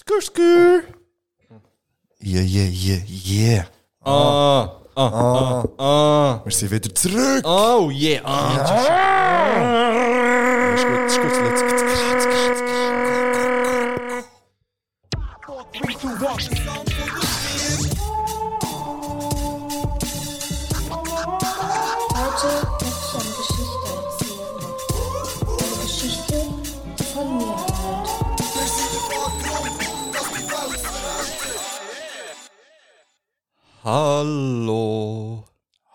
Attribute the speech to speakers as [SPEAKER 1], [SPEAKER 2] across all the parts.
[SPEAKER 1] Skur, skur.
[SPEAKER 2] Yeah, yeah, yeah, yeah.
[SPEAKER 1] Ah, ah, ah, ah.
[SPEAKER 2] Wir sind wieder zurück.
[SPEAKER 1] Oh yeah. Ah.
[SPEAKER 2] Ist gut, ist gut. Let's go, let's go, let's
[SPEAKER 3] Heute möchte ich eine Geschichte erzählen. Eine Geschichte, die von mir handelt.
[SPEAKER 1] Hallo.
[SPEAKER 2] go.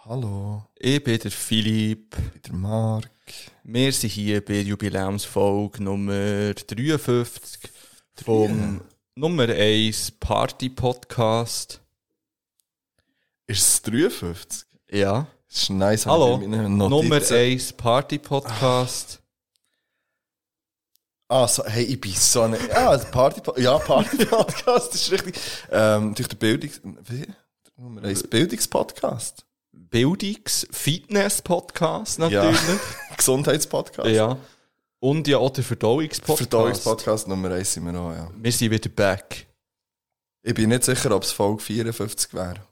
[SPEAKER 2] Hallo,
[SPEAKER 1] Ich bin der Philipp.
[SPEAKER 2] wieder Marc.
[SPEAKER 1] Wir sind hier bei Jubiläumsfolge Nummer 53 vom Nummer 1 Party Podcast.
[SPEAKER 2] Ist es 53?
[SPEAKER 1] Ja.
[SPEAKER 2] Das ist nice.
[SPEAKER 1] Hallo.
[SPEAKER 2] habe ich in meinen
[SPEAKER 1] Nummer
[SPEAKER 2] Notizen.
[SPEAKER 1] 1 Party Podcast.
[SPEAKER 2] Ah, so, hey, ich bin so eine. Ah, das Party Ja, Party-Podcast, das ist richtig. Ähm, durch den Bildungs. Wie? Der Nummer 1 Bildungspodcast.
[SPEAKER 1] Bildungs-, Fitness-Podcast natürlich.
[SPEAKER 2] Gesundheitspodcast.
[SPEAKER 1] Ja. Und ja auch der Verdauungspodcast.
[SPEAKER 2] Verdauungspodcast Nummer 1 sind wir auch, ja.
[SPEAKER 1] Wir sind wieder back.
[SPEAKER 2] Ich bin nicht sicher, ob es Folge 54 wäre.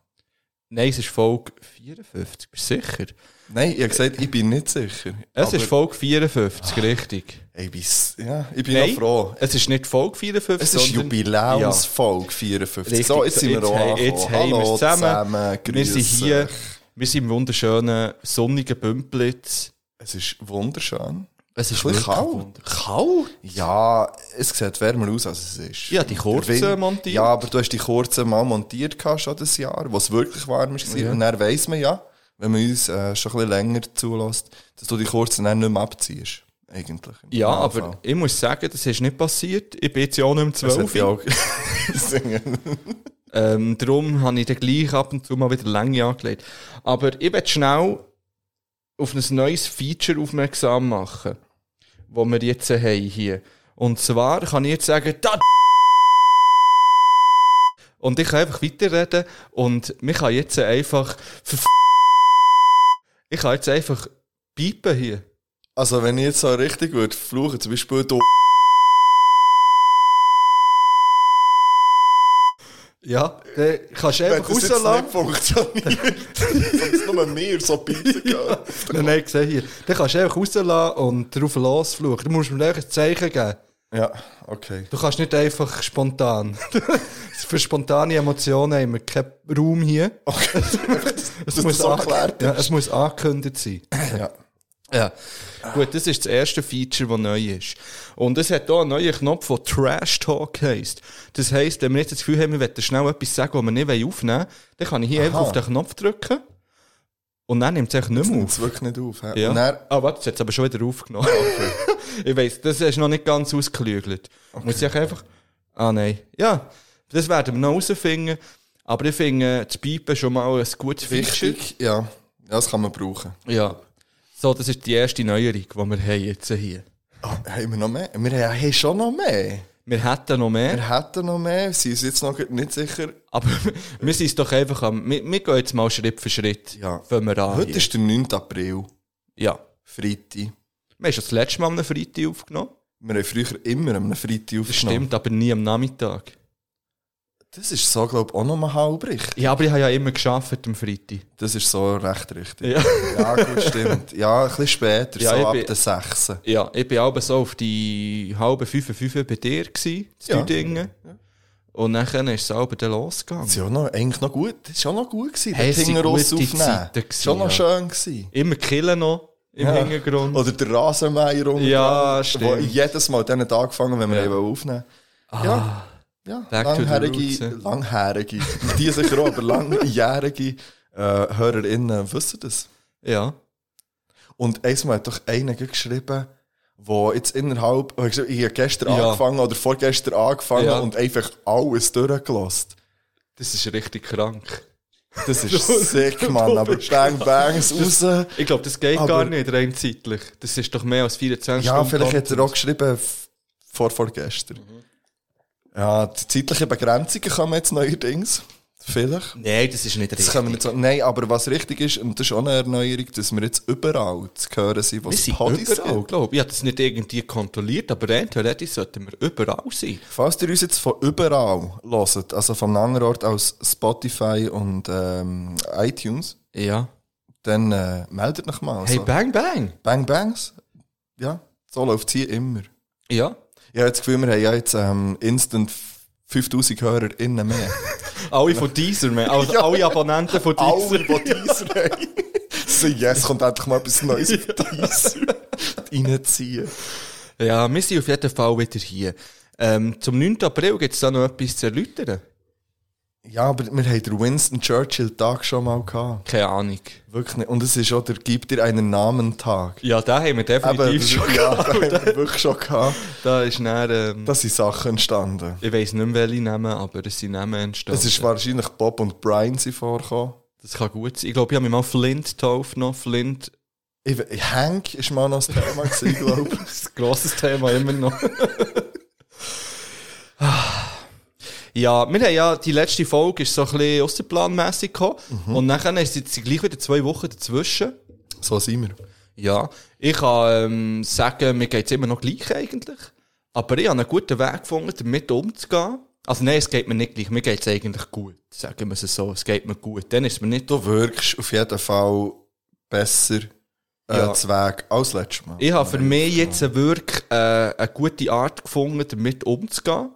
[SPEAKER 1] Nein, es ist Folge 54, bist du sicher?
[SPEAKER 2] Nein, ich habe gesagt, ich bin nicht sicher.
[SPEAKER 1] Es
[SPEAKER 2] Aber-
[SPEAKER 1] ist Folge 54, richtig.
[SPEAKER 2] Ey, Ich bin, s- ja, ich bin
[SPEAKER 1] Nein.
[SPEAKER 2] noch froh.
[SPEAKER 1] Es ist nicht Folge 54,
[SPEAKER 2] Es ist
[SPEAKER 1] sondern-
[SPEAKER 2] Jubiläumsfolge 54.
[SPEAKER 1] Richtig.
[SPEAKER 2] So, jetzt sind wir
[SPEAKER 1] Jetzt
[SPEAKER 2] auch
[SPEAKER 1] haben-
[SPEAKER 2] angekommen.
[SPEAKER 1] jetzt haben
[SPEAKER 2] Hallo
[SPEAKER 1] wir's zusammen.
[SPEAKER 2] zusammen.
[SPEAKER 1] Wir sind
[SPEAKER 2] grüß
[SPEAKER 1] hier,
[SPEAKER 2] euch.
[SPEAKER 1] wir sind im wunderschönen, sonnigen Bümplitz.
[SPEAKER 2] Es ist wunderschön.
[SPEAKER 1] Es
[SPEAKER 2] Ein bisschen kalt.
[SPEAKER 1] Kalt?
[SPEAKER 2] Ja, es sieht wärmer aus, als es ist.
[SPEAKER 1] Ja, die kurzen
[SPEAKER 2] Der Wind-
[SPEAKER 1] montiert.
[SPEAKER 2] Ja, aber du hast die kurzen mal montiert gehabt schon das Jahr, wo es wirklich warm war.
[SPEAKER 1] Ja.
[SPEAKER 2] Und dann weiss man ja, wenn man uns äh, schon ein bisschen länger zulässt, dass du die kurzen dann nicht mehr abziehst. Eigentlich. im
[SPEAKER 1] Ja,
[SPEAKER 2] Normalfall.
[SPEAKER 1] aber ich muss sagen, das ist nicht passiert. Ich bin jetzt ja auch nicht mehr
[SPEAKER 2] Das hat
[SPEAKER 1] 12.
[SPEAKER 2] ja auch singen.
[SPEAKER 1] Ähm, darum habe ich dann gleich ab und zu mal wieder Länge angelegt. Aber ich werde schnell auf ein neues Feature aufmerksam machen, das wir jetzt haben hier. Und zwar kann ich jetzt sagen, da und ich kann einfach weiterreden und mich kann jetzt einfach verf- ich kann jetzt einfach piepen hier.
[SPEAKER 2] Also, wenn ich jetzt so richtig würde fluchen, zum Beispiel du.
[SPEAKER 1] Ja, dann kannst du
[SPEAKER 2] Wenn
[SPEAKER 1] einfach
[SPEAKER 2] das jetzt
[SPEAKER 1] rauslassen.
[SPEAKER 2] nicht funktioniert, sonst nur mir so beißen ja.
[SPEAKER 1] Nein, nein, sehe hier. Dann kannst du einfach rauslassen und drauf losfluchen. Du musst mir einfach ein Zeichen geben.
[SPEAKER 2] ja, okay.
[SPEAKER 1] Du kannst nicht einfach spontan. Für spontane Emotionen haben wir keinen Raum hier.
[SPEAKER 2] okay.
[SPEAKER 1] Es,
[SPEAKER 2] Dass du so
[SPEAKER 1] ange-
[SPEAKER 2] geklärt
[SPEAKER 1] ja, es muss angekündigt sein.
[SPEAKER 2] Ja.
[SPEAKER 1] Ja. Gut, das ist das erste Feature, das neu ist. Und es hat hier einen neuen Knopf, der Trash Talk heisst. Das heisst, wenn wir jetzt das Gefühl haben, wir wollen schnell etwas sagen, was wir nicht aufnehmen wollen, dann kann ich hier einfach auf den Knopf drücken und dann nimmt es eigentlich nicht mehr
[SPEAKER 2] Nimmt
[SPEAKER 1] auf.
[SPEAKER 2] es wirklich nicht auf. hä?
[SPEAKER 1] Ja.
[SPEAKER 2] Und dann, Ah,
[SPEAKER 1] Ah, warte, das hat aber schon wieder aufgenommen. ich weiss, das ist noch nicht ganz ausgeklügelt. Muss ich einfach. Ah, nein. Ja, das werden wir noch herausfinden. Aber ich finde, äh, das Pipen schon mal ein gutes Feature.
[SPEAKER 2] wichtig, ja. ja. Das kann man brauchen.
[SPEAKER 1] Ja. So, das ist die erste Neuerung, die wir haben jetzt hier. Oh.
[SPEAKER 2] Ah, haben wir noch mehr? Wir haben haben schon noch mehr.
[SPEAKER 1] Wir hätten noch mehr,
[SPEAKER 2] Wir hätten noch mehr, wir sind uns jetzt noch nicht sicher.
[SPEAKER 1] aber wir sind es doch einfach am. Wir, wir gehen jetzt mal Schritt für Schritt.
[SPEAKER 2] Ja.
[SPEAKER 1] Fangen wir an.
[SPEAKER 2] Heute
[SPEAKER 1] hier.
[SPEAKER 2] ist der 9. April,
[SPEAKER 1] ja.
[SPEAKER 2] Freitag.
[SPEAKER 1] Wir haben schon das letzte Mal am Freitag aufgenommen.
[SPEAKER 2] Wir haben früher immer am Freitag aufgenommen.
[SPEAKER 1] Das stimmt, aber nie am Nachmittag.
[SPEAKER 2] Das ist so, glaube ich, auch noch mal halb richtig.
[SPEAKER 1] Ja, aber ich habe ja immer geschafft am Freitag.
[SPEAKER 2] Das ist so recht richtig.
[SPEAKER 1] Ja.
[SPEAKER 2] Ja, gut, stimmt. Ja, ein bisschen später,
[SPEAKER 1] Ja, ich
[SPEAKER 2] so ab
[SPEAKER 1] bin-
[SPEAKER 2] der 6.
[SPEAKER 1] Ja, ich bin auch so auf die halbe fünf, fünf bei dir gsi, zu
[SPEAKER 2] Ja.
[SPEAKER 1] Düdingen. Und dann ist es aber dann losgegangen.
[SPEAKER 2] Das ist ja noch, eigentlich noch gut. Das ist auch noch gut gewesen.
[SPEAKER 1] Hey,
[SPEAKER 2] Hey,
[SPEAKER 1] es sind
[SPEAKER 2] den Tingeros
[SPEAKER 1] gute
[SPEAKER 2] aufnehmen.
[SPEAKER 1] Zeiten gewesen,
[SPEAKER 2] schon noch
[SPEAKER 1] ja.
[SPEAKER 2] schön gewesen.
[SPEAKER 1] Immer killen noch im
[SPEAKER 2] Ja.
[SPEAKER 1] Hintergrund.
[SPEAKER 2] Oder der Rasenmäher unten
[SPEAKER 1] Ja,
[SPEAKER 2] dran,
[SPEAKER 1] stimmt.
[SPEAKER 2] Wo jedes Mal dann hat angefangen, wenn wir
[SPEAKER 1] Ja.
[SPEAKER 2] ja. aufnehmen Ja, ja
[SPEAKER 1] Back to the roots,
[SPEAKER 2] langherige,
[SPEAKER 1] ja.
[SPEAKER 2] langherige, die sicher auch, aber langjährige äh, HörerInnen wissen das.
[SPEAKER 1] ja.
[SPEAKER 2] Und einmal hat doch einer geschrieben, wo jetzt innerhalb, oh, ich habe gestern
[SPEAKER 1] Ja.
[SPEAKER 2] angefangen oder vorgestern angefangen
[SPEAKER 1] Ja.
[SPEAKER 2] und einfach alles durchgelost.
[SPEAKER 1] Das ist richtig krank.
[SPEAKER 2] Das ist sick, Mann, aber bang, bang, raus.
[SPEAKER 1] Ich glaube, das geht
[SPEAKER 2] Aber-
[SPEAKER 1] gar nicht rein zeitlich. Das ist doch mehr als 24
[SPEAKER 2] Ja,
[SPEAKER 1] Stunden.
[SPEAKER 2] vielleicht hat er auch geschrieben, f- Mhm. vor vorgestern. Ja, die zeitlichen Begrenzungen kommen jetzt neuerdings. Vielleicht.
[SPEAKER 1] Nein, das ist nicht
[SPEAKER 2] Das
[SPEAKER 1] richtig.
[SPEAKER 2] können wir nicht so, nein, aber was richtig ist, und das ist auch eine Erneuerung, dass wir jetzt überall zu hören sind, was Podis
[SPEAKER 1] überall,
[SPEAKER 2] gibt.
[SPEAKER 1] glaube ich. Ich habe das nicht irgendwie kontrolliert, aber rein theoretisch sollten wir überall sein.
[SPEAKER 2] Falls ihr uns jetzt von überall hört, also vom anderen Ort als Spotify und ähm, iTunes,
[SPEAKER 1] Ja.
[SPEAKER 2] dann äh, meldet euch mal.
[SPEAKER 1] Hey,
[SPEAKER 2] Also,
[SPEAKER 1] Bang Bang!
[SPEAKER 2] Bang Bangs, ja, so läuft es hier immer.
[SPEAKER 1] Ja.
[SPEAKER 2] Ich habe das Gefühl, wir haben ja jetzt ähm, instant 5000 HörerInnen mehr.
[SPEAKER 1] Alle von Deezer, man. Also
[SPEAKER 2] Ja.
[SPEAKER 1] alle Abonnenten von Deezer.
[SPEAKER 2] Alle, die Deezer haben. So, yes, kommt endlich mal etwas Neues auf Deezer. Reinziehen.
[SPEAKER 1] Ja, wir sind auf jeden Fall wieder hier. Ähm, zum 9. April gibt es da noch etwas zu erläutern.
[SPEAKER 2] Ja, aber wir haben den Winston Churchill-Tag schon mal gehabt.
[SPEAKER 1] Keine Ahnung.
[SPEAKER 2] Wirklich nicht. Und es ist auch der Gib dir einen Namen-Tag.
[SPEAKER 1] Ja, da haben wir
[SPEAKER 2] Eben,
[SPEAKER 1] definitiv
[SPEAKER 2] das-
[SPEAKER 1] schon.
[SPEAKER 2] ja, da haben wir wirklich schon gehabt.
[SPEAKER 1] Da ist dann, ähm,
[SPEAKER 2] Da sind Sachen entstanden.
[SPEAKER 1] ich weiss nicht mehr, welche Namen, aber es sind Namen entstanden.
[SPEAKER 2] Es ist wahrscheinlich Bob und Brian sind vorgekommen.
[SPEAKER 1] das kann gut sein. Ich glaube, ich habe mich mal Flint getauft noch. Flint,
[SPEAKER 2] Ich we- Hank war mal noch das Thema, gewesen, glaube ich.
[SPEAKER 1] das grosses Thema immer noch. ja, wir haben ja, die letzte Folge ist so ein bisschen ausserplanmässig gekommen.
[SPEAKER 2] Mhm.
[SPEAKER 1] Und nachher ist jetzt gleich wieder zwei Wochen dazwischen.
[SPEAKER 2] So sind wir.
[SPEAKER 1] Ja, ich kann ähm, sagen, mir geht es immer noch gleich eigentlich. Aber ich habe einen guten Weg gefunden, damit umzugehen. Also nein, es geht mir nicht gleich. Mir geht es eigentlich gut. Sagen wir es so, es geht mir gut. Dann ist mir nicht
[SPEAKER 2] Du wirkst auf jeden Fall besser äh,
[SPEAKER 1] Ja.
[SPEAKER 2] zu Weg als letztes Mal.
[SPEAKER 1] Ich habe für mich jetzt wirklich äh, eine gute Art gefunden, damit umzugehen.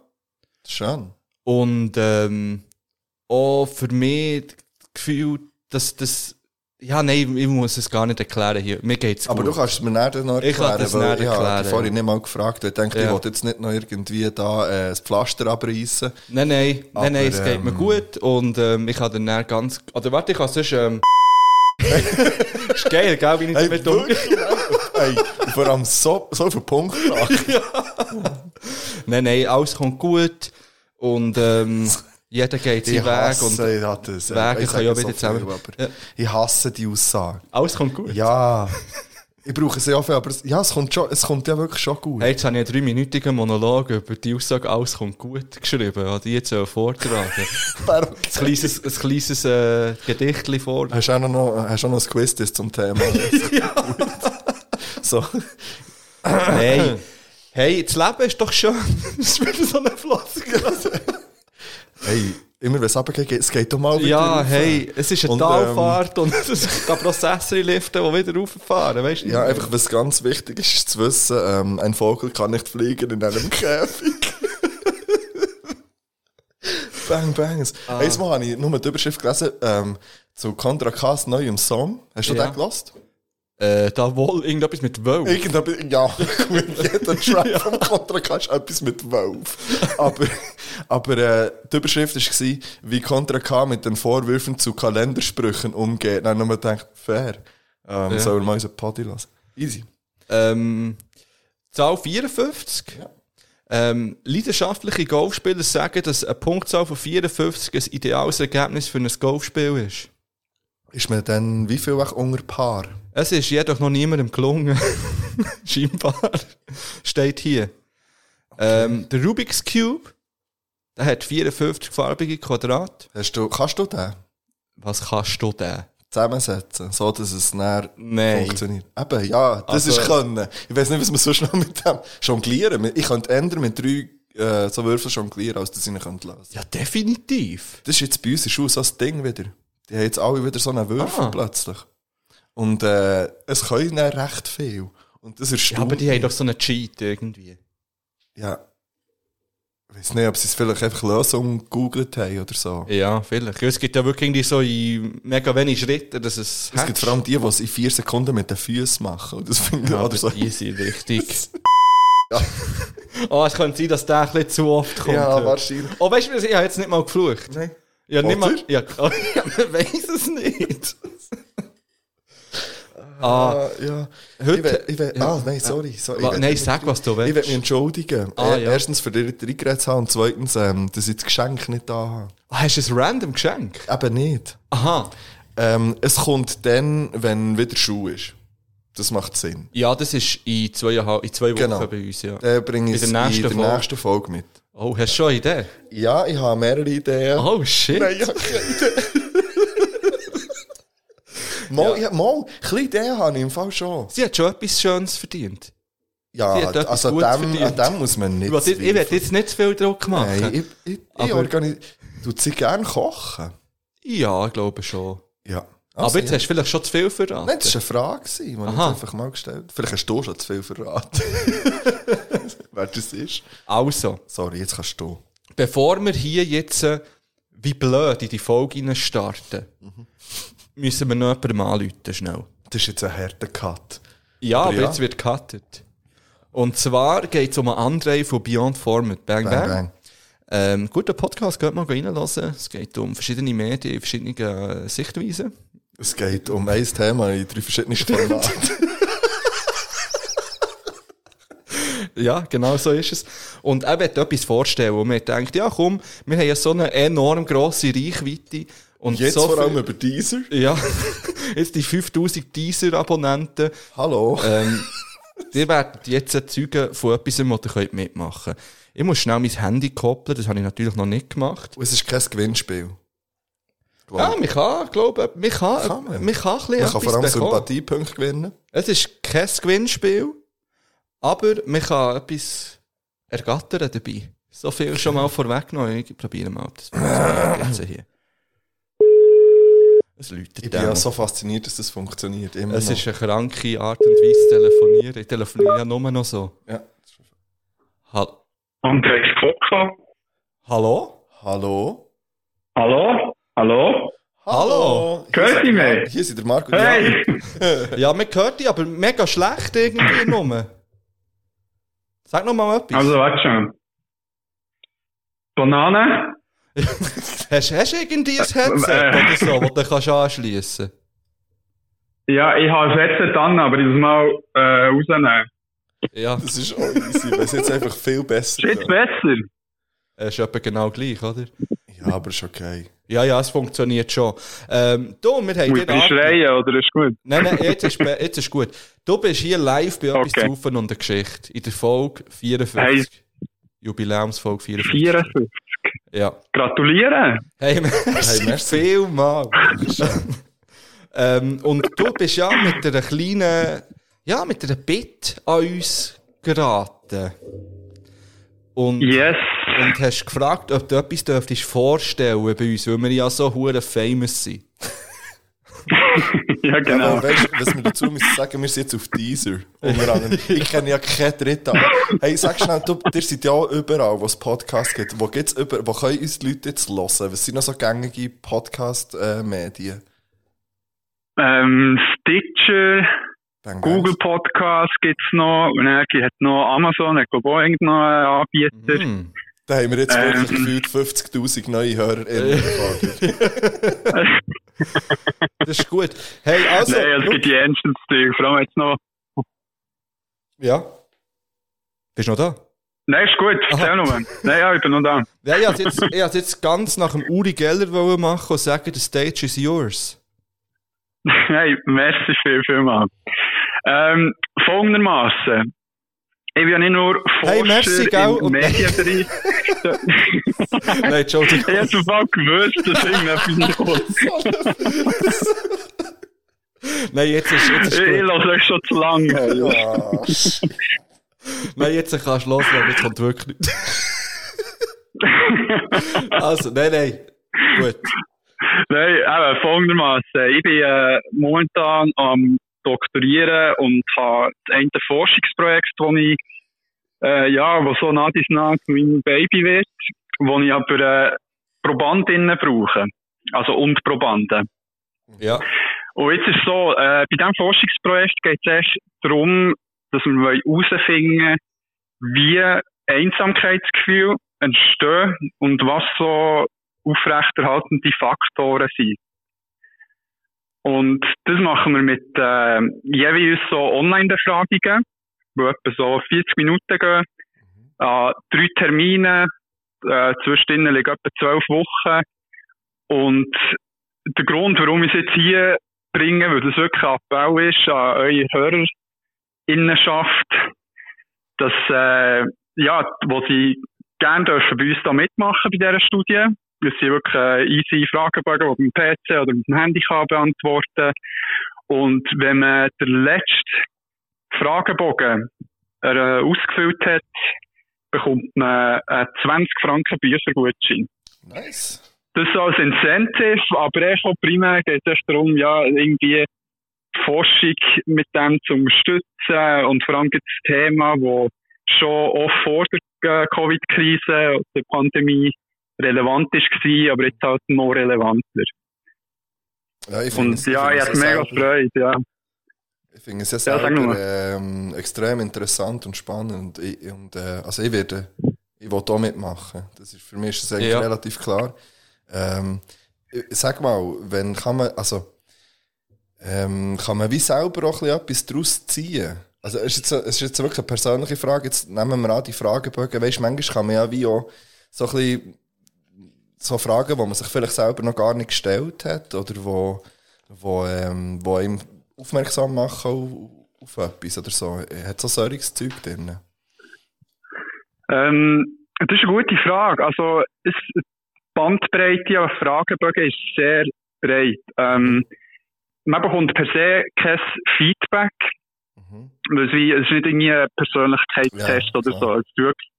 [SPEAKER 2] Schön.
[SPEAKER 1] Und ähm, auch für mich das Gefühl, dass das... Ja, nein, ich muss es gar nicht erklären hier. Mir geht es gut.
[SPEAKER 2] Aber du kannst es mir nachher noch erklären,
[SPEAKER 1] Ich kann das
[SPEAKER 2] weil
[SPEAKER 1] nachher
[SPEAKER 2] ich habe
[SPEAKER 1] erklären,
[SPEAKER 2] dich vorhin
[SPEAKER 1] ja.
[SPEAKER 2] nicht mal gefragt. Ich denke, ich
[SPEAKER 1] Ja.
[SPEAKER 2] wollte jetzt nicht noch irgendwie da äh, das Pflaster abreißen.
[SPEAKER 1] Nein, nein,
[SPEAKER 2] Aber,
[SPEAKER 1] nein, nein, es geht mir
[SPEAKER 2] ähm,
[SPEAKER 1] gut und ähm, ich habe dann ganz... Oder warte, ich kann sonst... Ähm, ist geil, gell, wie ich
[SPEAKER 2] Hey,
[SPEAKER 1] damit umgehe.
[SPEAKER 2] wirklich? hey, vor allem so, so viel Punkte.
[SPEAKER 1] Nein, nein, alles kommt gut und ähm, jeder geht seinen Weg und
[SPEAKER 2] ich hasse das. äh,
[SPEAKER 1] Wege
[SPEAKER 2] Ich sage
[SPEAKER 1] können ja
[SPEAKER 2] so
[SPEAKER 1] wieder
[SPEAKER 2] viel,
[SPEAKER 1] zusammen-
[SPEAKER 2] aber
[SPEAKER 1] Ja.
[SPEAKER 2] Ich hasse die Aussage.
[SPEAKER 1] alles kommt gut.
[SPEAKER 2] Ja, ich brauche sie ja viel, aber es, ja, es, kommt schon, es kommt ja wirklich schon gut.
[SPEAKER 1] Hey, jetzt habe ich einen dreiminütigen Monolog über die Aussage «Alles kommt gut» geschrieben. Ich habe die jetzt auch vortragen.
[SPEAKER 2] Warum-
[SPEAKER 1] ein kleines, ein kleines äh, Gedichtli vor.
[SPEAKER 2] Hast du auch noch, hast du auch noch ein Quiz das zum Thema? so.
[SPEAKER 1] Nein. Hey, das Leben ist doch schön. Das ist wieder so eine Floskel.
[SPEAKER 2] Hey, immer wenn es runtergeht, es geht doch mal wieder
[SPEAKER 1] ja,
[SPEAKER 2] rauf.
[SPEAKER 1] hey, es ist eine
[SPEAKER 2] Und,
[SPEAKER 1] Talfahrt und es gibt Prozessor-Lifte, die wieder rauffahren, weißt du?
[SPEAKER 2] Ja, einfach was ganz wichtig ist, ist zu wissen, ähm, ein Vogel kann nicht fliegen in einem Käfig. bang, bangs. Ah. Einmal habe ich nur die Überschrift gelesen, ähm, zu Contra K's neuem Song. Hast du
[SPEAKER 1] Ja.
[SPEAKER 2] den gelost?
[SPEAKER 1] Äh, da wohl irgendetwas mit Wow.
[SPEAKER 2] Irgendetwas, ja, gut, jeder Track vom Contra K ist etwas mit Wolf. Aber, aber äh, die Überschrift war, wie Contra K mit den Vorwürfen zu Kalendersprüchen umgeht. Dann habe ich nur gedacht, fair. Ähm,
[SPEAKER 1] Ja.
[SPEAKER 2] Sollen wir mal unseren Party lassen? Easy.
[SPEAKER 1] Ähm, Zahl 54. Ähm, leidenschaftliche Golfspieler sagen, dass eine Punktzahl von 54 ein ideales Ergebnis für ein Golfspiel ist.
[SPEAKER 2] Ist mir dann wie viel auch unter Paar?
[SPEAKER 1] Es ist jedoch noch niemandem gelungen. Scheinbar. Steht hier. Ähm, der Rubik's Cube, der hat 54 farbige Quadrate.
[SPEAKER 2] Hast du, kannst du den
[SPEAKER 1] Was kannst du denn?
[SPEAKER 2] zusammensetzen, so dass es näher
[SPEAKER 1] Nein.
[SPEAKER 2] funktioniert? Eben, ja, das
[SPEAKER 1] Also-
[SPEAKER 2] ist können. Ich weiß nicht, was man so schnell mit dem jonglieren. Ich könnte ändern mit drei äh, so Würfel jonglieren, als dass ich ihn könnte lassen.
[SPEAKER 1] Ja, definitiv.
[SPEAKER 2] Das ist jetzt bei uns in der Schule so ein Ding wieder. Die haben jetzt alle wieder so einen Würfel
[SPEAKER 1] Ah.
[SPEAKER 2] plötzlich. Und äh, es können dann recht viel. Und das ist
[SPEAKER 1] Ja, aber die haben doch so einen Cheat irgendwie.
[SPEAKER 2] Ja. Ich weiß nicht, ob sie es vielleicht einfach Lösungen gegoogelt haben oder so.
[SPEAKER 1] Ja, vielleicht. Ja, Es gibt ja wirklich irgendwie so in mega wenig Schritten, dass es.
[SPEAKER 2] Es gibt vor allem die, die es in vier Sekunden mit den Füßen machen. Und Das finde ich
[SPEAKER 1] Ja,
[SPEAKER 2] oder so.
[SPEAKER 1] Die sind richtig. Ah, es könnte sein, dass der ein bisschen zu oft kommt.
[SPEAKER 2] Ja, wahrscheinlich.
[SPEAKER 1] Oh, weißt du, was, ich habe jetzt nicht mal geflucht.
[SPEAKER 2] Nein.
[SPEAKER 1] Ja, nicht mal.
[SPEAKER 2] Oder?
[SPEAKER 1] Ja, oh, ja, man weiß es nicht. ah,
[SPEAKER 2] Ah, ja.
[SPEAKER 1] Heute-
[SPEAKER 2] Ich will, ich will, Ah, nein, sorry. sorry
[SPEAKER 1] wa-
[SPEAKER 2] ich will-
[SPEAKER 1] nein, sag, was du
[SPEAKER 2] Ich will mich
[SPEAKER 1] willst.
[SPEAKER 2] entschuldigen.
[SPEAKER 1] Ah,
[SPEAKER 2] Eh,
[SPEAKER 1] ja.
[SPEAKER 2] Erstens, für dich reingeredet zu haben und zweitens, ähm, dass ich das Geschenk nicht da
[SPEAKER 1] Ah, hast du ein random Geschenk?
[SPEAKER 2] habe. Eben nicht.
[SPEAKER 1] Aha.
[SPEAKER 2] Ähm, es kommt dann, wenn wieder Schuh ist. Das macht Sinn.
[SPEAKER 1] Ja, das ist in, zweieinhalb, in zwei Wochen
[SPEAKER 2] Genau.
[SPEAKER 1] bei uns, ja.
[SPEAKER 2] Dann bringe ich
[SPEAKER 1] In
[SPEAKER 2] es
[SPEAKER 1] der nächsten
[SPEAKER 2] in der
[SPEAKER 1] Folge.
[SPEAKER 2] nächsten Folge mit.
[SPEAKER 1] Oh, hast du schon eine Idee?
[SPEAKER 2] Ja, ich habe mehrere Ideen.
[SPEAKER 1] Oh, shit.
[SPEAKER 2] Nein, ich habe keine Idee. mal, ich, hab- mal, ein bisschen Ideen habe ich im Fall schon.
[SPEAKER 1] Sie hat schon etwas Schönes verdient.
[SPEAKER 2] Ja,
[SPEAKER 1] Sie hat etwas
[SPEAKER 2] also
[SPEAKER 1] Gutes
[SPEAKER 2] an dem, an
[SPEAKER 1] verdient.
[SPEAKER 2] dem muss man
[SPEAKER 1] Ich
[SPEAKER 2] nicht
[SPEAKER 1] will jetzt- ich
[SPEAKER 2] zweifeln.
[SPEAKER 1] werde jetzt nicht zu viel Druck machen.
[SPEAKER 2] Nein, ich, ich, ich
[SPEAKER 1] Aber-
[SPEAKER 2] organisiere... Du sie gerne kochen?
[SPEAKER 1] Ja, ich glaube schon.
[SPEAKER 2] Ja.
[SPEAKER 1] Aber jetzt
[SPEAKER 2] ja.
[SPEAKER 1] hast du vielleicht schon zu viel verraten.
[SPEAKER 2] Nein, das war eine Frage, gewesen, die ich jetzt
[SPEAKER 1] Aha.
[SPEAKER 2] einfach mal gestellt Vielleicht hast du schon zu viel verraten. Wer das ist.
[SPEAKER 1] Also,
[SPEAKER 2] Sorry, jetzt kannst du.
[SPEAKER 1] bevor wir hier jetzt äh, wie blöd in die Folge rein starten, müssen wir noch jemandem anrufen, schnell.
[SPEAKER 2] Das ist jetzt ein harter Cut.
[SPEAKER 1] Ja, aber,
[SPEAKER 2] Aber ja.
[SPEAKER 1] jetzt wird gecuttet. Und zwar geht es um einen André von Beyond Format. Bang, bang.
[SPEAKER 2] Bang, bang.
[SPEAKER 1] Ähm, guter Podcast, geht mal reinlassen. Es geht um verschiedene Medien, verschiedene äh, Sichtweisen.
[SPEAKER 2] Es geht um ein Thema in drei verschiedenen Formaten.
[SPEAKER 1] Ja, genau so ist es. Und er wollte etwas vorstellen, wo man denkt, ja komm, wir haben ja so eine enorm grosse Reichweite. Und
[SPEAKER 2] Jetzt
[SPEAKER 1] so
[SPEAKER 2] vor allem
[SPEAKER 1] viel-
[SPEAKER 2] über Deezer.
[SPEAKER 1] Ja, jetzt die 5000 Deezer-Abonnenten.
[SPEAKER 2] Hallo.
[SPEAKER 1] Ähm, ihr werdet jetzt Zeugen von etwas, wo ihr könnt mitmachen könnt. Ich muss schnell mein Handy koppeln, das habe ich natürlich noch nicht gemacht.
[SPEAKER 2] Und es ist kein Gewinnspiel.
[SPEAKER 1] Ah, Ja, man kann, glaube ich, man kann,
[SPEAKER 2] Kann man?
[SPEAKER 1] man kann ein bisschen
[SPEAKER 2] Man kann
[SPEAKER 1] etwas
[SPEAKER 2] vor allem
[SPEAKER 1] bekommen.
[SPEAKER 2] Sympathiepunkte gewinnen.
[SPEAKER 1] Es ist kein Gewinnspiel, aber man kann etwas ergattern dabei. So viel schon mal vorweggenommen. Ich probiere mal, ob das funktioniert jetzt hier. Es läutet
[SPEAKER 2] Ich bin ja
[SPEAKER 1] dann.
[SPEAKER 2] so fasziniert, dass das funktioniert. Immer
[SPEAKER 1] Es
[SPEAKER 2] noch.
[SPEAKER 1] ist eine kranke Art und Weise zu telefonieren. Ich telefoniere ja nur noch so.
[SPEAKER 2] Ja.
[SPEAKER 1] Ha
[SPEAKER 4] Andreas Kocka.
[SPEAKER 1] Hallo?
[SPEAKER 2] Hallo?
[SPEAKER 4] Hallo? Hallo?
[SPEAKER 1] Hallo.
[SPEAKER 2] Hier
[SPEAKER 4] Grüß
[SPEAKER 2] sind-
[SPEAKER 4] dich, mate.
[SPEAKER 2] Hier sind der Marco.
[SPEAKER 4] Hey!
[SPEAKER 1] Ja, man hört dich, aber mega schlecht irgendwie nur. Sag noch mal etwas.
[SPEAKER 4] Also, warte schon. Banane?
[SPEAKER 1] Hast, hast du irgendwie ein Headset
[SPEAKER 4] Äh, äh.
[SPEAKER 1] oder so, das du kannst anschliessen
[SPEAKER 4] Ja, ich habe es jetzt an, aber ich muss mal äh, rausnehmen.
[SPEAKER 1] Ja,
[SPEAKER 2] Das ist auch easy, weil es jetzt einfach viel besser
[SPEAKER 4] Shit,
[SPEAKER 2] tönt.
[SPEAKER 4] Wetzler!
[SPEAKER 1] es ist etwa genau gleich, oder?
[SPEAKER 2] Ja, aber ist okay.
[SPEAKER 1] Ja, ja, es funktioniert schon. Ähm, du, wir haben
[SPEAKER 4] Muss ich
[SPEAKER 1] ange-
[SPEAKER 4] schreien, oder ist gut?
[SPEAKER 1] Nein, nein, jetzt ist, be- jetzt ist gut. Du bist hier live bei etwas
[SPEAKER 4] Okay.
[SPEAKER 1] zu Haufen und der Geschichte. In der Folge 54. Jubiläumsfolge 54.
[SPEAKER 4] 54.
[SPEAKER 1] Ja.
[SPEAKER 4] Gratulieren!
[SPEAKER 1] Hey, merci,
[SPEAKER 2] Hey, merci.
[SPEAKER 1] vielmal. ähm, und du bist ja mit einer kleinen, ja, mit einer Bitte an uns geraten. Und,
[SPEAKER 4] Yes!
[SPEAKER 1] und hast gefragt, ob du etwas dürftest vorstellen bei uns, weil wir ja so hure famous sind.
[SPEAKER 4] ja,
[SPEAKER 2] Aber
[SPEAKER 4] genau.
[SPEAKER 2] weißt du, was wir dazu müssen sagen, wir sind jetzt auf Deezer. Unter anderem. Ich kenne ja keinen Dritten. Hey, sag schnell, du, ihr seid ja auch überall, wo es Podcasts gibt. Wo, geht's über, wo können uns die Leute jetzt hören? Was sind noch so gängige äh, Podcast-Medien?
[SPEAKER 4] Ähm, Stitcher,
[SPEAKER 2] Bang, bang.
[SPEAKER 4] Google Podcast gibt's noch, und dann hat noch Amazon, ich glaube auch irgendeinen Anbieter.
[SPEAKER 1] Hm.
[SPEAKER 2] Da haben wir jetzt wirklich
[SPEAKER 4] Ähm.
[SPEAKER 2] gefühlt 50'000 neue Hörer in
[SPEAKER 1] Das ist gut. Hey, also.
[SPEAKER 4] Nein, es gibt die ernsten Dinge, vor allem jetzt noch.
[SPEAKER 1] ja. Bist du noch da?
[SPEAKER 4] Nein, ist gut, erzähl nur. Nein, ja, ich bin noch da.
[SPEAKER 1] Ja, ich wollte jetzt, ich wollte jetzt ganz nach dem Uri Geller wollen machen und sagen, the stage is yours.
[SPEAKER 4] Nein, merci viel, viel mal. Ähm, folgendermaßen. Ich bin ja nicht nur Forscher
[SPEAKER 1] Hey, merci, gell?
[SPEAKER 4] im
[SPEAKER 1] Und-
[SPEAKER 4] Medienbereich.
[SPEAKER 1] Nein,
[SPEAKER 4] ich
[SPEAKER 1] Entschuldigung.
[SPEAKER 4] hätte zuvor gewusst, dass irgendetwas nicht kommt.
[SPEAKER 1] Nein, jetzt ist, jetzt ist
[SPEAKER 4] Ich, ich
[SPEAKER 1] gut.
[SPEAKER 4] lasse euch schon zu lange.
[SPEAKER 2] Podcast.
[SPEAKER 1] Nein, jetzt kannst du loslegen, jetzt kommt wirklich nichts. Also, nein, nein. Gut.
[SPEAKER 4] Nein, eben, folgendermaßen. Ich bin äh, momentan am Doktorieren und habe das eine Forschungsprojekt, wo ich, äh, ja, wo so nach und nach mein Baby wird, wo ich aber äh, Probandinnen brauche. Also und Probanden.
[SPEAKER 1] Ja.
[SPEAKER 4] Und jetzt ist so, äh, bei diesem Forschungsprojekt geht es erst darum, dass wir wollen herausfinden wie Einsamkeitsgefühl entstehen und was so aufrechterhaltende Faktoren sind. Und das machen wir mit äh, jeweils so Online-Befragungen, die etwa so 40 Minuten gehen, an drei Termine, äh, zwischen ihnen liegen etwa 12 Wochen. Und der Grund, warum ich es jetzt hier bringen, weil das wirklich ein Appell ist an eure Hörerinnenschaft, dass, äh, ja, wo sie gerne dürfen bei uns da mitmachen bei dieser Studie. Das sind wirklich äh, easy Fragebögen, die man mit dem PC oder mit dem Handy kann beantworten Und wenn man den letzten Fragebogen äh, ausgefüllt hat, bekommt man einen 20 Franken Büchergutschein.
[SPEAKER 2] Nice.
[SPEAKER 4] Das so als Incentive, aber echt auch primär geht es echt darum, ja, irgendwie die Forschung mit dem zu unterstützen und vor allem gibt es Thema, wo schon auch vor der äh, Covid-Krise, oder der Pandemie relevant ist gewesen, aber jetzt halt noch relevanter.
[SPEAKER 2] Ja, ich finde
[SPEAKER 4] Und
[SPEAKER 2] es- also ich
[SPEAKER 4] ja,
[SPEAKER 2] finde
[SPEAKER 4] ich
[SPEAKER 2] es
[SPEAKER 4] hätte
[SPEAKER 2] ja
[SPEAKER 4] mega
[SPEAKER 2] selber-
[SPEAKER 4] Freude, ja.
[SPEAKER 2] Ich finde es ja
[SPEAKER 4] sag
[SPEAKER 2] selber
[SPEAKER 4] nur.
[SPEAKER 2] ähm, extrem interessant und spannend. Ich, und, äh, also ich werde, ich will auch mitmachen. Das ist, für mich ist das eigentlich
[SPEAKER 1] Ja.
[SPEAKER 2] relativ klar. Ähm, ich- sag mal, wenn kann man, also, ähm, kann man wie selber auch ein bisschen etwas daraus ziehen? Also es ist, jetzt, es ist jetzt wirklich eine persönliche Frage. Jetzt nehmen wir an die Fragebögen. Weißt, manchmal kann man ja wie auch so ein bisschen so Fragen, die man sich vielleicht selber noch gar nicht gestellt hat oder wo, wo, ähm, wo einem aufmerksam machen auf, auf etwas oder so. Hat so solches Zeug drin?
[SPEAKER 4] Ähm, das ist eine gute Frage. Also, es, die Bandbreite an Fragebögen ist sehr breit. Ähm, man bekommt per se kein Feedback,
[SPEAKER 2] Mhm.
[SPEAKER 4] weil es, wie, es ist nicht irgendwie ein Persönlichkeitstest
[SPEAKER 2] Ja,
[SPEAKER 4] oder
[SPEAKER 2] klar.
[SPEAKER 4] so. Es ist wirklich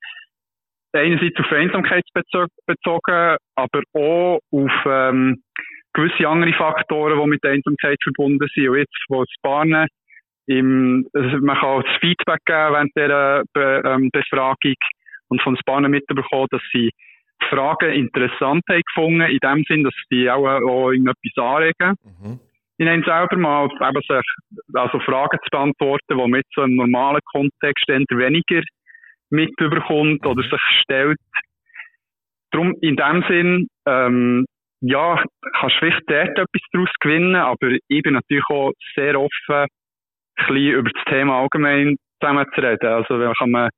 [SPEAKER 4] einerseits auf Einsamkeit bezo- bezogen, aber auch auf ähm, gewisse andere Faktoren, die mit der Einsamkeit verbunden sind. Und jetzt, wo das Bahnen im, also man kann auch das Feedback geben während dieser Be ähm, Befragung und von Bahnen mitbekommen, dass sie die Fragen interessant haben gefunden, in dem Sinn, dass sie auch, auch irgendetwas anregen
[SPEAKER 2] Mhm.
[SPEAKER 4] in einem selber mal eben sich, also Fragen zu beantworten, die man jetzt so im normalen Kontext entweder weniger mitbekommt oder sich stellt. Darum, in dem Sinn, ähm, ja, kannst du vielleicht dort etwas daraus gewinnen, aber ich bin natürlich auch sehr offen, ein bisschen über das Thema allgemein zusammen zu reden. Also, da kann man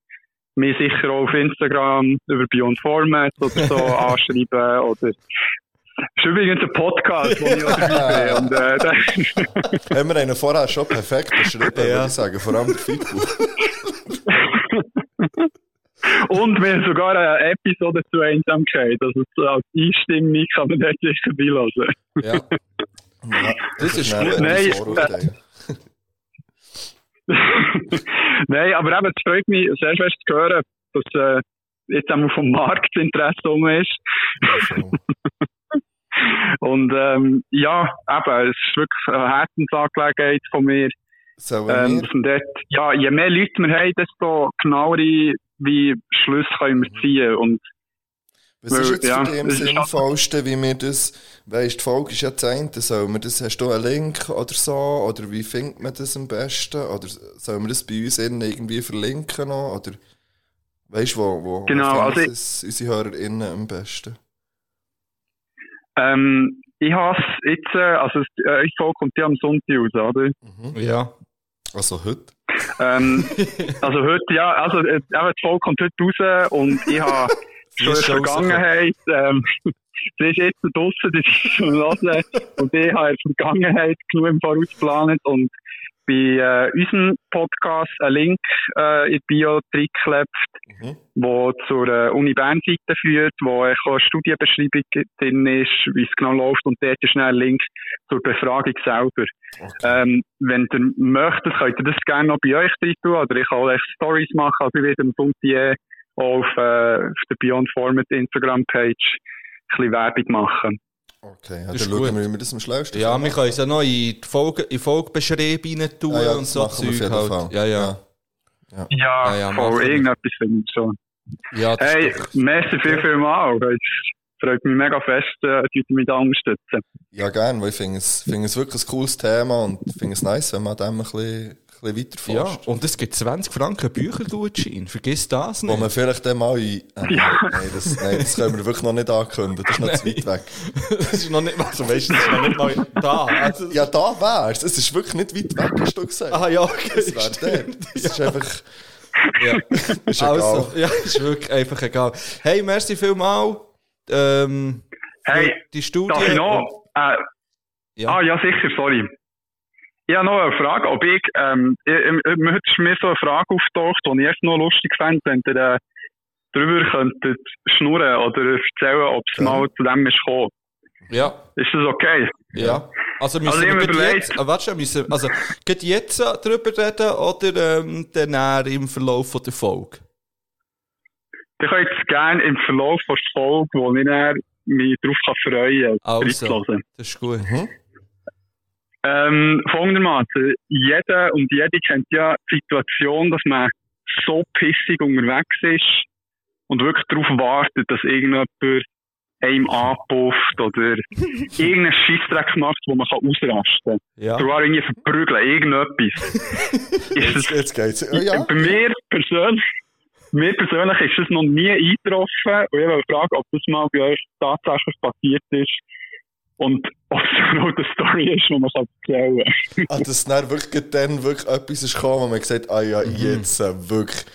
[SPEAKER 4] mir sicher auch auf Instagram über Beyond Format oder so anschreiben oder, das ist übrigens ein Podcast, wo ich auch dabei bin. Und, äh, da-
[SPEAKER 2] Haben wir einen vorher schon perfekt beschrieben,
[SPEAKER 1] Ja.
[SPEAKER 2] würde ich sagen. Vor allem der Feedback.
[SPEAKER 4] Und wir haben sogar eine Episode zur Einsamkeit. Also so als Einstimmung kann man dort sicher beilassen.
[SPEAKER 2] ja. ja.
[SPEAKER 1] Das ist
[SPEAKER 2] Nein,
[SPEAKER 1] gut.
[SPEAKER 4] Nein,
[SPEAKER 2] Vorurteil.
[SPEAKER 4] Nein, aber eben, es freut mich sehr fest zu hören, dass äh, jetzt einmal vom Markt Interesse um ist.
[SPEAKER 2] Ja, voll.
[SPEAKER 4] Und ähm, ja, eben, es ist wirklich eine Herzensangelegenheit von mir.
[SPEAKER 2] Sollen
[SPEAKER 4] Ähm,
[SPEAKER 2] wir?
[SPEAKER 4] dass man dort, ja, je mehr Leute wir haben, desto genauere wie Schluss können wir ziehen. Und
[SPEAKER 2] Was ist
[SPEAKER 4] Weil,
[SPEAKER 2] jetzt
[SPEAKER 4] ja,
[SPEAKER 2] für dich am
[SPEAKER 4] es ist schon-
[SPEAKER 2] sinnvollsten, wie wir das, weisst, die Folge ist ja das eine, sollen wir das, hast du einen Link oder so, oder wie findet man das am besten, oder sollen wir das bei uns innen irgendwie verlinken noch, oder weisst, wo, wo
[SPEAKER 4] Genau,
[SPEAKER 2] wo
[SPEAKER 4] also
[SPEAKER 2] finden das unsere HörerInnen am besten?
[SPEAKER 4] ähm, ich habe jetzt, äh, also es- äh, ich Folge kommt ja am Sonntag raus, oder?
[SPEAKER 2] Mhm.
[SPEAKER 1] Hm? Ja.
[SPEAKER 2] Also heute?
[SPEAKER 4] Ähm, also heute, ja, also äh, eben, die Folge kommt heute raus und ich habe schon in
[SPEAKER 1] ist
[SPEAKER 4] der
[SPEAKER 1] schon
[SPEAKER 4] Vergangenheit, ähm, sie ist jetzt draussen, das ist schon hören und ich habe in der Vergangenheit genug im Voraus geplant und bei äh, unserem Podcast einen Link äh, in die Bio reingeklebt,
[SPEAKER 2] Mhm.
[SPEAKER 4] wo zur äh, Uni Bern Seite führt, wo eigentlich auch eine Studienbeschreibung drin ist, wie es genau läuft und dort ist dann ein Link zur Befragung selber.
[SPEAKER 2] Okay.
[SPEAKER 4] Ähm, wenn ihr möchtet, könnt ihr das gerne noch bei euch drin tun. Oder ich kann auch echt Stories machen. Also ich werde am Sonntag auch auf, äh, auf der Beyond Format Instagram-Page ein bisschen Werbung machen.
[SPEAKER 2] okay, ja, dann
[SPEAKER 1] ist
[SPEAKER 2] schauen
[SPEAKER 1] gut.
[SPEAKER 2] wir, wie wir das am schlauesten
[SPEAKER 1] Ja,
[SPEAKER 2] machen.
[SPEAKER 1] wir können es ja noch in die Folge, in die Folgebeschreibung rein tun
[SPEAKER 2] Ah ja,
[SPEAKER 1] und
[SPEAKER 2] das
[SPEAKER 1] so
[SPEAKER 2] machen wir auf
[SPEAKER 1] Zeug
[SPEAKER 2] jeden
[SPEAKER 1] halt.
[SPEAKER 2] Fall.
[SPEAKER 1] Ja, ja.
[SPEAKER 4] Ja,
[SPEAKER 1] Ja, ja, machen
[SPEAKER 4] voll.
[SPEAKER 1] wir.
[SPEAKER 4] Irgendetwas finde ich schon.
[SPEAKER 1] Ja, das
[SPEAKER 4] Hey,
[SPEAKER 1] ist doch-
[SPEAKER 4] merci viel, viel mal. Es freut mich mega fest, äh, dass ihr mich da unterstützen.
[SPEAKER 2] Ja, gerne, weil ich finde es, finde es wirklich ein cooles Thema und finde es nice, wenn man dem ein bisschen, ein bisschen
[SPEAKER 1] Ja,
[SPEAKER 2] weiterforscht.
[SPEAKER 1] und es gibt 20 Franken Büchergutschein. Vergiss das
[SPEAKER 2] Wo
[SPEAKER 1] nicht.
[SPEAKER 2] man vielleicht dann mal in... Äh, nein, das, nein, das können wir wirklich noch nicht ankündigen. Das ist noch zu weit weg.
[SPEAKER 1] Das ist noch nicht, also, weißt, du, das ist noch nicht mal da. Also,
[SPEAKER 2] Ja, da wär's. Es ist wirklich nicht weit weg, hast du gesagt.
[SPEAKER 1] Ah, ja, okay.
[SPEAKER 2] es wäre dort. Es ist einfach...
[SPEAKER 1] Ja.
[SPEAKER 2] Ist egal.
[SPEAKER 1] Also, ja, ist wirklich einfach egal. Hey, merci vielmal. Ähm, für
[SPEAKER 4] Hey,
[SPEAKER 1] die Studie.
[SPEAKER 4] Darf ich noch? Äh,
[SPEAKER 1] Ja.
[SPEAKER 4] Ah, ja, sicher, sorry. Ich habe noch eine Frage, ob ich, eh, ähm, ich, ich, mir- heute ist mir so eine Frage auftaucht, die ich echt noch lustig fände, wenn ihr äh, drüber könntet schnurren oder erzählen, ob es
[SPEAKER 2] Ja.
[SPEAKER 4] mal zu dem ist gekommen.
[SPEAKER 1] Ja,
[SPEAKER 4] Ist das okay?
[SPEAKER 1] ja. Also müssen
[SPEAKER 4] Also ich
[SPEAKER 1] wir
[SPEAKER 4] hab
[SPEAKER 1] gerade
[SPEAKER 4] überlegt-
[SPEAKER 1] jetzt, ah, warte schon, müssen, wir- also geht jetzt äh, drüber reden oder ähm, dann eher im Verlauf von der Folge?
[SPEAKER 4] Ihr könnt es gerne im Verlauf von der Folge, wo ich dann mich drauf kann freuen kann,
[SPEAKER 1] Also,
[SPEAKER 4] reinzuhören.
[SPEAKER 1] das ist gut.
[SPEAKER 4] Mhm. Ähm, folgendermaßen, jeder und jede kennt ja die Situation, dass man so pissig unterwegs ist und wirklich darauf wartet, dass irgendjemand einem anpufft oder irgendeinen Scheissdreck macht, wo man kann ausrasten
[SPEAKER 1] Ja.
[SPEAKER 4] kann. Sogar irgendwie verprügeln, irgendetwas. ist das
[SPEAKER 2] Jetzt, jetzt geht's. Oh, ja.
[SPEAKER 4] bei mir persönlich, mir persönlich ist das noch nie eingetroffen. Und ich wollte fragen, ob das mal bei euch tatsächlich passiert ist. Und ob es noch eine Story ist, die man kann erzählen kann.
[SPEAKER 2] Ah, dass dann wirklich dann wirklich etwas ist gekommen, wo man gesagt hat, ah ja, jetzt äh, wirklich.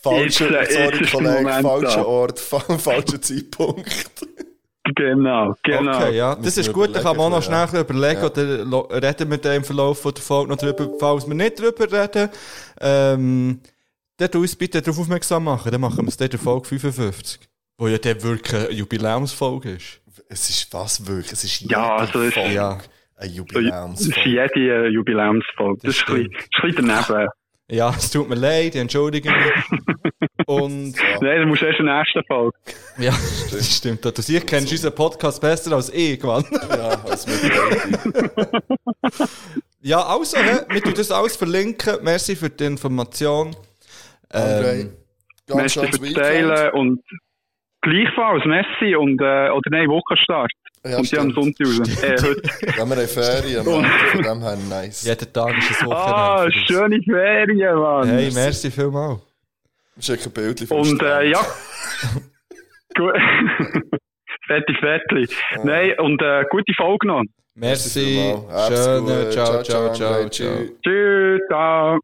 [SPEAKER 2] Falscher,
[SPEAKER 4] Mhm. Jetzt, äh, jetzt
[SPEAKER 2] sorry,
[SPEAKER 4] ist der
[SPEAKER 2] Kollege,
[SPEAKER 4] Moment
[SPEAKER 2] falscher
[SPEAKER 4] da.
[SPEAKER 2] Ort, fa- falscher Zeitpunkt.
[SPEAKER 4] Genau, genau.
[SPEAKER 1] Okay, ja,
[SPEAKER 2] Muss
[SPEAKER 1] das
[SPEAKER 2] man
[SPEAKER 1] ist gut, dann kann man auch noch
[SPEAKER 2] überlegen,
[SPEAKER 1] schnell überlegen,
[SPEAKER 2] Ja.
[SPEAKER 1] oder lo- reden wir dann im Verlauf von der Folge noch drüber, falls wir nicht drüber reden, ähm, dann tu uns bitte darauf aufmerksam machen, dann machen wir es dann in der Folge 55, wo ja dann wirklich eine Jubiläumsfolge ist.
[SPEAKER 2] Es ist was wirklich, es ist
[SPEAKER 4] Ja,
[SPEAKER 2] jede
[SPEAKER 4] also es ist-
[SPEAKER 2] Folge
[SPEAKER 1] Ja.
[SPEAKER 2] ein
[SPEAKER 4] Das ist
[SPEAKER 2] Jubiläumsfolge.
[SPEAKER 4] jede äh, Jubiläumsfolge. Das, ist ein bisschen-
[SPEAKER 1] stimmt.
[SPEAKER 4] das ist ein bisschen daneben.
[SPEAKER 1] Ja, es tut mir leid, ich entschuldige mich. Und,
[SPEAKER 4] Nein, dann musst du erst in der nächsten Folge.
[SPEAKER 1] ja, das stimmt, dass ihr kennst unseren Podcast besser als ich, Mann.
[SPEAKER 2] Ja, also mit Leuten.
[SPEAKER 1] Ja, also, hä, wir tun das alles verlinken, merci für die Information. Ähm,
[SPEAKER 2] André, ganz,
[SPEAKER 4] Merci
[SPEAKER 2] ganz
[SPEAKER 4] für
[SPEAKER 2] wichtig.
[SPEAKER 4] Teilen und gleichfalls Messi und, äh, oder nein, Wochenstart.
[SPEAKER 2] Ja,
[SPEAKER 4] und die am
[SPEAKER 2] stimmt.
[SPEAKER 4] Sonntag raus. Äh, heute.
[SPEAKER 2] Wenn wir eine Ferien machen, von dem her nice.
[SPEAKER 1] Jeden Tag ist es
[SPEAKER 4] ah,
[SPEAKER 1] Wochenende. für uns.
[SPEAKER 4] schöne Ferien, Mann.
[SPEAKER 1] Hey, merci vielmals.
[SPEAKER 2] Schick ein Bild vom
[SPEAKER 4] Und
[SPEAKER 2] Strand.
[SPEAKER 4] äh, ja. Gut. Fetti, fetti. Nein, und äh, gute Folge noch.
[SPEAKER 1] Merci.
[SPEAKER 2] Vielmal. Hab's
[SPEAKER 1] Schöne.
[SPEAKER 2] gut.
[SPEAKER 1] Ciao, ciao, ciao, ciao.
[SPEAKER 2] André. Tschüss.
[SPEAKER 4] Tschüss. Ciao.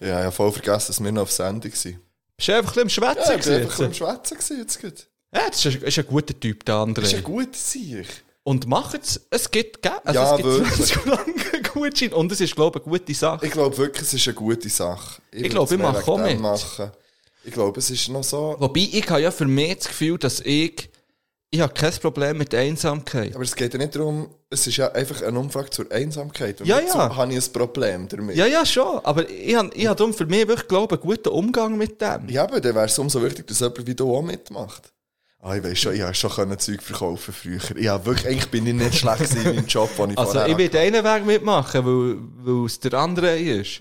[SPEAKER 2] Ja, ich habe voll vergessen, dass wir noch auf Sendung waren.
[SPEAKER 1] Bist du einfach ein bisschen am
[SPEAKER 2] Ja,
[SPEAKER 1] Schwätzen
[SPEAKER 2] ich bin einfach am
[SPEAKER 1] gewesen?
[SPEAKER 2] Schwätzen gewesen jetzt gut.
[SPEAKER 1] Ja, das ist, ist ein guter Typ, der
[SPEAKER 2] Das ist ein
[SPEAKER 1] andere.
[SPEAKER 2] guter Sieg.
[SPEAKER 1] Und macht es. Es gibt, gell? also
[SPEAKER 2] Ja,
[SPEAKER 1] es gibt
[SPEAKER 2] wirklich.
[SPEAKER 1] 20 Franken Gutschein. Und es ist, glaube ich, eine gute Sache.
[SPEAKER 2] Ich glaube wirklich, es ist eine gute Sache.
[SPEAKER 1] Ich glaube,
[SPEAKER 2] würd's
[SPEAKER 1] ich
[SPEAKER 2] mehr
[SPEAKER 1] mache
[SPEAKER 2] wegen
[SPEAKER 1] auch
[SPEAKER 2] dem
[SPEAKER 1] mit.
[SPEAKER 2] Machen. Ich glaube, es ist noch so.
[SPEAKER 1] Wobei, ich habe ja für mich das Gefühl, dass ich, ich habe kein Problem mit Einsamkeit.
[SPEAKER 2] Aber es geht ja nicht darum, es ist ja einfach eine Umfrage zur Einsamkeit. Und
[SPEAKER 1] Ja,
[SPEAKER 2] nicht
[SPEAKER 1] ja.
[SPEAKER 2] Zu, habe ich ein Problem damit?
[SPEAKER 1] Ja, ja, schon. Aber ich habe, ich habe darum für mich wirklich, glaube ich, einen guten Umgang mit dem.
[SPEAKER 2] Ja, aber dann wäre es umso wichtiger, dass jemand wie du auch mitmacht. Ah, ich weiß schon, ich habe schon können Zeug verkaufen früher. Ja, wirklich, eigentlich bin ich nicht schlecht gewesen in meinem Job, den ich
[SPEAKER 1] Also,
[SPEAKER 2] vorher
[SPEAKER 1] ich will einen Weg mitmachen, weil, weil es der andere ist.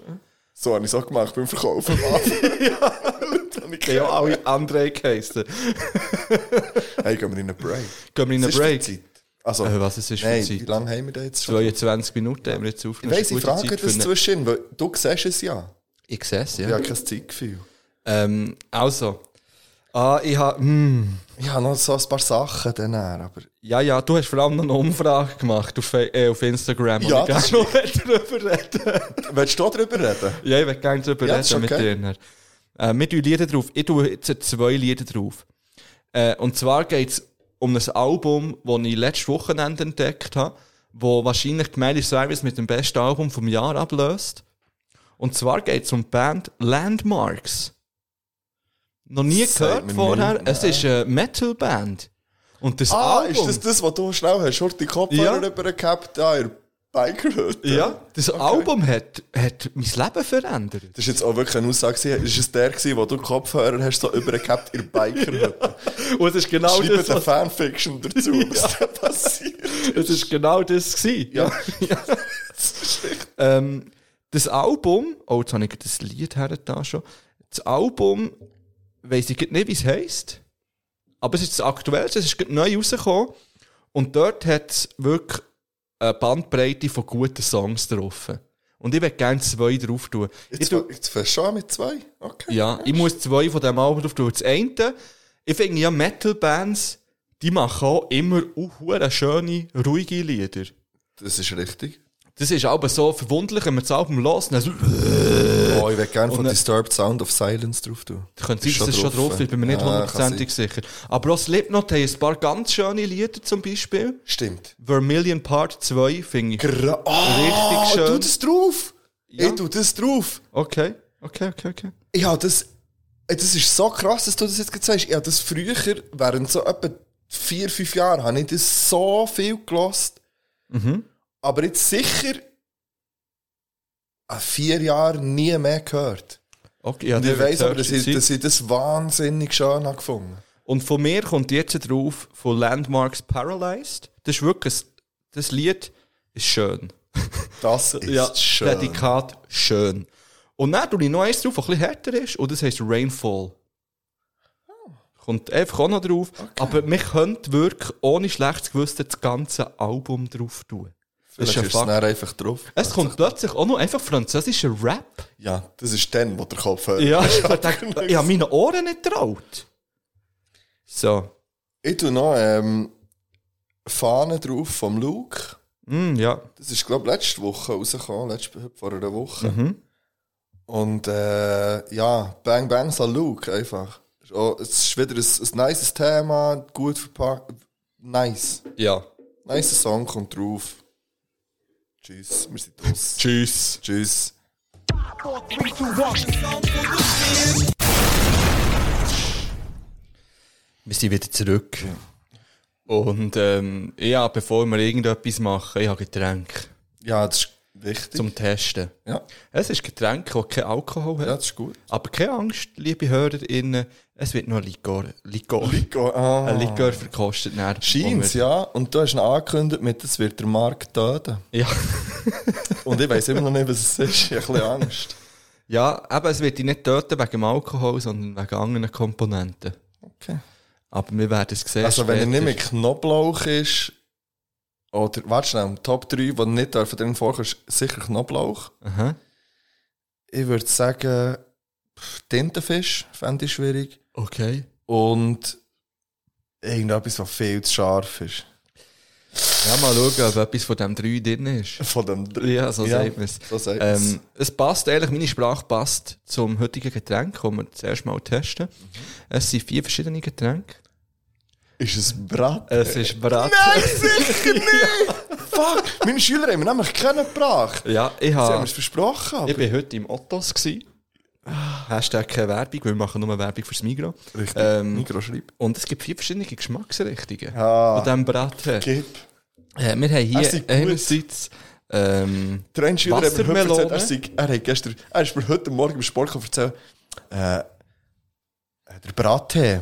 [SPEAKER 2] So habe ich es auch gemacht beim Verkaufen.
[SPEAKER 1] Ich habe ja alle andere geheissen.
[SPEAKER 2] hey, gehen wir in einen Break.
[SPEAKER 1] Gehen wir in
[SPEAKER 2] Es
[SPEAKER 1] einen
[SPEAKER 2] ist
[SPEAKER 1] Break.
[SPEAKER 2] die Zeit. Also,
[SPEAKER 1] Äh, was es ist für
[SPEAKER 2] nein,
[SPEAKER 1] Zeit?
[SPEAKER 2] wie lange haben wir da jetzt schon?
[SPEAKER 1] 22 Minuten haben wir jetzt
[SPEAKER 2] Ich
[SPEAKER 1] aufgenommen.
[SPEAKER 2] weiss, ich
[SPEAKER 1] Ist eine gute
[SPEAKER 2] frage
[SPEAKER 1] Zeit für
[SPEAKER 2] das
[SPEAKER 1] eine-
[SPEAKER 2] zwischen, weil du siehst es ja.
[SPEAKER 1] Ich sehe es,
[SPEAKER 2] Ich
[SPEAKER 1] ja.
[SPEAKER 2] habe kein Zeitgefühl.
[SPEAKER 1] Ähm, also. Ah, ich habe. hm,
[SPEAKER 2] Ich habe noch so ein paar Sachen danach, aber...
[SPEAKER 1] ja, ja, du hast vor allem noch eine Umfrage gemacht auf, Fe- äh, auf Instagram.
[SPEAKER 2] Ja,
[SPEAKER 1] und ich
[SPEAKER 2] das
[SPEAKER 1] gerne noch darüber reden.
[SPEAKER 2] Willst du darüber reden?
[SPEAKER 1] ja, ich will gerne darüber
[SPEAKER 2] Ja, das
[SPEAKER 1] reden
[SPEAKER 2] ist
[SPEAKER 1] mit dir.
[SPEAKER 2] okay.
[SPEAKER 1] dann. Äh, wir tun Lieder drauf. Ich tue jetzt zwei Lieder drauf. Äh, und zwar geht es um ein Album, das ich letztes Wochenende entdeckt habe, wo wahrscheinlich die Miley Cyrus mit dem besten Album vom Jahr ablöst. Und zwar geht es um die Band Landmarks. Noch nie
[SPEAKER 2] Sagt
[SPEAKER 1] gehört
[SPEAKER 2] mir
[SPEAKER 1] vorher.
[SPEAKER 2] nicht,
[SPEAKER 1] es ist eine Metal-Band. Und das
[SPEAKER 2] Ah,
[SPEAKER 1] Album...
[SPEAKER 2] ist das das, was du schnell hast? Schurte Kopfhörer
[SPEAKER 1] Ja.
[SPEAKER 2] rüber gehabt, Ah, da in der Bikerhütte?
[SPEAKER 1] ja, das Album hat, hat mein Leben verändert.
[SPEAKER 2] Das ist jetzt auch wirklich eine Aussage. gewesen. Ist es der gewesen, wo du Kopfhörer hast, so übergehabt in der Bikerhütte?
[SPEAKER 1] Und es ist genau
[SPEAKER 2] Schreibe
[SPEAKER 1] das,
[SPEAKER 2] eine
[SPEAKER 1] was,
[SPEAKER 2] Fanfiction dazu, was da passiert.
[SPEAKER 1] es ist genau das gewesen. Ja. ähm, das Album, oh, jetzt habe ich das Lied her da schon. Das Album, weiß ich grad nicht, wie es heisst, aber es ist das aktuellste, es ist grad neu rausgekommen. Und dort hat es wirklich eine Bandbreite von guten Songs drauf. Und ich würde gerne zwei drauf tun. Ich
[SPEAKER 2] Jetzt,
[SPEAKER 1] tu-
[SPEAKER 2] jetzt fährst du schon an mit zwei? Okay.
[SPEAKER 1] ja, ich muss zwei von diesem Album drauf tun. Das eine, ich finde ja, Metal-Bands, die machen auch immer auch schöne, ruhige Lieder.
[SPEAKER 2] Das ist richtig.
[SPEAKER 1] Das ist aber so verwundlich, wenn man das Album hört, dann so, äh,
[SPEAKER 2] Oh, ich würde gerne von
[SPEAKER 1] Und, äh,
[SPEAKER 2] Disturbed Sound of Silence drauf tun.
[SPEAKER 1] Könnte sein, dass es schon drauf ist, bin mir nicht
[SPEAKER 2] äh, Ja, kann
[SPEAKER 1] hundertprozentig sicher. Aber auch Slipknot haben ein paar ganz schöne Lieder zum Beispiel.
[SPEAKER 2] sein. Stimmt.
[SPEAKER 1] Vermilion Part 2 finde ich.
[SPEAKER 2] Gra oh,
[SPEAKER 1] Richtig schön.
[SPEAKER 2] Tu das drauf!
[SPEAKER 1] Ja.
[SPEAKER 2] Ich tu das drauf!
[SPEAKER 1] Okay, okay, okay, okay.
[SPEAKER 2] Ich habe das Ey, Das ist so krass, dass du das jetzt gerade sagst. Ich habe das früher, während so etwa vier, fünf Jahren, habe ich das so viel gelost.
[SPEAKER 1] Mhm.
[SPEAKER 2] Aber jetzt sicher an vier Jahren nie mehr gehört.
[SPEAKER 1] Okay, ja,
[SPEAKER 2] Und
[SPEAKER 1] dann
[SPEAKER 2] ich
[SPEAKER 1] wird's
[SPEAKER 2] weiss aber, dass
[SPEAKER 1] höchste
[SPEAKER 2] ich,
[SPEAKER 1] Zeit.
[SPEAKER 2] dass ich das wahnsinnig schön habe gefunden
[SPEAKER 1] Und von mir kommt jetzt drauf von Landmarks Paralyzed. Das ist wirklich, ein, das Lied ist schön.
[SPEAKER 2] Das ist schön.
[SPEAKER 1] Prädikat schön. Und dann tue ich noch eins drauf, das ein bisschen härter ist, und das heisst Rainfall. Kommt einfach auch noch drauf. Aber man könnte wirklich ohne schlechtes Gewissen das ganze Album drauf tun. Das
[SPEAKER 2] Vielleicht
[SPEAKER 1] ist ein
[SPEAKER 2] ist es dann
[SPEAKER 1] Fakt.
[SPEAKER 2] einfach drauf.
[SPEAKER 1] Es kommt plötzlich auch noch einfach französischer Rap.
[SPEAKER 2] Ja, das ist dann, wo der Kopf hört.
[SPEAKER 1] Ja, ich denke, ich habe meine Ohren nicht traut. So.
[SPEAKER 2] Ich tue noch ähm, Fahnen drauf vom Luke.
[SPEAKER 1] Mm, ja.
[SPEAKER 2] Das ist, glaube ich, letzte Woche rausgekommen, letzte, vor einer Woche.
[SPEAKER 1] Mhm.
[SPEAKER 2] Und äh, ja, Bang Bang Saluk einfach. Ist auch- Es ist wieder ein, ein nices Thema, gut verpackt. Nice.
[SPEAKER 1] Ja.
[SPEAKER 2] Nice Song kommt drauf. Tschüss, wir sind raus.
[SPEAKER 1] Tschüss.
[SPEAKER 2] Tschüss.
[SPEAKER 1] Wir sind wieder zurück. Und ähm, ja, bevor wir irgendetwas machen, ich habe Getränke
[SPEAKER 2] Ja, das ist wichtig.
[SPEAKER 1] zum Testen.
[SPEAKER 2] ja.
[SPEAKER 1] Es ist Getränk, das kein Alkohol hat.
[SPEAKER 2] ja, das ist gut.
[SPEAKER 1] Aber keine Angst, liebe HörerInnen, es wird noch ein Likör, Likör,
[SPEAKER 2] Lico, ah.
[SPEAKER 1] ein Likör verkostet. nachher,
[SPEAKER 2] Scheint's,
[SPEAKER 1] wo wir-
[SPEAKER 2] ja. Und du hast ihn angekündigt mit, das wird der Markt töten.
[SPEAKER 1] Ja.
[SPEAKER 2] Und ich weiß immer noch nicht, was es ist. Ich habe ein bisschen Angst.
[SPEAKER 1] ja, aber es wird dich nicht töten wegen dem Alkohol, sondern wegen anderen Komponenten.
[SPEAKER 2] Okay.
[SPEAKER 1] Aber wir werden es sehen.
[SPEAKER 2] Also, wenn er nicht
[SPEAKER 1] später.
[SPEAKER 2] mit Knoblauch ist, oder, warte schnell, nou Top 3, die nicht dürfen drin vorkommen, ist sicher Knoblauch.
[SPEAKER 1] Aha.
[SPEAKER 2] Ich würde sagen, pff, Tintenfisch fände ich schwierig.
[SPEAKER 1] Okay.
[SPEAKER 2] Und irgendetwas, was viel zu scharf ist.
[SPEAKER 1] Ja, mal schauen, ob etwas von dem 3 drin ist.
[SPEAKER 2] Von dem
[SPEAKER 1] Ja, so sagt man es.
[SPEAKER 2] So sagt man's.
[SPEAKER 1] Ähm, es passt, ehrlich, meine Sprache passt zum heutigen Getränk, das wir zuerst mal testen.
[SPEAKER 2] Mhm.
[SPEAKER 1] Es sind vier verschiedene Getränke.
[SPEAKER 2] Ist es Brat?
[SPEAKER 1] Es ist Bratze.
[SPEAKER 2] sicher nicht! Fuck! Meine Schüler haben mir nämlich keinen gebracht.
[SPEAKER 1] Ja, ich
[SPEAKER 2] Sie haben mir
[SPEAKER 1] habe...
[SPEAKER 2] es versprochen.
[SPEAKER 1] Ich
[SPEAKER 2] Aber
[SPEAKER 1] war heute im Ottos. Gewesen. Hashtag keine Werbung, weil wir machen nur Werbung fürs Migros.
[SPEAKER 2] Richtig.
[SPEAKER 1] Ähm,
[SPEAKER 2] Mikro schreibt.
[SPEAKER 1] und es gibt vier verschiedene Geschmacksrichtungen
[SPEAKER 2] Ja.
[SPEAKER 1] von diesem Braten.
[SPEAKER 2] Gib.
[SPEAKER 1] Äh, wir haben
[SPEAKER 2] Ah. Es
[SPEAKER 1] hier
[SPEAKER 2] sind gut.
[SPEAKER 1] einerseits... Ähm,
[SPEAKER 2] Der eine Schüler hat mir heute
[SPEAKER 1] Wassermelone.
[SPEAKER 2] erzählt, er, sei, er, hat gestern, er ist mir heute Morgen im Sport erzählt, äh, äh, der Brattee,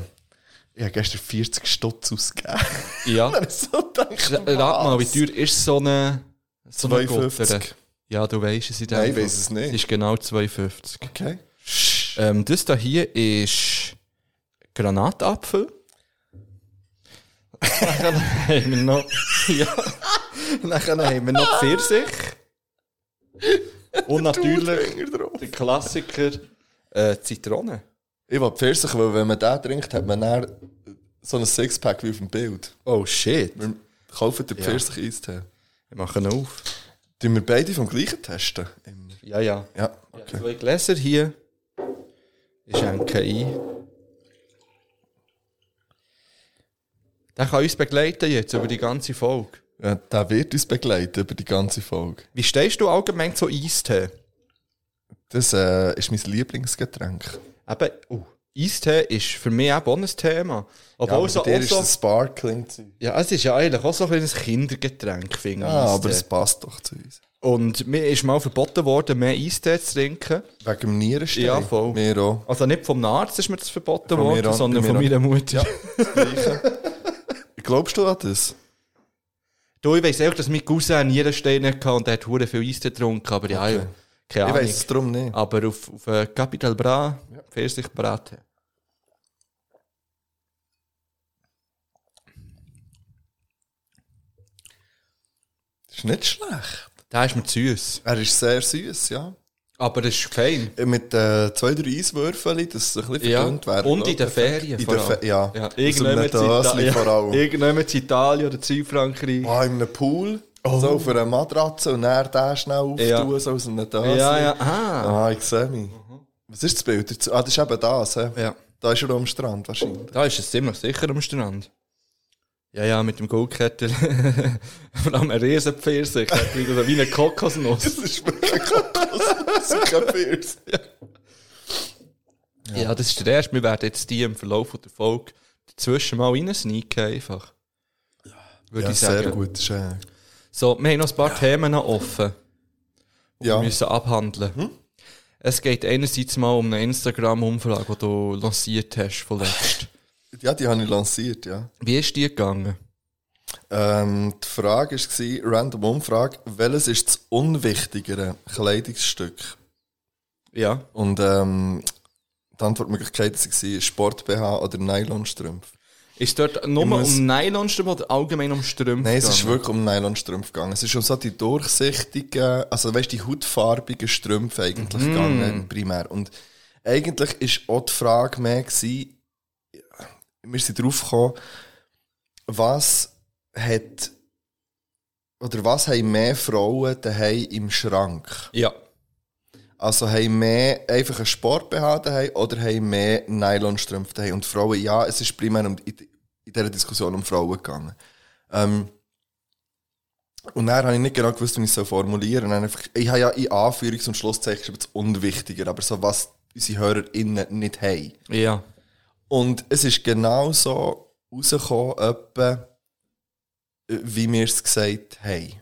[SPEAKER 2] ich habe gestern 40 Stutz ausgegeben.
[SPEAKER 1] ja.
[SPEAKER 2] Wenn ich so denke,
[SPEAKER 1] Rat mal, wie
[SPEAKER 2] was?
[SPEAKER 1] teuer ist so eine... So eine
[SPEAKER 2] 52.
[SPEAKER 1] Gutter? Ja, du weißt es in dem
[SPEAKER 2] Nein, ich
[SPEAKER 1] Fall.
[SPEAKER 2] weiss es nicht.
[SPEAKER 1] Es ist genau 2,50.
[SPEAKER 2] Okay.
[SPEAKER 1] Ähm, das da hier ist Granatapfel. Dann haben wir noch, ja, dann haben wir noch Pfirsich. Und natürlich
[SPEAKER 2] Finger drauf.
[SPEAKER 1] der Klassiker äh, Zitrone.
[SPEAKER 2] Ich will Pfirsich, weil wenn man den trinkt, hat man dann so ein Sixpack wie auf dem Bild.
[SPEAKER 1] Oh shit.
[SPEAKER 2] Wir kaufen den Pfirsich Eistee.
[SPEAKER 1] Wir machen auf.
[SPEAKER 2] Tun wir beide vom gleichen testen? Immer.
[SPEAKER 1] Ja, ja.
[SPEAKER 2] Ja,
[SPEAKER 1] Ja,
[SPEAKER 2] okay.
[SPEAKER 1] Zwei Gläser hier. Ich schenke ein. Der kann uns begleiten jetzt über die ganze Folge.
[SPEAKER 2] Ja, dus der wird uns begleiten über die ganze Folge.
[SPEAKER 1] Wie stehst du allgemein zu Eistee?
[SPEAKER 2] Das äh, ist mein Lieblingsgetränk.
[SPEAKER 1] Eben, oh, Eistee ist für mich eben auch ein Thema.
[SPEAKER 2] Ja,
[SPEAKER 1] Obwohl
[SPEAKER 2] aber
[SPEAKER 1] so,
[SPEAKER 2] bei dir
[SPEAKER 1] auch
[SPEAKER 2] ist
[SPEAKER 1] so,
[SPEAKER 2] das Sparkling zu.
[SPEAKER 1] ja, es ist ja eigentlich auch so ein kleines Kindergetränk, finde ich.
[SPEAKER 2] Ja, Ah, aber es
[SPEAKER 1] Eistee.
[SPEAKER 2] passt doch zu uns.
[SPEAKER 1] Und mir ist mal verboten worden, mehr Eistee zu trinken.
[SPEAKER 2] Wegen dem Nierenstein.
[SPEAKER 1] Ja, voll.
[SPEAKER 2] Mir auch.
[SPEAKER 1] Also nicht vom Arzt ist mir das verboten
[SPEAKER 2] mir
[SPEAKER 1] worden,
[SPEAKER 2] auch,
[SPEAKER 1] sondern
[SPEAKER 2] bei
[SPEAKER 1] von
[SPEAKER 2] mir
[SPEAKER 1] meiner Mutter.
[SPEAKER 2] Glaubst du an das?
[SPEAKER 1] Du, ich weiss auch, dass mein Cousin jeden Stein hatte und der hat hure viel Eistee getrunken, aber ja, ja, keine
[SPEAKER 2] Ich
[SPEAKER 1] Ahnung.
[SPEAKER 2] weiß es darum nicht.
[SPEAKER 1] Aber auf, auf äh, Capital Bra, Pfirsichbraten.
[SPEAKER 2] Ist nicht schlecht.
[SPEAKER 1] Der ist mir zu süß.
[SPEAKER 2] Er ist sehr süß, ja.
[SPEAKER 1] Aber das ist fein.
[SPEAKER 2] Mit äh, zwei, drei Eiswürfeln, dass es ein bisschen
[SPEAKER 1] Ja,
[SPEAKER 2] verdünnt werden.
[SPEAKER 1] und in
[SPEAKER 2] glaub
[SPEAKER 1] den
[SPEAKER 2] ich.
[SPEAKER 1] Ferien
[SPEAKER 2] In
[SPEAKER 1] vor
[SPEAKER 2] den
[SPEAKER 1] allem.
[SPEAKER 2] Fe ja.
[SPEAKER 1] Ja,
[SPEAKER 2] Aus einem
[SPEAKER 1] irgendjemand in
[SPEAKER 2] Dösli
[SPEAKER 1] Ita-
[SPEAKER 2] vor
[SPEAKER 1] ja,
[SPEAKER 2] allem.
[SPEAKER 1] irgendjemand in Italien oder Südfrankreich.
[SPEAKER 2] Ah, in einem Pool. So auf einer Matratze und er den schnell auftun,
[SPEAKER 1] Oh. Ja.
[SPEAKER 2] so aus einem Dösli.
[SPEAKER 1] Ja, ja, ah.
[SPEAKER 2] Ah, ich sehe mich. Was ist das Bild dazu? Ah, das ist eben das. hä?
[SPEAKER 1] Ja.
[SPEAKER 2] Da ist er am Strand wahrscheinlich.
[SPEAKER 1] Da ist es ziemlich sicher am Strand. Ja, ja, mit dem Goldkettel. Vor allem ein Riesenpfirsich. der klingt also wie eine Kokosnuss.
[SPEAKER 2] Das ist wirklich ein Kokos. Das ist kein Pierce.
[SPEAKER 1] Ja. das ist der erste. Wir werden jetzt die im Verlauf der Folge dazwischen mal reinsneaken einfach. Würde
[SPEAKER 2] Ja,
[SPEAKER 1] ich sagen.
[SPEAKER 2] sehr gut. Ist, äh,
[SPEAKER 1] So, wir haben noch ein paar Themen noch offen, die
[SPEAKER 2] Ja. Hm?
[SPEAKER 1] wir müssen abhandeln Es geht einerseits mal um eine Instagram-Umfrage, die du lanciert hast von letztem.
[SPEAKER 2] ja, die habe ich lanciert, ja.
[SPEAKER 1] Wie ist die gegangen?
[SPEAKER 2] Ähm, die Frage war, random Umfrage, welches ist das unwichtigere Kleidungsstück?
[SPEAKER 1] Ja.
[SPEAKER 2] Und ähm, die Antwortmöglichkeiten waren Sport-BH oder Nylonstrümpfe.
[SPEAKER 1] Ist dort nur
[SPEAKER 2] muss-
[SPEAKER 1] um Nylonstrümpfe oder allgemein um Strümpfe?
[SPEAKER 2] Nein, es ist
[SPEAKER 1] gegangen?
[SPEAKER 2] wirklich um Nylonstrümpfe gegangen. Es ist um so die durchsichtigen, also weißt du, die hautfarbigen Strümpfe eigentlich gegangen, primär. Und eigentlich ist auch die Frage mehr gewesen, wir sind drauf gekommen, was hat, oder was haben mehr Frauen daheim im Schrank?
[SPEAKER 1] Ja.
[SPEAKER 2] Also haben mehr einfach einen Sport-BH daheim oder haben mehr Nylonstrümpfe daheim? Und Frauen, ja, es ist primär um, in in dieser Diskussion um Frauen gegangen. Ähm, und dann habe ich nicht genau gewusst, wie ich es so formulieren soll. Und dann einfach, ich habe ja in Anführungs- und Schlusszeichen geschrieben, das Unwichtiger, aber so was unsere HörerInnen nicht haben.
[SPEAKER 1] Ja.
[SPEAKER 2] Und es ist genau so rausgekommen, etwa, äh, wie wir es gesagt haben.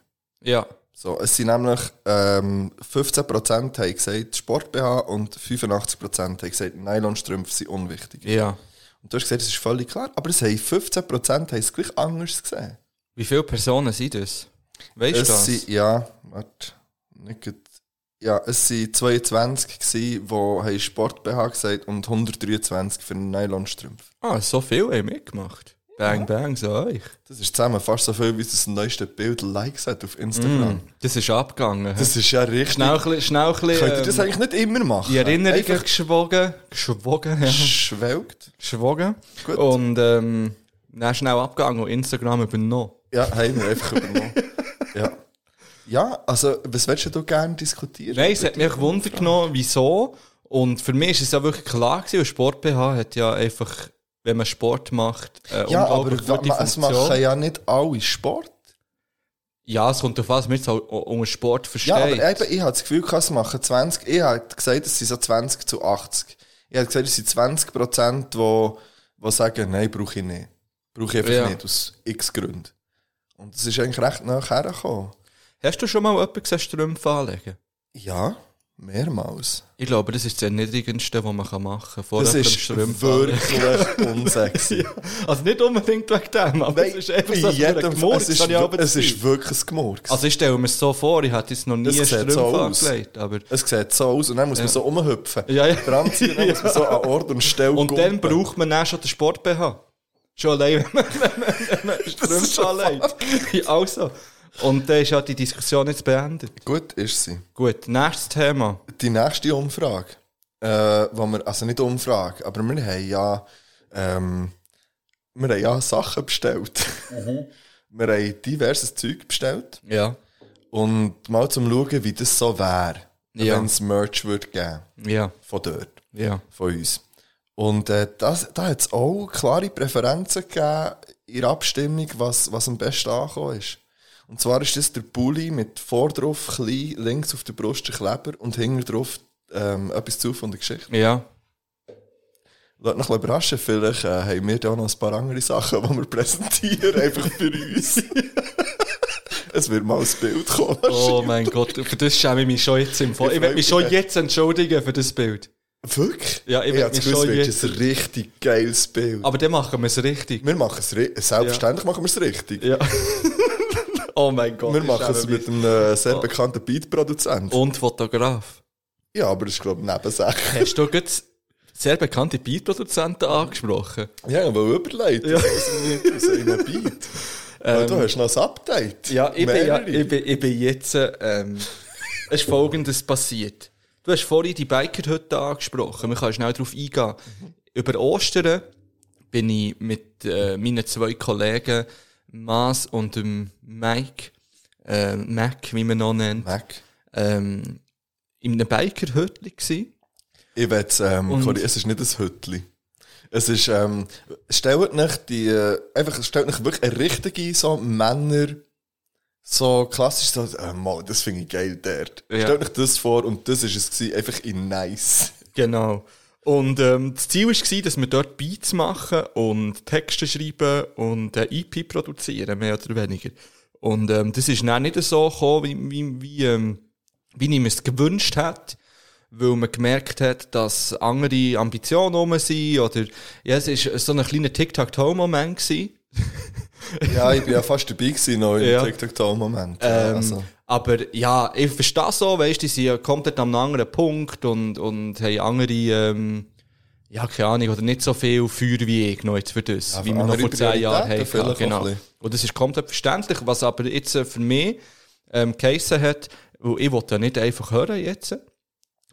[SPEAKER 1] Ja.
[SPEAKER 2] So, es sind nämlich ähm, 15% haben gesagt Sport-BH und 85% haben gesagt Nylonstrümpfe sind unwichtig.
[SPEAKER 1] Ja.
[SPEAKER 2] Und du hast gesagt, das ist völlig klar, aber es haben 15% haben es gleich anders gesehen.
[SPEAKER 1] Wie viele Personen sind das? Weißt du
[SPEAKER 2] Es
[SPEAKER 1] das?
[SPEAKER 2] sind, ja, warte, nicht gut. Ja, es waren 22 gewesen, die haben Sport-BH gesagt und 123 für Nylonstrümpfe.
[SPEAKER 1] Ah, so viele haben mitgemacht. Bang, bang, so euch.
[SPEAKER 2] Das ist zusammen fast so viel, wie das neueste Bild Likes hat auf Instagram.
[SPEAKER 1] Das ist abgegangen.
[SPEAKER 2] Das ist ja richtig.
[SPEAKER 1] Mm. schnell, ein bisschen- schnell ein bisschen,
[SPEAKER 2] Könnt ihr das
[SPEAKER 1] ähm,
[SPEAKER 2] eigentlich nicht immer machen?
[SPEAKER 1] die Erinnerungen
[SPEAKER 2] Einfach
[SPEAKER 1] geschwogen. Geschwogen, ja.
[SPEAKER 2] geschwelgt.
[SPEAKER 1] geschwogen.
[SPEAKER 2] Gut.
[SPEAKER 1] Und ähm, dann schnell abgegangen und Instagram übernommen.
[SPEAKER 2] Ja, haben wir einfach übernommen. ja. ja, also, was willst du gerne diskutieren?
[SPEAKER 1] Nein, es hat mich Wunder genommen, wieso. Und für mich ist es ja wirklich klar gewesen, weil Sport BH hat ja einfach, wenn man Sport macht, eine
[SPEAKER 2] ja, aber
[SPEAKER 1] unglaublich gute
[SPEAKER 2] wa- es
[SPEAKER 1] Funktion.
[SPEAKER 2] machen ja nicht alle Sport.
[SPEAKER 1] ja, es kommt auf was, man jetzt auch unter Sport versteht.
[SPEAKER 2] Ja, aber eben, ich habe das Gefühl, gehabt, es machen 20. Ich habe gesagt, es sind so 20 zu 80. Ich habe gesagt, es sind 20 Prozent, die, die sagen, nein, brauche ich nicht. Brauche ich einfach
[SPEAKER 1] Ja.
[SPEAKER 2] nicht, aus x Gründen. Und es ist eigentlich recht nah hergekommen.
[SPEAKER 1] Hast du schon mal jemanden gesehen, Strümpfe anlegen?
[SPEAKER 2] Ja, mehrmals.
[SPEAKER 1] Ich glaube, das ist das Erniedrigendste, was man machen kann. Vor
[SPEAKER 2] Das
[SPEAKER 1] jemandem
[SPEAKER 2] ist
[SPEAKER 1] Strümpfe anlegen.
[SPEAKER 2] wirklich unsexy.
[SPEAKER 1] Also nicht unbedingt wegen dem, aber es ist einfach so
[SPEAKER 2] in jedem
[SPEAKER 1] Gemurks,
[SPEAKER 2] es, ist,
[SPEAKER 1] das habe ich
[SPEAKER 2] wir-
[SPEAKER 1] aber
[SPEAKER 2] es ist
[SPEAKER 1] gefühlt.
[SPEAKER 2] wirklich ein Gemurks.
[SPEAKER 1] Also ich stelle mir es so vor, ich hätte jetzt noch nie
[SPEAKER 2] Das
[SPEAKER 1] einen
[SPEAKER 2] sieht
[SPEAKER 1] Strümpfe
[SPEAKER 2] so aus.
[SPEAKER 1] angelegt, aber...
[SPEAKER 2] es sieht so aus und dann muss man so rumhüpfen.
[SPEAKER 1] Ja, ja.
[SPEAKER 2] Dran ziehen, dann muss man so an Ort und Stelle
[SPEAKER 1] Und dann
[SPEAKER 2] gumpen.
[SPEAKER 1] braucht man dann schon den Sport-BH. Schon allein, wenn man, wenn man Strümpfe anlegt. Ja, also. Und dann ist ja die Diskussion jetzt beendet.
[SPEAKER 2] Gut ist sie.
[SPEAKER 1] Gut, nächstes Thema.
[SPEAKER 2] Die nächste Umfrage, äh, wo wir, also nicht Umfrage, aber wir haben ja, ähm, wir haben ja Sachen bestellt.
[SPEAKER 1] Mhm.
[SPEAKER 2] Wir haben diverses Zeug bestellt
[SPEAKER 1] Ja.
[SPEAKER 2] und mal zum Schauen, wie das so wäre,
[SPEAKER 1] Ja.
[SPEAKER 2] wenn es Merch würde geben
[SPEAKER 1] Ja.
[SPEAKER 2] von dort.
[SPEAKER 1] Ja.
[SPEAKER 2] von uns. Und äh, das, da hat es auch klare Präferenzen gegeben in der Abstimmung, was, was am besten angekommen ist. Und zwar ist das der Pulli mit vordrauf klein, links auf der Brust ein Kleber und hinten drauf ähm, etwas zu von der Geschichte.
[SPEAKER 1] Ja.
[SPEAKER 2] Lass noch ein bisschen überraschen, vielleicht äh, haben wir da auch noch ein paar andere Sachen, die wir präsentieren, einfach für uns. es wird mal ein Bild kommen.
[SPEAKER 1] Oh mein Gott, für das schäme ich mich schon jetzt im Fall.
[SPEAKER 2] Ich
[SPEAKER 1] Ich will mich schon
[SPEAKER 2] freu mich.
[SPEAKER 1] jetzt entschuldigen für das Bild.
[SPEAKER 2] Wirklich?
[SPEAKER 1] Ja, ich
[SPEAKER 2] ich
[SPEAKER 1] werd
[SPEAKER 2] hab's
[SPEAKER 1] mich
[SPEAKER 2] gewusst,
[SPEAKER 1] schon
[SPEAKER 2] wird
[SPEAKER 1] jetzt-
[SPEAKER 2] ein richtig geiles Bild.
[SPEAKER 1] Aber dann machen wir es richtig.
[SPEAKER 2] wir machen es ri- selbstverständlich machen wir es richtig.
[SPEAKER 1] Ja. oh mein Gott.
[SPEAKER 2] Wir
[SPEAKER 1] ich
[SPEAKER 2] machen es
[SPEAKER 1] schäme mich. Oh.
[SPEAKER 2] mit einem äh, sehr bekannten Beat-Produzent.
[SPEAKER 1] Und Fotograf.
[SPEAKER 2] Ja, aber das ist, glaube ich, Nebensache.
[SPEAKER 1] Hast du jetzt sehr bekannte Beat-Produzenten angesprochen?
[SPEAKER 2] Ja, aber überlegt. Ja. Aus einem Beat. Weil du hast noch ein Update.
[SPEAKER 1] Ähm, Ja, ich bin, ja,
[SPEAKER 2] Mehrere.
[SPEAKER 1] ich bin, ich bin jetzt. Ähm, es ist folgendes passiert. Du hast vorhin die Bikerhütte angesprochen. Man kann schnell darauf eingehen. Über Ostern bin ich mit äh, meinen zwei Kollegen, Maas und dem Mike, äh, Mac, wie man noch nennt,
[SPEAKER 2] Mac.
[SPEAKER 1] ähm, in einem Bikerhütte gsi.
[SPEAKER 2] Ich will ähm,
[SPEAKER 1] Und-
[SPEAKER 2] korri- es ist nicht ein Hütli. Es ist, ähm, stellt euch die, äh, einfach, stellt euch wirklich eine richtige, so Männer, so klassisch, so, äh, mal, das finde ich geil dort.
[SPEAKER 1] Ja.
[SPEAKER 2] Stellt euch das vor und das ist es gewesen, einfach in nice.
[SPEAKER 1] Genau. Und ähm, das Ziel war, dass wir dort Beats machen und Texte schreiben und äh, EP produzieren, mehr oder weniger. Und ähm, das ist dann nicht so gekommen, wie, wie, wie, ähm, wie ich mir es gewünscht hätte, weil man gemerkt hat, dass andere Ambitionen rum sind oder ja, es war so ein kleiner Tic-Tac-Toe-Moment. gewesen.
[SPEAKER 2] Ja, ich bin ja fast dabei gewesen, noch im
[SPEAKER 1] Ja.
[SPEAKER 2] TikTok-Moment.
[SPEAKER 1] Ähm,
[SPEAKER 2] also.
[SPEAKER 1] Aber ja, ich verstehe so, weißt du, die sind ja komplett am anderen Punkt und, und haben andere, ähm, ja, keine Ahnung, oder nicht so viel Feuer wie ich noch jetzt für das,
[SPEAKER 2] Ja,
[SPEAKER 1] wie wir noch
[SPEAKER 2] andere
[SPEAKER 1] vor zehn Jahren
[SPEAKER 2] Prioritäten
[SPEAKER 1] hatten. Ja,
[SPEAKER 2] vielleicht noch
[SPEAKER 1] genau.
[SPEAKER 2] ein bisschen.
[SPEAKER 1] Und das ist komplett verständlich, was aber jetzt äh, für mich ähm, geheissen hat, weil ich will ja nicht einfach hören jetzt.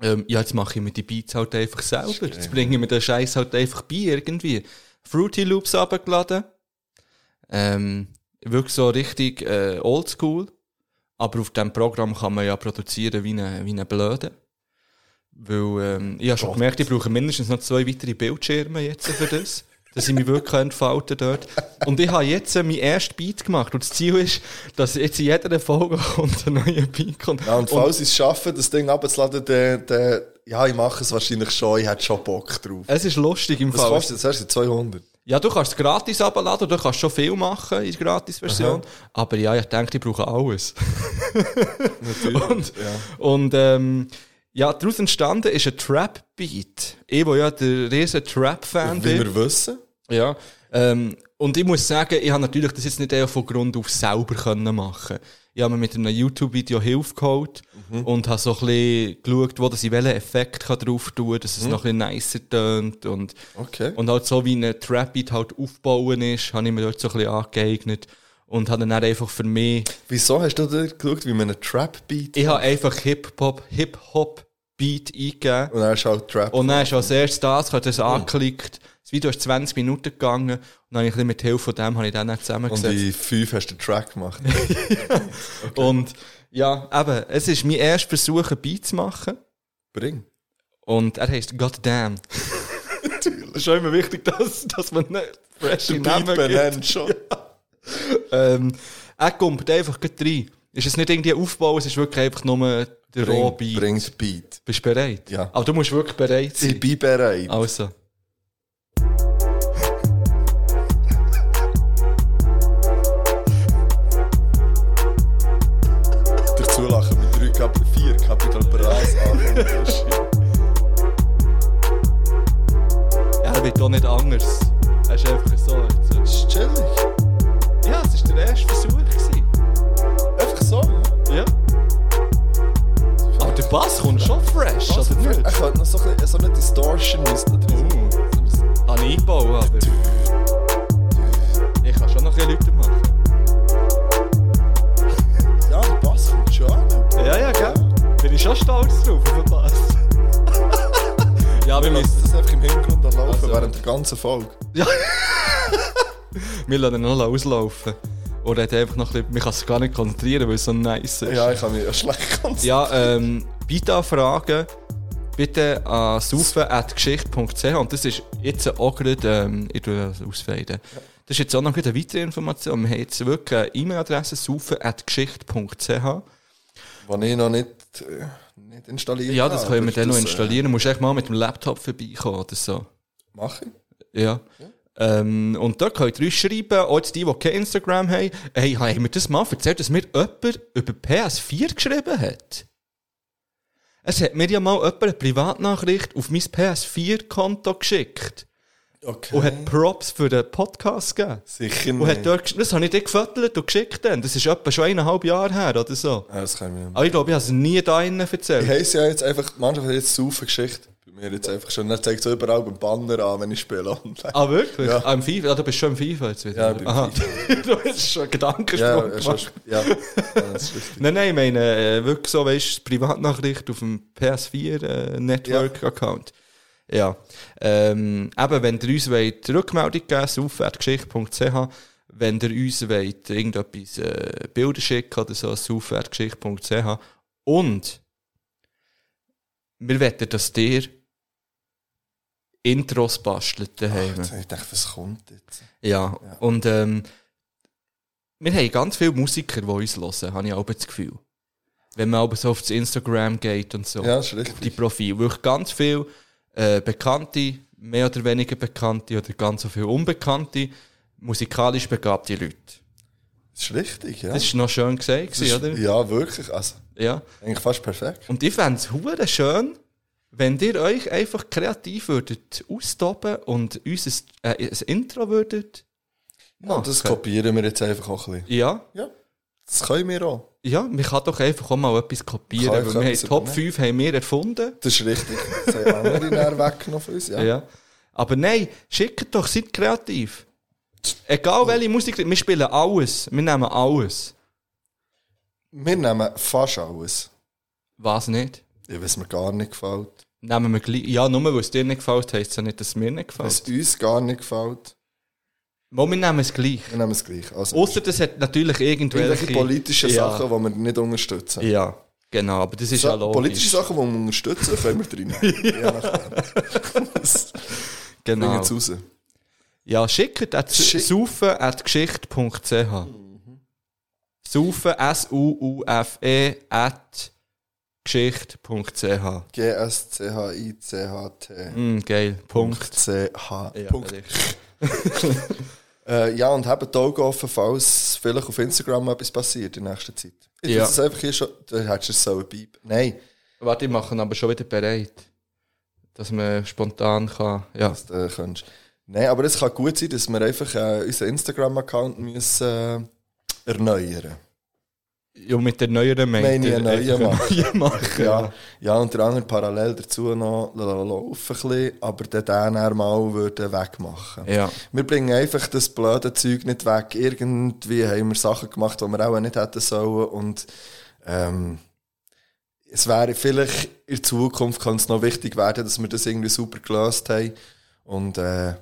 [SPEAKER 1] Ähm, ja, jetzt mache ich mir die Beats halt einfach selber. Jetzt bringe ich mir den Scheiß halt einfach bei irgendwie. Fruity Loops runtergeladen. Ähm, wirklich so richtig äh, oldschool. Aber auf diesem Programm kann man ja produzieren wie ein wie ein Blöde. Weil ähm, ich habe schon gemerkt, ich brauche mindestens noch zwei weitere Bildschirme jetzt für das. dass ich mich wirklich entfalten dort. Und ich habe jetzt äh, mein erstes Beat gemacht. Und das Ziel ist, dass jetzt in jeder Folge kommt ein neuer Beat kommt.
[SPEAKER 2] Ja, und falls ich es schaffe, das Ding abzuladen, dann, dann, ja, ich mache es wahrscheinlich schon, ich hätte schon Bock drauf.
[SPEAKER 1] Es ist lustig im
[SPEAKER 2] Was
[SPEAKER 1] Fall.
[SPEAKER 2] kostet das erste? 200?
[SPEAKER 1] Ja, du kannst es gratis abladen, du kannst schon viel machen in der Gratis-Version. Aber ja, ich denke, ich brauche alles.
[SPEAKER 2] Natürlich.
[SPEAKER 1] Und ähm, ja, daraus entstanden ist ein Trap-Beat. Ich, der ja der riesen Trap-Fan
[SPEAKER 2] Wie
[SPEAKER 1] bin.
[SPEAKER 2] wir wissen,
[SPEAKER 1] Ja. Ähm, und ich muss sagen, ich habe natürlich das jetzt nicht eher von Grund auf selber können machen. Ich habe mir mit einem YouTube-Video Hilfe geholt
[SPEAKER 2] Mhm.
[SPEAKER 1] und habe so ein bisschen geschaut, wo dass ich welchen Effekt kann drauf tun kann, dass es noch ein bisschen nicer tönt. Und
[SPEAKER 2] Mhm. Okay.
[SPEAKER 1] und halt so wie ein Trap-Beat halt aufbauen ist, habe ich mir dort so ein bisschen angeeignet und habe dann auch einfach für mich,
[SPEAKER 2] wieso hast du da geschaut, wie man einen Trap-Beat
[SPEAKER 1] ich habe einfach Hip-Hop, Hip-Hop-Beat eingegeben
[SPEAKER 2] und dann hast du halt Trap.
[SPEAKER 1] und dann ist als erstes das, ich habe das angeklickt, das Video ist 20 Minuten gegangen und dann habe ich ein bisschen mit Hilfe von dem habe ich dann auch
[SPEAKER 2] Und
[SPEAKER 1] zusammengesetzt.
[SPEAKER 2] in fünf hast du den Track gemacht.
[SPEAKER 1] Und, ja, eben, es ist mein erster Versuch, ein Beat zu machen
[SPEAKER 2] Bring.
[SPEAKER 1] und er heisst Goddamn. Natürlich. ist auch immer wichtig, dass, dass man nicht fresh
[SPEAKER 2] Den Beat benennt schon.
[SPEAKER 1] Ähm, er kommt einfach gleich rein. Ist es nicht irgendwie Aufbau, es ist wirklich einfach nur der rohe eh,
[SPEAKER 2] Bring,
[SPEAKER 1] Beat.
[SPEAKER 2] bring den Beat.
[SPEAKER 1] Bist du bereit?
[SPEAKER 2] Ja.
[SPEAKER 1] Aber du musst wirklich bereit
[SPEAKER 2] Ich
[SPEAKER 1] sein.
[SPEAKER 2] bin bereit.
[SPEAKER 1] Also.
[SPEAKER 2] Durch Zulachen mit 3 Kap 4 Kapital Bras an.
[SPEAKER 1] Er wird auch nicht anders. Er ist einfach so.
[SPEAKER 2] Das ist chillig.
[SPEAKER 1] Ja, es war der erste Versuch. Gewesen.
[SPEAKER 2] Einfach so.
[SPEAKER 1] Ja. Aber der Bass kommt schon fresh,
[SPEAKER 2] Also,
[SPEAKER 1] oder
[SPEAKER 2] ich
[SPEAKER 1] nicht? Oh.
[SPEAKER 2] könnte noch so, ein bisschen- so eine Distortion müsste da drin sein. So ein-
[SPEAKER 1] Habe ich eingebaut, aber... Ich kann schon noch ein bisschen Leute machen.
[SPEAKER 2] Ja, der Bass kommt schon an.
[SPEAKER 1] Ja, ja, gell? Bin ich schon stolz drauf, auf den Bass. ja, wir
[SPEAKER 2] Wir
[SPEAKER 1] müssen...
[SPEAKER 2] müssen das einfach im Hintergrund laufen
[SPEAKER 1] Also.
[SPEAKER 2] während der ganzen Folge.
[SPEAKER 1] Wir lassen ihn noch auslaufen. Oder hat einfach noch ein bisschen, man kann sich gar nicht konzentrieren, weil es so nice ist.
[SPEAKER 2] Ja, ich kann mich ja schlecht ganz.
[SPEAKER 1] Ja, ähm, Beitanfragen bitte an saufen.geschichte.ch und das ist jetzt auch gerade, ähm, ich tue das ausfeiden. Das ist jetzt auch noch gerade eine weitere Information. Wir haben jetzt wirklich eine E-Mail-Adresse saufen.geschichte.ch
[SPEAKER 2] Was ich noch nicht, äh, nicht installiert
[SPEAKER 1] Ja, das
[SPEAKER 2] habe,
[SPEAKER 1] können wir
[SPEAKER 2] aber
[SPEAKER 1] dann noch
[SPEAKER 2] das, äh,
[SPEAKER 1] installieren. Du musst echt mal mit dem Laptop vorbeikommen oder so.
[SPEAKER 2] Mache ich.
[SPEAKER 1] Ja. Ähm, und da könnt ihr uns schreiben, auch jetzt die, die kein Instagram haben, hey, haben wir das mal erzählt, dass mir jemand über PS4 geschrieben hat? Es hat mir ja mal jemand eine Privatnachricht auf mein PS4-Konto geschickt
[SPEAKER 2] Okay.
[SPEAKER 1] und Oh, hat Props für den Podcast gegeben.
[SPEAKER 2] Sicher
[SPEAKER 1] Und
[SPEAKER 2] nicht.
[SPEAKER 1] hat dort, gesch- das habe ich dir gefüttert und geschickt dann. Das ist etwa schon eineinhalb Jahre her oder so.
[SPEAKER 2] Ja, das können wir nicht.
[SPEAKER 1] Aber ich glaube, ich habe es nie da drinnen
[SPEAKER 2] Ich
[SPEAKER 1] erzählt.
[SPEAKER 2] heiße ja jetzt einfach, die Mannschaft hat jetzt saufen Geschichte. Bei mir jetzt einfach schon. Er zeigt so überall beim Banner an, wenn ich spiele online.
[SPEAKER 1] Ah, wirklich?
[SPEAKER 2] Ja.
[SPEAKER 1] Ah, im FIFA? Ah, du bist schon im FIFA jetzt wieder.
[SPEAKER 2] Ja, ich bin im
[SPEAKER 1] Aha. du hast schon Gedankensprung
[SPEAKER 2] ja,
[SPEAKER 1] gemacht.
[SPEAKER 2] ist schon- ja. ja, das ist richtig.
[SPEAKER 1] Nein, nein, ich meine, äh, wirklich so, weißt du, Privatnachricht auf dem PS4-Network-Account. äh, Ja. Ähm, eben, wenn ihr uns wollt, Rückmeldung geben saufwertgeschichte.ch. Wenn ihr uns wollt, irgendetwas äh, Bilder schicken oder so, saufwertgeschichte.ch. Und wir wetten, dass ihr Intros bastelt daheim.
[SPEAKER 2] Jetzt hab Ich dachte, was kommt jetzt?
[SPEAKER 1] Ja, und ähm, wir haben ganz viele Musiker, die uns hören, habe ich auch das Gefühl. Wenn man aber so auf das Instagram geht und so,
[SPEAKER 2] Ja, das ist richtig.
[SPEAKER 1] die Profile. Wirklich ganz viele äh, bekannte, mehr oder weniger bekannte oder ganz so viele unbekannte, musikalisch begabte Leute.
[SPEAKER 2] Das ist richtig, ja.
[SPEAKER 1] Das ist noch schön gesagt,
[SPEAKER 2] Das ist-
[SPEAKER 1] oder?
[SPEAKER 2] Ja, wirklich. Also,
[SPEAKER 1] Ja.
[SPEAKER 2] eigentlich fast perfekt.
[SPEAKER 1] Und ich fände es hure schön, wenn ihr euch einfach kreativ würdet austoben und uns ein, äh, ein Intro würdet.
[SPEAKER 2] Ja, das
[SPEAKER 1] machen.
[SPEAKER 2] kopieren wir jetzt einfach auch ein bisschen.
[SPEAKER 1] Ja,
[SPEAKER 2] Ja, das können wir auch.
[SPEAKER 1] ja, man kann doch einfach auch mal etwas kopieren.
[SPEAKER 2] Kann ich
[SPEAKER 1] weil wir haben
[SPEAKER 2] etwas
[SPEAKER 1] Top
[SPEAKER 2] übernehmen?
[SPEAKER 1] 5 haben wir erfunden.
[SPEAKER 2] Das ist richtig. Das haben andere näher weggenommen von uns. Ja.
[SPEAKER 1] Ja. Aber nein, schickt doch, seid kreativ. Egal welche Musik, wir spielen alles. Wir nehmen alles.
[SPEAKER 2] Wir nehmen fast alles.
[SPEAKER 1] Was nicht?
[SPEAKER 2] Ja, was mir gar nicht gefällt.
[SPEAKER 1] Nehmen wir gleich. Ja, nur weil es dir nicht gefällt, heisst es ja nicht, dass es mir nicht
[SPEAKER 2] Was
[SPEAKER 1] gefällt.
[SPEAKER 2] uns gar nicht gefällt,
[SPEAKER 1] Wo wir nehmen es gleich.
[SPEAKER 2] wir nehmen es gleich. Also,
[SPEAKER 1] Außer das hat natürlich irgendwelche,
[SPEAKER 2] irgendwelche politischen
[SPEAKER 1] ja.
[SPEAKER 2] Sachen, die wir nicht unterstützen.
[SPEAKER 1] Ja, genau, aber das ist ja
[SPEAKER 2] So,
[SPEAKER 1] logisch.
[SPEAKER 2] politische Sachen, die wir unterstützen, können wir drin. Je nachdem. Bringen
[SPEAKER 1] genau.
[SPEAKER 2] es raus.
[SPEAKER 1] Ja, schickt at
[SPEAKER 2] Schick-
[SPEAKER 1] saufen at geschichte.ch. Saufen, S-U-U-F-E, E at geschichte.ch.
[SPEAKER 2] G-S-C-H-I-C-H-T.
[SPEAKER 1] Mm, geil, Punkt.
[SPEAKER 2] C-H.
[SPEAKER 1] Ja,
[SPEAKER 2] Punkt.
[SPEAKER 1] richtig.
[SPEAKER 2] Äh, ja, und habt die Augen offen, falls vielleicht auf Instagram etwas passiert in nächster Zeit. Ich
[SPEAKER 1] Ja.
[SPEAKER 2] ja. es einfach hier schon. Da hättest du es so Beep. Nein,
[SPEAKER 1] Warte, ich mache ihn aber schon wieder bereit. Dass man spontan kann. Ja,
[SPEAKER 2] das äh, könntest Nein, aber es kann gut sein, dass wir einfach äh, unseren Instagram-Account müssen äh, erneuern.
[SPEAKER 1] ja mit der neueren Menge.
[SPEAKER 2] Meine ich eine neue
[SPEAKER 1] machen. machen.
[SPEAKER 2] Ja, ja, und der andere parallel dazu noch laufen ein bisschen, aber den dann einmal würden wegmachen.
[SPEAKER 1] Ja.
[SPEAKER 2] Wir bringen einfach das blöde Zeug nicht weg. Irgendwie haben wir Sachen gemacht, die wir auch nicht hätten sollen. Und ähm, es wäre vielleicht in Zukunft kann es noch wichtig werden, dass wir das irgendwie super gelöst haben. Und äh,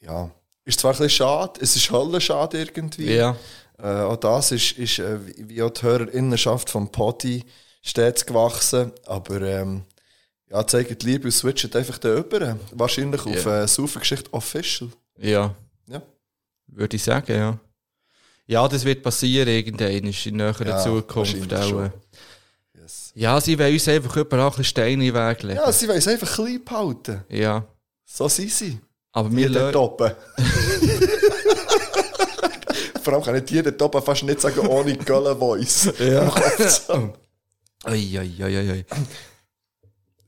[SPEAKER 2] ja, ist zwar ein bisschen schade, es ist Höllenschade irgendwie.
[SPEAKER 1] ja.
[SPEAKER 2] Äh, auch das ist, ist äh, wie wie auch die Hörerinnenschaft vom Potti stets gewachsen. Aber ähm, ja, zeigt Liebe und switcht einfach da rüber. Wahrscheinlich auf
[SPEAKER 1] Ja.
[SPEAKER 2] äh, Saufengeschichte Official.
[SPEAKER 1] Ja.
[SPEAKER 2] Ja.
[SPEAKER 1] Würde ich sagen, ja. Ja, das wird passieren irgendwann in näherer
[SPEAKER 2] Ja,
[SPEAKER 1] Zukunft.
[SPEAKER 2] wahrscheinlich
[SPEAKER 1] Auch.
[SPEAKER 2] schon. Yes.
[SPEAKER 1] Ja, sie wollen uns einfach überall ein bisschen Steine in den Weg legen.
[SPEAKER 2] Ja, sie wollen es einfach klein behalten.
[SPEAKER 1] Ja.
[SPEAKER 2] So sind sie.
[SPEAKER 1] Aber wir
[SPEAKER 2] Jeder
[SPEAKER 1] lassen...
[SPEAKER 2] toppen. Vor allem kann ich jeder toppen fast nicht sagen, ohne Girl Voice.
[SPEAKER 1] Ja. Ei, ei, ei, ei, ei.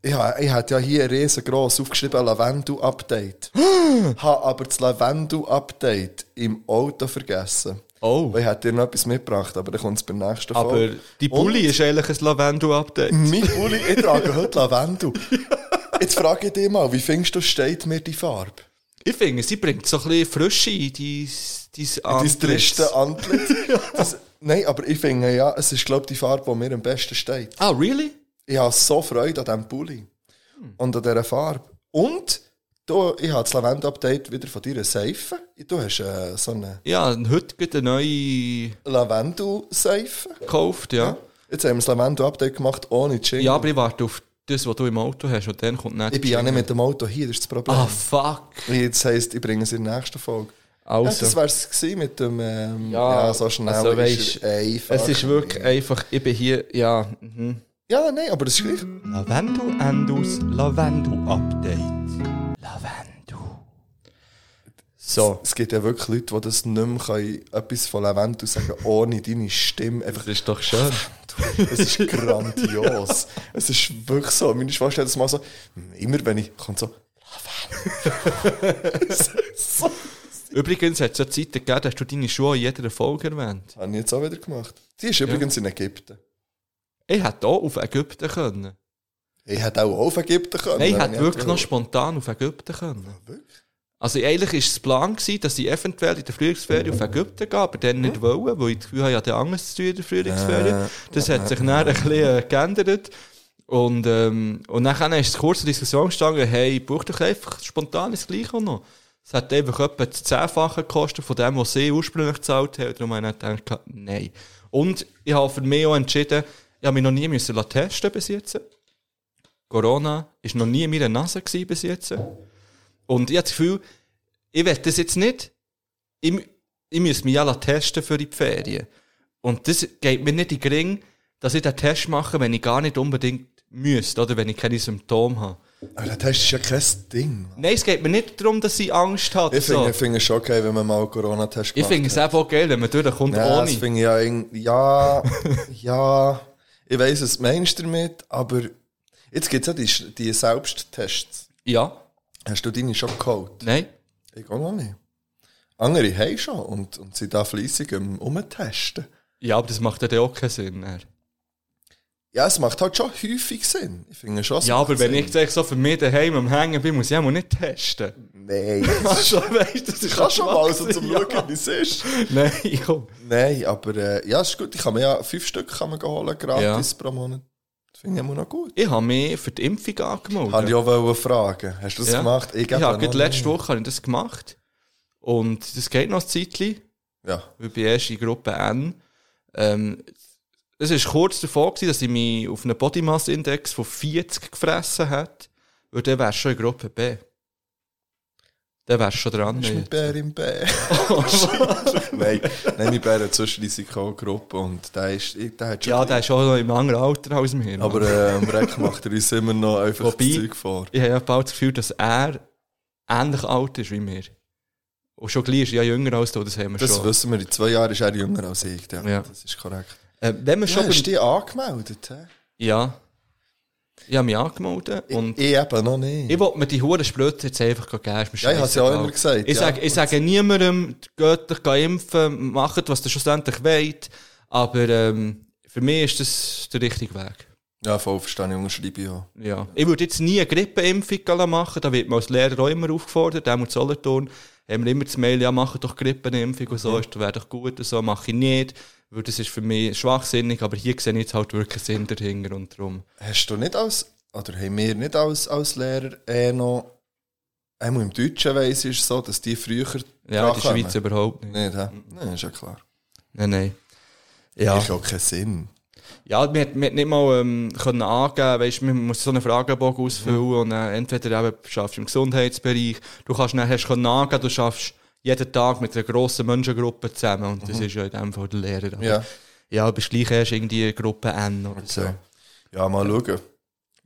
[SPEAKER 2] Ja, ich hatte ja hier riesengroß aufgeschrieben Lavendel-Update. habe aber das Lavendel-Update im Auto vergessen.
[SPEAKER 1] Oh,
[SPEAKER 2] Ich hätte dir noch etwas mitgebracht, aber dann kommt es beim nächsten
[SPEAKER 1] aber die Bulli ist eigentlich ein Lavendel-Update.
[SPEAKER 2] Und mein Bulli, ich trage heute Lavendel. Jetzt frage ich dich mal, wie findest du, steht mir die Farbe?
[SPEAKER 1] Ich finde, sie bringt so ein bisschen Frische in dein
[SPEAKER 2] Dein triste Antlitz. Das, nein, aber ich finde ja, es ist glaube ich die Farbe, die mir am besten steht.
[SPEAKER 1] Ah, really?
[SPEAKER 2] Ich habe so Freude an diesem Pulli
[SPEAKER 1] Hm.
[SPEAKER 2] und an dieser Farbe. Und du, ich habe das Lavendel-Update wieder von dir Seife. Du hast äh, so eine
[SPEAKER 1] Ja, und heute gibt eine neue
[SPEAKER 2] Lavendel-Seife.
[SPEAKER 1] gekauft, ja.
[SPEAKER 2] Jetzt haben wir das Lavendel-Update gemacht ohne Jingle.
[SPEAKER 1] Ja, aber ich warte auf das, was du im Auto hast und dann kommt nicht...
[SPEAKER 2] ich bin ja nicht mit dem Auto hier, das ist das Problem.
[SPEAKER 1] Ah, fuck.
[SPEAKER 2] Jetzt heisst, ich bringe es in der nächsten Folge.
[SPEAKER 1] Also.
[SPEAKER 2] Ja, das wäre es gewesen mit dem. Ähm,
[SPEAKER 1] Ja,
[SPEAKER 2] ja, so schnell
[SPEAKER 1] also
[SPEAKER 2] ist
[SPEAKER 1] weisst,
[SPEAKER 2] er einfach.
[SPEAKER 1] Es ist wirklich einfach, ich bin hier, ja. Mhm.
[SPEAKER 2] Ja, nein, aber es ist gleich.
[SPEAKER 1] Lavendel Endus, Lavendel Update. Lavendel. So.
[SPEAKER 2] Es gibt ja wirklich Leute, die das nicht mehr können, etwas von Lavendel sagen ohne deine Stimme. Einfach,
[SPEAKER 1] ist doch schön.
[SPEAKER 2] es ist grandios. Es ist wirklich so. Meine Schwester hat das mal so, immer wenn ich, kommt so,
[SPEAKER 1] Übrigens hat es ja Zeiten gegeben, hast du deine Schuhe in jeder Folge erwähnt.
[SPEAKER 2] habe ich jetzt auch wieder gemacht. Die ist übrigens in Ägypten.
[SPEAKER 1] Ich hätte auch auf Ägypten können.
[SPEAKER 2] Ich hätte auch auf Ägypten können.
[SPEAKER 1] Nein, ich
[SPEAKER 2] wenn
[SPEAKER 1] hätte wirklich noch
[SPEAKER 2] wollte.
[SPEAKER 1] spontan auf Ägypten können.
[SPEAKER 2] Wirklich?
[SPEAKER 1] Also eigentlich war es Plan, gewesen, dass ich eventuell in der Frühlingsferien auf Ägypten gehe, aber dann nicht wollen, weil ich das Gefühl habe, ich hatte anderes zu tun in der Frühlingsferien. Das hat sich dann ein bisschen äh, geändert. Und, ähm, und dann ist es kurz eine Diskussion gestanden, hey, buch doch einfach spontan das Gleiche auch noch. Es hat einfach etwa das Zehnfache gekostet von dem, was sie ursprünglich gezahlt haben. Darum habe ich dann gedacht, nein. Und ich habe für mich auch entschieden, ich habe mich noch nie müssen lassen testen bis jetzt. Corona war noch nie in meiner Nase gewesen bis jetzt. Und ich habe das Gefühl, ich will das jetzt nicht. Ich, mü- ich muss mich ja lassen testen für die Ferien. Und das geht mir nicht in den Ring, dass ich den Test mache, wenn ich gar nicht unbedingt müsste oder wenn ich keine Symptome habe.
[SPEAKER 2] Aber der Test ist ja kein Ding.
[SPEAKER 1] Nein, es geht mir nicht darum, dass sie Angst hat.
[SPEAKER 2] Ich
[SPEAKER 1] so.
[SPEAKER 2] finde finde es schon okay, wenn man mal einen Corona-Test
[SPEAKER 1] ich
[SPEAKER 2] gemacht
[SPEAKER 1] finde es einfach auch geil, wenn man durchkommt
[SPEAKER 2] Ja, das
[SPEAKER 1] ohne.
[SPEAKER 2] finde ich ja irgendwie. Ja, ja. Ich weiss, was du meinst damit, aber jetzt gibt es ja die, Sch- die Selbsttests.
[SPEAKER 1] Ja,
[SPEAKER 2] Hast du deine schon geholt?
[SPEAKER 1] nein.
[SPEAKER 2] Ich auch noch nicht. Andere haben schon und, und sind da fleissig am Umtesten.
[SPEAKER 1] Ja, aber das macht ja dann auch keinen Sinn. dann.
[SPEAKER 2] Ja, es macht halt schon häufig Sinn. Ich finde schon, es
[SPEAKER 1] Ja,
[SPEAKER 2] macht
[SPEAKER 1] aber wenn
[SPEAKER 2] Sinn.
[SPEAKER 1] ich sag, so für mich daheim am Hängen bin, muss ich auch mal nicht testen.
[SPEAKER 2] Nein,
[SPEAKER 1] Also, weißt, das
[SPEAKER 2] ich
[SPEAKER 1] ist
[SPEAKER 2] kann schon mal so zum
[SPEAKER 1] ja.
[SPEAKER 2] Schauen, wie es ist.
[SPEAKER 1] Nein, komm.
[SPEAKER 2] Nein, aber äh, ja, es ist gut. Ich kann mir ja fünf Stück kann man holen, gratis pro Monat. Das finde ich immer noch gut.
[SPEAKER 1] Ich habe mich für die Impfung angemeldet.
[SPEAKER 2] Habe ich auch wollen fragen. Hast du das
[SPEAKER 1] Ja.
[SPEAKER 2] gemacht?
[SPEAKER 1] Ich
[SPEAKER 2] eben
[SPEAKER 1] habe
[SPEAKER 2] noch
[SPEAKER 1] gerade letzte
[SPEAKER 2] nicht.
[SPEAKER 1] Woche habe ich das gemacht. Und das geht noch ein Zeitchen.
[SPEAKER 2] Ja.
[SPEAKER 1] weil ich bin erst in Gruppe N. Ähm, es war kurz davor, gewesen, dass ich mich auf einen Body Mass Index von 40 gefressen hätte, weil dann wärst du schon in Gruppe B. Dann wärst du schon dran.
[SPEAKER 2] Ist
[SPEAKER 1] ey.
[SPEAKER 2] mit Bär im Bär.
[SPEAKER 1] Oh,
[SPEAKER 2] nein, nein, mit Bär hat zwischen die Gruppe und der, ist, der hat schon.
[SPEAKER 1] Ja, der ist auch noch im anderen Alter als mir. ne?
[SPEAKER 2] aber
[SPEAKER 1] Mann.
[SPEAKER 2] äh, am Reck macht er uns immer noch einfach das
[SPEAKER 1] Wobei-
[SPEAKER 2] Zeug vor.
[SPEAKER 1] ich habe ja bald das Gefühl, dass er ähnlich alt ist wie mir. Und schon gleich ist er ja jünger als du, das haben wir
[SPEAKER 2] Das
[SPEAKER 1] schon.
[SPEAKER 2] wissen wir, in zwei Jahren ist er jünger als ich. Ja,
[SPEAKER 1] Ja.
[SPEAKER 2] Das ist korrekt.
[SPEAKER 1] Äh, wenn wir
[SPEAKER 2] Ja,
[SPEAKER 1] schon
[SPEAKER 2] hast du
[SPEAKER 1] beim-
[SPEAKER 2] dich angemeldet? He?
[SPEAKER 1] ja. Ich habe mich angemeldet und
[SPEAKER 2] ich eben noch nicht.
[SPEAKER 1] Ich will mir die hohen Splötze jetzt einfach geben. ist mir
[SPEAKER 2] Ja, ich hab's ja auch
[SPEAKER 1] scheissegal.
[SPEAKER 2] immer gesagt,
[SPEAKER 1] Ich,
[SPEAKER 2] ja.
[SPEAKER 1] sage, ich sage niemandem, geht euch gehen impfen, macht, was ihr schlussendlich wollt. Aber ähm, für mich ist das der richtige Weg.
[SPEAKER 2] ja, voll verstehe ich, unterschreibe ich auch.
[SPEAKER 1] Ja. Ich würde jetzt nie eine Grippeimpfung gehen machen, da wird man als Lehrer auch immer aufgefordert, auch mit Solothurn, haben wir immer das Mail, ja, machen doch Grippenimpfung und so, ist wäre doch gut und so, mache ich nicht, weil das ist für mich schwachsinnig, aber hier sehe ich jetzt halt wirklich Sinn dahinter und drum.
[SPEAKER 2] Hast du nicht als, oder haben wir nicht als, als Lehrer eh noch, einmal im Deutschen weiss ich es so, dass die früher
[SPEAKER 1] Ja, in der
[SPEAKER 2] drankommen?
[SPEAKER 1] Schweiz überhaupt nicht.
[SPEAKER 2] Nicht, he? Nein, ist ja klar.
[SPEAKER 1] Nein, nein.
[SPEAKER 2] Ja.
[SPEAKER 1] Ja.
[SPEAKER 2] Ist auch keinen Sinn.
[SPEAKER 1] Ja, man hat, man hat nicht mal ähm, können angeben, weißt, man muss so einen Fragebogen ausfüllen und äh, entweder eben, schaffst du im Gesundheitsbereich, du kannst dann, hast können angeben, du schaffst jeden Tag mit einer grossen Menschengruppe zusammen und das ist ja in dem Fall der Lehrer. Aber,
[SPEAKER 2] Ja.
[SPEAKER 1] ja, du bist gleich erst irgendwie Gruppe N oder so.
[SPEAKER 2] So. Ja, mal schauen.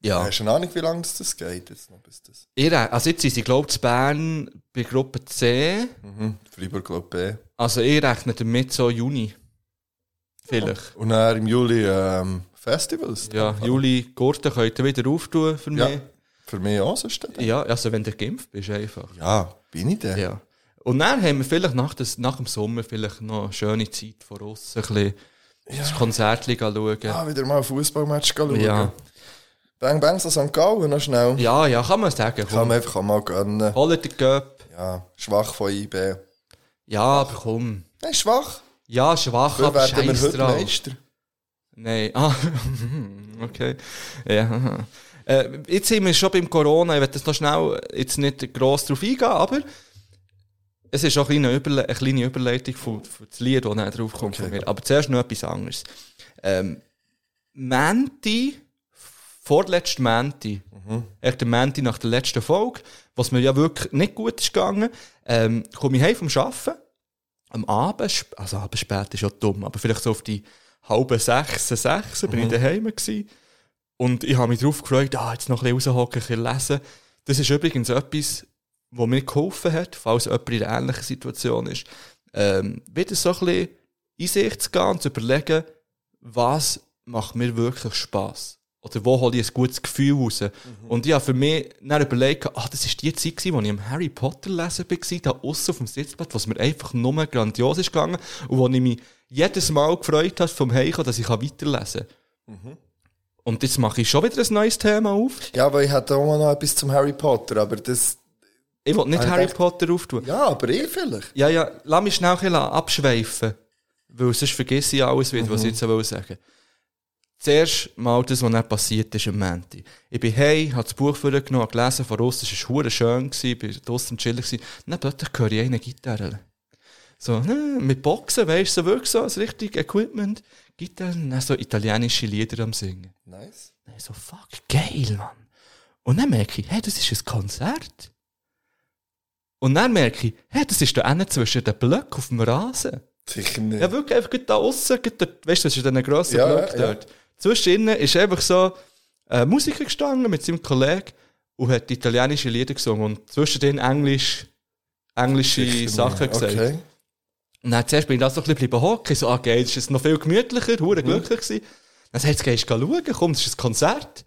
[SPEAKER 1] Ja.
[SPEAKER 2] Hast du eine Ahnung, wie lange das das geht? Jetzt noch bis das.
[SPEAKER 1] Ich, re- also jetzt sind sie, glaube ich, in Bern bei Gruppe C.
[SPEAKER 2] Mhm. Freiburg, glaube
[SPEAKER 1] Also ich rechne damit so Juni. Vielleicht.
[SPEAKER 2] ich. Und dann im Juli ähm, Festivals.
[SPEAKER 1] Ja, Juli, Gurten könnt ihr wieder auftun für mich.
[SPEAKER 2] Ja. Für mich auch, sonst. dann.
[SPEAKER 1] ja, also wenn du geimpft bist einfach.
[SPEAKER 2] Ja, bin ich der.
[SPEAKER 1] Ja. Und dann haben wir vielleicht nach, des, nach dem Sommer vielleicht noch eine schöne Zeit von uns, ein bisschen das Konzert schauen.
[SPEAKER 2] Ah, wieder mal ein Fußballmatch schauen.
[SPEAKER 1] Ja.
[SPEAKER 2] Bang Bang so St. Gallen noch schnell.
[SPEAKER 1] ja, ja, kann man sagen.
[SPEAKER 2] Kann
[SPEAKER 1] Komm,
[SPEAKER 2] man einfach auch mal gönnen.
[SPEAKER 1] holt den Cup.
[SPEAKER 2] Ja, schwach von IB.
[SPEAKER 1] Ja, aber komm.
[SPEAKER 2] Nein, schwach.
[SPEAKER 1] Ja, schwach,
[SPEAKER 2] Wir
[SPEAKER 1] aber
[SPEAKER 2] werden wir
[SPEAKER 1] scheiß
[SPEAKER 2] heute
[SPEAKER 1] drauf.
[SPEAKER 2] Meister.
[SPEAKER 1] Nein, ah, hm, okay. Ja. aha. Äh, jetzt sind wir schon beim Corona, ich werde das noch schnell äh, jetzt nicht gross drauf eingehen, aber es ist auch eine kleine, Überle eine kleine Überleitung von, von das Lied, das dann drauf kommt von mir. Aber zuerst noch etwas anderes. Ähm, Menti, vorletzte Menti, echt der Menti nach der letzten Folge, was mir ja wirklich nicht gut ist gegangen, ähm, komme ich heim vom Arbeiten, am Abend, sp- also Abend spät ist ja dumm, aber vielleicht so auf die halbe sechs, sechs bin ich daheim gewesen. Und ich habe mich darauf gefreut, ah, jetzt noch ein bisschen raushocken, ein bisschen lesen. Das ist übrigens etwas, was mir geholfen hat, falls jemand in einer ähnlichen Situation ist, ähm, wieder so ein bisschen in sich zu gehen und zu überlegen, was macht mir wirklich Spass? Oder wo hole ich ein gutes Gefühl raus? Und ich habe für mich dann überlegt, ah, das war die Zeit, gewesen, wo ich am Harry Potter lesen war, da aussen auf dem Sitzblatt, was mir einfach nur grandios ist gegangen und wo ich mich jedes Mal gefreut habe vom Heimkommen, dass ich weiterlesen kann. Und jetzt mache ich schon wieder ein neues Thema auf.
[SPEAKER 2] Ja, aber ich hätte auch mal noch etwas zum Harry Potter, aber das...
[SPEAKER 1] Ich will nicht
[SPEAKER 2] Ah, ich
[SPEAKER 1] Harry
[SPEAKER 2] dachte-
[SPEAKER 1] Potter auftun.
[SPEAKER 2] Ja, aber ich vielleicht.
[SPEAKER 1] Ja, ja, lass mich schnell ein bisschen abschweifen. Weil sonst vergesse ich alles wieder, was ich jetzt auch sagen will. Zuerst mal das, was dann passiert ist am Montag. Ich bin hey, habe das Buch vorgenommen, gelesen von Russisch, es war verdammt schön, gewesen, ich war draussen chillen. gewesen. Und dann plötzlich höre ich eine Gitarre. So, ne, mit Boxen, weißt du, so wirklich so, das richtige Equipment. Gitarre, und dann so italienische Lieder am Singen.
[SPEAKER 2] Nice.
[SPEAKER 1] Dann so, fuck, geil, Mann. Und dann merke ich, hey, das ist ein Konzert. Und dann merke ich, hey, das ist da hinten zwischen den Blöcken auf dem Rasen.
[SPEAKER 2] Sicher nicht.
[SPEAKER 1] Ja, wirklich, einfach gut da aussen, gut dort, weißt du, zwischen diesen grossen
[SPEAKER 2] Ja,
[SPEAKER 1] Blöcken
[SPEAKER 2] ja, ja.
[SPEAKER 1] äh, dort. Zwischen ihnen ist einfach so ein Musiker gestanden mit seinem Kollegen und hat italienische Lieder gesungen und zwischendrin Englisch, englische Sachen gesagt.
[SPEAKER 2] Okay.
[SPEAKER 1] Dann zuerst bin ich da so ein bisschen bleiben hocken. So, ah, geil, ist es noch viel gemütlicher, hure
[SPEAKER 2] Mhm.
[SPEAKER 1] glücklich gewesen. Dann sagt sie, gehst du schauen, komm, es ist ein Konzert.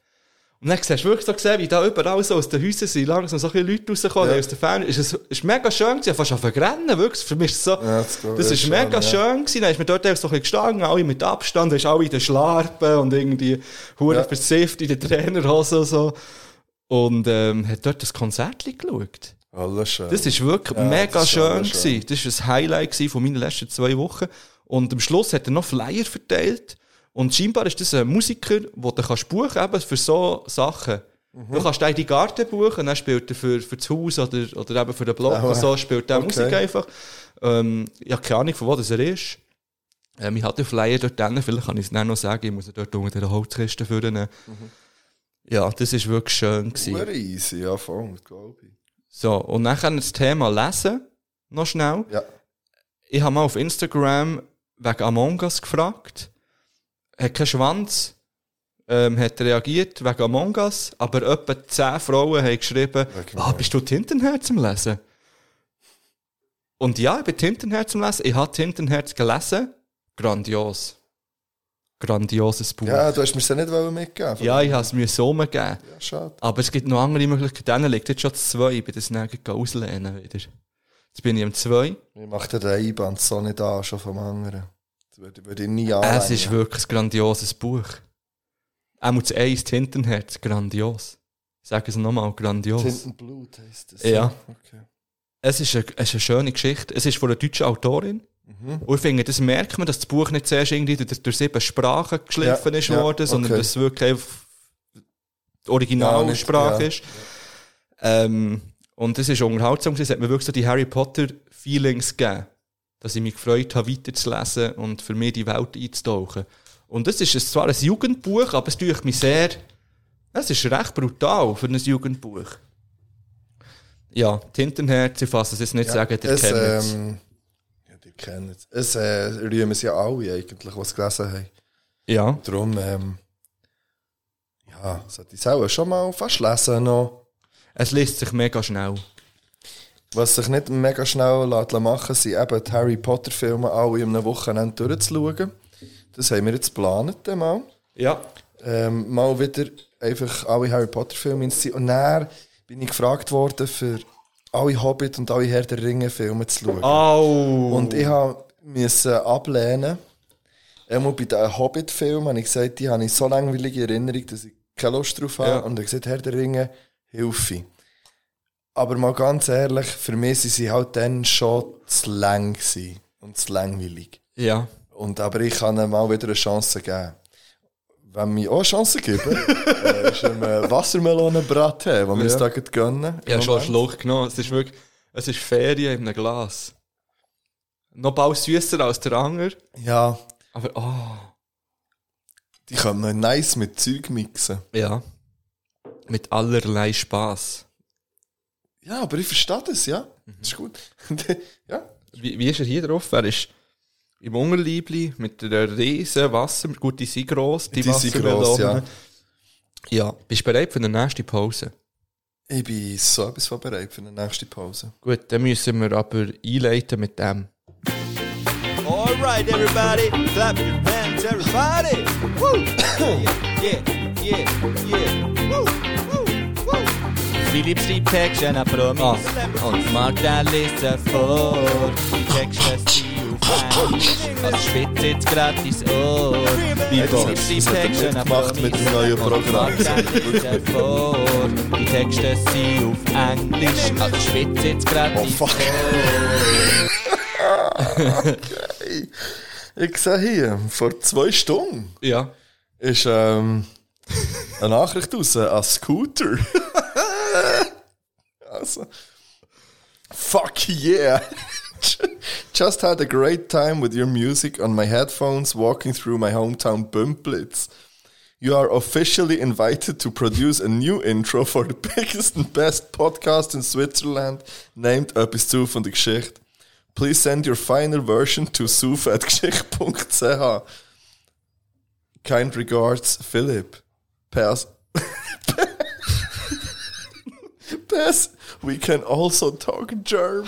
[SPEAKER 1] Und dann siehst du wirklich so gesehen, wie da überall so aus den Häusern sind, langsam so ein bisschen Leute rauskommen,
[SPEAKER 2] Ja.
[SPEAKER 1] aus den Fernsehen. Es ist, ist mega schön gewesen, fast auf rennen, wirklich. Für mich ist es so,
[SPEAKER 2] das glaub
[SPEAKER 1] das
[SPEAKER 2] ich
[SPEAKER 1] ist
[SPEAKER 2] schon,
[SPEAKER 1] mega
[SPEAKER 2] ja.
[SPEAKER 1] schön gewesen. Dann ist mir dort einfach so ein bisschen gestanden, alle mit Abstand, da ist alle in den Schlarpen und irgendwie hure
[SPEAKER 2] Ja.
[SPEAKER 1] versifft in den Trainerhosen und so. Und, ähm, hat dort das Konzert geschaut.
[SPEAKER 2] Alles schön.
[SPEAKER 1] Das ist wirklich
[SPEAKER 2] Ja,
[SPEAKER 1] mega
[SPEAKER 2] das ist
[SPEAKER 1] schön.
[SPEAKER 2] schon
[SPEAKER 1] gewesen. Das war ein Highlight gewesen von meinen letzten zwei Wochen. Und am Schluss hat er noch Flyer verteilt. Und scheinbar ist das ein Musiker, den du kannst buchen kannst für so Sachen.
[SPEAKER 2] Mhm.
[SPEAKER 1] Du kannst einen in den Garten buchen, dann spielt er für, für das Haus oder, oder eben für den Block.
[SPEAKER 2] Aua.
[SPEAKER 1] und so spielt er
[SPEAKER 2] Ah, Okay.
[SPEAKER 1] Musik einfach. Ähm, ich habe keine Ahnung, von wo das er ist. Ähm, ich hatte den Flyer dort drinnen, vielleicht kann ich es dann noch sagen, ich muss ihn dort unter der Holzkiste führen.
[SPEAKER 2] Mhm.
[SPEAKER 1] Ja, das war wirklich schön. Gewesen.
[SPEAKER 2] Super easy, ja, voll, glaube ich.
[SPEAKER 1] So, und dann kann das Thema lesen, noch schnell.
[SPEAKER 2] Ja.
[SPEAKER 1] Ich habe mal auf Instagram wegen Among Us gefragt. Hat keinen Schwanz, ähm, hat reagiert wegen Among Us, aber etwa 10 Frauen haben geschrieben,
[SPEAKER 2] Wegen
[SPEAKER 1] ah, bist du Tintenherz am Lesen? Und ja, ich bin Tintenherz am Lesen. Ich habe Tintenherz gelesen. Grandios. Grandioses Buch.
[SPEAKER 2] Ja,
[SPEAKER 1] Ja,
[SPEAKER 2] du hast mir es ja nicht wollen mitgeben.
[SPEAKER 1] ich habe es mir so umgegeben.
[SPEAKER 2] Ja, schade.
[SPEAKER 1] Aber es gibt noch andere Möglichkeiten. Denen liegt jetzt schon das 2. Ich bin das dann gleich auslehnen wieder. Jetzt bin ich am 2.
[SPEAKER 2] Ich mache den Einband so nicht an, schon vom anderen. Das würde, würde ich nie
[SPEAKER 1] Es ist
[SPEAKER 2] anlegen.
[SPEAKER 1] wirklich ein grandioses Buch. Auch das Eis Tintenherz, grandios. Ich sage es nochmal, grandios.
[SPEAKER 2] Tintenblut heisst das.
[SPEAKER 1] Ja.
[SPEAKER 2] Okay.
[SPEAKER 1] es, ist eine, es ist eine schöne Geschichte. Es ist von einer deutschen Autorin.
[SPEAKER 2] Mhm.
[SPEAKER 1] Und ich finde, das merkt man, dass das Buch nicht zuerst irgendwie durch, durch sieben Sprachen geschliffen
[SPEAKER 2] Ja,
[SPEAKER 1] ist
[SPEAKER 2] ja,
[SPEAKER 1] worden, sondern
[SPEAKER 2] okay.
[SPEAKER 1] dass es wirklich einfach die
[SPEAKER 2] Ja, nicht-
[SPEAKER 1] Originalsprache
[SPEAKER 2] ja,
[SPEAKER 1] ist. Ähm, und es ist unterhaltsam, gewesen. es hat mir wirklich so die Harry Potter-Feelings gegeben, dass ich mich gefreut habe, weiterzulesen und für mich in die Welt einzutauchen. Und es ist ein- zwar ein Jugendbuch, aber es tue mich sehr, es ist recht brutal für ein Jugendbuch. Ja, Tintenherz, ich fasse es jetzt nicht sagen, ihr
[SPEAKER 2] es,
[SPEAKER 1] kennt es.
[SPEAKER 2] ähm, ja, die kennen es. Es äh, rühmen es ja alle eigentlich, die es gelesen haben.
[SPEAKER 1] Ja.
[SPEAKER 2] Darum, ähm, ja, sollte ich es auch schon mal fast lesen noch.
[SPEAKER 1] Es liest sich mega schnell.
[SPEAKER 2] Was sich nicht mega schnell lässt machen lässt, sind eben die Harry Potter Filme alle in einem Wochenende durchzuschauen. Das haben wir jetzt geplant dann mal.
[SPEAKER 1] Ja.
[SPEAKER 2] ähm, mal wieder einfach alle Harry Potter Filme inszeniert. Und dann bin ich gefragt worden, für alle Hobbit und alle Herr der Ringe Filme zu schauen.
[SPEAKER 1] Au!
[SPEAKER 2] Und ich habe müssen ablehnen. Einmal bei den Hobbit-Filmen habe ich gesagt, die habe ich so langweilige Erinnerung, dass ich keine Lust drauf habe.
[SPEAKER 1] Ja.
[SPEAKER 2] Und er gesagt, Herr der Ringe, Hilfe. Aber mal ganz ehrlich, für mich waren sie halt dann schon zu lang gewesen und zu langweilig.
[SPEAKER 1] ja.
[SPEAKER 2] Und, aber ich kann ihm mal wieder eine Chance geben. Wenn wir auch eine Chance geben, äh, ist ein äh, Wassermelonenbraten, den wir uns
[SPEAKER 1] Ja.
[SPEAKER 2] da gerade gönnen.
[SPEAKER 1] Ich habe schon einen
[SPEAKER 2] Moment.
[SPEAKER 1] Schluck genommen. Es ist wirklich, es ist Ferien in einem Glas. Noch bald süßer als der Anger.
[SPEAKER 2] Ja,
[SPEAKER 1] Aber, oh.
[SPEAKER 2] die können wir nice mit Zeug mixen.
[SPEAKER 1] Ja. Mit allerlei Spaß.
[SPEAKER 2] Ja, aber ich verstehe das, ja. Das ist gut. ja.
[SPEAKER 1] Wie, wie ist er hier drauf? Er ist im Ungerliebli mit einer riesen Wasser... Gut, die sind gross, die,
[SPEAKER 2] Die sind gross, ja.
[SPEAKER 1] Wassermelonen. Ja. Bist du bereit für die nächste Pause?
[SPEAKER 2] Ich bin so etwas von bereit für eine nächste Pause.
[SPEAKER 1] Gut, dann müssen wir aber einleiten mit dem.
[SPEAKER 5] Alright, everybody, clap your hands, everybody. Woo! yeah, yeah, yeah, yeah. Woo, woo, woo. Philipp schreibt Texte an Promis und Magda liest sie vor. Die Texte sind auf Englisch, also spitzt jetzt grad dein Ohr. Philipp
[SPEAKER 2] das hat er
[SPEAKER 5] schreibt Texte
[SPEAKER 2] nicht
[SPEAKER 5] an
[SPEAKER 2] gemacht
[SPEAKER 5] Promis
[SPEAKER 2] mit dem neuen
[SPEAKER 5] und
[SPEAKER 2] Programm.
[SPEAKER 5] Magda liest sie vor. Die Texte sind auf Englisch, also spitzt jetzt grad dein
[SPEAKER 2] fuck. Ich sehe hier, vor zwei Stunden
[SPEAKER 1] Ja.
[SPEAKER 2] ist ähm, eine Nachricht raus an Scooter. also, fuck yeah! Just had a great time with your music on my headphones walking through my hometown Bümplitz. You are officially invited to produce a new intro for the biggest and best podcast in Switzerland named Etwas zu von der Geschichte. Please send your final version to suf@geschichte.ch. Kind regards, Philip. Pass. says we can also talk German.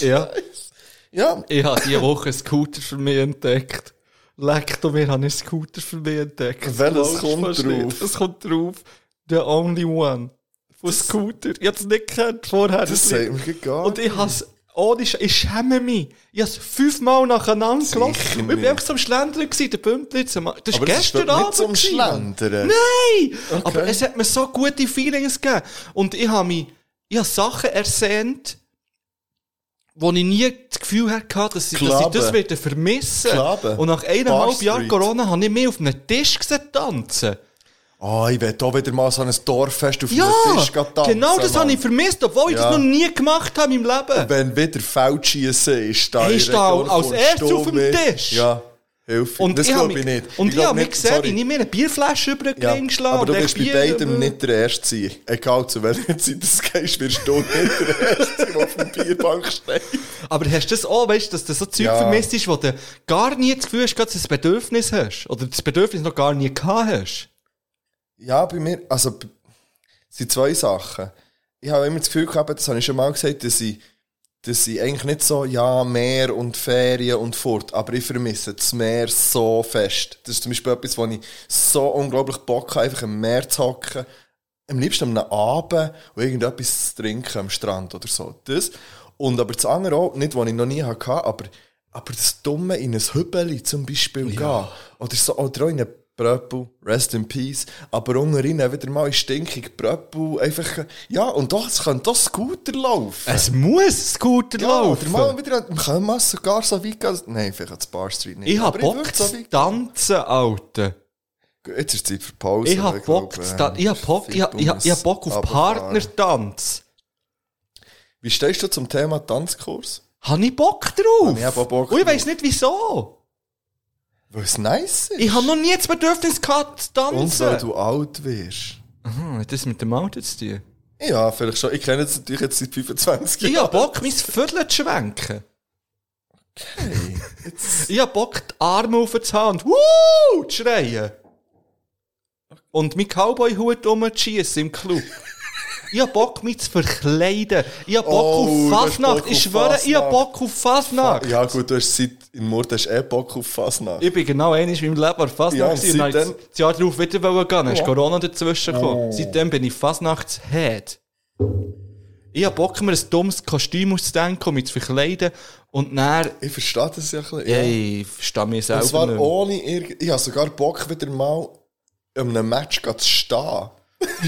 [SPEAKER 1] Ja.
[SPEAKER 2] Ja,
[SPEAKER 1] Ich habe diese Woche einen Scooter für mich entdeckt. Leckt und wir haben einen Scooter für mich entdeckt.
[SPEAKER 2] Welches
[SPEAKER 1] Das
[SPEAKER 2] kommt
[SPEAKER 1] fast nicht.
[SPEAKER 2] drauf?
[SPEAKER 1] Das kommt drauf. The Only One. Von Scooter. Ich habe es nicht gekannt vorher.
[SPEAKER 2] das
[SPEAKER 1] Lied.
[SPEAKER 2] sagt mir gar
[SPEAKER 1] Und ich has ohne Sch ich schäme mich. Ich has fünfmal nacheinander gelacht. Ich
[SPEAKER 2] nicht.
[SPEAKER 1] bin einfach so am Schlendern gewesen, der Bündlitz. Das war
[SPEAKER 2] Aber das ist
[SPEAKER 1] gestern
[SPEAKER 2] doch
[SPEAKER 1] Abend.
[SPEAKER 2] nicht zum
[SPEAKER 1] gewesen. Ne-
[SPEAKER 2] Schlendern.
[SPEAKER 1] Nein! Aber es hat mir so gute Feelings gegeben. Und ich habe mich, ich habe Sachen ersehnt, wo ich nie das Gefühl hatte, dass ich, dass ich
[SPEAKER 2] Klaben.
[SPEAKER 1] das wieder vermissen
[SPEAKER 2] Klaben.
[SPEAKER 1] Und nach eineinhalb
[SPEAKER 2] Barstreet.
[SPEAKER 1] Jahren Corona habe ich mehr auf einem Tisch gesehen tanzen.
[SPEAKER 2] Ah, ich will auch wieder mal so ein Dorffest auf
[SPEAKER 1] Ja!
[SPEAKER 2] einem Tisch gehen tanzen,
[SPEAKER 1] genau das
[SPEAKER 2] Mann.
[SPEAKER 1] habe ich vermisst, obwohl ich
[SPEAKER 2] Ja.
[SPEAKER 1] das noch nie gemacht habe in meinem Leben.
[SPEAKER 2] Wenn wieder Feldschiessen ist, da
[SPEAKER 1] Hey,
[SPEAKER 2] in
[SPEAKER 1] ist da
[SPEAKER 2] Region,
[SPEAKER 1] als
[SPEAKER 2] kommst
[SPEAKER 1] erstes
[SPEAKER 2] du
[SPEAKER 1] auf dem
[SPEAKER 2] mit.
[SPEAKER 1] Tisch?
[SPEAKER 2] Ja, Hilfe.
[SPEAKER 1] Und
[SPEAKER 2] das
[SPEAKER 1] ich
[SPEAKER 2] glaube
[SPEAKER 1] hab
[SPEAKER 2] ich
[SPEAKER 1] mich-
[SPEAKER 2] nicht.
[SPEAKER 1] Und ich,
[SPEAKER 2] glaub
[SPEAKER 1] habe mich
[SPEAKER 2] nicht-
[SPEAKER 1] gesehen,
[SPEAKER 2] sorry.
[SPEAKER 1] wie ich mir eine Bierflasche über den
[SPEAKER 2] Ja,
[SPEAKER 1] Ring geschlagen
[SPEAKER 2] aber du
[SPEAKER 1] und
[SPEAKER 2] bist bei
[SPEAKER 1] dachte,
[SPEAKER 2] beidem
[SPEAKER 1] Bier-
[SPEAKER 2] nicht der Erste sein. Egal zu welcher Zeit das gehst, wirst du nicht der Erste sein, der auf der Bierbank steht.
[SPEAKER 1] Aber hast du das auch, weißt du, dass du so Zeug
[SPEAKER 2] Ja.
[SPEAKER 1] vermisst ist, wo du gar nie das Gefühl hast, dass du das Bedürfnis hast? Oder das Bedürfnis noch gar nie gehabt hast?
[SPEAKER 2] Ja, bei mir, also, b- es sind zwei Sachen. Ich habe immer das Gefühl gehabt, das habe ich schon mal gesagt, dass ich, dass ich eigentlich nicht so, ja, Meer und Ferien und fort, aber ich vermisse das Meer so fest. Das ist zum Beispiel etwas, wo ich so unglaublich Bock habe, einfach im Meer zu hocken. Am liebsten am Abend und irgendetwas zu trinken am Strand oder so. Das. Und aber das andere auch, nicht, was ich noch nie hatte, aber, aber das Dumme in ein Hübeli zum Beispiel gehen. Oder, so, oder auch in einen Pröppel, rest in peace. Aber unten rein wieder mal in stinkig Pröppel. Einfach, ja, und doch, es könnte doch Scooter laufen.
[SPEAKER 1] Es muss Scooter
[SPEAKER 2] Ja, oder
[SPEAKER 1] laufen.
[SPEAKER 2] mal wieder, man kann mal sogar so weit gehen. Nein, vielleicht hat Bar Street nicht.
[SPEAKER 1] ich
[SPEAKER 2] aber
[SPEAKER 1] habe Bock
[SPEAKER 2] würde so
[SPEAKER 1] zu
[SPEAKER 2] weit-
[SPEAKER 1] tanzen, Alter.
[SPEAKER 2] Jetzt ist Zeit für Pause.
[SPEAKER 1] Ich habe
[SPEAKER 2] aber
[SPEAKER 1] Bock
[SPEAKER 2] glaube,
[SPEAKER 1] zu tanzen. Ich
[SPEAKER 2] äh,
[SPEAKER 1] habe Bock, ich hab, ich hab, ich hab Bock auf
[SPEAKER 2] Runterfahren.
[SPEAKER 1] Partnertanz.
[SPEAKER 2] Wie stehst du zum Thema Tanzkurs?
[SPEAKER 1] Habe ich Bock drauf?
[SPEAKER 2] Ich hab auch Bock
[SPEAKER 1] Und ich
[SPEAKER 2] drauf.
[SPEAKER 1] weiss nicht wieso.
[SPEAKER 2] Weil es nice ist.
[SPEAKER 1] Ich habe noch nie das Bedürfnis gehabt zu
[SPEAKER 2] Und weil
[SPEAKER 1] tanzen.
[SPEAKER 2] du alt wirst.
[SPEAKER 1] Hm, hat das mit dem Alter zu tun?
[SPEAKER 2] Ja, vielleicht schon. Ich kenne es natürlich jetzt seit 25
[SPEAKER 1] Ich hab Bock, mein Viertel zu schwenken. ich hab Bock, die Arme auf die Hand Woo! zu schreien. Und meinen Cowboy-Hut rumzuschiessen im Club. ich hab Bock, mich zu verkleiden. Ich hab Bock
[SPEAKER 2] Oh, du
[SPEAKER 1] auf
[SPEAKER 2] hast
[SPEAKER 1] Fasnacht.
[SPEAKER 2] Bock auf
[SPEAKER 1] Ich schwöre, ich hab
[SPEAKER 2] Fasnacht.
[SPEAKER 1] Bock auf Fasnacht.
[SPEAKER 2] Ja, gut, du hast seit in Mord hast eh Bock auf Fasnacht.
[SPEAKER 1] Ich bin genau einig in meinem Leben an
[SPEAKER 2] Ja, und
[SPEAKER 1] Fasnacht gewesen und dann
[SPEAKER 2] seitdem- Oh.
[SPEAKER 1] das Jahr darauf wieder wollen gehen. Dann ist Corona dazwischen gekommen. Seitdem bin ich Fasnachts-Head. Ich hab Bock, mir ein dummes Kostüm auszudenken und mich zu verkleiden. Und dann,
[SPEAKER 2] Ich verstehe das ja ein bisschen. ja.
[SPEAKER 1] ey, ich verstehe mich
[SPEAKER 2] Und zwar
[SPEAKER 1] selber nicht. mehr.
[SPEAKER 2] ohne irgend... Ich habe sogar Bock, wieder mal in einem Match zu stehen.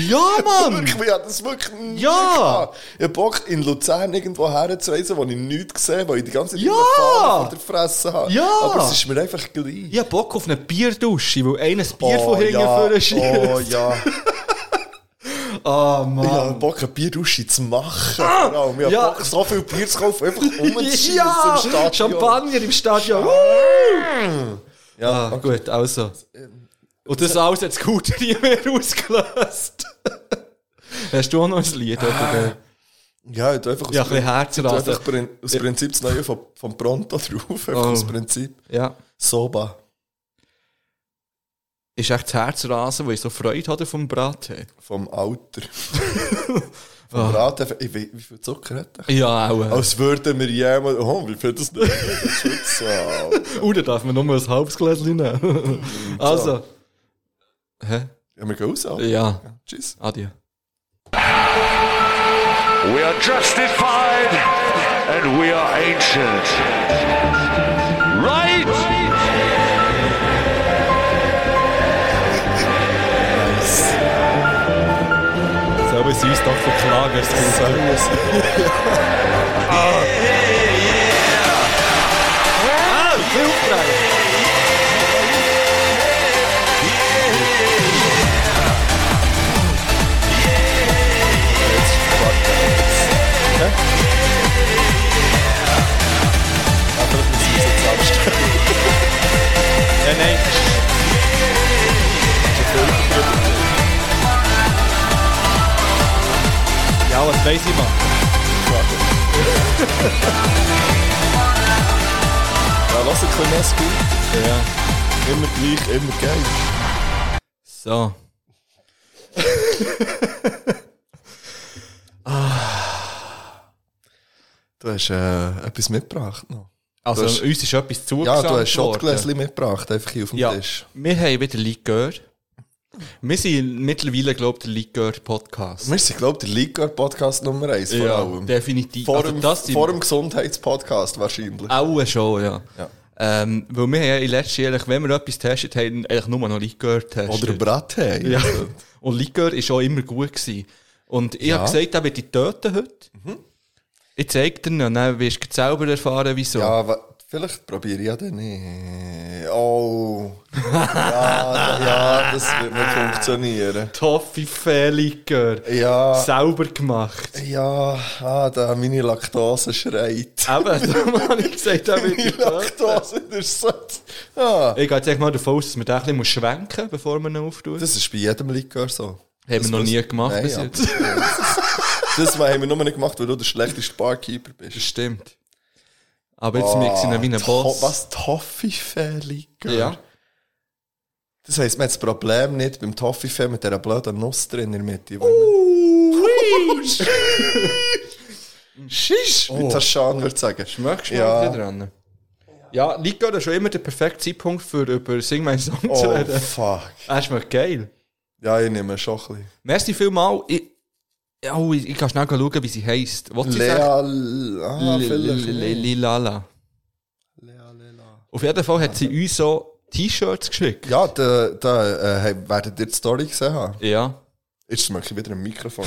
[SPEAKER 1] Ja, Mann!
[SPEAKER 2] Wirklich, ich habe das wirklich nie
[SPEAKER 1] Ja.
[SPEAKER 2] gehabt. Ich habe Bock, in Luzern irgendwo herzureisen, wo ich nichts gesehen wo ich die ganze Zeit
[SPEAKER 1] Ja.
[SPEAKER 2] Fahne vor der Fresse habe.
[SPEAKER 1] Ja.
[SPEAKER 2] Aber es ist mir einfach gleich.
[SPEAKER 1] Ich hab Bock auf eine Bierdusche, wo einer das Bier von hinten vorne schiebt.
[SPEAKER 2] Oh ja,
[SPEAKER 1] Ah,
[SPEAKER 2] ich
[SPEAKER 1] Mann.
[SPEAKER 2] habe Bock, eine Bierdusche zu machen. Ah, ich habe
[SPEAKER 1] ja.
[SPEAKER 2] Bock, so viel Bier zu kaufen, einfach umzuschießen
[SPEAKER 1] Ja,
[SPEAKER 2] im Stadion.
[SPEAKER 1] Champagner im Stadion.
[SPEAKER 2] Ja,
[SPEAKER 1] Ah, gut, also. Und das alles hat Scooter nie mehr ausgelöst. Hast du auch noch ein Lied?
[SPEAKER 2] Ah.
[SPEAKER 1] Oder?
[SPEAKER 2] Ja, du einfach aus,
[SPEAKER 1] Ja, ein bisschen Herzrasen.
[SPEAKER 2] du einfach prin- aus Prinzip das Neue vom, vom Pronto drauf. Einfach
[SPEAKER 1] Oh.
[SPEAKER 2] aus Prinzip.
[SPEAKER 1] Ja.
[SPEAKER 2] Soba.
[SPEAKER 1] Ist echt das Herzrasen, weil ich so Freude hatte vom Braten.
[SPEAKER 2] Vom Alter. vom Braten. Ich weiß, wie viel Zucker hat er?
[SPEAKER 1] Ja, auch.
[SPEAKER 2] Ah. Als würden wir jemand. Oh, wie viel das nicht? Das ist schon so.
[SPEAKER 1] Oder Oh, darf man nur ein halbes Gläschen nehmen? also. Hä?
[SPEAKER 2] Ja, wir gehen raus. Alter.
[SPEAKER 1] Ja.
[SPEAKER 2] Tschüss.
[SPEAKER 1] Adieu.
[SPEAKER 6] We are justified and we are ancient. Right?
[SPEAKER 1] Selber sie uns doch verklagen. es kommt so. Ah, hilfreich! Ja, nein. Ja, was weiß ich, Mann.
[SPEAKER 2] Ja, lass ein bisschen mehr Scoop.
[SPEAKER 1] Ja.
[SPEAKER 2] Immer gleich, immer geil.
[SPEAKER 1] So.
[SPEAKER 2] Du hast äh, etwas mitgebracht noch.
[SPEAKER 1] Also,
[SPEAKER 2] Du hast-
[SPEAKER 1] uns ist etwas
[SPEAKER 2] Ja,
[SPEAKER 1] zugesagt
[SPEAKER 2] du hast
[SPEAKER 1] worden.
[SPEAKER 2] Schottgläschen mitgebracht, einfach hier auf dem
[SPEAKER 1] Ja,
[SPEAKER 2] Tisch.
[SPEAKER 1] wir haben wieder Likör. Wir sind mittlerweile, glaube ich, der Likör-Podcast.
[SPEAKER 2] Wir sind, glaube ich, der Liga-Podcast Nummer 1 vor allem.
[SPEAKER 1] definitiv.
[SPEAKER 2] Vor,
[SPEAKER 1] Also
[SPEAKER 2] dem,
[SPEAKER 1] das sind-
[SPEAKER 2] vor dem Gesundheitspodcast wahrscheinlich.
[SPEAKER 1] Auch schon, ja.
[SPEAKER 2] Ja.
[SPEAKER 1] Ähm, weil wir haben ja in letzter Jahr, eigentlich, wenn wir etwas testet haben, eigentlich nur noch Likör getestet.
[SPEAKER 2] Oder Brattee.
[SPEAKER 1] Ja. Und Likör war auch immer gut. Gewesen. Und ich habe gesagt, den werde ich töten heute.
[SPEAKER 2] Mhm.
[SPEAKER 1] Ich zeige dir ihn und dann wirst du selber erfahren, wieso.
[SPEAKER 2] Ja, wa- vielleicht probiere ich ja dann nicht. Oh. Ja, ja, das wird nicht funktionieren.
[SPEAKER 1] Toffee-Fee-Likör.
[SPEAKER 2] Ja,
[SPEAKER 1] Sauber gemacht.
[SPEAKER 2] ja, ah, da meine Laktose schreit.
[SPEAKER 1] Eben, darum habe ich gesagt, den werde
[SPEAKER 2] Meine
[SPEAKER 1] ich töten.
[SPEAKER 2] Laktose, das ist so. Ah.
[SPEAKER 1] Ich gehe jetzt echt mal davon aus, dass man den ein bisschen schwenken muss, bevor man ihn auftut.
[SPEAKER 2] Das ist bei jedem Likör so.
[SPEAKER 1] Haben wir
[SPEAKER 2] Das
[SPEAKER 1] noch
[SPEAKER 2] muss-
[SPEAKER 1] nie gemacht
[SPEAKER 2] Nein,
[SPEAKER 1] bis
[SPEAKER 2] ja.
[SPEAKER 1] jetzt.
[SPEAKER 2] Das haben wir nur nicht gemacht, weil du der schlechteste Barkeeper bist.
[SPEAKER 1] Stimmt. Aber jetzt mixe ich ihn wie ein
[SPEAKER 2] To-
[SPEAKER 1] Boss.
[SPEAKER 2] Ah, Was? Toffifee-Likör?
[SPEAKER 1] Ja.
[SPEAKER 2] Das heisst, man hat das Problem nicht beim Toffifee mit dieser blöden Nuss drin in der Mitte. wo
[SPEAKER 1] Uh.
[SPEAKER 2] man- Schisch!
[SPEAKER 1] Oh.
[SPEAKER 2] Wie Taschan würde sagen.
[SPEAKER 1] Möchtest du
[SPEAKER 2] Ja.
[SPEAKER 1] mal ein bisschen dran? Ja, Likör ist schon immer der perfekte Zeitpunkt, für über Sing meinen Song zu
[SPEAKER 2] Oh,
[SPEAKER 1] reden.
[SPEAKER 2] fuck.
[SPEAKER 1] Das schmeckt Ah, geil.
[SPEAKER 2] Ja, ich nehme schon ein
[SPEAKER 1] Merci vielmal. Ich, oh, ich, ich kann schnell schauen, wie sie heisst. Was
[SPEAKER 2] bisschen.
[SPEAKER 1] sie sagt?
[SPEAKER 2] Lea... Ah,
[SPEAKER 1] Li-
[SPEAKER 2] vielleicht
[SPEAKER 1] li- li-
[SPEAKER 2] nicht.
[SPEAKER 1] Lilala.
[SPEAKER 2] Lea, Lela.
[SPEAKER 1] Auf jeden Fall hat sie uns so T-Shirts geschickt.
[SPEAKER 2] Ja, da, da äh, hey, werdet ihr die Story gesehen haben.
[SPEAKER 1] Ja.
[SPEAKER 2] Jetzt möchte ich wieder ein Mikrofon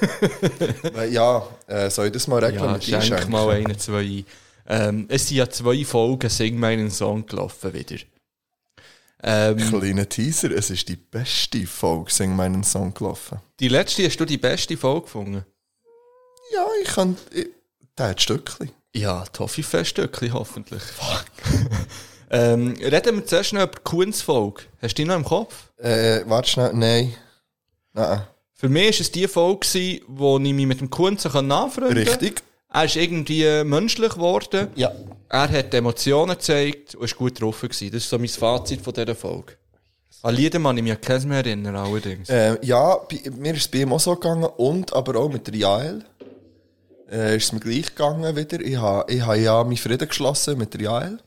[SPEAKER 2] dran. Weil, Ja, äh, soll ich das mal regeln
[SPEAKER 1] Ja,
[SPEAKER 2] mit
[SPEAKER 1] schenk
[SPEAKER 2] einschenken?
[SPEAKER 1] mal eine, zwei ein. Ähm, es sind ja zwei Folgen Sing meinen Song gelaufen wieder. Ähm,
[SPEAKER 2] Kleiner Teaser, es ist die beste Folge, sing meinen Song gelaufen.
[SPEAKER 1] die letzte hast du die beste Folge gefunden?
[SPEAKER 2] Ja, ich kann. Ich, der hat Stückchen.
[SPEAKER 1] Ja, Toffee-Feststückchen hoffentlich. Fuck. ähm, reden wir zuerst noch über Kuhns Folge. Hast du die noch im Kopf?
[SPEAKER 2] Äh, warte schnell, nein. Nein.
[SPEAKER 1] Für mich war es die Folge, gewesen, wo ich mich mit dem Kuhn so nachfreunden konnte.
[SPEAKER 2] Richtig.
[SPEAKER 1] Er ist irgendwie äh, menschlich geworden.
[SPEAKER 2] Ja.
[SPEAKER 1] Er hat Emotionen gezeigt und war gut drauf. Gewesen. Das ist so mein Fazit von dieser Folge. An Lieder kann ich mich an keines mehr erinnern, allerdings.
[SPEAKER 2] Äh, ja, bei, mir ist es bei ihm auch so gegangen und aber auch mit der Jael. Äh, ist es mir gleich gegangen wieder. Ich habe ich ha ja meinen Frieden geschlossen mit der Jael.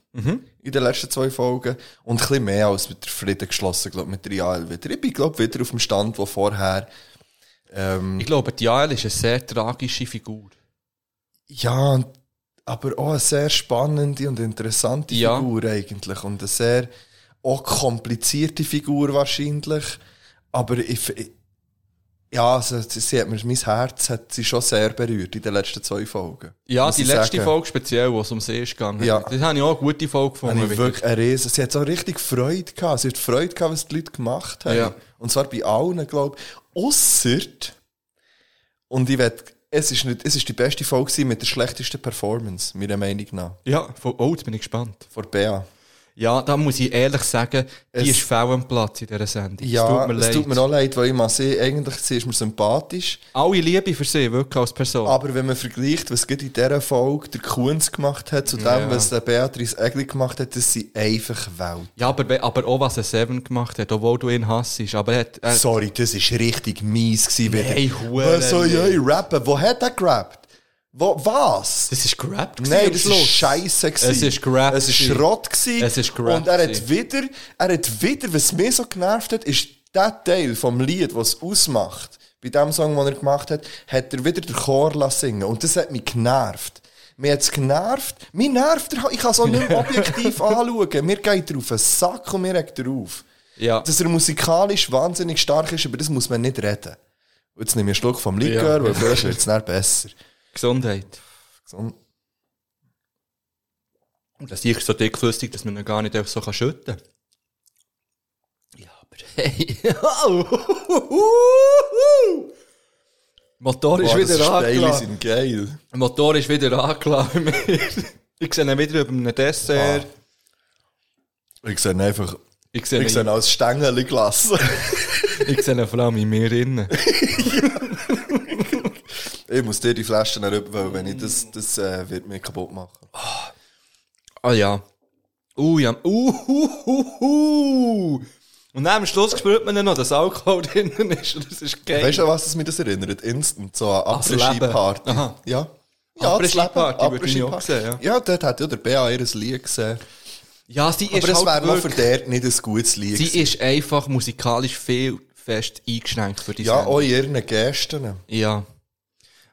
[SPEAKER 2] In den letzten zwei Folgen. Und ein bisschen mehr als mit der Frieden geschlossen, glaub, mit der Jael wieder. Ich bin, glaube wieder auf dem Stand, wo vorher. Ähm.
[SPEAKER 1] Ich glaube, die Jael ist eine sehr tragische Figur.
[SPEAKER 2] Ja, und- aber auch eine sehr spannende und interessante
[SPEAKER 1] Ja.
[SPEAKER 2] Figur eigentlich. Und eine sehr auch komplizierte Figur wahrscheinlich. Aber ich, ich ja, also, sie, sie hat mir, mein Herz hat sie schon sehr berührt in den letzten zwei Folgen.
[SPEAKER 1] Ja,
[SPEAKER 2] Muss
[SPEAKER 1] die
[SPEAKER 2] ich
[SPEAKER 1] letzte
[SPEAKER 2] sagen.
[SPEAKER 1] Folge speziell, wo es um sie ist gegangen.
[SPEAKER 2] Ja.
[SPEAKER 1] Das habe ich auch eine gute Folge gefunden.
[SPEAKER 2] Habe ich
[SPEAKER 1] wieder.
[SPEAKER 2] wirklich eine Riesen. Sie hat so richtig Freude gehabt. Sie hat Freude gehabt, was die Leute gemacht haben.
[SPEAKER 1] Ja.
[SPEAKER 2] Und zwar bei allen, glaube ich. Ausser, und ich werde, es ist nicht, es ist die beste Folge gewesen mit der schlechtesten Performance, meiner Meinung nach.
[SPEAKER 1] Ja, von, oh, jetzt bin ich gespannt.
[SPEAKER 2] Von Bea.
[SPEAKER 1] Ja, da muss ich ehrlich sagen, die
[SPEAKER 2] Es-
[SPEAKER 1] ist fehl am Platz in dieser Sendung.
[SPEAKER 2] Ja,
[SPEAKER 1] es tut mir leid.
[SPEAKER 2] auch leid, weil ich mal sehe, eigentlich sie ist mir sympathisch.
[SPEAKER 1] Alle Liebe für sie, wirklich als Person.
[SPEAKER 2] Aber wenn man vergleicht, was gerade in dieser Folge der Kunz gemacht hat, zu dem,
[SPEAKER 1] Ja.
[SPEAKER 2] was der Beatrice Egli gemacht hat, das sind einfach Welt.
[SPEAKER 1] ja, aber, we- aber auch was er Seven gemacht hat, obwohl du ihn hassest. Aber er hat, er,
[SPEAKER 2] Sorry, das war richtig mies. Gewesen, wieder.
[SPEAKER 1] Äh. Nein, Hure
[SPEAKER 2] Was soll ich
[SPEAKER 1] nicht.
[SPEAKER 2] euch rappen? Wo hat er gerappt? Wo, was?
[SPEAKER 1] das ist gerappt. gewesen
[SPEAKER 2] Nein,
[SPEAKER 1] am
[SPEAKER 2] das war
[SPEAKER 1] Schluss.
[SPEAKER 2] scheiße. gewesen.
[SPEAKER 1] Es ist gerappt
[SPEAKER 2] Es ist
[SPEAKER 1] gewesen.
[SPEAKER 2] Schrott. Gewesen.
[SPEAKER 1] Es ist gerappt
[SPEAKER 2] Und er hat
[SPEAKER 1] gewesen.
[SPEAKER 2] wieder, er hat wieder, was mich so genervt hat, ist der Teil vom Lied, was es ausmacht, bei dem Song, den er gemacht hat, hat er wieder den Chor lassen singen Und das hat mich genervt. Mir hat es genervt. Mir nervt er. halt. Ich kann es auch nicht mehr objektiv anschauen. Mir geht er auf den Sack und mir regt er auf.
[SPEAKER 1] Ja.
[SPEAKER 2] Dass er musikalisch wahnsinnig stark ist, über das muss man nicht reden. Und Jetzt nehme ich einen Schluck vom Likör,
[SPEAKER 1] Ja.
[SPEAKER 2] weil vielleicht wird es dann besser.
[SPEAKER 1] Gesundheit.
[SPEAKER 2] So.
[SPEAKER 1] Und Das Tier ist so dickflüssig, dass man ihn gar nicht einfach so kann schütten kann. Ja, aber hey. Motor ist
[SPEAKER 2] Boah, das
[SPEAKER 1] wieder
[SPEAKER 2] Steile
[SPEAKER 1] angeschlagen.
[SPEAKER 2] sind geil.
[SPEAKER 1] Motor ist wieder angeschlagen. ich sehe ihn wieder über einem Dessert.
[SPEAKER 2] Ich sehe ihn einfach.
[SPEAKER 1] Ich sehe
[SPEAKER 2] Ich sehe
[SPEAKER 1] ihn,
[SPEAKER 2] ihn als Stängeli gelassen.
[SPEAKER 1] ich sehe ihn vor allem in mir innen.
[SPEAKER 2] ich muss dir die Flaschen rüber, weil wenn ich das, das äh, wird mir kaputt machen.
[SPEAKER 1] Ah ja. Uh, ja. Uh, hu, hu, hu. Und dann am Schluss spürt man dann noch, dass Alkohol drinnen ist. Und das ist geil.
[SPEAKER 2] Weißt du, an was das mich das erinnert? Instant, so eine
[SPEAKER 1] das Leben.
[SPEAKER 2] Apres-Ski-Party.
[SPEAKER 1] Aha.
[SPEAKER 2] Ja.
[SPEAKER 1] Apres-Ski-Party
[SPEAKER 2] das Leben.
[SPEAKER 1] würde ich auch sehen,
[SPEAKER 2] Apres-Ski-Party. Ja, dort hat ja der BA ihr Lied gesehen.
[SPEAKER 1] ja, sie ist
[SPEAKER 2] Aber es
[SPEAKER 1] halt
[SPEAKER 2] wäre mal für
[SPEAKER 1] wirklich-
[SPEAKER 2] der nicht ein gutes Lied.
[SPEAKER 1] Sie
[SPEAKER 2] gewesen.
[SPEAKER 1] ist einfach musikalisch viel fest eingeschränkt für die
[SPEAKER 2] ja,
[SPEAKER 1] Sendung.
[SPEAKER 2] auch in ihren Gesten.
[SPEAKER 1] Ja.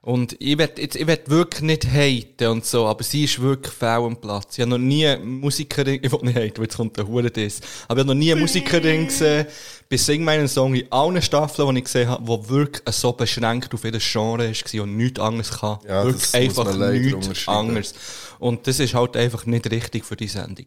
[SPEAKER 1] Und ich werd, jetzt, ich werd wirklich nicht haten und so, aber sie ist wirklich fehl am Platz. Ich habe noch nie eine Musikerin, ich will nicht haten, weil jetzt kommt der Hure das, aber ich habe noch nie eine Musikerin gesehen, bei Sing meinen Song in allen Staffeln, die ich gesehen habe, die wirklich so beschränkt auf jedes Genre war und nichts anderes kann.
[SPEAKER 2] Ja, das
[SPEAKER 1] wirklich
[SPEAKER 2] muss
[SPEAKER 1] einfach
[SPEAKER 2] man leider
[SPEAKER 1] nichts
[SPEAKER 2] unterschreiben.
[SPEAKER 1] anderes. Und das ist halt einfach nicht richtig für die Sendung.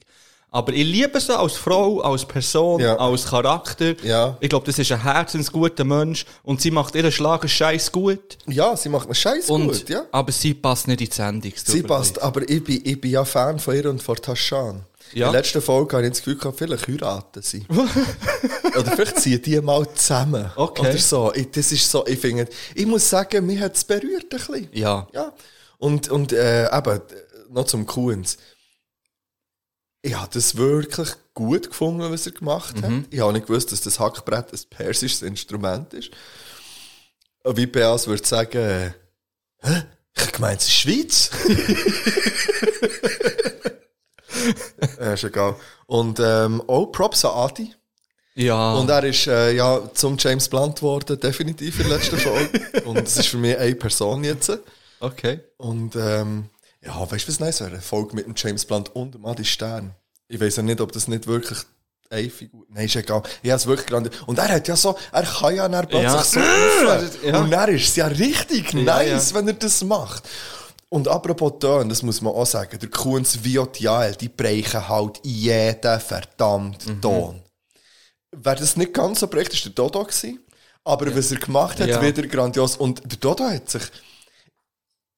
[SPEAKER 1] Aber ich liebe sie als Frau, als Person,
[SPEAKER 2] Ja.
[SPEAKER 1] als Charakter.
[SPEAKER 2] Ja.
[SPEAKER 1] Ich glaube, das ist ein herzensguter Mensch und sie macht ihren Schlag Scheiß gut.
[SPEAKER 2] Ja, sie macht einen Scheiß
[SPEAKER 1] Und,
[SPEAKER 2] gut, ja.
[SPEAKER 1] Aber sie passt nicht in die Sendung. es tut
[SPEAKER 2] Sie
[SPEAKER 1] mir
[SPEAKER 2] passt,
[SPEAKER 1] leid.
[SPEAKER 2] aber ich bin, ich bin ja Fan von ihr und von Taschan.
[SPEAKER 1] Ja.
[SPEAKER 2] In der letzten Folge habe ich das Gefühl gehabt, vielleicht heiraten sie. Oder vielleicht ziehen die mal zusammen.
[SPEAKER 1] Okay.
[SPEAKER 2] Oder so. Ich, das ist so, ich finde, ich muss sagen, mich hat es berührt ein bisschen.
[SPEAKER 1] Ja.
[SPEAKER 2] Ja. Und, und äh, eben, noch zum Kuhns. Ich habe das wirklich gut gefunden, was er gemacht hat. Ich habe nicht gewusst, dass das Hackbrett ein persisches Instrument ist. Und Wie Beas würde sagen, äh, hä? Ich habe gemeint, es ist Schweiz. äh, ist egal. Und ähm, auch Props an Adi.
[SPEAKER 1] Ja.
[SPEAKER 2] Und er ist äh, ja zum James Blunt geworden, definitiv in der letzten Folge. Und es ist für mich eine Person jetzt.
[SPEAKER 1] okay.
[SPEAKER 2] Und ähm, ja, weißt du, was nice wäre? Eine Folge mit dem James Blunt und dem Adi Stern. Ich weiß ja nicht, ob das nicht wirklich eine Figur. Nein, ist egal. Ich habe es wirklich gelandet. Und er hat ja so, er kann ja dann plötzlich
[SPEAKER 1] Ja.
[SPEAKER 2] so rufen.
[SPEAKER 1] Ja.
[SPEAKER 2] Und dann ist es ja richtig
[SPEAKER 1] Ja,
[SPEAKER 2] nice, wenn er das macht. Und apropos Töne, das muss man auch sagen, der Kunz wie auch die Jael, die brechen halt jeden
[SPEAKER 1] Mhm.
[SPEAKER 2] verdammten Ton. Wer das nicht ganz so bricht, ist der Dodo gewesen. Aber was er gemacht hat,
[SPEAKER 1] Ja.
[SPEAKER 2] wieder grandios. Und der Dodo hat sich,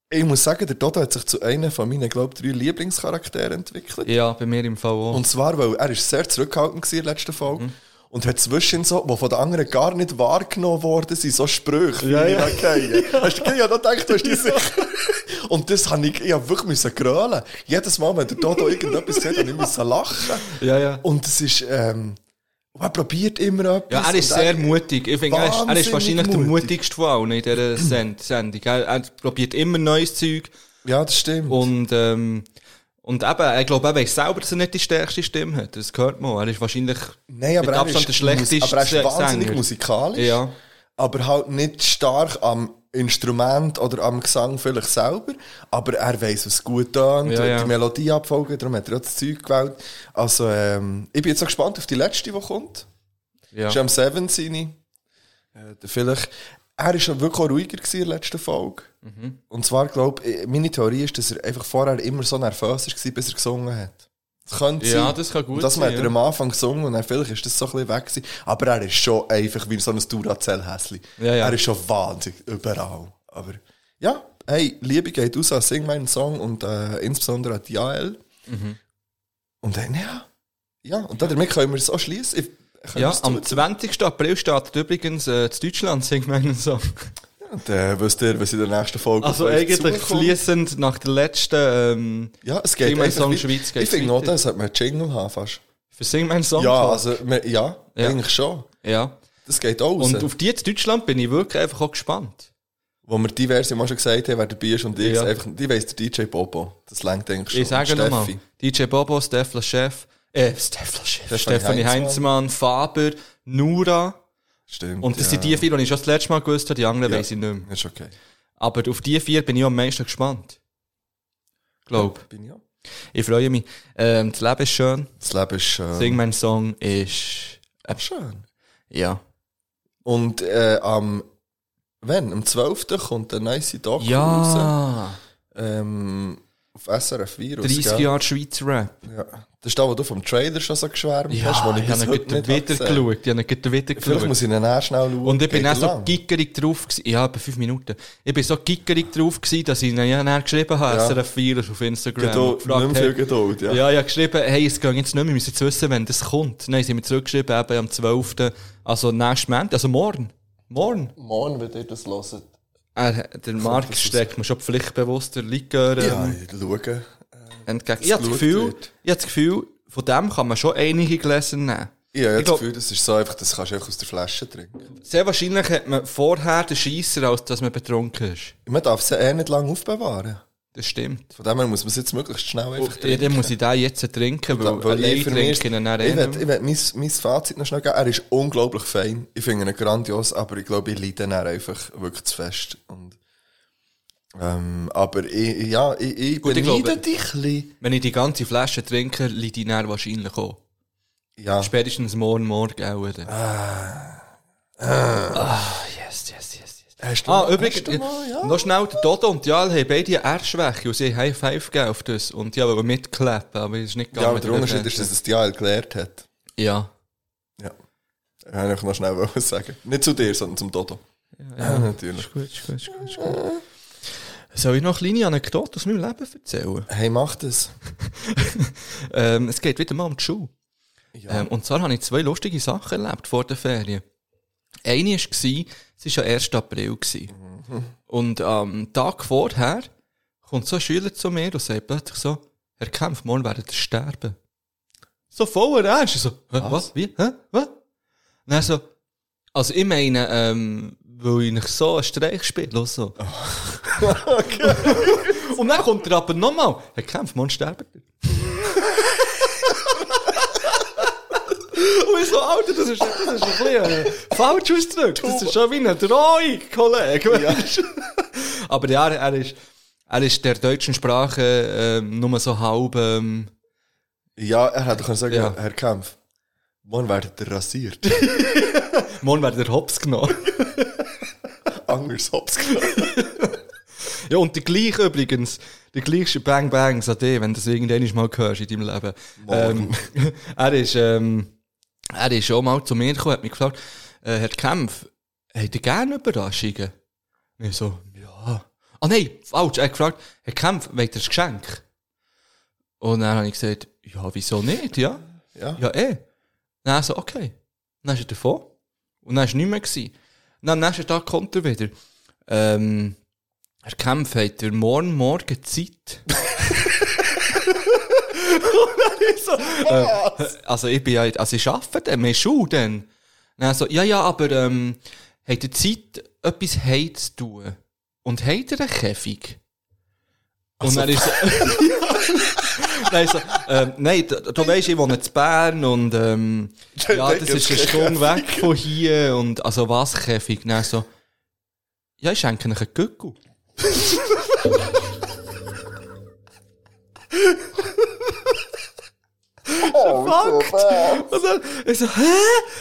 [SPEAKER 2] ich muss sagen, der Dodo hat sich zu einem von meinen, glaube ich, drei Lieblingscharakteren entwickelt.
[SPEAKER 1] Ja, bei mir im VO.
[SPEAKER 2] Und zwar, weil er ist sehr zurückhaltend gewesen in der letzten Folge.
[SPEAKER 1] Mhm.
[SPEAKER 2] Und hat zwischen so, die von den anderen gar nicht wahrgenommen worden sind, so Sprüche, wie ja, ja. Hast du gesehen? Ja, da denkst du, hast dich sicher. Und das habe ich, ich hab wirklich müssen grölen. Jedes Mal, wenn der Dodo irgendetwas sieht, habe ich müssen lachen.
[SPEAKER 1] Ja, ja.
[SPEAKER 2] Und es ist, ähm, und er probiert immer etwas.
[SPEAKER 1] ja, er ist
[SPEAKER 2] und
[SPEAKER 1] sehr mutig. Ich finde, er ist, er ist
[SPEAKER 2] Wahnsinnig
[SPEAKER 1] wahrscheinlich der
[SPEAKER 2] mutig.
[SPEAKER 1] mutigste von allen in dieser Send Sendung. Er, er probiert immer neues Zeug.
[SPEAKER 2] Ja, das stimmt.
[SPEAKER 1] Und, ähm, und eben, ich glaube, er weiß selber, dass er nicht die stärkste Stimme hat. Das gehört man. Er ist wahrscheinlich
[SPEAKER 2] Nein, aber
[SPEAKER 1] mit
[SPEAKER 2] er,
[SPEAKER 1] Abstand
[SPEAKER 2] ist,
[SPEAKER 1] der schlechteste
[SPEAKER 2] aber er ist wahnsinnig
[SPEAKER 1] Sänger.
[SPEAKER 2] musikalisch,
[SPEAKER 1] Ja.
[SPEAKER 2] aber halt nicht stark am Instrument oder am Gesang vielleicht selber, aber er weiß, was gut tönt,
[SPEAKER 1] Ja, ja.
[SPEAKER 2] die Melodie abfolgen, darum hat er auch das Zeug gewählt. Also, ähm, ich bin jetzt auch gespannt auf die letzte, die kommt.
[SPEAKER 1] Ja.
[SPEAKER 2] Ist am 7 seine. Äh, der vielleicht. Er war schon wirklich auch ruhiger gewesen in der letzten Folge.
[SPEAKER 1] Mhm.
[SPEAKER 2] Und zwar, glaube ich, meine Theorie ist, dass er einfach vorher immer so nervös war, bis er gesungen hat. Das könnte
[SPEAKER 1] Ja,
[SPEAKER 2] sein.
[SPEAKER 1] das kann gut
[SPEAKER 2] Und das
[SPEAKER 1] sein,
[SPEAKER 2] hat er
[SPEAKER 1] ja.
[SPEAKER 2] am Anfang gesungen und dann vielleicht ist das so ein bisschen weg gewesen. Aber er ist schon einfach wie so ein Duracell-Häsli.
[SPEAKER 1] Ja, ja.
[SPEAKER 2] Er ist schon wahnsinnig überall. Aber ja, hey, Liebe geht aus an Sing meinen Song und äh, insbesondere an die AL.
[SPEAKER 1] Mhm.
[SPEAKER 2] Und dann, ja. Ja, und damit können wir es auch schließen. Ich- können
[SPEAKER 1] Ja,
[SPEAKER 2] wir's
[SPEAKER 1] am
[SPEAKER 2] zu-
[SPEAKER 1] 20. April startet übrigens äh, in Deutschland, singt meinen Song.
[SPEAKER 2] Und äh, wisst ihr, was in der nächsten Folge
[SPEAKER 1] Also
[SPEAKER 2] auf euch
[SPEAKER 1] eigentlich
[SPEAKER 2] zukommt?
[SPEAKER 1] fließend nach der letzten ähm,
[SPEAKER 2] Ja, es geht
[SPEAKER 1] Sing meinen
[SPEAKER 2] einfach
[SPEAKER 1] Song
[SPEAKER 2] weit-
[SPEAKER 1] Schweiz
[SPEAKER 2] Ich
[SPEAKER 1] geht's
[SPEAKER 2] finde noch,
[SPEAKER 1] weiter.
[SPEAKER 2] das hat man Jingle haben fast.
[SPEAKER 1] für Sing meinen Song.
[SPEAKER 2] Ja, also, wir, ja,
[SPEAKER 1] Ja.
[SPEAKER 2] eigentlich schon.
[SPEAKER 1] ja.
[SPEAKER 2] Das geht auch raus.
[SPEAKER 1] Und auf die in Deutschland bin ich wirklich einfach auch gespannt.
[SPEAKER 2] Wo wir diverse Mal schon gesagt haben, wer dabei ist und ich,
[SPEAKER 1] Ja.
[SPEAKER 2] einfach, die weiss der DJ Bobo. Das längt eigentlich schon.
[SPEAKER 1] Ich sage
[SPEAKER 2] Und Steffi.
[SPEAKER 1] nochmal, DJ Bobo, Stefla Chef, äh, Stefla Chef,
[SPEAKER 2] Stefanie
[SPEAKER 1] Stefanie Heinzmann, Faber, Nura.
[SPEAKER 2] Stimmt.
[SPEAKER 1] Und das
[SPEAKER 2] ja.
[SPEAKER 1] sind die vier, die ich schon das letzte Mal gewusst habe, die anderen
[SPEAKER 2] Ja.
[SPEAKER 1] weiss ich nicht mehr.
[SPEAKER 2] Ist okay.
[SPEAKER 1] Aber auf die vier bin ich am meisten gespannt. Glaub.
[SPEAKER 2] Bin ich auch.
[SPEAKER 1] Ich freue mich. Ähm, das Leben ist schön.
[SPEAKER 2] Das Leben ist schön.
[SPEAKER 1] Sing mein Song ist,
[SPEAKER 2] Schön.
[SPEAKER 1] ja.
[SPEAKER 2] Und äh, am, wenn? Am 12. kommt der nice Doc raus.
[SPEAKER 1] Ja.
[SPEAKER 2] Ähm, auf SRF Virus.
[SPEAKER 1] 30
[SPEAKER 2] gell?
[SPEAKER 1] Jahre Schweizer Rap.
[SPEAKER 2] Ja. Das ist da, wo du vom Trailer schon so geschwärmt hast, wo
[SPEAKER 1] Ja, ich
[SPEAKER 2] bis
[SPEAKER 1] habe
[SPEAKER 2] heute
[SPEAKER 1] ihn
[SPEAKER 2] nicht
[SPEAKER 1] gerade wieder
[SPEAKER 2] gesehen.
[SPEAKER 1] geschaut. Ich habe ihn gerade wieder
[SPEAKER 2] Vielleicht muss
[SPEAKER 1] geschaut.
[SPEAKER 2] ich ihn auch schnell schauen.
[SPEAKER 1] Und ich bin
[SPEAKER 2] Geht
[SPEAKER 1] auch so
[SPEAKER 2] lang?
[SPEAKER 1] gickerig drauf gewesen. Ja, etwa fünf Minuten. Ich bin so gickerig drauf gewesen, dass ich ihn ja nachher geschrieben habe,
[SPEAKER 2] Ja.
[SPEAKER 1] SRF Virus auf Instagram. und
[SPEAKER 2] Geduld, nicht
[SPEAKER 1] gefragt
[SPEAKER 2] mehr viel Geduld, ja.
[SPEAKER 1] habe- ja, ich habe geschrieben, hey, es geht jetzt nicht mehr, wir müssen jetzt wissen, wenn das kommt. Nein, sie haben mir zurückgeschrieben, eben am 12., also nächsten Montag, also morgen. Morgen.
[SPEAKER 2] Morgen, wenn ihr das hört.
[SPEAKER 1] Er, Ah, der Markt steckt mir schon pflichtbewusster Likör ähm,
[SPEAKER 2] Ja, ich schaue.
[SPEAKER 1] entgegen. Ich habe das
[SPEAKER 2] geschaut
[SPEAKER 1] Gefühl,
[SPEAKER 2] wird.
[SPEAKER 1] ich habe das Gefühl, von dem kann man schon einige Gläser nehmen.
[SPEAKER 2] Ich habe ja
[SPEAKER 1] glaub-
[SPEAKER 2] das Gefühl, das ist so einfach, das kannst du einfach aus der Flasche trinken.
[SPEAKER 1] Sehr wahrscheinlich hat man vorher den Scheisser, als dass man betrunken ist.
[SPEAKER 2] Man darf es ja eh nicht lange aufbewahren.
[SPEAKER 1] Das stimmt.
[SPEAKER 2] Von dem her muss man es jetzt möglichst schnell einfach
[SPEAKER 1] Ja, dann muss ich den jetzt trinken, weil, weil
[SPEAKER 2] ich
[SPEAKER 1] allein
[SPEAKER 2] für mich,
[SPEAKER 1] trinken
[SPEAKER 2] ich
[SPEAKER 1] ihn dann
[SPEAKER 2] will,
[SPEAKER 1] eh
[SPEAKER 2] ich
[SPEAKER 1] nicht
[SPEAKER 2] will mein, mein Fazit noch schnell geben. Er ist unglaublich fein. Ich finde ihn grandios, aber ich glaube, ich leide ihn dann einfach wirklich zu fest. Und, ähm, aber ich, ja, ich, ich
[SPEAKER 1] Gut, ich
[SPEAKER 2] beneide
[SPEAKER 1] glaube-
[SPEAKER 2] dich ein bisschen.
[SPEAKER 1] Wenn ich die ganze Flasche trinke, liegt die dann wahrscheinlich auch.
[SPEAKER 2] Ja,
[SPEAKER 1] Spätestens morgen Morgen auch. Dann. Ah. yes, yes, yes. yes.
[SPEAKER 2] Hast du
[SPEAKER 1] Ah,
[SPEAKER 2] mal-
[SPEAKER 1] übrigens,
[SPEAKER 2] hast du mal, ja.
[SPEAKER 1] noch schnell, der Dodo und Jal haben beide eine R-Schwäche und sie haben High Five gegeben auf das. Und ja, aber mitklappen, aber es ist nicht
[SPEAKER 2] ja aber
[SPEAKER 1] gegangen.
[SPEAKER 2] der Unterschied ist, dass es die AL gelernt hat.
[SPEAKER 1] Ja.
[SPEAKER 2] Ja. Habe ich noch schnell wollen sagen. Nicht zu dir, sondern zum Dodo. Ja, natürlich.
[SPEAKER 1] Gut, ist gut, ist gut, ist gut. Soll ich noch eine kleine Anekdote aus meinem Leben erzählen?
[SPEAKER 2] Hey, mach das.
[SPEAKER 1] Ähm, es geht wieder mal um die Schule.
[SPEAKER 2] Ja.
[SPEAKER 1] Ähm, und zwar habe ich zwei lustige Sachen erlebt vor der Ferien. Eine war, es war ja 1. April. gsi Und am Tag vorher kommt so ein Schüler zu mir und sagt plötzlich so, Herr Kempf, morgen werdet ihr sterben. So voll ernst. Ich so, hä, was? Wie? Hä? Was? Dann so, also ich meine, ähm, weil ich nicht so einen Streich spiele und so. und dann kommt er aber nochmal, Herr Kempf, morgen sterben ihr. Und ich so, Alter, das ist, das ist ein bisschen äh, falsch ausgedrückt. Das ist schon wie eine Drohung, Kollege. weisst du? Aber ja, er ist, er ist der deutschen Sprache ähm, nur so halb... Ähm,
[SPEAKER 2] ja, er hätte können sagen,
[SPEAKER 1] Ja.
[SPEAKER 2] Herr Kempf, morgen werdet ihr rasiert.
[SPEAKER 1] morgen wird der Hops genommen.
[SPEAKER 2] Anders hab's gehört.
[SPEAKER 1] ja, und der gleiche übrigens, der gleiche Bang Bangs an dir, wenn du das irgendwann mal hörst in deinem Leben. Ähm,
[SPEAKER 2] Morgen.
[SPEAKER 1] er ist... Ähm, er ist schon mal zu mir gekommen hat mich gefragt, äh, Herr Kempf, habt ihr gerne Überraschungen? Und ich so, ja. Ah nein, falsch, er hat gefragt, Herr Kempf, wollt ihr ein Geschenk? Und dann habe ich gesagt, ja, wieso nicht, ja?
[SPEAKER 2] Ja.
[SPEAKER 1] Ja, eh. Dann so, okay. Dann ist er davon. Und dann war nicht mehr. Gewesen. Dann am nächsten Tag kommt er wieder. Ähm, Herr Kempf, habt ihr morgen Morgen Zeit? Also ich bin ja, also ich arbeite dann, wir Schule dann. Dann so, ja, ja, aber ähm, habt ihr Zeit, etwas heim zu tun? Und habt ihr einen Käfig? Und dann ist so, dann ist so ähm, nein, du, du weisst, ich wohne in Bern und ähm, ja, das ist eine Stunde weg von hier und also was Käfig? Dann so, ja, ich schenke euch einen Gückel. Oh, Und dann, ich so, hä?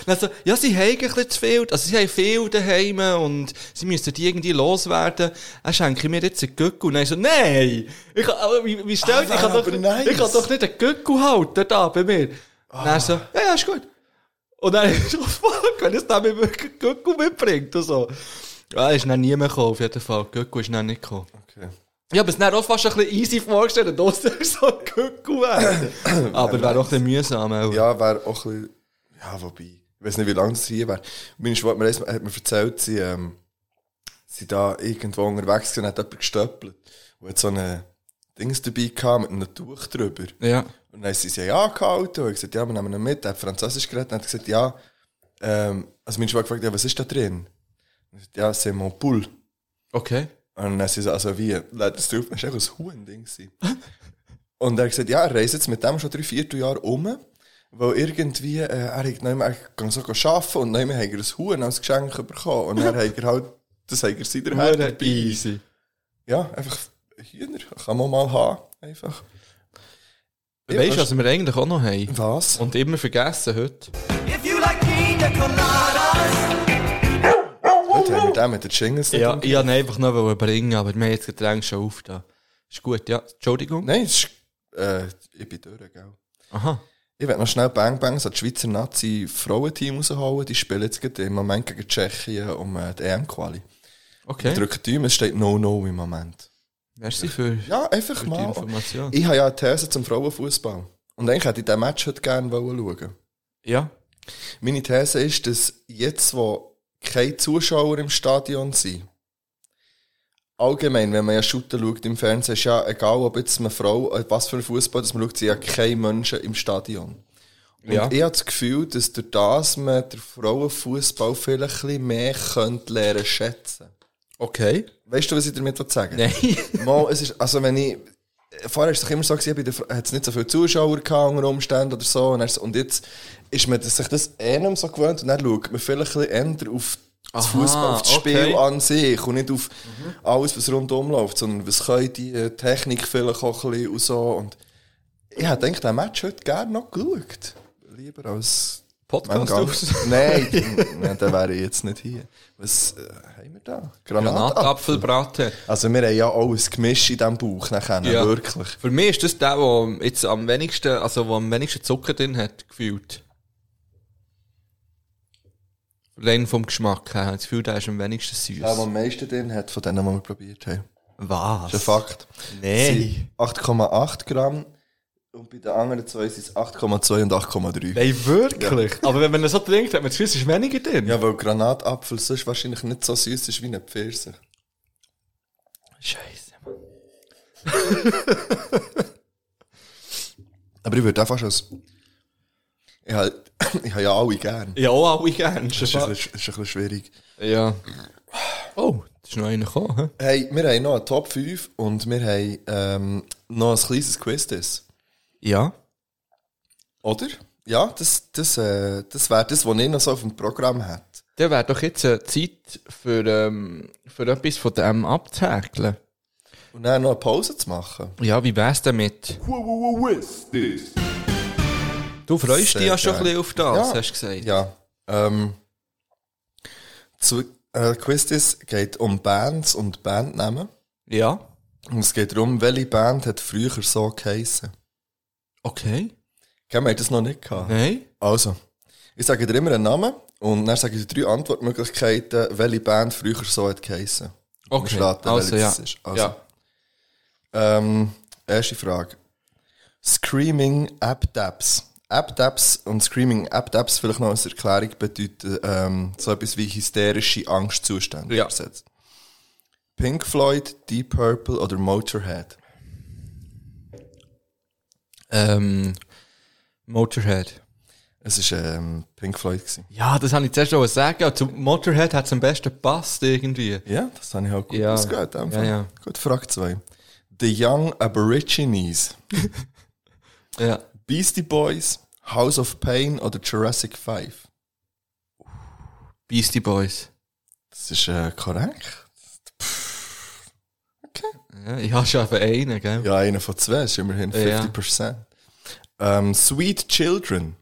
[SPEAKER 1] Dann so, ja, sie haben ein bisschen zu viel, also sie haben viel daheim und sie müssen die irgendwie loswerden. Er schenke mir jetzt einen Gückel. Und dann so, nein! Ich, kann- aber wie, wie stellt,
[SPEAKER 2] Ah,
[SPEAKER 1] ich, kann doch,
[SPEAKER 2] aber nice.
[SPEAKER 1] ich kann doch nicht einen Gückel halten da bei mir. Und dann so,
[SPEAKER 2] Ah.
[SPEAKER 1] ja, ja, ist gut. Und dann ist so, fuck, wenn es da mir wirklich einen Gückel mitbringt und so. Ja, ist dann niemand gekommen, auf jeden Fall. Gückel ist dann nicht gekommen.
[SPEAKER 2] Okay.
[SPEAKER 1] Ja, aber es wäre auch fast ein bisschen easy vorgestellt, wenn das so ein Gückel wäre. aber wäre auch ein bisschen mühsam. auch.
[SPEAKER 2] Ja, wäre auch ein bisschen, Ja, wobei. Ich weiß nicht, wie lange es hier wäre. Meine Schwester hat mir erzählt, hat mir erzählt, sie ähm, sie da irgendwo unterwegs gewesen und hat jemand gestöppelt. Und hat so ein Dings dabei gehabt mit einem Tuch drüber.
[SPEAKER 1] ja.
[SPEAKER 2] Und dann haben sie sie angehalten und gesagt, ja, wir nehmen ihn mit. Er hat Französisch geredet und hat gesagt, ja, ähm, also meine Schwester gefragt, ja, was ist da drin? Und ich gesagt, ja, c'est mon poule.
[SPEAKER 1] Okay.
[SPEAKER 2] Und dann sie so, also wie, lädt es drauf, das war echt ein Huhn-Ding. gewesen. Und er hat gesagt, ja, er reist jetzt mit dem schon drei Vierteljahre um, weil irgendwie, äh, er hat nicht mehr, er kann so arbeiten und nicht mehr hat er ein Huhn als Geschenk bekommen. Und dann hat er halt, das hat er seit der Hand dabei.
[SPEAKER 1] easy.
[SPEAKER 2] Ja, einfach Hühner, kann man mal haben, einfach. Ja,
[SPEAKER 1] Weißt du,
[SPEAKER 2] das-
[SPEAKER 1] was wir eigentlich auch noch haben?
[SPEAKER 2] Was?
[SPEAKER 1] Und immer vergessen heute.
[SPEAKER 5] If you like pina coladas,
[SPEAKER 2] Heute haben wir den mit den Jingles nicht
[SPEAKER 1] Ja,
[SPEAKER 2] umge-
[SPEAKER 1] ich wollte ihn einfach noch bringen, aber wir haben jetzt Getränk schon auf da. Ist gut, ja. Entschuldigung.
[SPEAKER 2] Nein, es ist, äh, ich bin durch, gell.
[SPEAKER 1] Aha.
[SPEAKER 2] Ich werde noch schnell Bang Bangs an das Schweizer Nazi-Frauenteam rausholen. Die spielen jetzt gerade im Moment gegen Tschechien um äh, die EM-Quali.
[SPEAKER 1] Okay.
[SPEAKER 2] Drücken die Daumen, es steht No-No im Moment.
[SPEAKER 1] Merci für,
[SPEAKER 2] Ja, einfach
[SPEAKER 1] für die
[SPEAKER 2] mal.
[SPEAKER 1] Information.
[SPEAKER 2] Ich habe ja eine These zum Frauenfußball. Und eigentlich hätte ich diesen Match heute gerne wollen schauen
[SPEAKER 1] Ja.
[SPEAKER 2] Meine These ist, dass jetzt, wo keine Zuschauer im Stadion sind, allgemein, wenn man ja Shooter schaut im Fernsehen, ist ja egal, ob jetzt eine Frau, äh, was für ein Fußball, dass man schaut, sind ja keine Menschen im Stadion. Und
[SPEAKER 1] Ja.
[SPEAKER 2] ich habe das Gefühl, dass durch das man den Frauenfußball vielleicht ein bisschen mehr könnte lernen schätzen.
[SPEAKER 1] Okay.
[SPEAKER 2] Weißt du, was ich damit sagen will?
[SPEAKER 1] Nein.
[SPEAKER 2] Mal, es ist, also wenn ich, vorher war es doch immer so, gewesen, bei der Fra- hat es nicht so viele Zuschauer gehabt unter Umständen oder so. Und, dann, und jetzt ist man das- sich das eh nicht mehr so gewöhnt und dann schaut man vielleicht ein bisschen eher auf das
[SPEAKER 1] Aha,
[SPEAKER 2] Fußball, auf das
[SPEAKER 1] okay.
[SPEAKER 2] Spiel an sich und nicht auf alles, was rundum läuft, sondern was können die äh, Technik vielleicht auch ein bisschen und so. Und ich habe gedacht, den Match heute gerne noch geschaut. Lieber als
[SPEAKER 1] Podcast
[SPEAKER 2] Mann,
[SPEAKER 1] aus.
[SPEAKER 2] ganz- Nein, dann- nein, dann wäre ich jetzt nicht hier. Was äh, haben wir da? Granatapfel.
[SPEAKER 1] Granatapfelbraten.
[SPEAKER 2] Also wir haben ja auch ein Gemisch in diesem Bauch nachher,
[SPEAKER 1] Ja.
[SPEAKER 2] wirklich.
[SPEAKER 1] Für mich ist das der, der jetzt am wenigsten, also der am wenigsten Zucker drin hat, gefühlt. Allein vom Geschmack her. Das Gefühl, der ist am wenigsten
[SPEAKER 2] Der, der
[SPEAKER 1] süß.
[SPEAKER 2] am meisten drin hat, von denen, die wir probiert haben.
[SPEAKER 1] Was?
[SPEAKER 2] Das ist ein Fakt.
[SPEAKER 1] Nein.
[SPEAKER 2] Es sind 8,8 Gramm und bei den anderen zwei sind es 8,2 und 8,3.
[SPEAKER 1] Nein, wirklich? Aber wenn man das so trinkt, hat man das Gefühl, es ist weniger drin.
[SPEAKER 2] Ja, weil Granatapfel sonst wahrscheinlich nicht so süß ist wie ein Pfirsich.
[SPEAKER 1] Scheiße, Mann.
[SPEAKER 2] Aber ich würde auch fast als... Ich habe ich habe ja alle gern.
[SPEAKER 1] Ja, auch alle gerne.
[SPEAKER 2] Das ist, ein bisschen, das ist ein bisschen schwierig.
[SPEAKER 1] Ja. Oh, das ist noch einer gekommen. hä?
[SPEAKER 2] Hey, wir haben noch eine Top 5 und wir haben ähm, noch ein kleines Quiz. das.
[SPEAKER 1] Ja.
[SPEAKER 2] Oder? Ja, das, das, äh, das wäre das, was ich noch so auf dem Programm hätte.
[SPEAKER 1] Dann wäre doch jetzt äh, Zeit für, ähm, für etwas von dem abzuhäkeln.
[SPEAKER 2] Und dann noch eine Pause zu machen.
[SPEAKER 1] Ja, wie wär's damit? Du freust
[SPEAKER 2] Sehr
[SPEAKER 1] dich ja schon
[SPEAKER 2] geil.
[SPEAKER 1] ein bisschen auf das,
[SPEAKER 2] Ja.
[SPEAKER 1] hast du gesagt.
[SPEAKER 2] Ja. Ähm, zu, äh, Quizdiz geht um Bands und Bandnamen.
[SPEAKER 1] Ja.
[SPEAKER 2] Und es geht darum, welche Band hat früher so geheissen.
[SPEAKER 1] Okay.
[SPEAKER 2] Kennen wir das noch nicht gehabt?
[SPEAKER 1] Nein.
[SPEAKER 2] Also, ich sage dir immer einen Namen und dann sage ich dir drei Antwortmöglichkeiten, welche Band früher so hat geheissen. Und
[SPEAKER 1] Okay.
[SPEAKER 2] wir raten,
[SPEAKER 1] Also,
[SPEAKER 2] welche
[SPEAKER 1] ja.
[SPEAKER 2] das ist. Also,
[SPEAKER 1] Ja.
[SPEAKER 2] Ähm, erste Frage. Screaming Abdabs. Abdabs und Screaming Abdabs, vielleicht noch als Erklärung, bedeutet ähm, so etwas wie hysterische Angstzustände.
[SPEAKER 1] Ja.
[SPEAKER 2] übersetzt. Pink Floyd, Deep Purple oder Motorhead?
[SPEAKER 1] Ähm, Motorhead.
[SPEAKER 2] Es ist ähm, Pink Floyd. Gewesen.
[SPEAKER 1] Ja, das habe ich zuerst schon sagen. aber Zu Motorhead hat es am besten gepasst irgendwie.
[SPEAKER 2] Ja, das habe ich auch gut
[SPEAKER 1] Ja.
[SPEAKER 2] ausgehört. Einfach.
[SPEAKER 1] Ja, ja.
[SPEAKER 2] Gut, Frage 2. The Young Aborigines.
[SPEAKER 1] Ja.
[SPEAKER 2] Beastie Boys, House of Pain oder Jurassic 5?
[SPEAKER 1] Beastie Boys.
[SPEAKER 2] Das ist äh, korrekt.
[SPEAKER 1] Ja, ich habe schon einfach einen, gell?
[SPEAKER 2] Ja, einer von zwei ist immerhin
[SPEAKER 1] Ja.
[SPEAKER 2] 50%. Ähm, Sweet Children.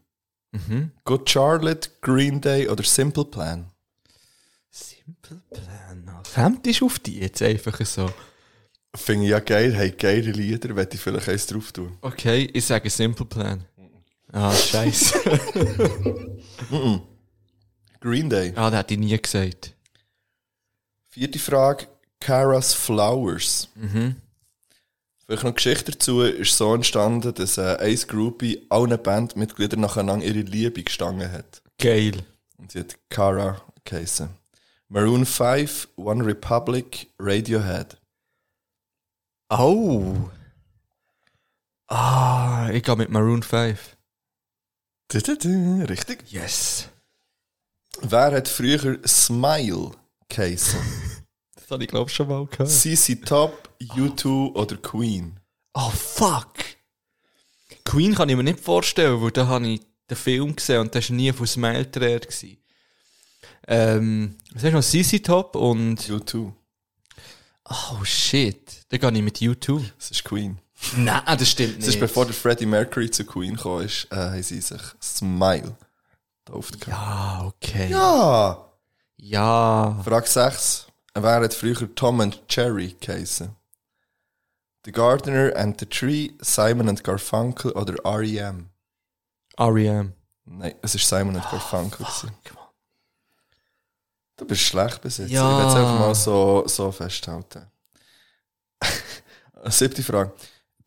[SPEAKER 1] Mhm.
[SPEAKER 2] Good Charlotte, Green Day oder Simple Plan?
[SPEAKER 1] Simple Plan. Alter. Hemd ist auf die jetzt einfach so.
[SPEAKER 2] Finde ich ja geil, hey, geile Lieder, werde ich vielleicht eins drauf tun.
[SPEAKER 1] Okay, ich sage Simple Plan. Ah, scheiße.
[SPEAKER 2] Green Day.
[SPEAKER 1] ah, das hätte ich nie gesagt.
[SPEAKER 2] Vierte Frage, Cara's Flowers. Vielleicht noch eine Geschichte dazu, ist so entstanden, dass äh, ein Groupie allen Bandmitgliedern nacheinander ihre Liebe gestanden hat.
[SPEAKER 1] Geil.
[SPEAKER 2] Und sie hat Cara geheissen. Maroon 5, One Republic, Radiohead.
[SPEAKER 1] Au. Ah, ich gehe mit Maroon 5.
[SPEAKER 2] Du, du, du, Richtig.
[SPEAKER 1] Yes.
[SPEAKER 2] Wer hat früher Smile geheissen?
[SPEAKER 1] Das habe ich, glaube ich, schon mal gehört.
[SPEAKER 2] CC Top, U2 oder Queen?
[SPEAKER 1] Oh, fuck. Queen kann ich mir nicht vorstellen, weil da habe ich den Film gesehen und das war nie von Smile die Rede. gewesen. Ähm, was hast du noch? CC Top und...
[SPEAKER 2] U2.
[SPEAKER 1] Oh, shit. Da gehe ich mit U2.
[SPEAKER 2] Das ist Queen.
[SPEAKER 1] Nein, das stimmt
[SPEAKER 2] Das ist bevor der Freddie Mercury zu Queen gekommen ist, äh, haben sie sich Smile getauft.
[SPEAKER 1] Ah, okay. Ja.
[SPEAKER 2] Ja!
[SPEAKER 1] ja.
[SPEAKER 2] Frage 6. Wer hat früher Tom and Jerry geheissen? The Gardener and the Tree, Simon and Garfunkel oder E R.E.M.?
[SPEAKER 1] R.E.M.
[SPEAKER 2] Nein, es ist Simon and
[SPEAKER 1] Ah,
[SPEAKER 2] Garfunkel. gewesen. Du bist schlecht besetzt.
[SPEAKER 1] Ja.
[SPEAKER 2] Ich will es einfach mal so, so festhalten. Siebte Frage.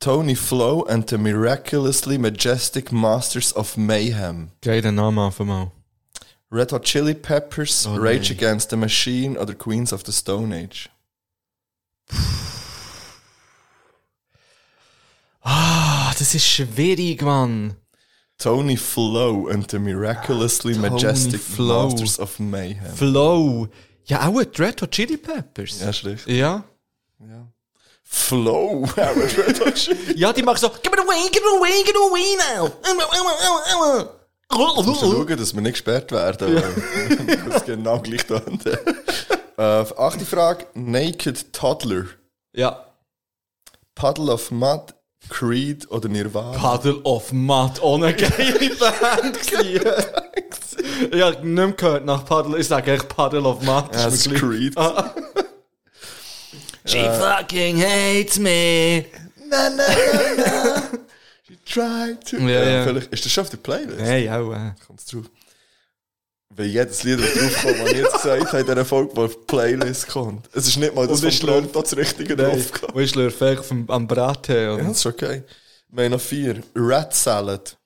[SPEAKER 2] Tony Flow and the Miraculously Majestic Masters of Mayhem.
[SPEAKER 1] Geiler Name einfach mal.
[SPEAKER 2] Red Hot Chili Peppers,
[SPEAKER 1] Oh,
[SPEAKER 2] Rage
[SPEAKER 1] nein.
[SPEAKER 2] Against the Machine oder Queens of the Stone Age?
[SPEAKER 1] Ah, das ist schwierig, Mann.
[SPEAKER 2] Tony Flow and the Miraculously
[SPEAKER 1] Ah, Tony
[SPEAKER 2] Majestic
[SPEAKER 1] Flow.
[SPEAKER 2] Masters of Mayhem.
[SPEAKER 1] Flow. Ja, auch ein Red Hot Chili Peppers.
[SPEAKER 2] Ja, ist richtig.
[SPEAKER 1] Ja.
[SPEAKER 2] Flow. aber du hast doch schon-
[SPEAKER 1] Ja, die machen so, give it away, give it away, give it away now.
[SPEAKER 2] Wir müssen schauen, dass wir nicht gesperrt werden. weil Das genau gleich da. äh, achte Frage. Naked Toddler.
[SPEAKER 1] Ja.
[SPEAKER 2] Puddle of Mud, Creed oder Nirvana?
[SPEAKER 1] Paddle of Mud, ohne geile Band gewesen. Ja, nicht mehr gehört nach Paddle, ich sage echt Paddle of Ah. Mud.
[SPEAKER 2] Ja, das
[SPEAKER 1] Ist mir
[SPEAKER 2] ist
[SPEAKER 1] gleich.
[SPEAKER 2] Creed.
[SPEAKER 1] She fucking hates me.
[SPEAKER 2] Na, na, na, na. She tried to.
[SPEAKER 1] Ja, ja.
[SPEAKER 2] Vielleicht, ist das schon auf der Playlist?
[SPEAKER 1] Hey, auch. Äh.
[SPEAKER 2] Kommt's drauf. Weil jedes Lied, das draufkommt, was ich jetzt gesagt habe, in dieser Folge, die auf die Playlist kommt. Es ist nicht mal das
[SPEAKER 1] Und ich
[SPEAKER 2] vom Pronto das Richtige
[SPEAKER 1] Nein,
[SPEAKER 2] draufgekommen.
[SPEAKER 1] wo ist Lörfäck am Braten?
[SPEAKER 2] Ja,
[SPEAKER 1] Und
[SPEAKER 2] das ist okay. Wir haben noch vier. Red Salad.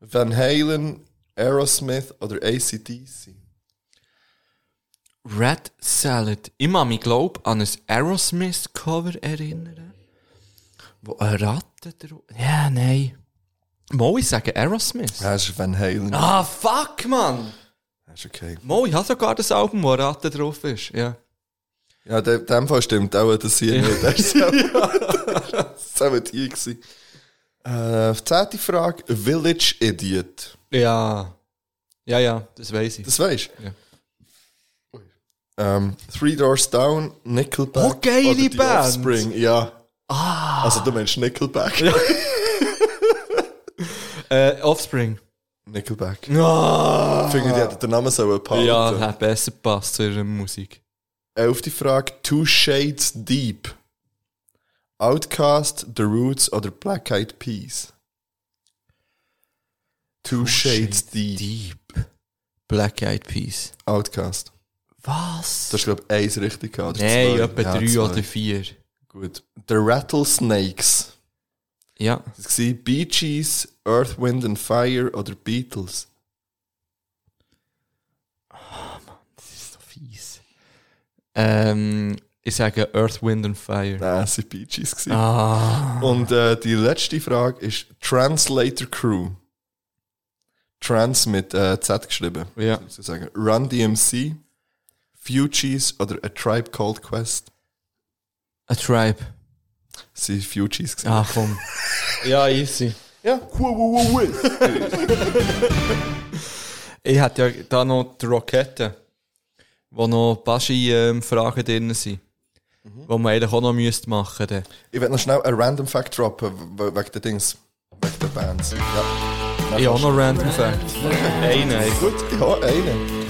[SPEAKER 2] Van Halen, Aerosmith oder ACDC.
[SPEAKER 1] Red Salad. Ich kann mich, glaube an ein Aerosmith-Cover erinnern. Wo eine Ratte drauf... Ja, nein. Mo, ich sage Aerosmith.
[SPEAKER 2] Ja, es ist Van Halen.
[SPEAKER 1] Ah, fuck, Mann!
[SPEAKER 2] Das ist okay.
[SPEAKER 1] Mo, ich habe sogar das Album, wo eine Ratte drauf ist. Ja.
[SPEAKER 2] Ja, in dem- in dem Fall stimmt auch, dass sie nicht. Das ist selber, das war die gewesen. Äh, zehnte Frage. Village Idiot.
[SPEAKER 1] Ja. Ja, ja, das weiß ich.
[SPEAKER 2] Das weißt du?
[SPEAKER 1] Ja.
[SPEAKER 2] Ähm, Three Doors Down, Nickelback.
[SPEAKER 1] Oh, geile
[SPEAKER 2] oder die
[SPEAKER 1] Band.
[SPEAKER 2] Offspring, ja. Ah. Also, du meinst Nickelback.
[SPEAKER 1] Äh, Offspring.
[SPEAKER 2] Nickelback.
[SPEAKER 1] Ah.
[SPEAKER 2] Ich finde, die hätten den Namen so behalten.
[SPEAKER 1] Ja, hat besser passt zu ihrer Musik.
[SPEAKER 2] Elfte Frage: Two Shades Deep. Outcast, The Roots oder Black Eyed Peas? Two, Shades, Deep.
[SPEAKER 1] Deep. Black Eyed Peas.
[SPEAKER 2] Outcast.
[SPEAKER 1] Was?
[SPEAKER 2] Du hast, glaube ich, eins richtig gehabt. oder
[SPEAKER 1] Nein,
[SPEAKER 2] zwei.
[SPEAKER 1] etwa
[SPEAKER 2] Ja,
[SPEAKER 1] drei
[SPEAKER 2] zwei.
[SPEAKER 1] oder vier.
[SPEAKER 2] Gut. The Rattlesnakes.
[SPEAKER 1] Ja.
[SPEAKER 2] Das war Bee Gees, Earth, Wind and Fire oder Beatles.
[SPEAKER 1] ist so fies. Ähm, ich sage Earth, Wind and Fire.
[SPEAKER 2] Nein, es waren Bee Gees. gewesen.
[SPEAKER 1] Ah.
[SPEAKER 2] Und äh, die letzte Frage ist Translator Crew. Trans mit äh, Z geschrieben.
[SPEAKER 1] Ja.
[SPEAKER 2] Sozusagen. Run DMC, Fugees oder A Tribe Called Quest.
[SPEAKER 1] A Tribe.
[SPEAKER 2] Sie waren Fugees. gewesen.
[SPEAKER 1] Ah, komm. ja, easy.
[SPEAKER 2] Ja. Wow, wow, wow, wow.
[SPEAKER 1] Ich hätte ja da noch die Rockette, wo noch Baschi-Fragen drin sind. Wo man eigentlich auch noch müsste machen müsste.
[SPEAKER 2] ich werde noch schnell einen Random Fact droppen we- wegen der Dings. Wegen der Bands. Ja.
[SPEAKER 1] Ich auch noch Random Fact. Einen, ey.
[SPEAKER 2] Gut, ich habe einen.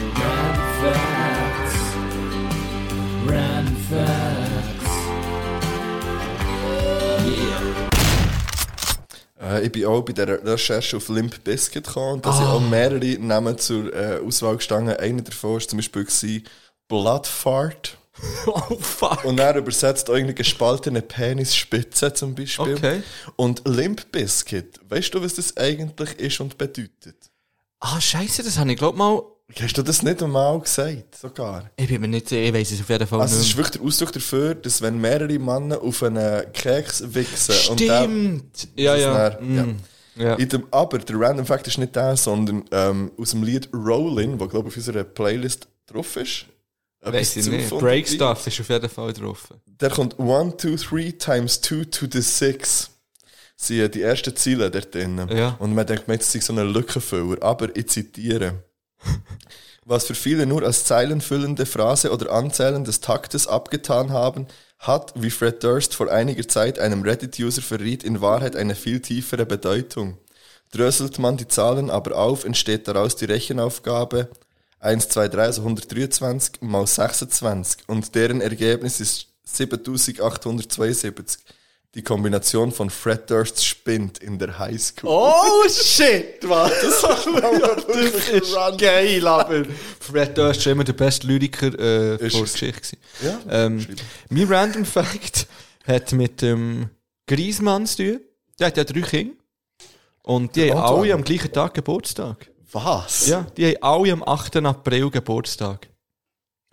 [SPEAKER 2] Äh, ich bin auch bei der Recherche auf Limp Bizkit gekommen und da sind auch mehrere Namen zur äh, Auswahl gestanden. Einer davon war zum Beispiel gewesen, Bloodfart.
[SPEAKER 1] Oh, fuck.
[SPEAKER 2] Und er übersetzt auch irgendeine gespaltene Penisspitze zum Beispiel.
[SPEAKER 1] Okay.
[SPEAKER 2] Und Limp Bizkit, weißt du, was das eigentlich ist und bedeutet?
[SPEAKER 1] Ah, scheiße, das habe ich, glaube mal...
[SPEAKER 2] Hast du das nicht einmal gesagt, sogar?
[SPEAKER 1] Ich bin mir nicht sicher, ich weiß es auf jeden Fall
[SPEAKER 2] Also es
[SPEAKER 1] nicht.
[SPEAKER 2] ist wirklich der Ausdruck dafür, dass wenn mehrere Männer auf einen Keks wichsen und dann
[SPEAKER 1] Stimmt! Ja,
[SPEAKER 2] Das
[SPEAKER 1] ja.
[SPEAKER 2] ist dann-
[SPEAKER 1] Mm. ja.
[SPEAKER 2] In dem, aber der Random Fact ist nicht der, sondern ähm, aus dem Lied Rollin, wo glaube ich auf unserer Playlist drauf ist.
[SPEAKER 1] Weiß ich nicht.
[SPEAKER 2] Zufall
[SPEAKER 1] Break
[SPEAKER 2] dabei.
[SPEAKER 1] Stuff ist auf jeden Fall drauf.
[SPEAKER 2] Der kommt 1, 2, 3 times 2 to the 6. sind äh, die ersten Ziele dort drin.
[SPEAKER 1] Ja.
[SPEAKER 2] Und man denkt, man, das ist so ein Lückenfüller. Aber ich zitiere. Was für viele nur als zeilenfüllende Phrase oder Anzählen des Taktes abgetan haben, hat, wie Fred Durst vor einiger Zeit einem Reddit-User verriet, in Wahrheit eine viel tiefere Bedeutung. Dröselt man die Zahlen aber auf, entsteht daraus die Rechenaufgabe 1, 2, 3, also 123 mal 26 und deren Ergebnis ist 7872. Die Kombination von Fred Durst spinnt in der Highschool.
[SPEAKER 1] Oh shit, was? Das,
[SPEAKER 2] wirklich
[SPEAKER 1] ist
[SPEAKER 2] random.
[SPEAKER 1] geil, aber Äh, Fred Durst war immer der beste Lyriker äh,
[SPEAKER 2] Ist
[SPEAKER 1] vor
[SPEAKER 2] es.
[SPEAKER 1] Geschichte.
[SPEAKER 2] Ja,
[SPEAKER 1] Ähm,
[SPEAKER 2] schreiben.
[SPEAKER 1] mein Random Fact hat mit dem Griezmann zu tun. Der hat ja drei Kinder. Und die haben
[SPEAKER 2] Antoine.
[SPEAKER 1] alle am gleichen Tag Geburtstag.
[SPEAKER 2] Was?
[SPEAKER 1] Ja, die haben alle am 8. April Geburtstag.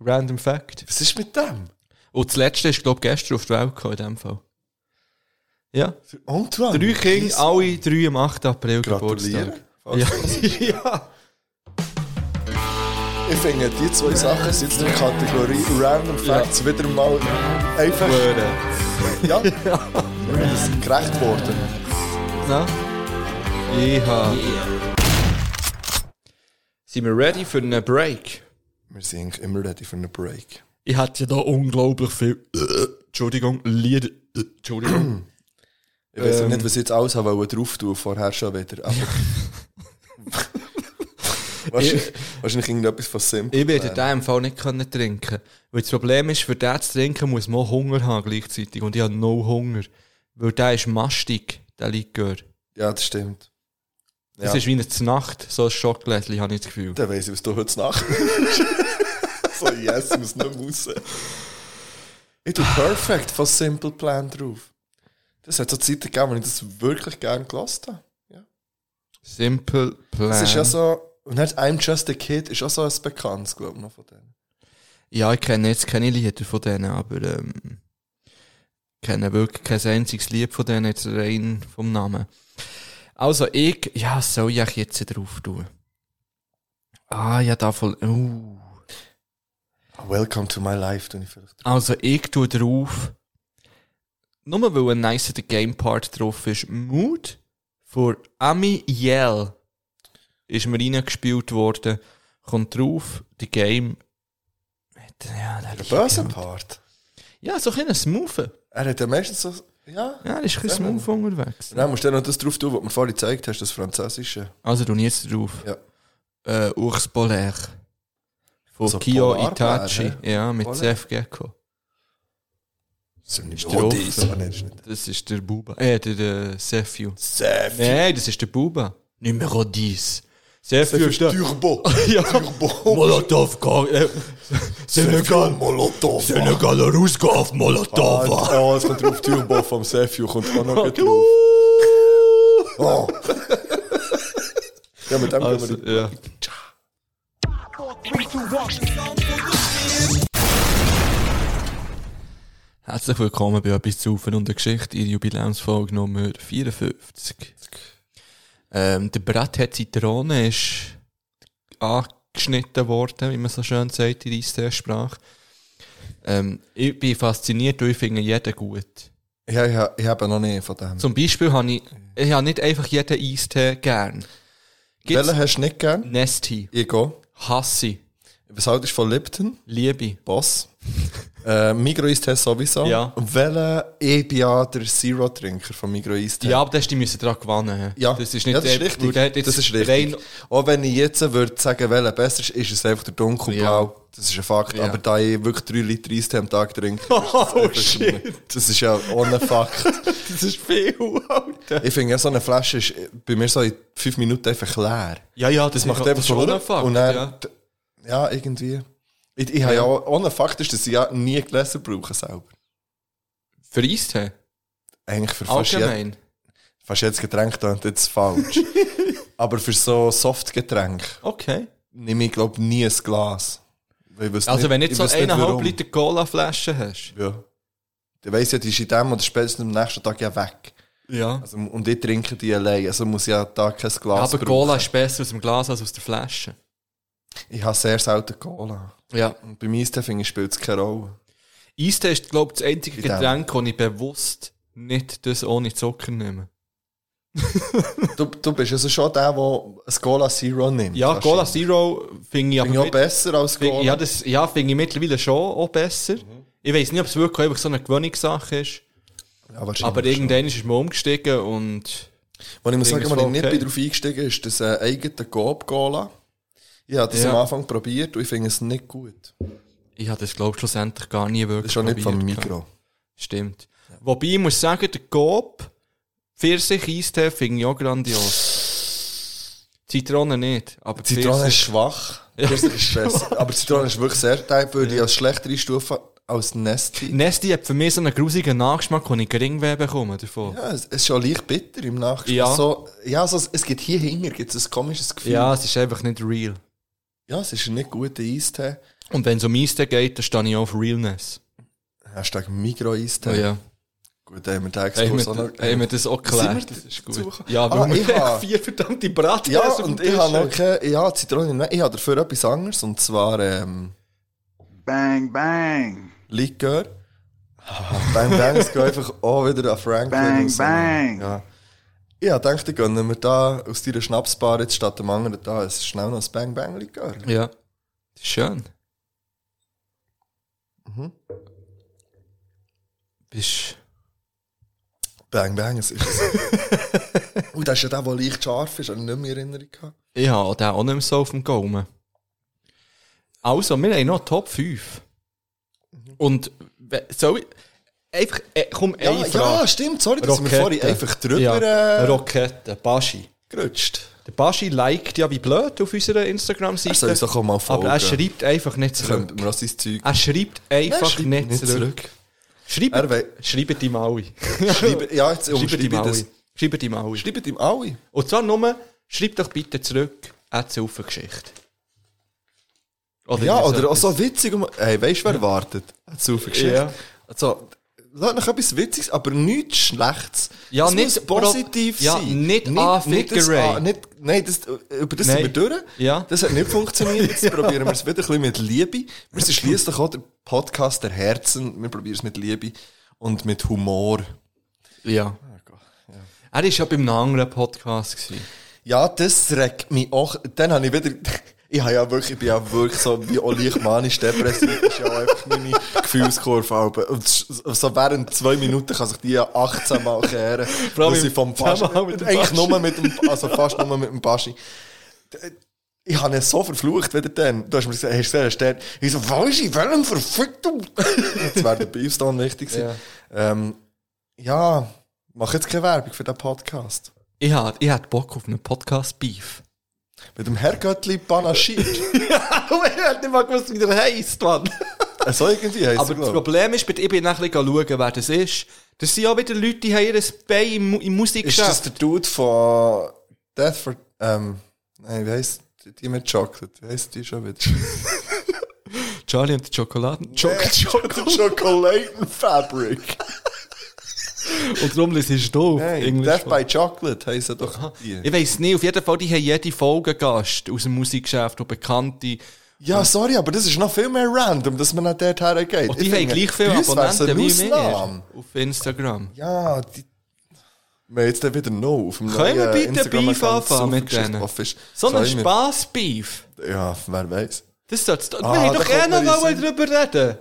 [SPEAKER 1] Random Fact.
[SPEAKER 2] Was ist mit dem?
[SPEAKER 1] Und das letzte ist, glaube ich, gestern auf die Welt gekommen, in dem Fall. Ja.
[SPEAKER 2] Antoine.
[SPEAKER 1] Drei Kinder,
[SPEAKER 2] Weiss-
[SPEAKER 1] alle drei am 8. April
[SPEAKER 2] Gratulieren.
[SPEAKER 1] Geburtstag. Ja. ja.
[SPEAKER 2] Ich finde, die zwei Sachen sind jetzt in der Kategorie Random Facts wieder mal einfach.
[SPEAKER 1] Hure.
[SPEAKER 2] Ja. ja. Das ist gerecht worden.
[SPEAKER 1] Na? Jeha. Sind wir ready für einen Break?
[SPEAKER 2] Wir sind eigentlich immer ready für einen Break.
[SPEAKER 1] Ich hatte ja da unglaublich viel. äh, Entschuldigung, Lieder. Entschuldigung.
[SPEAKER 2] Ich weiß auch
[SPEAKER 1] Ähm.
[SPEAKER 2] nicht, was ich jetzt alles habe wollen drauf tun vorher schon wieder. Aber wahrscheinlich, wahrscheinlich irgendetwas von Simple.
[SPEAKER 1] Ich werde in diesem Fall nicht können trinken Weil das Problem ist, für den zu trinken, muss man auch Hunger haben gleichzeitig. Und ich habe no Hunger. Weil der ist mastig, der Likör.
[SPEAKER 2] Ja, das stimmt.
[SPEAKER 1] Es
[SPEAKER 2] Ja.
[SPEAKER 1] ist wie eine Znacht, so ein Schockgläschen, habe ich das Gefühl.
[SPEAKER 2] Dann weiss ich, was du heute Nacht So, yes, ich muss nicht mehr raus. Ich tue Perfect von Simple Plan drauf. Das hat so Zeiten gegeben, wo ich das wirklich gerne gelassen habe.
[SPEAKER 1] Simple Plan.
[SPEAKER 2] Das ist ja so. Und dann I'm Just a Kid ist auch so ein bekanntes, glaube ich, noch von denen.
[SPEAKER 1] Ja, ich kenne jetzt keine Lieder von denen, aber ähm, ich kenne wirklich kein einziges Lied von denen, jetzt rein vom Namen. Also ich, ja, was soll ich jetzt drauf tun? Ah, ja, da voll, uh.
[SPEAKER 2] Ah, Welcome to my life, tue ich vielleicht drauf.
[SPEAKER 1] Also ich tue drauf, nur weil ein nice The Game Part drauf ist, Mood von Ami Yell ist mir reingespielt worden, kommt drauf, die Game, ja,
[SPEAKER 2] Der böse Part.
[SPEAKER 1] ja, so ein bisschen smoothen.
[SPEAKER 2] Er hat ja meistens so. Ja.
[SPEAKER 1] Ja, er ist ein bisschen smooth unterwegs.
[SPEAKER 2] Und dann musst du dann noch das drauf tun, was du mir vorhin gezeigt hast, das Französische.
[SPEAKER 1] Also, du jetzt drauf.
[SPEAKER 2] Ja.
[SPEAKER 1] Äh, Urs Polaire. Von
[SPEAKER 2] So
[SPEAKER 1] Kyo
[SPEAKER 2] Polarbär,
[SPEAKER 1] Itachi. Ja, mit
[SPEAKER 2] Polaire.
[SPEAKER 1] Seth Gecko.
[SPEAKER 2] Das ist nicht
[SPEAKER 1] drauf.
[SPEAKER 2] Rodis, so nennst du nicht.
[SPEAKER 1] Das ist der Buba. Äh, der, der Sefio.
[SPEAKER 2] Sehr viel.
[SPEAKER 1] Nein, das ist der Buba. Numero 10. Sefio
[SPEAKER 2] Sehr
[SPEAKER 1] ist
[SPEAKER 2] viel
[SPEAKER 1] der.
[SPEAKER 2] Turbo.
[SPEAKER 1] Ja.
[SPEAKER 2] Turbo.
[SPEAKER 1] Molotov, Ka- äh,
[SPEAKER 2] Senegal Molotov.
[SPEAKER 1] Senegal, Rusko auf Molotov.
[SPEAKER 2] Oh, es kommt drauf Turbo vom Sefio, kommt auch noch gleich drauf. Oh. ja, mit dem also,
[SPEAKER 1] Ah. Also,
[SPEAKER 2] können wir...
[SPEAKER 1] ja. Herzlich willkommen bei «Etwas zu rufen» und der Geschichte in Jubiläumsfolge Nummer 54. Ähm, der Brett hat Zitrone ist angeschnitten worden, wie man so schön sagt in der Eistee-Sprache. Ähm, ich bin fasziniert und ich finde jeden gut.
[SPEAKER 2] Ja, ich ha- ich habe noch nie von dem.
[SPEAKER 1] Zum Beispiel habe ich, ich habe nicht einfach jeden Eistee gern. Gibt's
[SPEAKER 2] Welchen hast du nicht gern?
[SPEAKER 1] Nesti,
[SPEAKER 2] Ego.
[SPEAKER 1] Hassi,
[SPEAKER 2] Was haltest du von Lipton?
[SPEAKER 1] Liebe.
[SPEAKER 2] Boss. äh, Migros-Tee sowieso.
[SPEAKER 1] Ja.
[SPEAKER 2] Und welchen... Ich bin ja der Zero-Trinker von Migros-Tee.
[SPEAKER 1] Ja, aber das die müssen daran gewonnen.
[SPEAKER 2] Ja,
[SPEAKER 1] das ist nicht
[SPEAKER 2] ja, das ist
[SPEAKER 1] der- weil
[SPEAKER 2] richtig.
[SPEAKER 1] der hat jetzt
[SPEAKER 2] das ist richtig.
[SPEAKER 1] rein-
[SPEAKER 2] Auch wenn ich jetzt würde sagen, welcher besser ist, ist es einfach der dunkelblau.
[SPEAKER 1] Ja.
[SPEAKER 2] Das ist ein Fakt.
[SPEAKER 1] Ja.
[SPEAKER 2] Aber da ich wirklich 3 Liter Eistee am Tag trinke,
[SPEAKER 1] Oh,
[SPEAKER 2] ist das, das ist ja ohne Fakt.
[SPEAKER 1] das ist viel, Alter.
[SPEAKER 2] ich finde, ja, so eine Flasche ist bei mir so in 5 Minuten einfach leer.
[SPEAKER 1] Ja, ja, das,
[SPEAKER 2] Das macht einfach so
[SPEAKER 1] einen Fakt.
[SPEAKER 2] Und dann,
[SPEAKER 1] ja.
[SPEAKER 2] ja. irgendwie. Ich, ich habe ja auch, ohne Fakt ist, dass ich ja nie Gläser brauche selber.
[SPEAKER 1] Für Eistee?
[SPEAKER 2] Eigentlich für fast, jed,
[SPEAKER 1] Allgemein.
[SPEAKER 2] fast jedes Getränk klingt jetzt falsch. Aber für so Softgetränke
[SPEAKER 1] Okay.
[SPEAKER 2] nehme ich, glaube nie ein Glas. Weil ich weiss
[SPEAKER 1] Also,
[SPEAKER 2] nicht-
[SPEAKER 1] wenn du
[SPEAKER 2] ich
[SPEAKER 1] jetzt so
[SPEAKER 2] weiss nicht,
[SPEAKER 1] eineinhalb
[SPEAKER 2] warum.
[SPEAKER 1] Liter Cola-Flasche hast.
[SPEAKER 2] Ja. Dann weiss ja, die ist in dem oder spätestens am nächsten Tag ja weg.
[SPEAKER 1] Ja.
[SPEAKER 2] Also, und ich trinke die allein. Also muss ich ja da kein Glas
[SPEAKER 1] aber Cola ist besser aus dem Glas als aus der Flasche.
[SPEAKER 2] Ich habe sehr selten Cola.
[SPEAKER 1] Ja.
[SPEAKER 2] Und bei mir finde ich, spielt es keine Rolle.
[SPEAKER 1] Eistee ist, glaube ich, das einzige
[SPEAKER 2] In dem.
[SPEAKER 1] Getränk, das ich bewusst nicht das ohne Zucker nehme.
[SPEAKER 2] Du, du bist also schon der, der ein Cola Zero nimmt.
[SPEAKER 1] Ja, Cola
[SPEAKER 2] wahrscheinlich.
[SPEAKER 1] Zero finde ich
[SPEAKER 2] Ah, Finde ich
[SPEAKER 1] aber
[SPEAKER 2] auch besser als
[SPEAKER 1] Find,
[SPEAKER 2] Cola.
[SPEAKER 1] ja, das ja, finde ich mittlerweile schon auch besser.
[SPEAKER 2] Mhm.
[SPEAKER 1] Ich weiß nicht, ob es wirklich einfach so eine Gewöhnungssache ist.
[SPEAKER 2] ja, wahrscheinlich
[SPEAKER 1] Aber
[SPEAKER 2] schon.
[SPEAKER 1] irgendwann ist man umgestiegen und.
[SPEAKER 2] Wo ich muss
[SPEAKER 1] Ding
[SPEAKER 2] sagen,
[SPEAKER 1] ist
[SPEAKER 2] wo ich
[SPEAKER 1] voll
[SPEAKER 2] nicht
[SPEAKER 1] okay.
[SPEAKER 2] bin drauf eingestiegen bin, ist das äh, eigene Coop Cola. Ich habe das
[SPEAKER 1] Ja.
[SPEAKER 2] am Anfang probiert und ich finde es nicht gut.
[SPEAKER 1] Ich habe das, glaube ich, schlussendlich gar nie wirklich.
[SPEAKER 2] Das ist auch nicht vom
[SPEAKER 1] probiert.
[SPEAKER 2] Mikro.
[SPEAKER 1] Stimmt. Wobei ich muss sagen, der Coop, Pfirsich-Eistee finde ich auch grandios. Zitrone nicht, aber
[SPEAKER 2] Zitrone ist
[SPEAKER 1] Pfirsich-
[SPEAKER 2] schwach. Pfirsich ist besser. Aber Zitrone ist wirklich sehr teig, würde ich als schlechtere Stufe als Nesti.
[SPEAKER 1] Nesti hat für mich so einen grusigen Nachgeschmack, den ich gering bekomme davon.
[SPEAKER 2] Ja, es es ist schon leicht bitter im Nachgeschmack.
[SPEAKER 1] Ja.
[SPEAKER 2] So, ja, so, es gibt hier hinter gibt's ein komisches Gefühl.
[SPEAKER 1] Ja, es ist einfach nicht real.
[SPEAKER 2] ja, es ist ein nicht guter Eistee.
[SPEAKER 1] Und wenn es um Eistee geht, dann stehe ich auf Realness.
[SPEAKER 2] Hashtag Migro-Eistee.
[SPEAKER 1] ja.
[SPEAKER 2] Gut, dann haben wir den
[SPEAKER 1] Haben
[SPEAKER 2] Exkurs auch noch.
[SPEAKER 1] wir, haben wir das auch geklärt?
[SPEAKER 2] Sind wir
[SPEAKER 1] Das ist
[SPEAKER 2] dazu-
[SPEAKER 1] gut. Ja, weil
[SPEAKER 2] Ah, ich
[SPEAKER 1] wir
[SPEAKER 2] habe-
[SPEAKER 1] vier verdammte Bratwürste
[SPEAKER 2] Ja,
[SPEAKER 1] auf dem
[SPEAKER 2] und
[SPEAKER 1] Tisch
[SPEAKER 2] ich habe noch
[SPEAKER 1] haben.
[SPEAKER 2] keine ja, Zitrone. Nein, ich habe dafür etwas anderes. Und zwar ähm,
[SPEAKER 7] Bang, bang.
[SPEAKER 2] Likör. Bang Bang, es geht einfach auch wieder an Franklin.
[SPEAKER 7] Bang,
[SPEAKER 2] und so.
[SPEAKER 7] bang.
[SPEAKER 2] Ja. Ich habe gedacht, dann gönnen wir da aus deiner Schnapsbar jetzt statt dem anderen da es ist schnell noch ein Bang Bang Likör.
[SPEAKER 1] Ja. Das ist schön.
[SPEAKER 2] Mhm.
[SPEAKER 1] Bist
[SPEAKER 2] Bang Bang, es ist es. und das ist ja der, der leicht scharf ist, habe ich nicht mehr in Erinnerung gehabt.
[SPEAKER 1] ich habe den auch nicht mehr so auf dem Gaumen. Also, wir haben noch Top 5. Und we- soll ich. Einfach, äh, komm,
[SPEAKER 2] Mhm. Ja,
[SPEAKER 1] eine
[SPEAKER 2] ja,
[SPEAKER 1] Frage.
[SPEAKER 2] stimmt, sorry, dass wir vorhin einfach drüber
[SPEAKER 1] Ja,
[SPEAKER 2] äh,
[SPEAKER 1] Rockette, Baschi.
[SPEAKER 2] gerutscht.
[SPEAKER 1] Der Baschi liked ja wie blöd auf unserer Instagram-Seite.
[SPEAKER 2] Er soll uns doch auch mal folgen.
[SPEAKER 1] Aber er schreibt einfach nicht zurück.
[SPEAKER 2] Könnten wir auch sein Zeug
[SPEAKER 1] Er schreibt einfach
[SPEAKER 2] Er schreibt
[SPEAKER 1] nicht,
[SPEAKER 2] nicht
[SPEAKER 1] zurück.
[SPEAKER 2] zurück.
[SPEAKER 1] Schreibt,
[SPEAKER 2] Er will-
[SPEAKER 1] schreibt ihm alle.
[SPEAKER 2] schreiben? Ja, jetzt
[SPEAKER 1] Schreibt ihm
[SPEAKER 2] umschreibe ich das.
[SPEAKER 1] alle. Schreibt ihm alle.
[SPEAKER 2] Schreibt ihm alle.
[SPEAKER 1] Und zwar nur, schreibt doch bitte zurück, eine Geschichte. Oder
[SPEAKER 2] Ja,
[SPEAKER 1] irgendwie
[SPEAKER 2] oder auch
[SPEAKER 1] etwas.
[SPEAKER 2] so witzig. um- Hey, weißt du, wer wartet? Eine Zaubergeschichte.
[SPEAKER 1] Ja.
[SPEAKER 2] Also, lass noch etwas Witziges, aber nichts Schlechtes.
[SPEAKER 1] Ja,
[SPEAKER 2] Es
[SPEAKER 1] nicht
[SPEAKER 2] muss positiv
[SPEAKER 1] pro- ja,
[SPEAKER 2] sein.
[SPEAKER 1] nicht
[SPEAKER 2] das
[SPEAKER 1] anfickerei.
[SPEAKER 2] an- nicht, Nein, das, über das
[SPEAKER 1] Nein.
[SPEAKER 2] sind wir durch.
[SPEAKER 1] Ja.
[SPEAKER 2] Das hat nicht funktioniert. Jetzt probieren wir es wieder ein bisschen mit Liebe. Wir sind schliesslich auch der Podcast der Herzen. Wir probieren es mit Liebe und mit Humor.
[SPEAKER 1] Ja. Er war ja bei einem anderen Podcast. Gewesen.
[SPEAKER 2] Ja, das regt mich auch. Dann habe ich wieder. Ich, habe ja wirklich, ich bin ja wirklich so wie Olich manisch depressiv. Das ist ja auch einfach meine Gefühlskurve. aber- Und s- so während zwei Minuten kann sich die ja 18 Mal kehren.
[SPEAKER 1] Vor allem
[SPEAKER 2] dass ich
[SPEAKER 1] im
[SPEAKER 2] vom Baschi,
[SPEAKER 1] Zusammenhang mit dem
[SPEAKER 2] Eigentlich
[SPEAKER 1] Baschi.
[SPEAKER 2] nur mit dem, also fast nur mit dem Baschi. Ich habe ihn so verflucht wieder dann. Du hast mir gesagt, hast du gesehen, er steht. Ich so, was in welchem verfickten... Jetzt wäre der Beefstone wichtig gewesen. Ja. Ähm, ja, mach jetzt keine Werbung für den Podcast.
[SPEAKER 1] Ich hatte ich hatte Bock auf einen Podcast-Beef.
[SPEAKER 2] Mit dem Herrgöttli panaschiert.
[SPEAKER 1] Aber ich hätte nicht mal gewusst, wie der heisst, Mann. Also
[SPEAKER 2] so irgendwie heisst
[SPEAKER 1] Aber
[SPEAKER 2] er,
[SPEAKER 1] das
[SPEAKER 2] glaub.
[SPEAKER 1] Problem ist, ich bin nachher schauen, wer das ist. Das sind ja wieder Leute, die haben ihr Bein im, Mu- im
[SPEAKER 2] Ist das
[SPEAKER 1] Musikgeschäft.
[SPEAKER 2] der Dude von Death for... Ähm, nein, wie heisst die- die mit Chocolate? Wie heisst die schon wieder?
[SPEAKER 1] Charlie und die Schokoladen.
[SPEAKER 2] Chocolate. Chocolate Fabric.
[SPEAKER 1] Und darum ist es doof.
[SPEAKER 2] Hey,
[SPEAKER 1] Englisch.
[SPEAKER 2] Death by Chocolate heisst er doch. die.
[SPEAKER 1] Ich weiss nicht, auf jeden Fall, die haben jede Folge Gast aus dem Musikgeschäft und Bekannte.
[SPEAKER 2] Ja, sorry, aber das ist noch viel mehr random, dass man nicht dorthin geht.
[SPEAKER 1] Und
[SPEAKER 2] Ich
[SPEAKER 1] die haben
[SPEAKER 2] finde,
[SPEAKER 1] gleich viele
[SPEAKER 2] bei uns wär's
[SPEAKER 1] Abonnenten wie
[SPEAKER 2] eine Ausnahme.
[SPEAKER 1] wir auf Instagram.
[SPEAKER 2] Ja, die... Wir haben jetzt dann wieder noch auf dem
[SPEAKER 1] Können wir
[SPEAKER 2] neuen
[SPEAKER 1] bitte
[SPEAKER 2] Instagram-Account
[SPEAKER 1] Beef anfangen mit
[SPEAKER 2] Supergeschichte
[SPEAKER 1] denen?
[SPEAKER 2] drauf ist.
[SPEAKER 1] So ein
[SPEAKER 2] Soll ich mir-
[SPEAKER 1] Spaß-Beef.
[SPEAKER 2] Ja, wer weiß.
[SPEAKER 1] Das sollt's doch.
[SPEAKER 2] Ah,
[SPEAKER 1] wir haben
[SPEAKER 2] da
[SPEAKER 1] doch eh
[SPEAKER 2] kommt
[SPEAKER 1] noch
[SPEAKER 2] mir in
[SPEAKER 1] mal
[SPEAKER 2] Sinn.
[SPEAKER 1] drüber reden.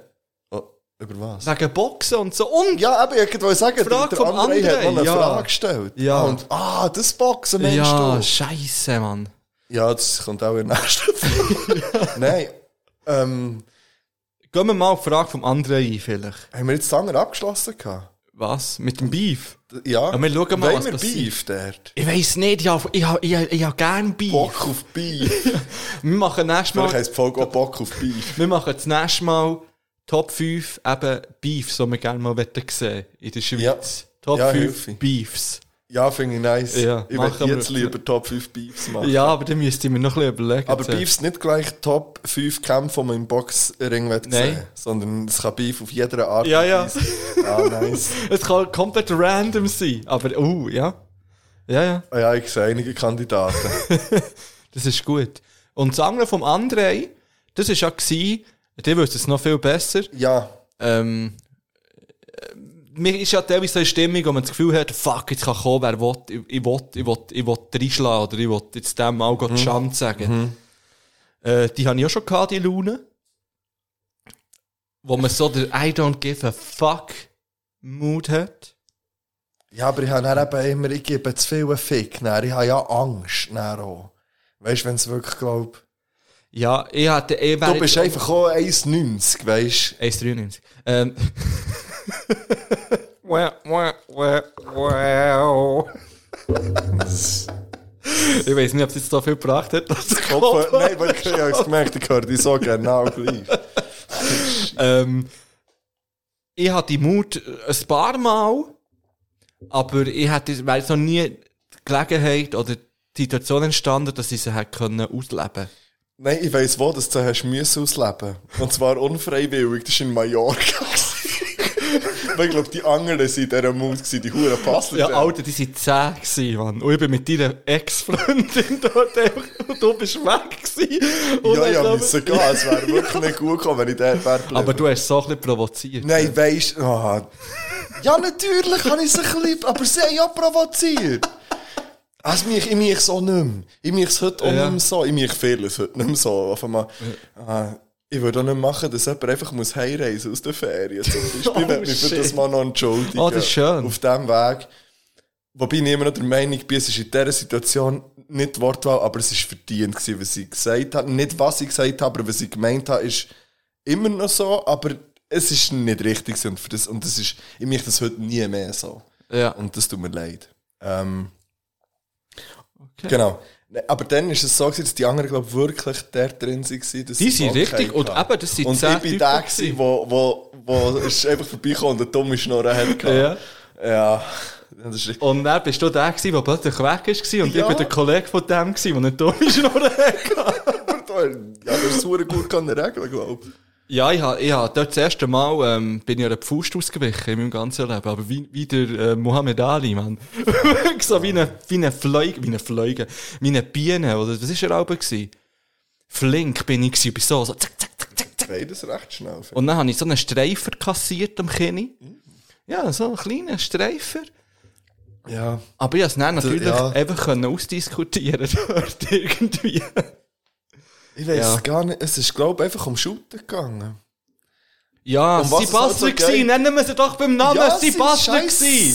[SPEAKER 2] Oh, über was?
[SPEAKER 1] Wegen Boxen und so. Und
[SPEAKER 2] Ja, aber ich wollte sagen, der,
[SPEAKER 1] Frage
[SPEAKER 2] der
[SPEAKER 1] vom
[SPEAKER 2] André hat noch eine
[SPEAKER 1] André, ja.
[SPEAKER 2] Frage gestellt.
[SPEAKER 1] Ja.
[SPEAKER 2] Ah, und, ah, das Boxen meinst
[SPEAKER 1] Ja,
[SPEAKER 2] du?
[SPEAKER 1] scheiße, Mann.
[SPEAKER 2] Ja, das kommt auch in der nächsten Folge. Nein, ähm,
[SPEAKER 1] Gehen wir mal auf die Frage vom anderen ein, vielleicht.
[SPEAKER 2] haben wir jetzt das andere abgeschlossen gehabt?
[SPEAKER 1] Was? Mit dem Beef?
[SPEAKER 2] Ja,
[SPEAKER 1] Ja, wir schauen mal,
[SPEAKER 2] Wollen
[SPEAKER 1] was
[SPEAKER 2] wir
[SPEAKER 1] passiert.
[SPEAKER 2] Beef dort?
[SPEAKER 1] Ich weiss nicht, ich habe ich hab, ich hab, ich hab gerne Beef.
[SPEAKER 2] Bock auf Beef.
[SPEAKER 1] Wir machen nächstes
[SPEAKER 2] Vielleicht
[SPEAKER 1] Mal,
[SPEAKER 2] heisst die Folge auch Bock auf Beef.
[SPEAKER 1] wir machen das nächste Mal Top 5 eben Beefs, die wir gerne mal wettet sehen in der Schweiz.
[SPEAKER 2] Ja.
[SPEAKER 1] Top
[SPEAKER 2] Ja,
[SPEAKER 1] 5
[SPEAKER 2] hilfe.
[SPEAKER 1] Beefs.
[SPEAKER 2] Ja, finde ich nice.
[SPEAKER 1] Ja,
[SPEAKER 2] ich
[SPEAKER 1] machen
[SPEAKER 2] möchte
[SPEAKER 1] wir.
[SPEAKER 2] jetzt lieber Top 5 Beefs machen.
[SPEAKER 1] Ja, aber dann müsste ich mir noch ein bisschen überlegen.
[SPEAKER 2] Aber
[SPEAKER 1] zuerst.
[SPEAKER 2] Beefs nicht gleich Top 5 Kämpfe, die man im Boxring sehen
[SPEAKER 1] Nein.
[SPEAKER 2] will, sondern es kann Beef auf jeder Art
[SPEAKER 1] Ja, ja.
[SPEAKER 2] Ah, nice.
[SPEAKER 1] Es kann komplett random sein. Aber, uh, ja. Ja, ja.
[SPEAKER 2] Ah ja, ich sehe einige Kandidaten.
[SPEAKER 1] Das ist gut. Und das andere vom André, das war ja, gewesen, die wissen es noch viel besser.
[SPEAKER 2] Ja,
[SPEAKER 1] ähm, äh, mir ist ja teilweise so eine Stimmung, wo man das Gefühl hat, fuck, jetzt kann kommen, wer will, ich, ich will, ich will, ich will reinschlagen oder ich will jetzt dem mal mhm. die Schande sagen. Äh, die habe ich auch schon gehabt, die Laune. Wo man so der I don't give a fuck Mood hat.
[SPEAKER 2] ja aber ich habe dann eben immer, ich gebe zu viel einen Fick. Dann, ich habe ja Angst. Dann auch. Weißt du, wenn es wirklich glaubt.
[SPEAKER 1] Ja, ich hatte eh
[SPEAKER 2] Du bist einfach auch 1,90, weißt
[SPEAKER 1] 1,93. Ähm. wow, wow, wow, wow. ich weiß nicht, ob es jetzt so viel gebracht hat. dass ich
[SPEAKER 2] du? Kopf- Nein, weil ich habe es gemerkt, ich höre dich so genau gleich.
[SPEAKER 1] ähm, ich hatte die Mut äh, ein paar Mal, aber ich hatte weil es noch nie die Gelegenheit oder die Situation entstanden, dass ich sie hätte können ausleben konnte.
[SPEAKER 2] Nein, ich weiss wo, dass du hast müssen ausleben Und zwar unfreiwillig, das war in Mallorca. Weil ich glaube, die anderen sind dieser Mund, gewesen, die Huren passen.
[SPEAKER 1] Ja, Alter, die waren zäh, gewesen, Mann. Und ich bin mit deiner Ex-Freundin dort einfach, und du bist weg. Gewesen. Und
[SPEAKER 2] ja,
[SPEAKER 1] dann
[SPEAKER 2] ja,
[SPEAKER 1] glaub ich-
[SPEAKER 2] müssen gehen. Es wäre wirklich nicht gut gekommen, wenn ich dort wäre. geblieben.
[SPEAKER 1] Aber du hast so ein bisschen provoziert.
[SPEAKER 2] Nein, weisst du. ah. Ja, natürlich habe ich sie ein bisschen, aber sie haben ja provoziert. Also mich, ich mich so nicht mehr. Ich mich heute auch
[SPEAKER 1] Ja.
[SPEAKER 2] nicht mehr so. Ich mich vieles heute nicht mehr so. Auf einmal, ah, ich würde auch nicht machen, dass jemand einfach muss heimreisen aus der Ferien. Zum Beispiel,
[SPEAKER 1] Oh,
[SPEAKER 2] ich möchte mich für das
[SPEAKER 1] shit.
[SPEAKER 2] mal noch entschuldigen.
[SPEAKER 1] Oh, das ist schön.
[SPEAKER 2] Auf diesem Weg. Wobei ich immer noch der Meinung bin, es ist in dieser Situation nicht die Wortwahl, aber es ist verdient gewesen, was sie gesagt hat. Nicht was sie gesagt hat, aber was sie gemeint hat, ist immer noch so, aber es ist nicht richtig gewesen und für das, und das ist, ich möchte das heute nie mehr so.
[SPEAKER 1] Ja.
[SPEAKER 2] Und das tut mir leid. Ähm, Genau. Ne, Aber dann war es so, gewesen, dass die anderen glaub, wirklich der drin waren. dass
[SPEAKER 1] Die
[SPEAKER 2] sie
[SPEAKER 1] sind
[SPEAKER 2] okay
[SPEAKER 1] richtig, und
[SPEAKER 2] hatten.
[SPEAKER 1] eben, das sind
[SPEAKER 2] Und
[SPEAKER 1] zehn
[SPEAKER 2] ich bin
[SPEAKER 1] Typen
[SPEAKER 2] der,
[SPEAKER 1] gewesen.
[SPEAKER 2] gewesen, wo, wo, wo ist einfach vorbeigekommen und eine dumme Schnurre hatte.
[SPEAKER 1] Ja. Oh.
[SPEAKER 2] ja. Das ist richtig.
[SPEAKER 1] Und dann bist du der, gewesen, der plötzlich weg war. Und
[SPEAKER 2] Ja.
[SPEAKER 1] ich bin der Kollege von dem, gewesen, der nicht dumm ist. Noch
[SPEAKER 2] Ja, das ist super gut kann regeln, glaube ich.
[SPEAKER 1] ja, ich habe ich hab dort das erste Mal ähm, bin ich an der Pfust ausgewichen in meinem ganzen Leben. Aber wie, wie der äh, Muhammad Ali, Mann. so wie eine, wie eine Fleuge, wie eine Fleuge, wie eine Biene. Oder, was war er aber? gewesen? Flink bin ich, gewesen, ich bin so, so zack, zack, zack, zack, zack.
[SPEAKER 2] Beides recht schnell.
[SPEAKER 1] Und dann habe ich so einen Streifer kassiert am Kinn. Ja, so einen kleinen Streifer.
[SPEAKER 2] Ja.
[SPEAKER 1] Aber ich konnte es dann natürlich
[SPEAKER 2] ja.
[SPEAKER 1] einfach können ausdiskutieren dort irgendwie.
[SPEAKER 2] Ich weiß
[SPEAKER 1] Ja.
[SPEAKER 2] es gar nicht. Es ist, glaube ich, einfach um Shooten gegangen.
[SPEAKER 1] Ja,
[SPEAKER 2] Um was
[SPEAKER 1] sie
[SPEAKER 2] es halt so
[SPEAKER 1] Basler
[SPEAKER 2] geht.
[SPEAKER 1] gsi, nennen wir sie doch beim Namen, sie
[SPEAKER 2] sind
[SPEAKER 1] Basler
[SPEAKER 2] scheiss-
[SPEAKER 1] gsi.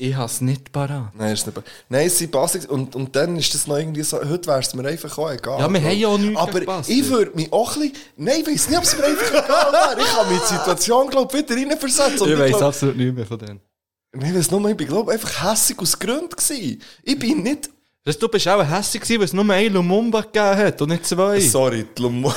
[SPEAKER 1] Ich has nicht parat.
[SPEAKER 2] Nein, ist nicht be- Nein, sie passen. Und, und dann ist das noch irgendwie so. Heute wäre es mir einfach auch egal.
[SPEAKER 1] Ja, wir haben ja auch nichts
[SPEAKER 2] Aber
[SPEAKER 1] gegen Basler.
[SPEAKER 2] ich würde mich auch ein bisschen. Nein, ich weiß nicht, ob es mir einfach egal wäre. Ich kann mich in die Situation, glaube ich, wieder reinversetzen. Und
[SPEAKER 1] weiss
[SPEAKER 2] glaub-
[SPEAKER 1] absolut nichts mehr von denen.
[SPEAKER 2] Nein, ich weiß nur, ich bin, glaube ich, einfach hässig aus Gründen. gewesen. Ich bin nicht.
[SPEAKER 1] Weißt, du bist auch hässlich gewesen, weil es nur einen Lumumba gegeben hat und nicht zwei.
[SPEAKER 2] Sorry, die Lumumba.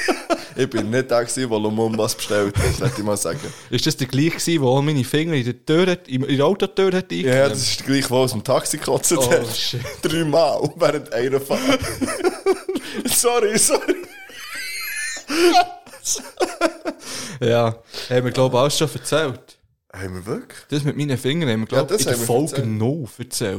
[SPEAKER 2] ich bin nicht der, gewesen, der Lumumbas bestellt hat, würde ich mal sagen.
[SPEAKER 1] Ist das der gleiche gewesen, der all meine Finger in der Tür, hat, in in der Autotür hat
[SPEAKER 2] Ja,
[SPEAKER 1] eingenommen?
[SPEAKER 2] ja, das ist gleich, wo aus dem Taxi gekotzt
[SPEAKER 1] Oh,
[SPEAKER 2] hat.
[SPEAKER 1] shit.
[SPEAKER 2] Dreimal während einer Fahrt. sorry, sorry.
[SPEAKER 1] Ja, haben wir glaube ich auch schon erzählt.
[SPEAKER 2] Haben wir wirklich?
[SPEAKER 1] Das mit meinen Fingern haben wir glaube
[SPEAKER 2] Ja, das
[SPEAKER 1] ich in der
[SPEAKER 2] haben wir
[SPEAKER 1] Folge
[SPEAKER 2] erzählt.
[SPEAKER 1] 0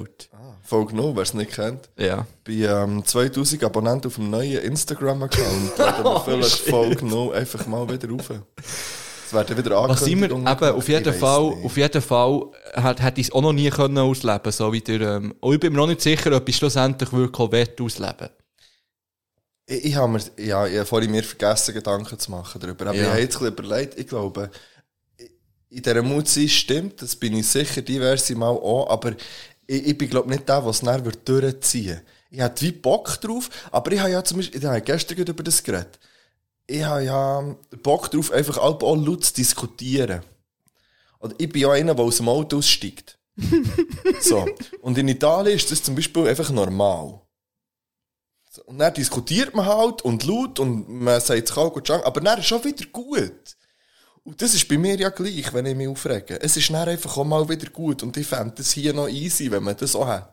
[SPEAKER 1] erzählt.
[SPEAKER 2] Folge 0, wer es nicht kennt.
[SPEAKER 1] Ja.
[SPEAKER 2] Bei ähm, 2000 Abonnenten auf dem neuen Instagram-Account werden
[SPEAKER 1] Oh,
[SPEAKER 2] wir vielleicht Folge 0 einfach mal wieder rauf. Es werden wieder
[SPEAKER 1] Was sind wir? Eben,
[SPEAKER 2] Ankündigungen gemacht.
[SPEAKER 1] auf jeden
[SPEAKER 2] Ich weiss
[SPEAKER 1] Fall,
[SPEAKER 2] nicht.
[SPEAKER 1] auf jeden Fall hat, hätte ich es auch noch nie können ausleben so wie der, ähm, und ich bin mir noch nicht sicher, ob ich schlussendlich wirklich auch wett ausleben
[SPEAKER 2] Ich, ich habe mir, ja, ich habe vorhin mir vergessen, Gedanken zu machen darüber. Aber
[SPEAKER 1] Ja.
[SPEAKER 2] ich habe jetzt ein bisschen überlegt, ich glaube, in dieser Mut sein stimmt, das bin ich sicher diverse Mal auch, aber ich, ich bin, glaube nicht der, der es dann wird durchziehen Ich habe wie Bock drauf, aber ich habe ja zum Beispiel, ich habe gestern gerade über das geredet, ich habe ja Bock drauf, einfach auch auch laut zu diskutieren. Und ich bin ja einer, der aus dem Auto aussteigt. so. Und in Italien ist das zum Beispiel einfach normal. So, Und dann diskutiert man halt und laut und man sagt es auch Chang, aber dann ist schon wieder gut. Und das ist bei mir ja gleich, wenn ich mich aufrege. Es ist dann einfach auch mal wieder gut und ich fände das hier noch easy, wenn man das auch hat.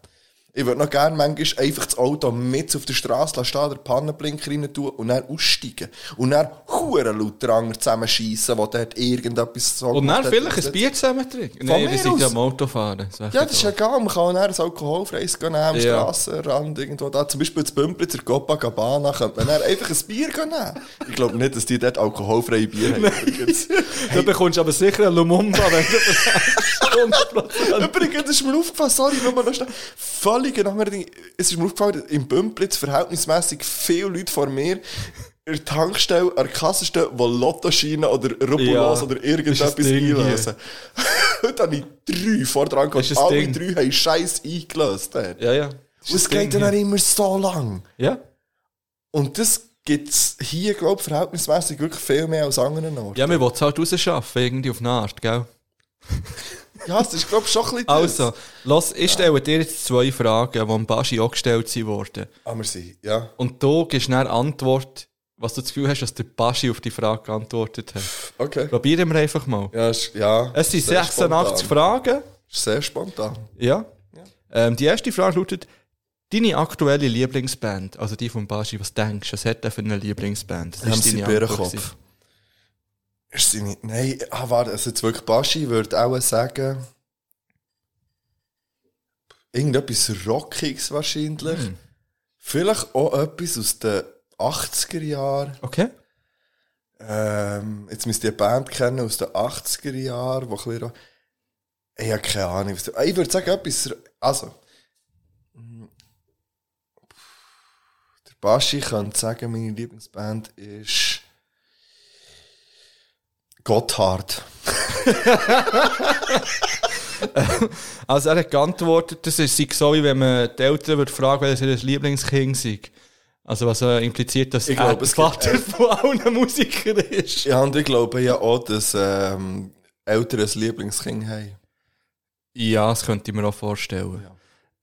[SPEAKER 2] Ich würde noch gerne manchmal einfach das Auto mit auf der Straße lassen, stehen, den Pannenblinker rein tun und dann aussteigen. Und dann Huren laut dran zusammenschießen, wo dort irgendetwas so
[SPEAKER 1] Und dann
[SPEAKER 2] gemacht hat.
[SPEAKER 1] vielleicht ein Bier zusammen trinken. Nein,
[SPEAKER 2] mir
[SPEAKER 1] ihr seid
[SPEAKER 2] aus.
[SPEAKER 1] ja am Auto fahren.
[SPEAKER 2] Ja, das ist egal, man kann auch dann ein alkoholfreies gehen, nehmen, am
[SPEAKER 1] Ja.
[SPEAKER 2] Strassenrand irgendwo da. Zum Beispiel zu Bümplizer Copacabana könnte man dann einfach ein Bier gehen nehmen. Ich glaube nicht, dass die dort alkoholfreie Bier haben. Übrigens.
[SPEAKER 1] Du bekommst aber sicher einen Lumumba, wenn du
[SPEAKER 2] Übrigens ist mir aufgefallen, sorry, nur mal noch schnell. Völlig ein anderes Ding. Es ist mir aufgefallen, dass im Bümplitz verhältnismäßig viele Leute vor mir in der Tankstelle, an der Kasse stehen, die Lottoscheine oder Rupulos
[SPEAKER 1] Ja,
[SPEAKER 2] oder
[SPEAKER 1] ist ein
[SPEAKER 2] irgendetwas
[SPEAKER 1] Ding hier.
[SPEAKER 2] einlösen. Heute habe ich drei vor dran gehabt.
[SPEAKER 1] Ist ein
[SPEAKER 2] Alle
[SPEAKER 1] Ding.
[SPEAKER 2] drei haben Scheiß eingelöst. Dort.
[SPEAKER 1] Ja, ja.
[SPEAKER 2] Und es geht dann auch immer so lang.
[SPEAKER 1] Ja.
[SPEAKER 2] Und das gibt es hier, glaube ich, verhältnismäßig wirklich viel mehr als anderen Orten.
[SPEAKER 1] Ja, wir wollen es halt rausschaffen, irgendwie auf eine Art, gell?
[SPEAKER 2] Ja, das ist, glaube ich, schon ein bisschen
[SPEAKER 1] Also, los, ich stelle dir jetzt zwei Fragen, die am Baschi auch gestellt wurden.
[SPEAKER 2] das. Aber sie, Ah, ja.
[SPEAKER 1] Und du gibst dann Antwort, was du das Gefühl hast, dass der Baschi auf die Frage geantwortet hat.
[SPEAKER 2] Okay.
[SPEAKER 1] Probieren wir einfach mal.
[SPEAKER 2] Ja, ist, ja.
[SPEAKER 1] Es sind
[SPEAKER 2] sehr
[SPEAKER 1] 86
[SPEAKER 2] spontan.
[SPEAKER 1] Fragen.
[SPEAKER 2] Ist sehr spontan.
[SPEAKER 1] Ja. Ähm, die erste Frage lautet: Deine aktuelle Lieblingsband, also die von Baschi, was denkst du, was hat er für eine Lieblingsband? Das
[SPEAKER 2] MC
[SPEAKER 1] deine Antwort
[SPEAKER 2] Bärenkopf.
[SPEAKER 1] gewesen.
[SPEAKER 2] Ist sie nicht. Nein, ah, warte, also jetzt wirklich Baschi würde auch sagen. Irgendetwas Rockiges wahrscheinlich. Vielleicht auch etwas aus den 80er Jahren.
[SPEAKER 1] Okay.
[SPEAKER 2] Ähm, jetzt müsst ihr eine Band kennen aus den 80er Jahren, wo ein bisschen ro- Ich habe keine Ahnung. was- Ah, Ich würde sagen, etwas. ro- Also. mm, Der Baschi könnte sagen, meine Lieblingsband ist. Gotthard.
[SPEAKER 1] Also er hat geantwortet, das ist sei so, wie wenn man die Eltern würde fragen, welches ihr Lieblingskind sei. Also was äh, impliziert, dass
[SPEAKER 2] Ich
[SPEAKER 1] er
[SPEAKER 2] glaube,
[SPEAKER 1] der
[SPEAKER 2] es gibt
[SPEAKER 1] Vater von allen Musikern ist.
[SPEAKER 2] Ja, und ich glaube ja auch, dass ähm, Eltern ein Lieblingskind haben.
[SPEAKER 1] Ja, das könnte ich mir auch vorstellen.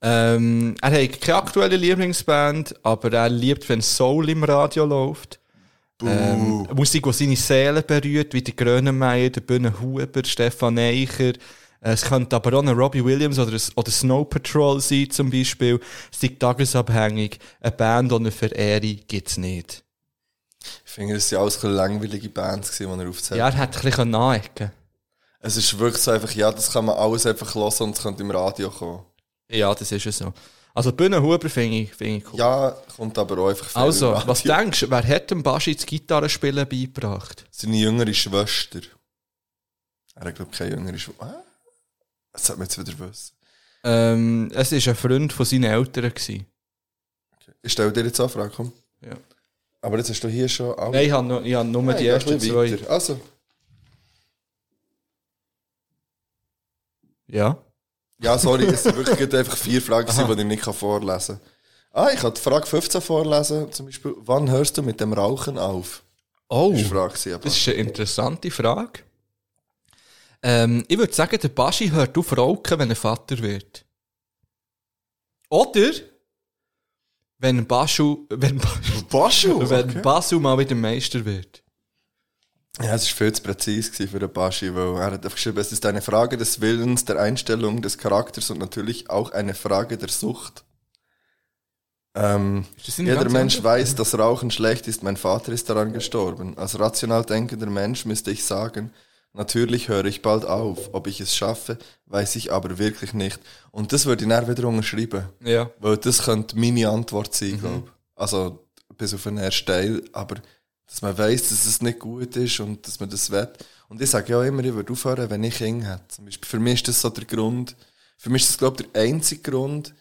[SPEAKER 1] Ähm, er hat keine aktuelle Lieblingsband, aber er liebt, wenn Soul im Radio läuft. Ähm, Musik, die seine Seele berührt, wie die Grönemeyer, der Bühne Huber, Stefan Eicher. Äh, Es könnte aber auch ein Robbie Williams oder, ein, oder Snow Patrol sein, zum Beispiel. Es ist tagesabhängig. Eine Band ohne Verehre gibt es nicht.
[SPEAKER 2] Ich finde, das waren alles ein bisschen langweilige Bands, gewesen, die er aufzählt.
[SPEAKER 1] Ja, er hätte ein bisschen anecken
[SPEAKER 2] Es ist wirklich so einfach, ja, das kann man alles einfach hören und es könnte im Radio kommen.
[SPEAKER 1] Ja, das ist ja so. Also, Bühne Huber finde ich, finde ich cool.
[SPEAKER 2] Ja, kommt aber auch einfach viel
[SPEAKER 1] Also,
[SPEAKER 2] im Radio.
[SPEAKER 1] was denkst du, wer hat dem Baschi das Gitarrespielen beigebracht?
[SPEAKER 2] Seine jüngere Schwester. Er hat, glaube ich, keine jüngere Schwester. Ah? Das sollte man jetzt wieder wissen.
[SPEAKER 1] Ähm, es war ein Freund von seinen Eltern. Gewesen.
[SPEAKER 2] Ich stelle dir jetzt auch eine Frage, komm.
[SPEAKER 1] Ja.
[SPEAKER 2] Aber jetzt hast du hier schon alle.
[SPEAKER 1] Nein, ich habe nur, ich habe nur die
[SPEAKER 2] ich gehe
[SPEAKER 1] ersten
[SPEAKER 2] ein bisschen
[SPEAKER 1] zwei.
[SPEAKER 2] weiter. Also,
[SPEAKER 1] Ja.
[SPEAKER 2] ja, sorry, es sind wirklich gerade einfach vier Fragen, gewesen, die ich nicht vorlesen kann. Ah, ich kann die Frage 15 vorlesen, zum Beispiel, wann hörst du mit dem Rauchen auf?
[SPEAKER 1] Oh,
[SPEAKER 2] Das war die Frage, aber.
[SPEAKER 1] das ist eine interessante Frage. Ähm, ich würde sagen, der Baschi hört auf rauchen, wenn er Vater wird. Oder wenn Baschu, wenn, Baschu-
[SPEAKER 2] Baschu!
[SPEAKER 1] wenn
[SPEAKER 2] Okay.
[SPEAKER 1] Basu mal wieder Meister wird.
[SPEAKER 2] Ja, es war viel zu präzise gewesen für den Baschi, weil er hat geschrieben, es ist eine Frage des Willens, der Einstellung, des Charakters und natürlich auch eine Frage der Sucht. Ähm,
[SPEAKER 1] Ist das nicht
[SPEAKER 2] jeder
[SPEAKER 1] ganz
[SPEAKER 2] Mensch
[SPEAKER 1] anders?
[SPEAKER 2] weiß, dass Rauchen schlecht ist, mein Vater ist daran gestorben. Als rational denkender Mensch müsste ich sagen, natürlich höre ich bald auf, ob ich es schaffe, weiß ich aber wirklich nicht. Und das würde ich dann wieder unterschreiben,
[SPEAKER 1] Ja.
[SPEAKER 2] weil das könnte meine Antwort sein, glaube ich. Also bis auf den ersten Teil, aber dass man weiß, dass es nicht gut ist und dass man das will. Und ich sage ja immer, ich würde aufhören, wenn ich Kinder hätte. Zum Beispiel, für mich ist das so der Grund, für mich ist das, glaube ich, der einzige Grund,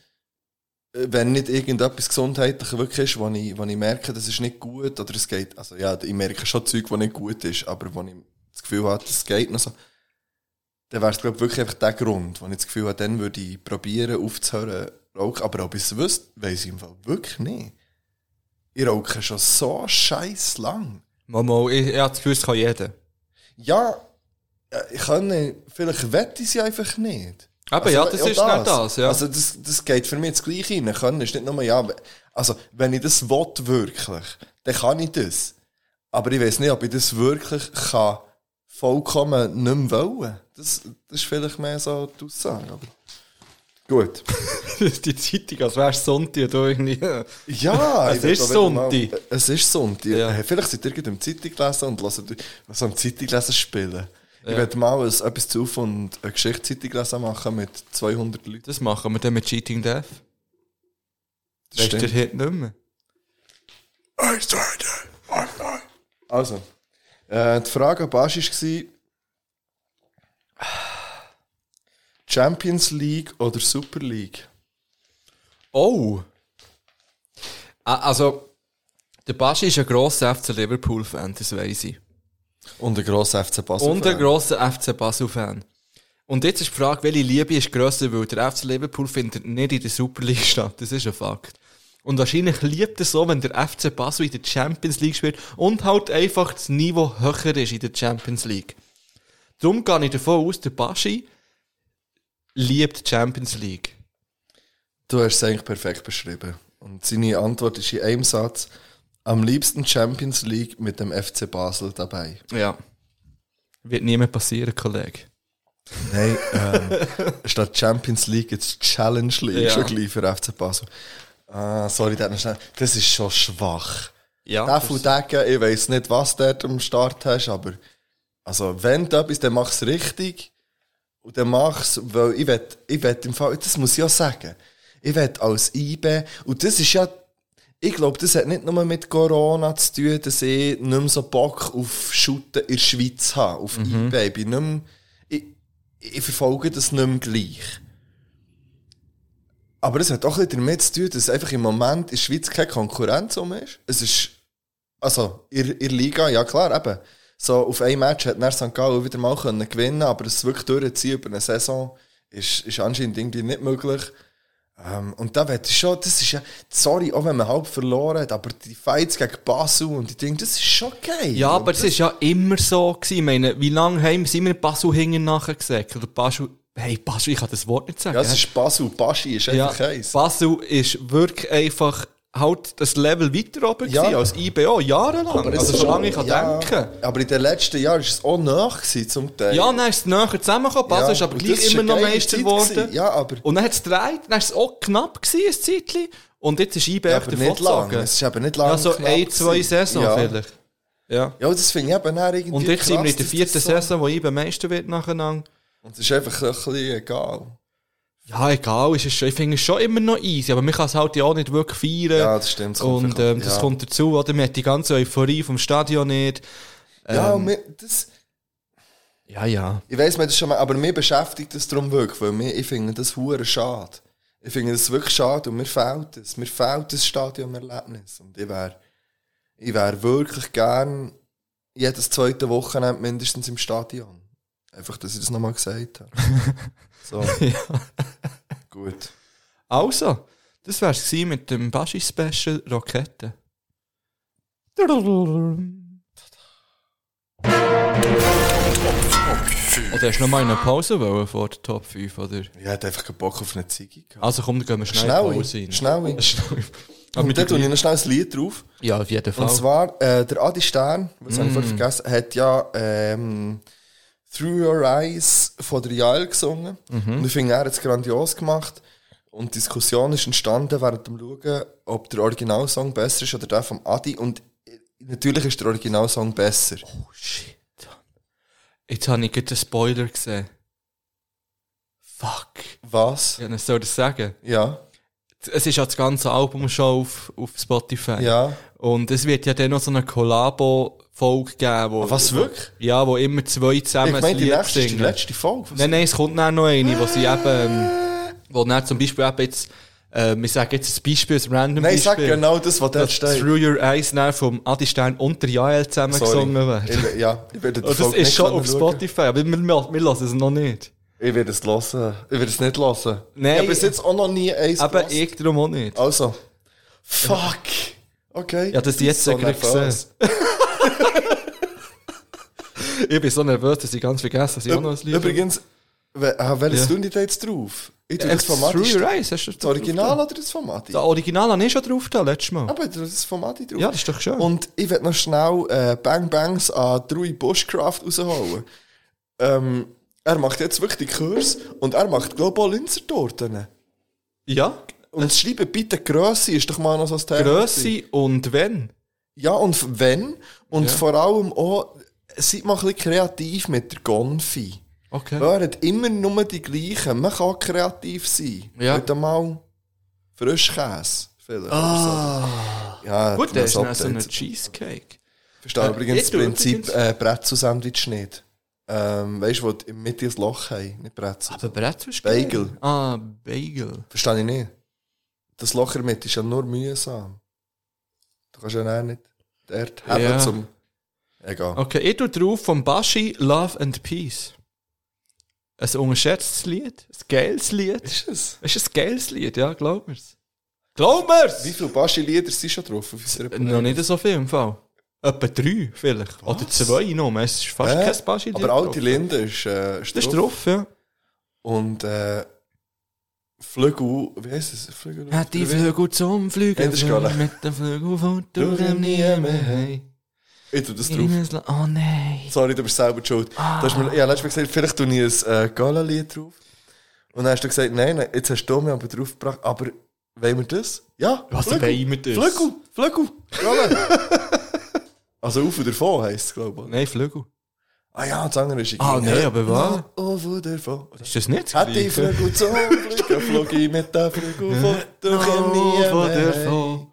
[SPEAKER 2] äh, wenn nicht irgendetwas gesundheitlich wirklich ist, wo ich, wo ich merke, das ist nicht gut oder es geht, also ja, ich merke schon Zeug, wo nicht gut ist, aber wo ich das Gefühl habe, das geht noch so, dann wäre es, glaube ich, wirklich einfach der Grund, wo ich das Gefühl habe, dann würde ich probieren, aufzuhören, rauchen, aber ob ich es wüsste, weiß ich im Fall wirklich nicht. Ich rauche schon so scheiß lang.
[SPEAKER 1] Mal, mal, ich, ich habe das Gefühl, es kann jeder.
[SPEAKER 2] Ja, äh, ich kann nicht, vielleicht wette ich sie einfach nicht.
[SPEAKER 1] Aber ja, das ist nicht das, ja.
[SPEAKER 2] Also das, das geht für mich jetzt gleich rein. Können ist nicht nur, ja, aber- also wenn ich das will, wirklich, dann kann ich das. Aber ich weiß nicht, ob ich das wirklich kann vollkommen nicht mehr wollen. Das, das ist vielleicht mehr so die Aussage. Aber. Gut.
[SPEAKER 1] die Zeitung, als wäre es Sonntag und du irgendwie.
[SPEAKER 2] Ja,
[SPEAKER 1] Es
[SPEAKER 2] ich will
[SPEAKER 1] ist
[SPEAKER 2] aber wieder
[SPEAKER 1] Sonntag.
[SPEAKER 2] mal- Es ist Sonntag.
[SPEAKER 1] Ja.
[SPEAKER 2] Hey, Vielleicht seid ihr gerade im Zeitung gelesen und lasst was am Zeitung lesen spielen. Ich werde mal ein, etwas zu auf und eine Geschichtszeitung lesen machen mit 200 Leuten.
[SPEAKER 1] Das machen wir dann mit Cheating Death.
[SPEAKER 2] Das
[SPEAKER 1] Weißt du, der Hit nicht mehr.
[SPEAKER 2] Also, äh, die Frage an Basch war: Champions League oder Super League?
[SPEAKER 1] Oh! Ah, Also, der Baschi ist ein grosser FC Liverpool-Fan, das weiß ich.
[SPEAKER 2] Und ein grosser FC Basel.
[SPEAKER 1] Und ein grosser FC Basel-Fan. Und jetzt ist die Frage, welche Liebe ist grösser, weil der FC Liverpool findet nicht in der Super League statt. Das ist ein Fakt. Und wahrscheinlich liebt es so, wenn der FC Basel in der Champions League spielt und halt einfach das Niveau höher ist in der Champions League. Darum gehe ich davon aus, der Baschi liebt die Champions League.
[SPEAKER 2] Du hast es eigentlich perfekt beschrieben. Und seine Antwort ist in einem Satz: Am liebsten Champions League mit dem FC Basel dabei.
[SPEAKER 1] Ja. Wird nie mehr passieren, Kollege.
[SPEAKER 2] Nein, ähm, statt Champions League jetzt Challenge League
[SPEAKER 1] Ja.
[SPEAKER 2] schon gleich für FC Basel. Ah, sorry, das noch schnell. Das ist schon schwach.
[SPEAKER 1] Ja.
[SPEAKER 2] Der von Decken, ich weiß nicht, was du dort am Start hast, aber Also, wenn du etwas, dann mach es richtig. Und dann mach es, weil ich will, ich will im Fall, das muss ich auch sagen, ich will als IB, und das ist ja, ich glaube, das hat nicht nur mit Corona zu tun, dass ich nicht mehr so Bock auf Shooten in der Schweiz habe, auf
[SPEAKER 1] Mhm.
[SPEAKER 2] IB. Ich, bin nicht mehr, ich, ich verfolge das nicht mehr gleich. Aber es hat auch ein bisschen damit zu tun, dass einfach im Moment in der Schweiz keine Konkurrenz um ist. Es ist, also, in der Liga, ja klar, eben. So, auf ein Match hat dann St. Gallen wieder mal können gewinnen aber es wirklich durchziehen über eine Saison ist, ist anscheinend irgendwie nicht möglich. Ähm, und da wird schon, das ist ja, sorry, auch wenn man halb verloren hat, aber die Fights gegen Basel und die Dinge, das ist schon geil.
[SPEAKER 1] Ja,
[SPEAKER 2] Und
[SPEAKER 1] aber
[SPEAKER 2] das-
[SPEAKER 1] es ist ja immer so gewesen. Ich meine, wie lange haben sind wir in Basel hinten nachher gesagt? Oder Basel, hey, Basel, ich kann das Wort nicht sagen.
[SPEAKER 2] Ja, es ist Basel, Baschi ist
[SPEAKER 1] Ja,
[SPEAKER 2] einfach eins.
[SPEAKER 1] Basel ist wirklich einfach halt das Level weiter oben
[SPEAKER 2] Ja.
[SPEAKER 1] gewesen als IBO, jahrelang.
[SPEAKER 2] es
[SPEAKER 1] also
[SPEAKER 2] ist schon-
[SPEAKER 1] solange ich kann
[SPEAKER 2] ja,
[SPEAKER 1] denken.
[SPEAKER 2] Aber in den letzten Jahren war es auch nah gewesen, zum Teil.
[SPEAKER 1] Ja, dann ist es näher zusammengekommen. Basel ist aber
[SPEAKER 2] und
[SPEAKER 1] gleich
[SPEAKER 2] das ist
[SPEAKER 1] immer
[SPEAKER 2] eine
[SPEAKER 1] noch
[SPEAKER 2] geile
[SPEAKER 1] Meister
[SPEAKER 2] Zeit
[SPEAKER 1] geworden.
[SPEAKER 2] gewesen. Ja, aber...
[SPEAKER 1] Und dann hat es gedreht, dann war es auch knapp gewesen, ein Zeitchen. Und jetzt ist IBO
[SPEAKER 2] Ja,
[SPEAKER 1] ja,
[SPEAKER 2] aber nicht lang. Es ist eben nicht lang.
[SPEAKER 1] Ja, so
[SPEAKER 2] knapp
[SPEAKER 1] ein, zwei
[SPEAKER 2] gewesen.
[SPEAKER 1] Saison
[SPEAKER 2] ja.
[SPEAKER 1] vielleicht. Ja.
[SPEAKER 2] Ja, das finde ich eben dann irgendwie
[SPEAKER 1] Und jetzt sind wir in der
[SPEAKER 2] dass
[SPEAKER 1] vierten
[SPEAKER 2] das so-
[SPEAKER 1] Saison, wo IBO Meister wird nacheinander.
[SPEAKER 2] Und es ist einfach ein bisschen egal.
[SPEAKER 1] Ja, egal, ist es schon, ich finde es schon immer noch easy, aber man kann es halt ja auch nicht wirklich feiern.
[SPEAKER 2] Ja, das stimmt. das kommt
[SPEAKER 1] und
[SPEAKER 2] vielleicht-
[SPEAKER 1] ähm, das
[SPEAKER 2] ja.
[SPEAKER 1] kommt dazu, oder? Man hat die ganze Euphorie vom Stadion nicht. ähm,
[SPEAKER 2] Ja, und mir, das,
[SPEAKER 1] Ja, ja.
[SPEAKER 2] ich weiß, man hat das schon mal, aber mir beschäftigt das darum wirklich, weil mir, ich finde das hure schade. Ich finde das wirklich schade und mir fehlt es. Mir fehlt das Stadionerlebnis. Und ich wäre ich wär wirklich gern jedes zweite Wochenende mindestens im Stadion. Einfach, dass ich das nochmal gesagt habe. So. Gut.
[SPEAKER 1] Also, das wär's gewesen mit dem Baschi-Special Rakete. Oder hast du noch mal eine Pause wollen vor der Top 5, oder?
[SPEAKER 2] Ich hätte einfach keinen Bock auf eine Ziege gehabt.
[SPEAKER 1] Also komm, dann gehen wir schnell, in die
[SPEAKER 2] Schnell,
[SPEAKER 1] Pause rein.
[SPEAKER 2] hin, schnell. hin.
[SPEAKER 1] Schnell. Aber
[SPEAKER 2] Und
[SPEAKER 1] mit
[SPEAKER 2] dann
[SPEAKER 1] der
[SPEAKER 2] tue ich noch schnell ein Lied drauf.
[SPEAKER 1] ja, auf jeden Fall.
[SPEAKER 2] Und zwar, äh, der Adi Stern, was habe ich vorhin
[SPEAKER 1] Mm.
[SPEAKER 2] vergessen, hat ja ähm, Through Your Eyes von der Jael gesungen.
[SPEAKER 1] Mhm.
[SPEAKER 2] Und ich finde, er hat es grandios gemacht. Und die Diskussion ist entstanden während dem Schauen, ob der Originalsong besser ist oder der vom Adi. Und äh, natürlich ist der Originalsong besser.
[SPEAKER 1] Oh, shit. Jetzt habe ich gerade einen Spoiler gesehen. Fuck.
[SPEAKER 2] Was?
[SPEAKER 1] Ja, dann soll ich das sagen.
[SPEAKER 2] Ja.
[SPEAKER 1] Es ist ja das ganze Album schon auf, auf Spotify.
[SPEAKER 2] Ja.
[SPEAKER 1] Und es wird ja dann noch so eine Collabo-Folge geben. Wo,
[SPEAKER 2] Ah, Was, wirklich?
[SPEAKER 1] Ja, wo immer zwei zusammen
[SPEAKER 2] Ich meine,
[SPEAKER 1] ein
[SPEAKER 2] die
[SPEAKER 1] Lied
[SPEAKER 2] nächste ist die
[SPEAKER 1] singen.
[SPEAKER 2] letzte Folge. Was-
[SPEAKER 1] Nein, nein, es kommt dann noch eine, wo sie eben, ähm, wo dann zum Beispiel eben jetzt, äh, wir sagen jetzt ein Beispiel, ein random
[SPEAKER 2] Nein,
[SPEAKER 1] Beispiel.
[SPEAKER 2] sag genau das, was dort
[SPEAKER 1] dass
[SPEAKER 2] steht.
[SPEAKER 1] Through Your Eyes dann vom Adi Stern und der Jael zusammen
[SPEAKER 2] Sorry.
[SPEAKER 1] gesungen wird.
[SPEAKER 2] Ich, ja, ich werde die
[SPEAKER 1] Und das
[SPEAKER 2] Folge
[SPEAKER 1] ist
[SPEAKER 2] nicht
[SPEAKER 1] schon
[SPEAKER 2] können
[SPEAKER 1] auf
[SPEAKER 2] schauen.
[SPEAKER 1] Spotify, aber wir, wir, wir lassen es noch nicht.
[SPEAKER 2] Ich werde es hören. Ich werde es nicht hören.
[SPEAKER 1] Nein.
[SPEAKER 2] Ich habe bis jetzt auch noch nie eins
[SPEAKER 1] Aber
[SPEAKER 2] gehört.
[SPEAKER 1] ich darum auch nicht.
[SPEAKER 2] Also. Fuck. Okay.
[SPEAKER 1] Ja, das
[SPEAKER 2] Ich bin
[SPEAKER 1] jetzt gerade
[SPEAKER 2] nervös.
[SPEAKER 1] Ich bin so nervös, dass ich ganz vergesse, dass ich auch noch ein Lied
[SPEAKER 2] Übrigens, we- ah, welches
[SPEAKER 1] Ja.
[SPEAKER 2] tun die da jetzt drauf? Ich tue
[SPEAKER 1] Äh,
[SPEAKER 2] das Format.
[SPEAKER 1] Through Your Eyes, hast du
[SPEAKER 2] Das Original Ah. oder das Format?
[SPEAKER 1] Das Original habe ich schon drauf da letztes Mal.
[SPEAKER 2] Aber ich tue das Format drauf.
[SPEAKER 1] Ja, das ist doch schön.
[SPEAKER 2] Und ich werde noch schnell äh, Bang Bangs an Drew Bushcraft rausholen. ähm, er macht jetzt wirklich die Kurs und er macht Global Linzer-Torten.
[SPEAKER 1] ja,
[SPEAKER 2] Und schreibe bitte Grösse, ist doch mal noch so ein Thema.
[SPEAKER 1] Grösse und wenn.
[SPEAKER 2] Ja, und wenn. Und vor allem auch, seid mal ein bisschen kreativ mit der Gonfi.
[SPEAKER 1] Okay.
[SPEAKER 2] Hört immer nur die gleichen. Man kann kreativ sein.
[SPEAKER 1] Ja.
[SPEAKER 2] Heute mal Frischkäse. Vielleicht. Ah. So. Ja,
[SPEAKER 1] Gut,
[SPEAKER 2] das
[SPEAKER 1] das ist dann
[SPEAKER 2] Update.
[SPEAKER 1] so eine Cheesecake.
[SPEAKER 2] Ich verstehe
[SPEAKER 1] Äh,
[SPEAKER 2] übrigens das
[SPEAKER 1] ich tue
[SPEAKER 2] Prinzip
[SPEAKER 1] übrigens-
[SPEAKER 2] äh, Brezel-Sandwich nicht. Ähm, weißt du, wo du in der Mitte ein Loch haben, nicht Brezel.
[SPEAKER 1] Aber Brezel ist geil.
[SPEAKER 2] Bagel.
[SPEAKER 1] Ah, Bagel.
[SPEAKER 2] Verstehe ich nicht. Das Loch in der Mitte ist ja nur mühsam. Du kannst ja dann nicht dort haben
[SPEAKER 1] Ja.
[SPEAKER 2] zum. Egal.
[SPEAKER 1] Okay, ich tue drauf von Bashi Love and Peace. Ein unterschätztes Lied, ein geiles Lied.
[SPEAKER 2] Ist es?
[SPEAKER 1] Es ist ein geiles Lied, ja, glaub mir's. Glaub mir's!
[SPEAKER 2] Wie viele Baschi-Lieder sind schon drauf auf unserer
[SPEAKER 1] Äh, Noch nicht so viel im Fall. Etwa drei vielleicht. Oder zwei noch. Es ist fast
[SPEAKER 2] Äh,
[SPEAKER 1] kein Baschi.
[SPEAKER 2] Aber Alte Linde ist, äh,
[SPEAKER 1] Das ist drauf, ja.
[SPEAKER 2] Und äh, Flügel, wie heißt es? Flügel.
[SPEAKER 1] Hat die Flügel zum Fliegen.
[SPEAKER 2] Ja, das ist geil.
[SPEAKER 1] mit dem Flügel von
[SPEAKER 2] Du
[SPEAKER 1] durch dem
[SPEAKER 2] nimm nie
[SPEAKER 1] Niemen.
[SPEAKER 2] mehr
[SPEAKER 1] hey.
[SPEAKER 2] Ich tue das drauf.
[SPEAKER 1] Himmelsla- Oh nein.
[SPEAKER 2] Sorry, du bist selber schuld. Du hast
[SPEAKER 1] Ah.
[SPEAKER 2] mir, ja, letztes Mal gesagt, vielleicht tue ich ein äh, Gala-Lied drauf. Und dann hast du gesagt, nein, nein, jetzt hast du mich aber draufgebracht. Aber wollen wir das? Ja.
[SPEAKER 1] Was
[SPEAKER 2] Flügel,
[SPEAKER 1] wollen wir das?
[SPEAKER 2] Flügel, Flügel, Gala. also auf und davon heisst es, glaube ich.
[SPEAKER 1] Nein, Flügel.
[SPEAKER 2] Ah ja, das andere ist
[SPEAKER 1] Ah, nee, aber was?
[SPEAKER 2] Oh, wo der von.
[SPEAKER 1] Ist das nicht?
[SPEAKER 2] Hat die
[SPEAKER 1] gleich?
[SPEAKER 2] Flügel zum Glück, flog ich mit der Flügel von der
[SPEAKER 1] Oh, wo der
[SPEAKER 2] Chemie.
[SPEAKER 1] von-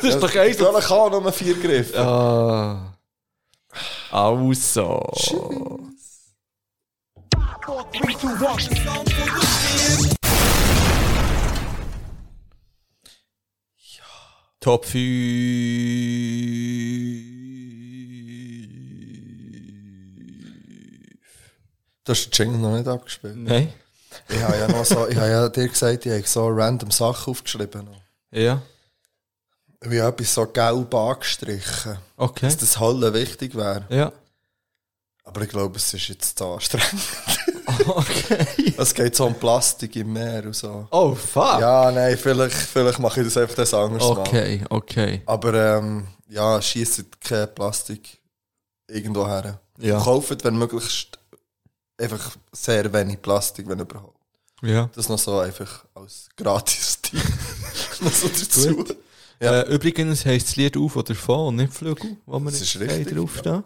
[SPEAKER 1] Das ist doch eins.
[SPEAKER 2] Dann kann nur um vier Griffe.
[SPEAKER 1] Ah. Also. Top 5.
[SPEAKER 2] Du hast den Jingle noch nicht abgespielt.
[SPEAKER 1] Nein?
[SPEAKER 2] Ich habe ja, noch so, ich habe ja dir gesagt, ich habe so random Sachen aufgeschrieben.
[SPEAKER 1] Ja.
[SPEAKER 2] Ich habe etwas so gelb angestrichen,
[SPEAKER 1] Okay.
[SPEAKER 2] dass das Hallen wichtig wäre.
[SPEAKER 1] Ja.
[SPEAKER 2] Aber ich glaube, es ist jetzt zu anstrengend.
[SPEAKER 1] Okay.
[SPEAKER 2] Es geht so um Plastik im Meer und so.
[SPEAKER 1] Oh, fuck.
[SPEAKER 2] Ja, nein, vielleicht, vielleicht mache ich das einfach das anders mal.
[SPEAKER 1] okay, okay.
[SPEAKER 2] Aber ähm, ja, schiesst kein Plastik irgendwo her.
[SPEAKER 1] Ja.
[SPEAKER 2] Kauft, wenn möglichst, einfach sehr wenig Plastik, wenn überhaupt.
[SPEAKER 1] Ja.
[SPEAKER 2] Das noch so einfach als Gratis-Tipp. noch so dazu.
[SPEAKER 1] Gut.
[SPEAKER 2] Ja.
[SPEAKER 1] Äh, übrigens heisst das Lied auf oder von und nicht Flügel, wo man
[SPEAKER 2] Das ist
[SPEAKER 1] nicht
[SPEAKER 2] richtig,
[SPEAKER 1] drauf
[SPEAKER 2] ja.
[SPEAKER 1] da.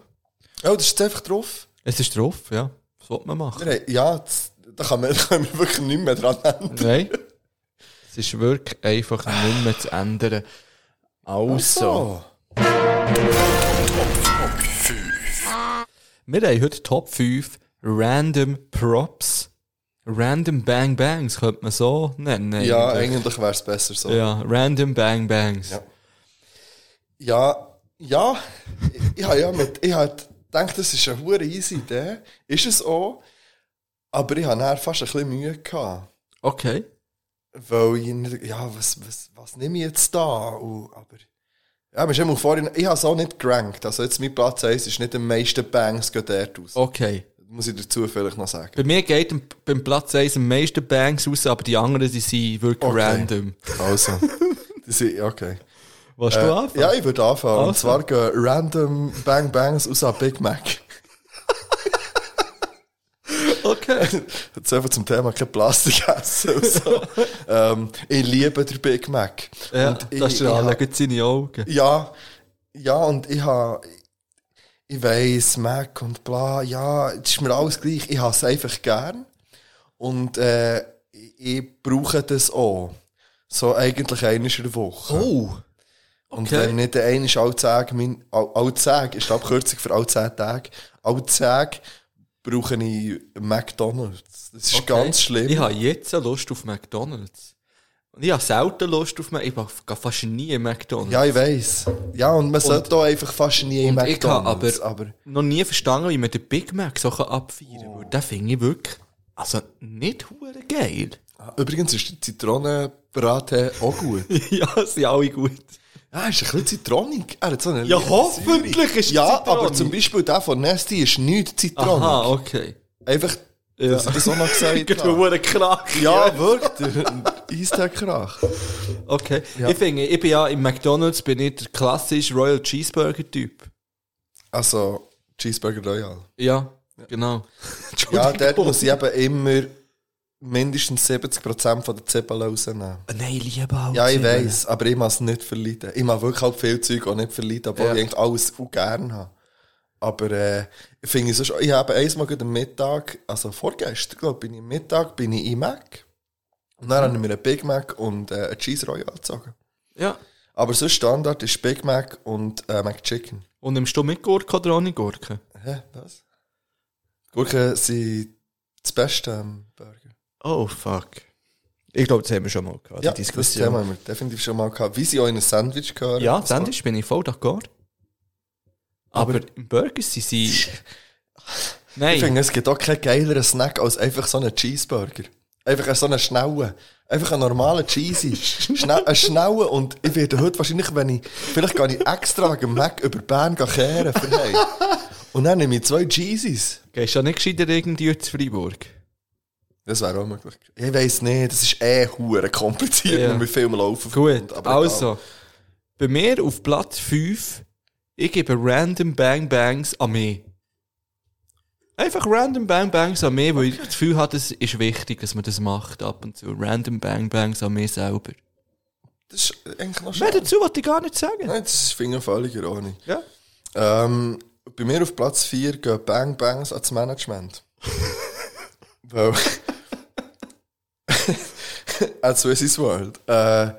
[SPEAKER 2] Oh, das ist einfach drauf.
[SPEAKER 1] Es ist drauf, ja. Das sollte man machen.
[SPEAKER 2] Wir haben- Ja, das, da kann man, da können wir wirklich nicht mehr dran ändern.
[SPEAKER 1] Nein. Es ist wirklich einfach nicht mehr zu ändern. Also. Wir haben heute Top 5 Random Props. Random Bang Bangs könnte man so nennen.
[SPEAKER 2] Ja,
[SPEAKER 1] eigentlich.
[SPEAKER 2] eigentlich wäre es besser so.
[SPEAKER 1] Ja, Random Bang Bangs.
[SPEAKER 2] Ja. Ja, ja, ich, ich habe ja mit, ich habe gedacht, das ist eine hure easy Idee. Ist es auch. Aber ich habe nachher fast ein bisschen Mühe gehabt.
[SPEAKER 1] Okay.
[SPEAKER 2] Weil ich nicht, ja, was, was, was nehme ich jetzt da? Und, aber, ja, mir ist immer vorhin, ich habe es auch nicht gerankt. Also jetzt mein Platz 1 ist nicht am meisten Bangs geht dort aus.
[SPEAKER 1] Okay.
[SPEAKER 2] Muss ich dazu vielleicht noch sagen.
[SPEAKER 1] Bei mir geht am- beim Platz 1 am meisten Bangs raus, aber die anderen die sind wirklich
[SPEAKER 2] Okay.
[SPEAKER 1] random.
[SPEAKER 2] Also, das ist, okay.
[SPEAKER 1] Willst du anfangen?
[SPEAKER 2] Äh, Ja, ich würde anfangen. Und
[SPEAKER 1] Also.
[SPEAKER 2] zwar gehen random Bang Bangs aus an Big Mac.
[SPEAKER 1] Okay.
[SPEAKER 2] Jetzt einfach zum Thema kein Plastik essen und so. ähm, ich liebe den Big Mac.
[SPEAKER 1] Ja,
[SPEAKER 2] und ich,
[SPEAKER 1] das ist
[SPEAKER 2] ich
[SPEAKER 1] ja
[SPEAKER 2] hab-
[SPEAKER 1] anlegen seine Augen.
[SPEAKER 2] ja, ja, und ich habe, ich weiß Mac und bla, ja, es ist mir alles gleich. Ich habe es einfach gern. Und äh, ich- ich brauche das auch. So eigentlich einmal in der Woche.
[SPEAKER 1] Oh.
[SPEAKER 2] Und
[SPEAKER 1] Okay.
[SPEAKER 2] wenn nicht der eine ist alle 10, mein, all- alle 10 ist die Abkürzung für alle 10 Tage, alle 10 brauche ich McDonalds. Das ist ganz schlimm.
[SPEAKER 1] Ich habe jetzt Lust auf McDonalds. Und ich habe selten Lust auf McDonalds. Ich gehe fast nie in McDonalds.
[SPEAKER 2] ja, ich weiss. Ja, und man sollte auch einfach fast nie in
[SPEAKER 1] und ich habe
[SPEAKER 2] McDonalds.
[SPEAKER 1] aber- Noch nie verstanden, wie man den Big Mac so abfeiern kann. weil Den finde ich wirklich also nicht hure geil.
[SPEAKER 2] aber übrigens ist die Zitronenbraten auch gut.
[SPEAKER 1] ja, sind alle gut.
[SPEAKER 2] ja, ist ein bisschen zitronig. Er hat so eine
[SPEAKER 1] Ja,
[SPEAKER 2] leichte
[SPEAKER 1] hoffentlich
[SPEAKER 2] Säure.
[SPEAKER 1] ist es
[SPEAKER 2] Ja,
[SPEAKER 1] zitronig.
[SPEAKER 2] aber zum Beispiel der von Nesti ist nicht zitronig.
[SPEAKER 1] Aha, Ah, Genau. okay.
[SPEAKER 2] Einfach, dass ich das auch noch gesagt habe.
[SPEAKER 1] Hure Krach.
[SPEAKER 2] Ja, wirklich. Ist der Krach.
[SPEAKER 1] Okay. Ich finde, ich bin ja im McDonalds bin ich der klassische Royal Cheeseburger Typ.
[SPEAKER 2] Also, Cheeseburger Royal.
[SPEAKER 1] Ja, genau.
[SPEAKER 2] Ja, dort muss ich eben immer mindestens 70% von der Zwiebeln rausnehmen.
[SPEAKER 1] Äh, Nein, lieber
[SPEAKER 2] Ja, ich weiss, aber ich muss es nicht verleiden. Ich muss wirklich halt viel Zeug auch nicht verleiden, obwohl
[SPEAKER 1] Ja.
[SPEAKER 2] ich eigentlich alles auch gerne habe. Aber äh, ich finde es so sch- Ich habe einmal gerade am Mittag, also vorgestern, glaube ich, bin ich am Mittag bin ich im Mac. Und dann habe ich mir einen Big Mac und äh, einen Cheese Royal gezogen.
[SPEAKER 1] Ja.
[SPEAKER 2] Aber so Standard ist Big Mac und äh, McChicken.
[SPEAKER 1] Und nimmst du mit Gurke oder ohne Gurke?
[SPEAKER 2] Hä, was? Gurken sind das Beste am Burger.
[SPEAKER 1] Oh, fuck. Ich glaube, das haben wir schon mal gehabt,
[SPEAKER 2] Ja, das Thema haben wir definitiv schon mal gehabt. Wie sie auch in ein Sandwich gehören.
[SPEAKER 1] Ja, Sandwich bin ich voll d'accord. Aber, im Burger sind sie...
[SPEAKER 2] Ich
[SPEAKER 1] Nein,
[SPEAKER 2] finde, es gibt auch keinen geileren Snack als einfach so einen Cheeseburger. Einfach so einen schnellen. Einfach einen normalen Cheesy. Schnell, einen schnellen und ich werde heute wahrscheinlich, wenn ich, vielleicht gehe ich extra wegen Mac über Bern gehen kehren für heute. Und dann nehme ich zwei Cheesys.
[SPEAKER 1] gehst du ja nicht gescheiter irgendwie zu Freiburg.
[SPEAKER 2] Das wäre auch möglich. Ich weiss nicht, das ist eh hure kompliziert,
[SPEAKER 1] Ja.
[SPEAKER 2] wenn wir viel laufen.
[SPEAKER 1] Gut,
[SPEAKER 2] aber egal.
[SPEAKER 1] also. Bei mir auf Platz 5, ich gebe random Bang Bangs an mich. Einfach random Bang Bangs an mich, weil ich das Gefühl habe, es ist wichtig, dass man das macht ab und zu. Random Bang Bangs an mich selber.
[SPEAKER 2] Das ist eigentlich noch
[SPEAKER 1] Mehr
[SPEAKER 2] schade.
[SPEAKER 1] dazu wollte ich gar nicht sagen.
[SPEAKER 2] Nein, das finde ich völlig in Ordnung.
[SPEAKER 1] Ja.
[SPEAKER 2] Ähm, bei mir auf Platz 4 gehen Bang Bangs ans Management. Weil. at Swiss World. Äh,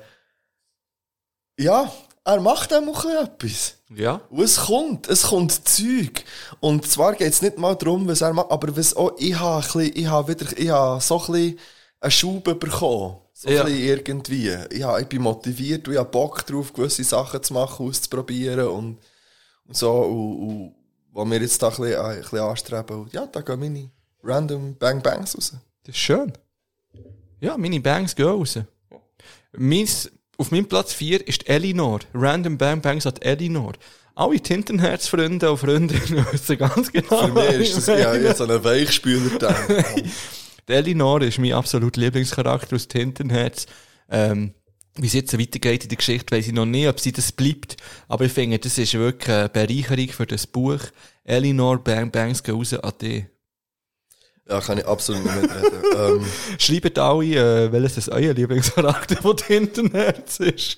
[SPEAKER 2] ja, er macht auch ein bisschen etwas.
[SPEAKER 1] Ja.
[SPEAKER 2] Und es kommt, es kommt Zeug. Und zwar geht es nicht mal darum, was er macht, aber was auch, ich habe, ein bisschen, ich habe wieder, ich habe so ein bisschen einen Schub bekommen. So
[SPEAKER 1] Ja.
[SPEAKER 2] ein bisschen irgendwie. Ich, habe, ich bin motiviert und ich habe Bock drauf, gewisse Sachen zu machen, auszuprobieren und, und so. Und, und was wir jetzt da ein bisschen, ein bisschen anstreben. Und ja, da gehen meine random Bang Bangs raus.
[SPEAKER 1] Das ist schön. Ja, meine Bangs gehen raus. Meins, auf meinem Platz 4 ist Elinor. Random Bang Bangs hat Elinor. Alle Tintenherzfreunde und Freundinnen wissen ganz genau.
[SPEAKER 2] Für mich ist das ja jetzt an einen Weichspüler denken.
[SPEAKER 1] Die Elinor ist mein absolut Lieblingscharakter aus Tintenherz. Ähm, wie es jetzt weitergeht in der Geschichte, weiß ich noch nicht, ob sie das bleibt. Aber ich finde, das ist wirklich eine Bereicherung für das Buch. Elinor Bang Bangs gehen raus an dich.
[SPEAKER 2] Ja, kann ich absolut nicht mitreden. ähm,
[SPEAKER 1] Schreibt alle, äh, welches das euer Lieblingscharakter von Tintenherz ist.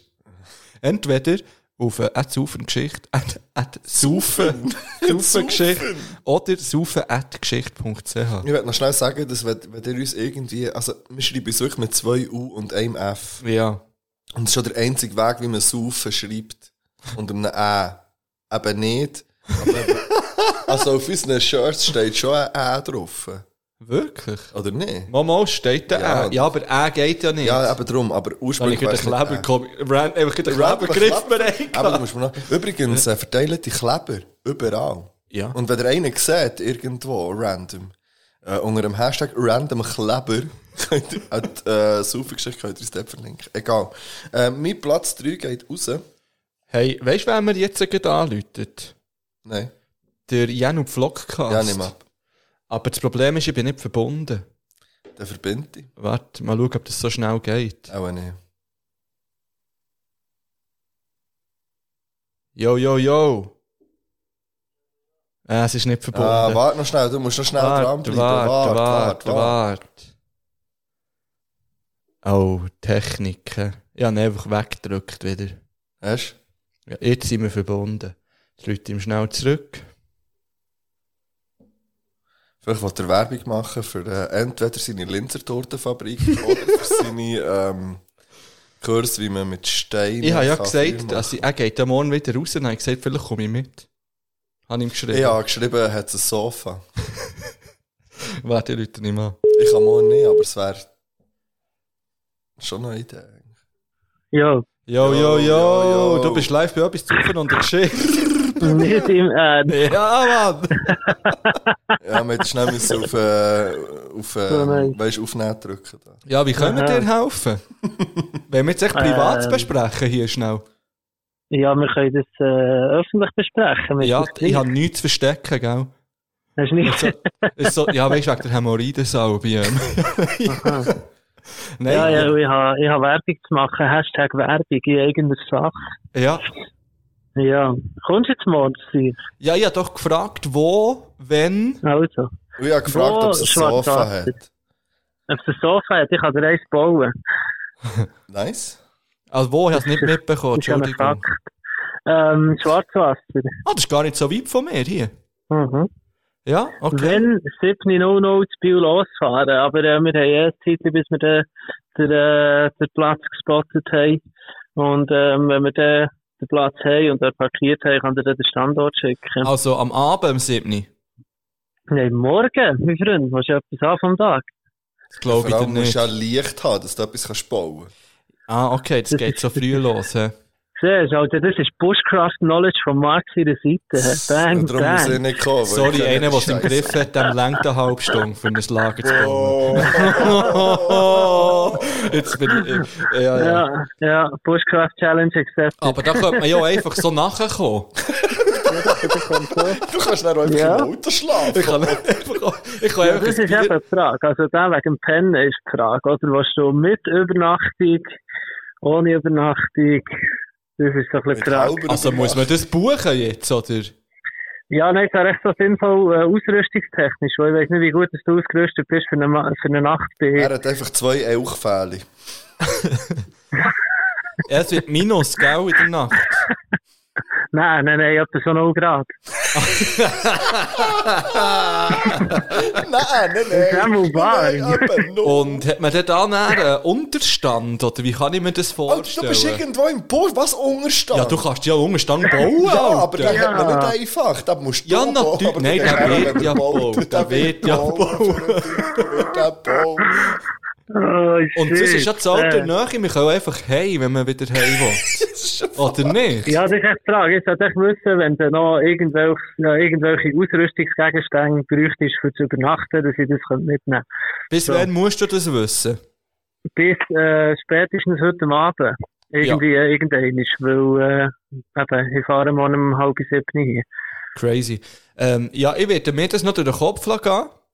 [SPEAKER 1] Entweder auf äh, at Saufengeschichte, at, at Saufen, Saufengeschichte oder saufen at geschichte.ch.
[SPEAKER 2] Ich werde noch schnell sagen, dass wenn, wenn ihr uns irgendwie, also wir schreiben es wirklich mit zwei U und einem F.
[SPEAKER 1] Ja.
[SPEAKER 2] Und das ist schon der einzige Weg, wie man Saufen schreibt. Und um einem Ä. Eben nicht. Aber eben, also auf unseren Shirts steht schon ein Ä drauf.
[SPEAKER 1] Wirklich?
[SPEAKER 2] Oder nicht?
[SPEAKER 1] Mama steht da
[SPEAKER 2] Ja.
[SPEAKER 1] ja, ja, aber er geht ja nicht.
[SPEAKER 2] Ja, eben drum, aber
[SPEAKER 1] Dann habe
[SPEAKER 2] ursprünglich
[SPEAKER 1] ich den
[SPEAKER 2] wär's mit
[SPEAKER 1] Kleber
[SPEAKER 2] Ä.
[SPEAKER 1] gekommen. Ran- Einfach in den
[SPEAKER 2] Rapper,
[SPEAKER 1] Kleber griff mir
[SPEAKER 2] Aber du
[SPEAKER 1] ein.
[SPEAKER 2] musst mir noch, übrigens, äh, verteilen die Kleber überall.
[SPEAKER 1] Ja.
[SPEAKER 2] Und wenn ihr einen seht, irgendwo, random, äh, unter dem Hashtag random Kleber, könnt ihr, an die, äh, Saufengeschichte könnt ihr uns dort verlinken. Egal. Äh, mein Platz 3 geht raus.
[SPEAKER 1] Hey, weißt du, wer mir jetzt gerade anläutet?
[SPEAKER 2] Nein,
[SPEAKER 1] Der Janub Vlogcast.
[SPEAKER 2] ja, nimm ab.
[SPEAKER 1] Aber das Problem ist, ich bin nicht verbunden.
[SPEAKER 2] Der verbindet dich.
[SPEAKER 1] Warte, mal schauen, ob das so schnell geht.
[SPEAKER 2] Auch nicht.
[SPEAKER 1] Yo, yo, yo. Äh, es ist nicht verbunden.
[SPEAKER 2] Ah, warte noch schnell, du musst noch schnell
[SPEAKER 1] warte,
[SPEAKER 2] dranbleiben.
[SPEAKER 1] warte, warte,
[SPEAKER 2] warte, warte.
[SPEAKER 1] warte. Oh, Techniken. Ich habe ihn einfach weggedrückt wieder.
[SPEAKER 2] Hast du?
[SPEAKER 1] Ja, jetzt sind wir verbunden. Jetzt rufe ihm schnell zurück.
[SPEAKER 2] Vielleicht wollte er Werbung machen für äh, entweder seine Linzer Tortenfabrik oder für seine ähm, Kurs, wie man mit Steinen.
[SPEAKER 1] Ich habe ja
[SPEAKER 2] kann Feuer
[SPEAKER 1] gesagt,
[SPEAKER 2] machen.
[SPEAKER 1] dass ich, er geht ja morgen wieder raus und habe gesagt, vielleicht komme ich mit. Habe ihm geschrieben.
[SPEAKER 2] Ich habe geschrieben, er hat ein Sofa.
[SPEAKER 1] Warte, ich rufe ihn mal.
[SPEAKER 2] Ich kann morgen nicht, aber es wäre schon eine Idee.
[SPEAKER 8] Ja,
[SPEAKER 1] Yo,
[SPEAKER 2] Yo,
[SPEAKER 1] yo,
[SPEAKER 2] yo,
[SPEAKER 1] yo,
[SPEAKER 2] yo.
[SPEAKER 1] du bist live bei etwas zu rufen und der Geschichte.
[SPEAKER 8] wir sind, äh,
[SPEAKER 1] ja, Mann.
[SPEAKER 2] Ja, wir hätten schnell müssen auf, äh, auf,
[SPEAKER 8] Oh
[SPEAKER 2] äh,
[SPEAKER 8] nein.
[SPEAKER 2] weißt, aufnehmen drücken. Da.
[SPEAKER 1] Ja, wie können wir dir helfen? Wenn wir jetzt echt privat
[SPEAKER 8] Ähm.
[SPEAKER 1] besprechen hier schnell.
[SPEAKER 8] ja, wir können das äh, öffentlich besprechen.
[SPEAKER 1] Ja,
[SPEAKER 8] das
[SPEAKER 1] ich Also, habe nichts zu verstecken, gell?
[SPEAKER 8] Hast du nicht?
[SPEAKER 1] So, ist so, ja, weißt du, wegen der Hämorrhoidensalbe. ähm.
[SPEAKER 8] Aha.
[SPEAKER 1] Nein,
[SPEAKER 8] ja, ja, ich habe ich habe Werbung zu machen. Hashtag Werbung in irgendeiner Sache.
[SPEAKER 1] ja.
[SPEAKER 8] Ja. Kommst du jetzt morgen zu sein?
[SPEAKER 1] Ja, ich habe doch gefragt, wo, wenn.
[SPEAKER 8] Also,
[SPEAKER 2] Und ich habe gefragt,
[SPEAKER 8] Wo
[SPEAKER 2] ob es ein
[SPEAKER 8] schwarz
[SPEAKER 2] Sofa hat.
[SPEAKER 8] achtet? ob es ein Sofa hat, ich kann dir eins bauen.
[SPEAKER 2] Nice.
[SPEAKER 1] Also, wo, ich habe es nicht mitbekommen.
[SPEAKER 8] Das ist ja ein
[SPEAKER 1] Entschuldigung.
[SPEAKER 8] Fakt. Ähm, Schwarzwasser.
[SPEAKER 1] Ah, das ist gar nicht so weit von mir hier.
[SPEAKER 8] Mhm.
[SPEAKER 1] Ja, okay.
[SPEAKER 8] Wenn 7.00 zu Biel losfahren, aber äh, wir haben erst Zeit, bis wir den, den, äh, den Platz gespottet haben. Und ähm, wenn wir den, den Platz haben und dort parkiert haben, kann er dann den Standort schicken.
[SPEAKER 1] Also am Abend, am 7.
[SPEAKER 8] Nein, morgen, mein Freund, hast du etwas an vom Tag?
[SPEAKER 1] Das glaube ich dir
[SPEAKER 2] Vor allem
[SPEAKER 1] nicht.
[SPEAKER 2] musst du ja Licht haben, dass du etwas kannst bauen kannst.
[SPEAKER 1] Ah, okay, das
[SPEAKER 8] Das
[SPEAKER 1] geht so früh los. hä?
[SPEAKER 8] Siehst du, Alter, das ist Bushcraft dus Knowledge von Mark seiner Seite. Bang,
[SPEAKER 2] Und darum muss ich
[SPEAKER 8] bang.
[SPEAKER 2] nicht kommen. weil ich
[SPEAKER 1] Sorry,
[SPEAKER 2] kenne
[SPEAKER 1] einer,
[SPEAKER 2] die
[SPEAKER 1] der es im
[SPEAKER 2] Scheiße.
[SPEAKER 1] Griff hat, dem lenkt eine halbe Stunde, um ein Lager zu bauen.
[SPEAKER 2] Oh,
[SPEAKER 1] Jetzt bin ich. Ja, ja.
[SPEAKER 8] Ja, ja, Bushcraft Challenge accepted.
[SPEAKER 1] Aber da könnte man ja auch einfach so nachkommen.
[SPEAKER 2] du kannst dann auch einfach
[SPEAKER 8] Ja.
[SPEAKER 2] im Auto schlafen.
[SPEAKER 1] Ich kann einfach. Ich kann
[SPEAKER 8] Ja,
[SPEAKER 1] einfach
[SPEAKER 8] dus das ist eben die Frage. Also, der wegen dem Pennen ist die Frage, oder? Was du mit Übernachtung, ohne Übernachtung, das ist doch ein
[SPEAKER 2] Mit
[SPEAKER 8] bisschen die Frage.
[SPEAKER 2] halber
[SPEAKER 1] also muss man
[SPEAKER 2] Übernacht.
[SPEAKER 1] das buchen jetzt, oder?
[SPEAKER 8] Ja, nein, es wäre echt so sinnvoll, äh, ausrüstungstechnisch, weil ich weiß nicht, wie gut dass du ausgerüstet bist für eine, Ma- für eine Nacht bei.
[SPEAKER 2] Er hat einfach zwei Elchfälle.
[SPEAKER 1] Ja, es wird Minus, gell, in der Nacht.
[SPEAKER 8] Nein, nein, nein, etwa so 0 Grad.
[SPEAKER 2] nein, nein, nein.
[SPEAKER 8] ist ja wohl wahr.
[SPEAKER 1] Und hat man dort auch näher einen Unterstand? Oder wie kann ich mir das
[SPEAKER 2] Alter, du bist
[SPEAKER 1] vorstellen?
[SPEAKER 2] irgendwo im Puff. Was
[SPEAKER 1] dus nou,
[SPEAKER 2] Unterstand?
[SPEAKER 1] Ja, du kannst ja einen Unterstand bauen,
[SPEAKER 2] Ja, aber
[SPEAKER 1] Alter.
[SPEAKER 2] den hat man nicht einfach. Den musst du
[SPEAKER 1] Ja,
[SPEAKER 2] bauen,
[SPEAKER 1] natürlich.
[SPEAKER 2] aber
[SPEAKER 1] Nein,
[SPEAKER 2] den
[SPEAKER 1] der
[SPEAKER 2] hat man
[SPEAKER 1] wird
[SPEAKER 2] nicht
[SPEAKER 1] ja
[SPEAKER 2] gebaut.
[SPEAKER 1] gebaut. Der wird ja
[SPEAKER 2] gebaut. Der wird ja gebaut.
[SPEAKER 8] Oh, shit.
[SPEAKER 1] Und das ist ja das
[SPEAKER 8] Äh,
[SPEAKER 1] alte Nähe. Wir können einfach hey, wenn man wieder hey will. Oder nicht?
[SPEAKER 8] Ja, das ist echt die Frage. Ich sollte echt eh, wissen, wenn du noch irgendwelche, noch irgendwelche Ausrüstungsgegenstände bräuchtest, für zu übernachten, dass ich das könnte mitnehmen
[SPEAKER 1] Bis
[SPEAKER 8] so.
[SPEAKER 1] wann musst du das dus wissen?
[SPEAKER 8] Bis äh, spätestens heute Abend. Irgendwie, äh, irgendein ist, weil äh, eben, ich fahre morgen um halb sieben hier.
[SPEAKER 1] Crazy. Ähm, ja, ich werde mir das noch durch den Kopf gehen.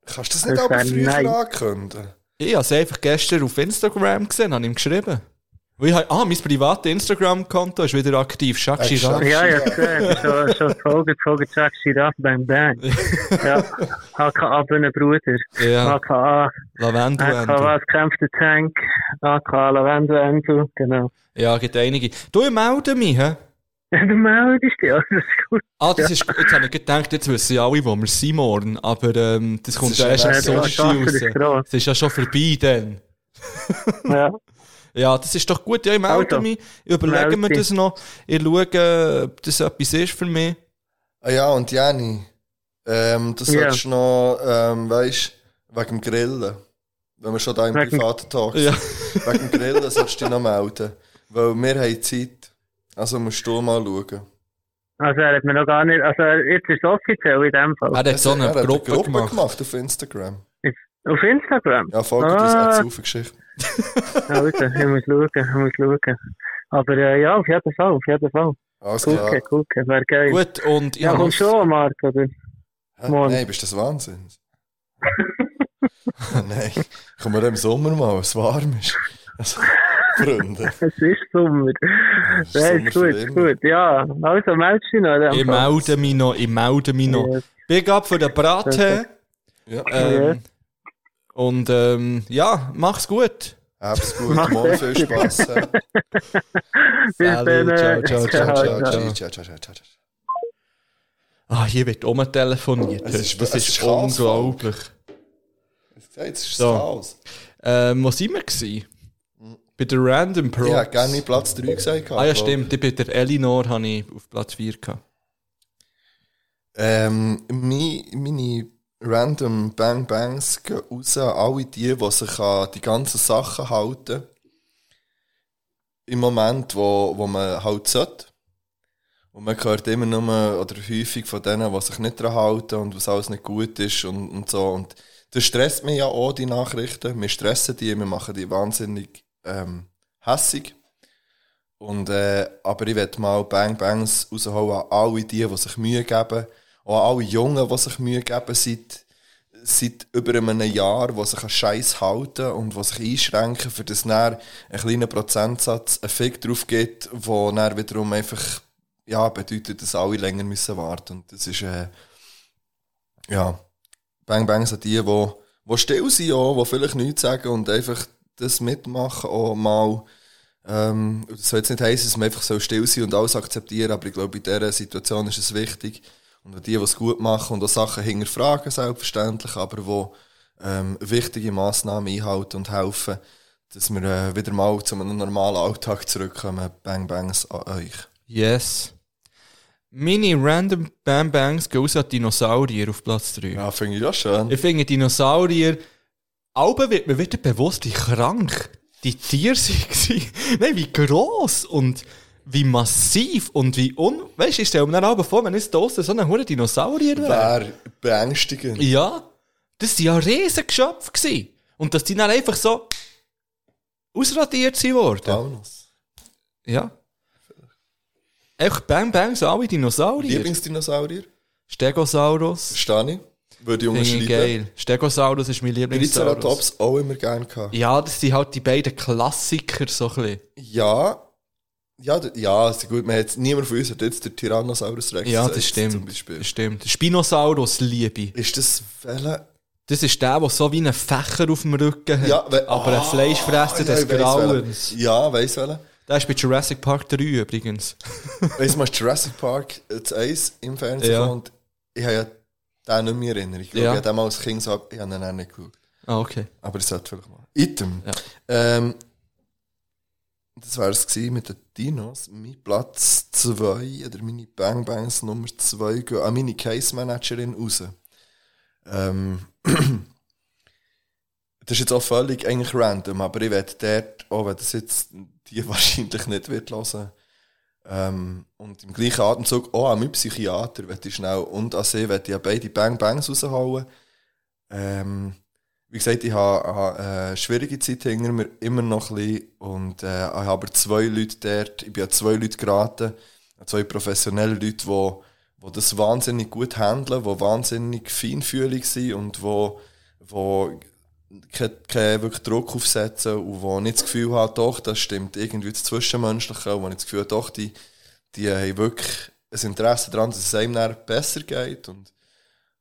[SPEAKER 2] Kannst du das nicht
[SPEAKER 8] Das
[SPEAKER 2] aber
[SPEAKER 8] wäre
[SPEAKER 2] früher
[SPEAKER 8] nein.
[SPEAKER 2] ankündigen?
[SPEAKER 1] Ich habe es einfach gestern auf Instagram gesehen, habe ihm geschrieben. Und ich habe, ah, mein privates Instagram-Konto ist wieder aktiv. Shakshi
[SPEAKER 2] Exakt.
[SPEAKER 1] Ram.
[SPEAKER 8] Ja, eh, ja, gesehen. schon, schon die Folge, die Folge Jack Giraffe, Bang Bang. Ja, aka Bühne Bruder,
[SPEAKER 1] Ja,
[SPEAKER 8] aka,
[SPEAKER 1] Lavendel.
[SPEAKER 8] aka
[SPEAKER 1] Lavendel.
[SPEAKER 8] Äh, was kämpft der Tank, aka Lavendel Endo, genau.
[SPEAKER 1] Ja, gibt einige. Du, ich melde mich, hä?
[SPEAKER 8] Ja, du meldest dich, also das ist gut.
[SPEAKER 1] Ah, das ist, jetzt habe ich gedacht, jetzt wissen ja alle, wo wir sind morgen, aber ähm, das kommt
[SPEAKER 2] ist
[SPEAKER 1] ja erst
[SPEAKER 2] ja
[SPEAKER 1] am
[SPEAKER 2] nicht so.
[SPEAKER 1] Sonntag raus.
[SPEAKER 8] ist groß.
[SPEAKER 1] Es ist ja schon vorbei dann.
[SPEAKER 8] Ja.
[SPEAKER 1] Ja, das ist doch gut. Ja, ich melde
[SPEAKER 8] Also,
[SPEAKER 1] mich, überlegen wir
[SPEAKER 8] melde dich.
[SPEAKER 1] das noch, ich schaue, ob das etwas ist für mich.
[SPEAKER 2] Ah ja, und Jani, ähm, das
[SPEAKER 8] Ja.
[SPEAKER 2] solltest du noch, ähm, weißt wegen dem Grillen. Wenn wir schon da im
[SPEAKER 8] Wegen-
[SPEAKER 2] privaten Talk sind.
[SPEAKER 1] Ja.
[SPEAKER 2] Wegen dem Grillen solltest du dich noch melden. Weil wir haben Zeit. Also musst du mal schauen.
[SPEAKER 8] Also er hat mir noch gar nicht, also jetzt ist es offiziell in dem Fall.
[SPEAKER 1] Er hat so eine
[SPEAKER 2] Er hat eine
[SPEAKER 1] Gruppe gemacht.
[SPEAKER 2] auf Instagram.
[SPEAKER 8] Auf Instagram?
[SPEAKER 2] Ja, folgt
[SPEAKER 8] Ah.
[SPEAKER 2] uns als Saufengeschichte.
[SPEAKER 8] Also, ich muss schauen, ich muss schauen. Aber äh, ja, auf jeden Fall, auf jeden Fall.
[SPEAKER 2] Alles klar.
[SPEAKER 8] Gucken, gucken, wäre geil.
[SPEAKER 1] Gut, und ich
[SPEAKER 8] ja,
[SPEAKER 1] habe
[SPEAKER 8] komm
[SPEAKER 1] noch-
[SPEAKER 8] schon, Marco, oder?
[SPEAKER 2] Hä?
[SPEAKER 8] Mann.
[SPEAKER 2] Nein, bist das Wahnsinn? Ah, Nein, kommen wir im Sommer mal, wenn es warm ist. Also, Freunde.
[SPEAKER 8] Es ist Sommer.
[SPEAKER 2] ist
[SPEAKER 8] Ja, ist
[SPEAKER 2] Sommer
[SPEAKER 8] gut,
[SPEAKER 2] für
[SPEAKER 8] ist
[SPEAKER 2] immer.
[SPEAKER 8] gut. Ja, also meldest du dich noch. in dem
[SPEAKER 1] Ich
[SPEAKER 8] Fall.
[SPEAKER 1] melde mich noch, ich melde mich noch.
[SPEAKER 8] Yes.
[SPEAKER 1] Big up für den Braten.
[SPEAKER 2] Ja. äh,
[SPEAKER 1] Ähm, Und ähm, ja, mach's gut.
[SPEAKER 2] Hab's gut, morgen viel Spaß.
[SPEAKER 8] Bis dann.
[SPEAKER 1] Ciao,
[SPEAKER 8] äh,
[SPEAKER 1] ciao,
[SPEAKER 2] Ciao, ciao,
[SPEAKER 1] ciao.
[SPEAKER 2] ciao, ciao, ciao, ciao, ciao.
[SPEAKER 1] Ah, hier wird um telefoniert.
[SPEAKER 2] Es ist-
[SPEAKER 1] das
[SPEAKER 2] es
[SPEAKER 1] ist
[SPEAKER 2] ist Chaos,
[SPEAKER 1] unglaublich.
[SPEAKER 2] Ja, Jetzt ist es
[SPEAKER 1] So.
[SPEAKER 2] aus.
[SPEAKER 1] Ähm, wo sind wir? Gewesen? Bei der Random Pro.
[SPEAKER 2] Ich hätte gerne Platz 3 gesagt.
[SPEAKER 1] Ah ja, stimmt. Ich bei der Elinor habe ich auf Platz 4 gehabt.
[SPEAKER 2] Ähm, meine, meine random Bang Bangs gehen raus an alle die, die sich an die ganzen Sachen halten. Im Moment, wo, wo man halt sollte. Und man hört immer nur oder häufig von denen, die sich nicht daran halten und was alles nicht gut ist und, und so. Und das stresst mich ja auch, die Nachrichten. Wir stressen die, wir machen die wahnsinnig ähm, hässig. Und, äh, aber ich werde mal Bang Bangs rausholen an alle die, die sich Mühe geben. Auch an alle Jungen, die sich Mühe geben seit, seit über einem Jahr, die sich an Scheiß halten und die sich einschränken, für das dann ein kleiner Prozentsatz einen Fick drauf geht, wo dann wiederum einfach ja, bedeutet, dass alle länger müssen warten. Und das ist, äh, ja, Bang Bangs an die, die, die still sind, auch, die vielleicht nichts sagen und einfach das mitmachen, auch mal ähm, das soll jetzt nicht heißen, dass man einfach so still sein und alles akzeptieren, aber ich glaube, in dieser Situation ist es wichtig. Und auch die, die es gut machen und auch Sachen hinterfragen, selbstverständlich, aber wo ähm, wichtige Massnahmen einhalten und helfen, dass wir äh, wieder mal zu einem normalen Alltag zurückkommen. Bang Bangs an euch.
[SPEAKER 1] Yes. Meine Random Bam Bangs gehen raus an Dinosaurier auf Platz 3.
[SPEAKER 2] Ja, finde ich ja schön.
[SPEAKER 1] Ich finde Dinosaurier, Alben wird mir wieder bewusst, wie krank die Tiere waren. Nein, wie gross und wie massiv und wie un... Weißt du, ich stelle mir dann Alben vor, wenn jetzt draussen so ein hoher Dinosaurier wäre.
[SPEAKER 2] Wäre beängstigend.
[SPEAKER 1] Ja, das waren ja riesige Geschöpfe. gewesen. Und dass die dann einfach so ausradiert sind worden.
[SPEAKER 2] Taunus.
[SPEAKER 1] Ja. Echt Bang Bang, so alle Dinosaurier.
[SPEAKER 2] Lieblingsdinosaurier?
[SPEAKER 1] Stegosaurus.
[SPEAKER 2] Verstehe ich. Würde ich
[SPEAKER 1] Finde ich
[SPEAKER 2] unterschreiben.
[SPEAKER 1] geil. Stegosaurus ist mein Lieblingssaurus.
[SPEAKER 2] Triceratops auch immer gerne gehabt.
[SPEAKER 1] Ja, das sind halt die beiden Klassiker so ein bisschen.
[SPEAKER 2] Ja. Ja, d- ja, ist gut. Man hat, niemand von uns hat jetzt den Tyrannosaurus Rex
[SPEAKER 1] Ja, das
[SPEAKER 2] gesagt,
[SPEAKER 1] stimmt.
[SPEAKER 2] Beispiel.
[SPEAKER 1] Das stimmt. Spinosaurus liebe. ich.
[SPEAKER 2] Ist das welcher?
[SPEAKER 1] Das ist der, der so wie einen Fächer auf dem Rücken hat.
[SPEAKER 2] Ja, we-
[SPEAKER 1] aber ein Fleischfresser
[SPEAKER 2] Ah, ja,
[SPEAKER 1] des
[SPEAKER 2] ich weiss welcher.
[SPEAKER 1] Grauens.
[SPEAKER 2] Ja, weiss welcher.
[SPEAKER 1] Der ist bei Jurassic Park 3 übrigens.
[SPEAKER 2] Weißt du, mal Jurassic Park das 1 im Fernsehen
[SPEAKER 1] Ja.
[SPEAKER 2] und ich habe ja den nicht mehr in Erinnerung. Ich glaube,
[SPEAKER 1] Ja.
[SPEAKER 2] ich habe den mal als Kind so, ich habe den auch nicht geschaut.
[SPEAKER 1] Ah, okay.
[SPEAKER 2] Aber ich sollte vielleicht mal. Item.
[SPEAKER 1] Ja.
[SPEAKER 2] Ähm, das war es gewesen mit den Dinos. Mein Platz 2 oder meine Bang Bangs Nummer 2 gehen an meine Case Managerin raus. Ähm, das ist jetzt auch völlig eigentlich random, aber ich werde dort, auch wenn das jetzt die wahrscheinlich nicht wird hören, ähm, und im gleichen Atemzug auch an meinen Psychiater werde ich schnell und an sie werde ich ja beide Bang Bangs raushauen. Ähm, wie gesagt, ich habe, habe eine schwierige Zeit hinter mir, immer noch ein bisschen. Und äh, ich habe aber zwei Leute dort, ich bin an zwei Leute geraten, an zwei professionelle Leute, die, die das wahnsinnig gut handeln, die wahnsinnig feinfühlig sind und die, die keinen keinen wirklich Druck aufsetzen und die nicht das Gefühl haben, doch, das stimmt irgendwie das Zwischenmenschliche, und die nicht das Gefühl haben, doch, die, die haben wirklich ein Interesse daran, dass es einem nachher besser geht und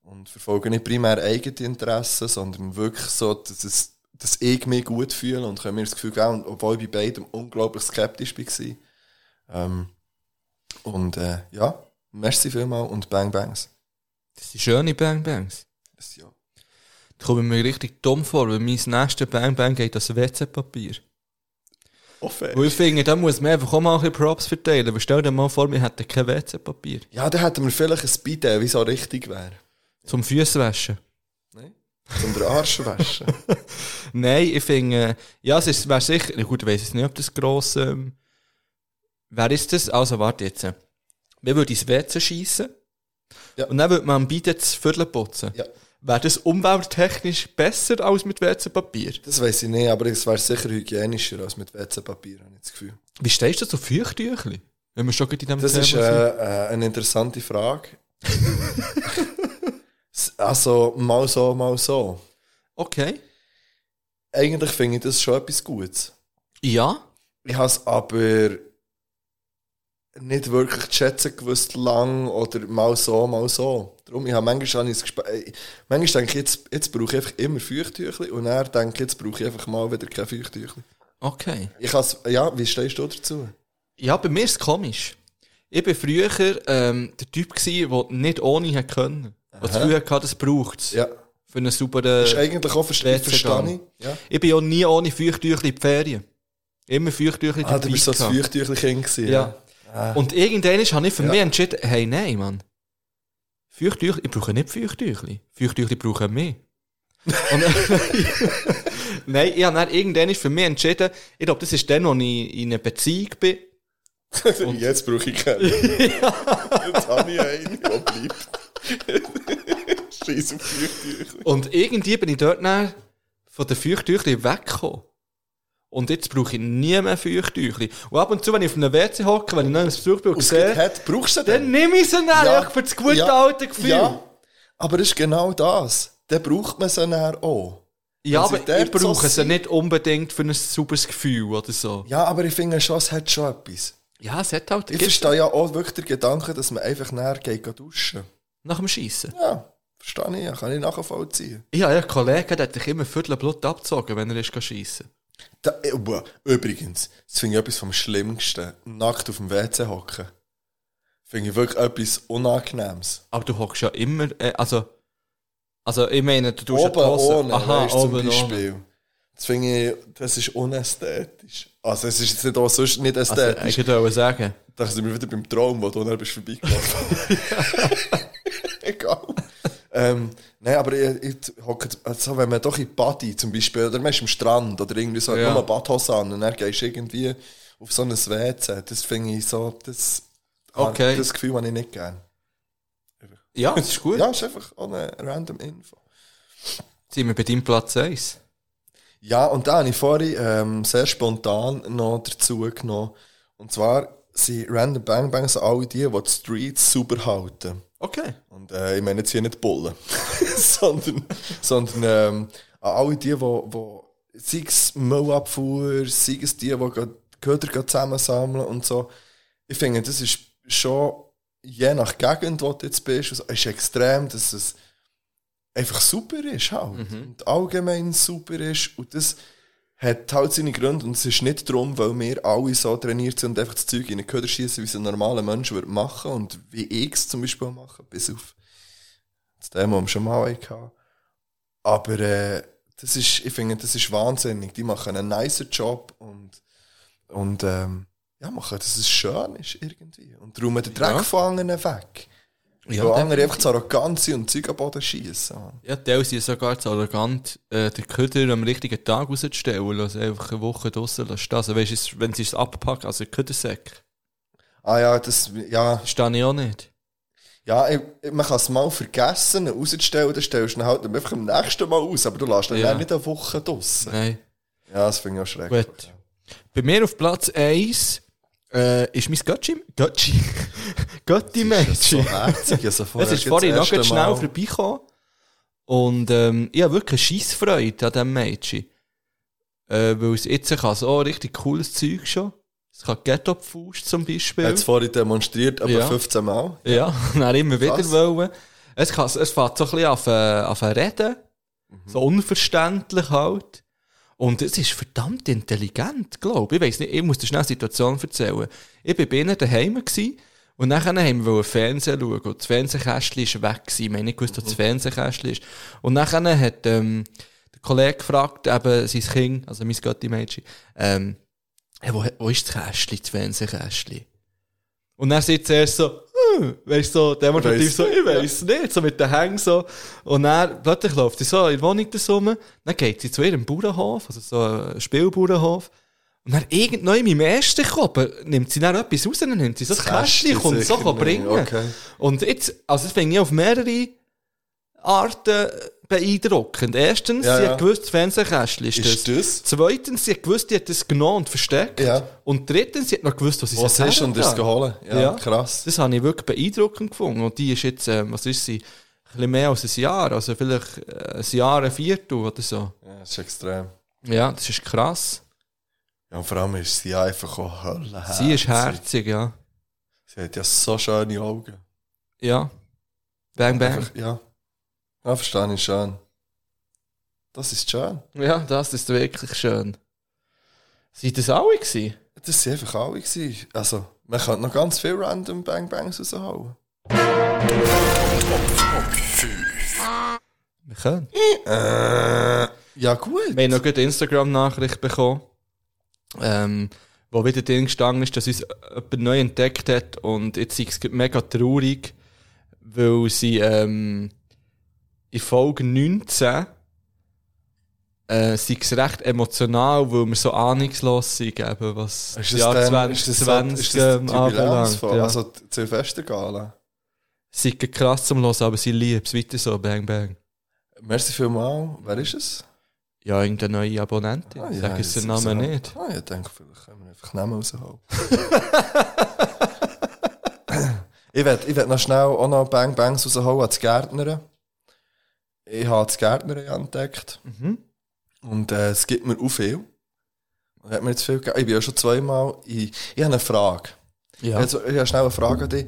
[SPEAKER 2] und verfolge nicht primär eigene Interessen, sondern wirklich so, dass, es, dass ich mich gut fühle und kann mir das Gefühl geben, und obwohl ich bei beidem unglaublich skeptisch war. Ähm, und äh, ja, merci vielmals und Bang Bangs.
[SPEAKER 1] Das sind schöne Bang Bangs.
[SPEAKER 2] Das ja.
[SPEAKER 1] Da komme ich mir richtig dumm vor, weil mein nächster Bang Bang geht das WC-Papier. Weil ich finde, da muss man einfach auch mal ein bisschen Props verteilen. Weil stell dir mal vor, wir hätten kein WC-Papier.
[SPEAKER 2] Ja, dann hätten wir vielleicht ein Bidet, wie es auch richtig wäre.
[SPEAKER 1] Zum Füße waschen.
[SPEAKER 2] Zum den Arsch waschen.
[SPEAKER 1] Nein, ich finde, äh, ja, es ist, wäre sicher, na gut, ich weiß jetzt nicht, ob das gross, ähm, wer ist das? Also, warte jetzt. Wir würden ins WC schiessen.
[SPEAKER 2] Ja.
[SPEAKER 1] Und dann würde man am Beiden das Viertel putzen.
[SPEAKER 2] Ja.
[SPEAKER 1] Wäre das umwelttechnisch besser als mit WC-Papier?
[SPEAKER 2] das weiß ich nicht, aber es wäre sicher hygienischer als mit WC-Papier, habe ich das Gefühl.
[SPEAKER 1] Wie stehst du zu Feuchttüchli? Wenn wir schon gerade in diesem
[SPEAKER 2] Das
[SPEAKER 1] Thema
[SPEAKER 2] ist äh,
[SPEAKER 1] sind.
[SPEAKER 2] äh, eine interessante Frage. S- also, mal so, mal so.
[SPEAKER 1] Okay.
[SPEAKER 2] Eigentlich finde ich das schon etwas Gutes.
[SPEAKER 1] Ja.
[SPEAKER 2] Ich habe es aber nicht wirklich zu schätzen gewusst, lang oder mal so, mal so. Darum, ich habe manchmal, habe ich das Gesp- äh, manchmal denke ich, jetzt, jetzt brauche ich einfach immer Feuchttüchli und dann denke ich, jetzt brauche ich einfach mal wieder kein Feuchttüchli.
[SPEAKER 1] Okay.
[SPEAKER 2] Ich has, ja, wie stehst du dazu?
[SPEAKER 1] Ja, bei mir ist es komisch. Ich war früher ähm, der Typ, gewesen, der nicht ohne hätte können. Der das Gefühl hatte, das braucht es.
[SPEAKER 2] Ja.
[SPEAKER 1] Für einen sauberen...
[SPEAKER 2] Ist eigentlich auch verste
[SPEAKER 1] WC-Gang.
[SPEAKER 2] verstehe ich. Ja.
[SPEAKER 1] Ich bin ja nie ohne Feuchttüchli in die Ferien. Immer Feuchttüchli
[SPEAKER 2] Ah, du bist so ein
[SPEAKER 1] gehabt.
[SPEAKER 2] Feuchttüchli-Kind gewesen.
[SPEAKER 1] Ja. Und irgendwann habe ich für
[SPEAKER 2] Ah. Ja.
[SPEAKER 1] mich entschieden, hey, nein, Mann. Feuchttüchli, ich brauche nicht Feuchttüchli. Feuchttüchli brauchen mich. Und, nein, ich habe dann irgendwann für mich entschieden, ich glaube, das ist dann, als ich in einer Beziehung bin.
[SPEAKER 2] Und jetzt brauche ich keinen. Jetzt habe ich einen, der bleibt. Scheiß auf Feuchttüchli.
[SPEAKER 1] Und irgendwie bin ich dort dann von den Feuchttüchli weggekommen. Und jetzt brauche ich nie mehr Feuchttüchli. Und ab und zu, wenn ich auf einem WC hocke, wenn ich noch ein Besuchbild
[SPEAKER 2] Und es
[SPEAKER 1] sehe,
[SPEAKER 2] gibt hat, brauchst du
[SPEAKER 1] Dann
[SPEAKER 2] den?
[SPEAKER 1] nimm ich sie dann ja. für das gute alte Gefühl.
[SPEAKER 2] Ja,
[SPEAKER 1] Ja,
[SPEAKER 2] aber das ist genau das. Dann braucht man sie dann auch. Wenn
[SPEAKER 1] aber
[SPEAKER 2] sie dort
[SPEAKER 1] ich brauche
[SPEAKER 2] so
[SPEAKER 1] sie
[SPEAKER 2] sind.
[SPEAKER 1] nicht unbedingt für ein sauberes Gefühl oder so.
[SPEAKER 2] Ja, aber ich finde schon, es hat schon etwas.
[SPEAKER 1] Ja, es hat halt
[SPEAKER 2] Ich
[SPEAKER 1] gibt's
[SPEAKER 2] verstehe ja auch wirklich den Gedanken, dass man einfach näher geht geht duschen.
[SPEAKER 1] nach dem Schiessen.
[SPEAKER 2] Ja, verstehe ich. ja, Kann ich nachvollziehen.
[SPEAKER 1] Ich habe ja einen Kollegen, der hat dich immer Viertel Blut abgezogen, wenn er ist schiessen.
[SPEAKER 2] Da, äh, uah, übrigens, das finde ich etwas vom Schlimmsten. Nackt auf dem WC hocken. Finde ich wirklich etwas Unangenehmes.
[SPEAKER 1] Aber du hockst ja immer, äh, also, also ich meine, du tust ja die
[SPEAKER 2] Oben
[SPEAKER 1] Hose-
[SPEAKER 2] ohne,
[SPEAKER 1] Aha,
[SPEAKER 2] weißt,
[SPEAKER 1] oben
[SPEAKER 2] zum
[SPEAKER 1] ohne.
[SPEAKER 2] Beispiel. Das finde ich, das ist unästhetisch. Also es ist jetzt nicht auch sonst nicht
[SPEAKER 1] Also, äh,
[SPEAKER 2] ästhetisch.
[SPEAKER 1] ich wollte sagen,
[SPEAKER 2] da sind wir wieder beim Traum, wo du dann bist vorbeigelaufen. Egal. ähm, nein, aber ich, ich hocke, also wenn man doch in die Party zum Beispiel, oder man ist am Strand oder irgendwie so,
[SPEAKER 1] Ja.
[SPEAKER 2] nur eine Badhose an und dann gehst du irgendwie auf so ein WC. Das finde ich so, das,
[SPEAKER 1] Okay.
[SPEAKER 2] das Gefühl habe ich nicht gern.
[SPEAKER 1] ja, das ist gut.
[SPEAKER 2] Ja, ist einfach auch eine random Info.
[SPEAKER 1] Jetzt sind wir bei deinem Platz 1.
[SPEAKER 2] Ja, und da habe ich vorhin ähm, sehr spontan noch dazu genommen. Und zwar sind Random Bang Bangs alle die, die die Streets super halten.
[SPEAKER 1] Okay.
[SPEAKER 2] Und äh, ich meine jetzt hier nicht die Bullen, sondern, sondern ähm, an alle die, die, die sei es Müllabfuhr, sei es die, die gerade Köder gerade zusammensammeln und so. Ich finde, das ist schon, je nach Gegend, wo du jetzt bist, also, ist extrem, dass es einfach super ist halt. Und allgemein super ist. Und das hat halt seine Gründe und es ist nicht darum, weil wir alle so trainiert sind und einfach das Zeug in den Köder schießen, wie es ein normaler Mensch würde machen und wie ich es zum Beispiel mache, bis auf das Thema, das wir schon mal hatten. Aber äh, das ist, ich finde, das ist wahnsinnig. Die machen einen nicer Job und, und ähm, ja, machen, dass es schön ist irgendwie. Und räumen den Dreck von anderen weg. Ja, Wo andere einfach zu arrogant sind und Zeug am Boden schießen.
[SPEAKER 1] Ja, Teil sind sogar zu arrogant, äh, den Köder am richtigen Tag rauszustellen und lassen einfach eine Woche draussen lassen. Also, weißt du, es- wenn sie es abpacken, also Ködersäck,
[SPEAKER 2] Ah ja, das, ja,
[SPEAKER 1] verstehe ich auch nicht.
[SPEAKER 2] Ja, ich, ich- man kann es mal vergessen, ihn rauszustellen, dann stellst du ihn halt einfach am nächsten Mal aus, aber du lässt ihn
[SPEAKER 1] Ja.
[SPEAKER 2] ja. nicht eine Woche draussen.
[SPEAKER 1] Nein.
[SPEAKER 2] Ja, das finde ich auch schrecklich.
[SPEAKER 1] Gut. Bei mir auf Platz 1 äh, ist mein Götchi. Götchi. Götti Mädchen.
[SPEAKER 2] herzig, also vorher
[SPEAKER 1] Es ist
[SPEAKER 2] jetzt
[SPEAKER 1] vorhin noch
[SPEAKER 2] erste
[SPEAKER 1] grad schnell
[SPEAKER 2] Mal-
[SPEAKER 1] vorbeigekommen. Und ähm, ich habe wirklich eine Scheissfreude an diesem Mädchen. Äh, weil es jetzt kann so richtig cooles Zeug schon. Es kann ghetto Fuß zum Beispiel.
[SPEAKER 2] Er hat es vorhin demonstriert, aber
[SPEAKER 1] Ja.
[SPEAKER 2] 15 Mal.
[SPEAKER 1] Ja, dann immer wieder
[SPEAKER 2] Krass.
[SPEAKER 1] wollen. Es, kann, es fängt so ein bisschen auf, äh, auf reden. So unverständlich halt. Und es ist verdammt intelligent, glaube ich. Ich weiß nicht, ich muss dir schnell eine Situation erzählen. Ich war bei ihnen daheim gewesen, und nachher haben wir wollen Fernsehen schauen. Und das Fernsehkästchen ist weg. Gewesen. Ich meine, ich wusste, dass das Fernsehkästchen ist. Und nachher hat ähm, der Kollege gefragt, eben sein Kind, also mein Götti-Mädchen, ähm, hey, wo, wo ist das Kästchen, das Fernsehkästchen? Und dann sitzt er erst so, hm, weißt du, so demonstrativ
[SPEAKER 2] Weiss.
[SPEAKER 1] so, ich weiß nicht, so mit den Hängen so. Und dann plötzlich läuft sie so in der Wohnung da rum, dann geht sie zu ihrem Bauernhof, also so einem Spielbauernhof. Und dann irgendwann in meinem ersten Kopf nimmt sie dann etwas raus, dann nimmt sie so das Kästchen
[SPEAKER 2] Kästchen
[SPEAKER 1] und so
[SPEAKER 2] sicher
[SPEAKER 1] kann bringen.
[SPEAKER 2] nicht, okay.
[SPEAKER 1] Und jetzt, also das finde ich auf mehrere Arten beeindruckend. Erstens,
[SPEAKER 2] Ja,
[SPEAKER 1] sie
[SPEAKER 2] ja.
[SPEAKER 1] hat gewusst, das Fernsehkästchen ist,
[SPEAKER 2] Ist das?
[SPEAKER 1] Zweitens, sie hat gewusst, sie hat es genommen und versteckt.
[SPEAKER 2] Ja.
[SPEAKER 1] Und drittens, sie hat noch gewusst, was sie
[SPEAKER 2] Was
[SPEAKER 1] hat
[SPEAKER 2] ist und ist es
[SPEAKER 1] hergetan.
[SPEAKER 2] geholt? Ja,
[SPEAKER 1] Ja.
[SPEAKER 2] krass.
[SPEAKER 1] Das habe ich wirklich beeindruckend gefunden. Und die ist jetzt, ähm, was ist sie, ein bisschen mehr als ein Jahr, also vielleicht äh, ein Jahr, ein Viertel oder so.
[SPEAKER 2] Ja, das ist extrem.
[SPEAKER 1] Ja, das ist krass.
[SPEAKER 2] Ja, und vor allem ist sie einfach auch höllenherzig.
[SPEAKER 1] Sie ist herzig, ja.
[SPEAKER 2] Sie hat ja so schöne Augen.
[SPEAKER 1] Ja. Bang, bang.
[SPEAKER 2] Einfach, ja. Ja, verstehe ich schon. Das ist schön.
[SPEAKER 1] Ja, das ist wirklich schön. Sind das alle gewesen?
[SPEAKER 2] Das waren einfach alle. Gewesen. Also, man kann noch ganz viele random Bang Bangs raushauen.
[SPEAKER 1] Wir können.
[SPEAKER 2] Ja, gut.
[SPEAKER 1] Wir haben noch eine Instagram-Nachricht bekommen, ähm, wo wieder drin gestanden ist, dass uns jemand neu entdeckt hat und jetzt ist es gerade mega traurig, weil sie ähm, in Folge 19 äh, sei es recht emotional, weil wir so ahnungslos sind, eben, was das Jahr
[SPEAKER 2] dann-
[SPEAKER 1] 2020
[SPEAKER 2] ist das die
[SPEAKER 1] ähm, anbelangt.
[SPEAKER 2] Jubiläumsfolge?
[SPEAKER 1] Ja.
[SPEAKER 2] Also die Silvestergala.
[SPEAKER 1] Sie sind krass zum Hören, aber sie lieben es. Weiter so, bang, bang.
[SPEAKER 2] Merci vielmals. Wer ist es?
[SPEAKER 1] Ja, irgendeine neue Abonnentin.
[SPEAKER 2] Ah,
[SPEAKER 1] Sag
[SPEAKER 2] ja,
[SPEAKER 1] Sag jetzt den
[SPEAKER 2] sowieso.
[SPEAKER 1] Namen nicht.
[SPEAKER 2] Ah, ich denke, vielleicht können wir einfach Namen raushauen. ich werde ich werd noch schnell auch noch Bang Bangs raushauen als Gärtner. Ich habe das Gärtner entdeckt.
[SPEAKER 1] Mhm.
[SPEAKER 2] Und äh, es gibt mir auch viel. Und Hat mir jetzt viel gegeben. ich bin ja schon zweimal. In, ich habe eine Frage.
[SPEAKER 1] Ja.
[SPEAKER 2] Also, ich habe schnell eine Frage an dich.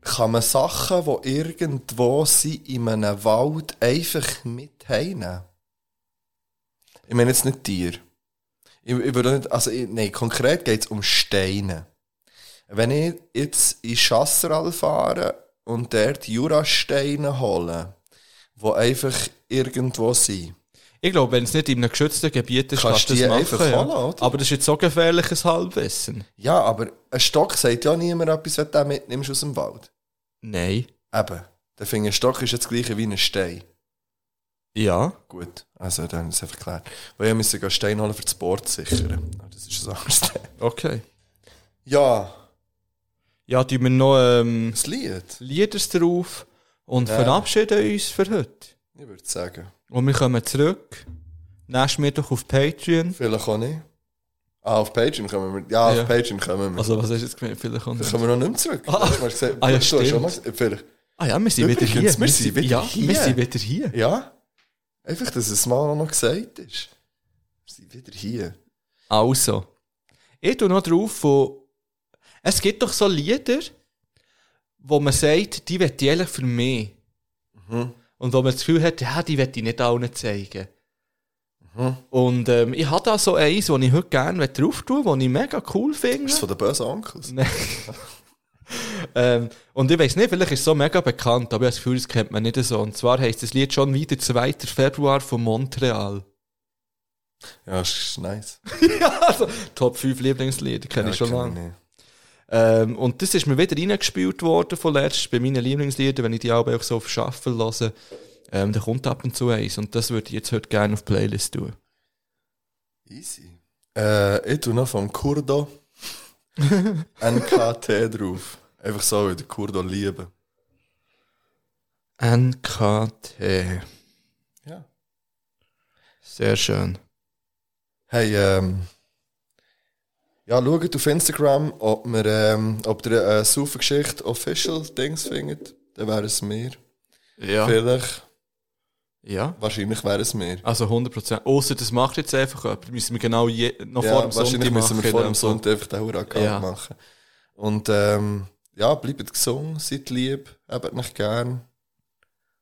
[SPEAKER 2] Kann man Sachen, die irgendwo sind, in einem Wald einfach mit heimnehmen? Ich meine jetzt nicht Tier. Ich, ich würde nicht, also, ich, nein, konkret geht es um Steine. Wenn ich jetzt in Chasseral fahre und dort Jurasteine hole, die einfach irgendwo sind,
[SPEAKER 1] Ich glaube, wenn es nicht in einem geschützten Gebiet ist,
[SPEAKER 2] Kannst
[SPEAKER 1] kannst du
[SPEAKER 2] die
[SPEAKER 1] das machen.
[SPEAKER 2] einfach
[SPEAKER 1] ja.
[SPEAKER 2] holen, oder?
[SPEAKER 1] Aber das ist jetzt so gefährliches Halbwissen.
[SPEAKER 2] ja, aber ein Stock sagt ja niemand etwas, wenn du den mitnimmst aus dem Wald.
[SPEAKER 1] Nein.
[SPEAKER 2] Eben. Der Fingerstock ist jetzt das gleiche wie ein Stein.
[SPEAKER 1] Ja.
[SPEAKER 2] Gut, also dann ist es einfach klar. Weil wir müssen gehen Stein holen, für das Board zu sichern. Aber Das ist ein anderes Thema.
[SPEAKER 1] Okay.
[SPEAKER 2] Ja,
[SPEAKER 1] Ja, tun wir noch ähm,
[SPEAKER 2] das Lied,
[SPEAKER 1] Lieder drauf und verabschieden uns für heute.
[SPEAKER 2] ich würde sagen.
[SPEAKER 1] Und wir kommen zurück. Nächstes Mittwoch auf Patreon.
[SPEAKER 2] Vielleicht auch nicht. Ah, auf Patreon kommen wir. Ja, auf
[SPEAKER 1] Ja.
[SPEAKER 2] Patreon kommen wir.
[SPEAKER 1] Also, was hast du jetzt gemeint? Vielleicht kommt
[SPEAKER 2] Vielleicht kommen wir noch nicht mehr zurück.
[SPEAKER 1] Ah.
[SPEAKER 2] Letztes Mal hast du gesagt,
[SPEAKER 1] Ah, ja,
[SPEAKER 2] du hast schon
[SPEAKER 1] stimmt.
[SPEAKER 2] mal gesagt, vielleicht.
[SPEAKER 1] Ah ja, wir sind
[SPEAKER 2] Übrigens,
[SPEAKER 1] wieder hier.
[SPEAKER 2] wir sind wieder
[SPEAKER 1] ja,
[SPEAKER 2] hier.
[SPEAKER 1] wir sind wieder hier.
[SPEAKER 2] Ja, einfach, dass es mal noch gesagt ist. Wir sind wieder hier.
[SPEAKER 1] Also, ich tu noch drauf von. Es gibt doch so Lieder, wo man sagt, die will ich eigentlich für
[SPEAKER 2] Mhm.
[SPEAKER 1] mich. Und wo man das Gefühl hat, ja, die will ich nicht allen zeigen.
[SPEAKER 2] Mhm.
[SPEAKER 1] Und ähm, ich habe da so eins, das ich heute gerne drauf tue, das ich mega cool finde.
[SPEAKER 2] Ist das von den bösen Onkels?
[SPEAKER 1] Nein. ähm, und ich weiß nicht, vielleicht ist es so mega bekannt, aber ich habe das Gefühl, das kennt man nicht so. Und zwar heisst das Lied schon wieder 2. Februar von Montreal.
[SPEAKER 2] Ja, ist nice.
[SPEAKER 1] ja, also, Top 5 Lieblingslieder, kenne
[SPEAKER 2] Ja,
[SPEAKER 1] ich schon
[SPEAKER 2] kenn
[SPEAKER 1] lange.
[SPEAKER 2] ich nicht.
[SPEAKER 1] Ähm, und das ist mir wieder reingespielt worden von letztes bei meinen Lieblingsliedern, wenn ich die Alben auch so auf Shuffle höre. Ähm, da kommt ab und zu eins und das würde ich jetzt heute gerne auf die Playlist tun.
[SPEAKER 2] Easy. Äh, ich tue noch vom Kurdo NKT drauf. Einfach so, weil der Kurdo lieben.
[SPEAKER 1] NKT.
[SPEAKER 2] Ja.
[SPEAKER 1] Sehr schön.
[SPEAKER 2] Hey, ähm. Ja, schaut auf Instagram, ob, wir, ähm, ob ihr eine äh, Saufengeschichte Official Dings findet. Dann wäre es mir.
[SPEAKER 1] Ja.
[SPEAKER 2] Vielleicht,
[SPEAKER 1] Ja.
[SPEAKER 2] wahrscheinlich wäre es mir.
[SPEAKER 1] Also 100%. Außer das macht jetzt einfach jemand. Müssen wir genau je, noch vor dem
[SPEAKER 2] Ja,
[SPEAKER 1] Sonntag
[SPEAKER 2] wahrscheinlich müssen wir
[SPEAKER 1] machen,
[SPEAKER 2] vor dem
[SPEAKER 1] also.
[SPEAKER 2] Sonntag einfach den Hurrakan
[SPEAKER 1] Ja.
[SPEAKER 2] machen. Und ähm, ja, bleibt gesund, seid lieb, habt mich gern.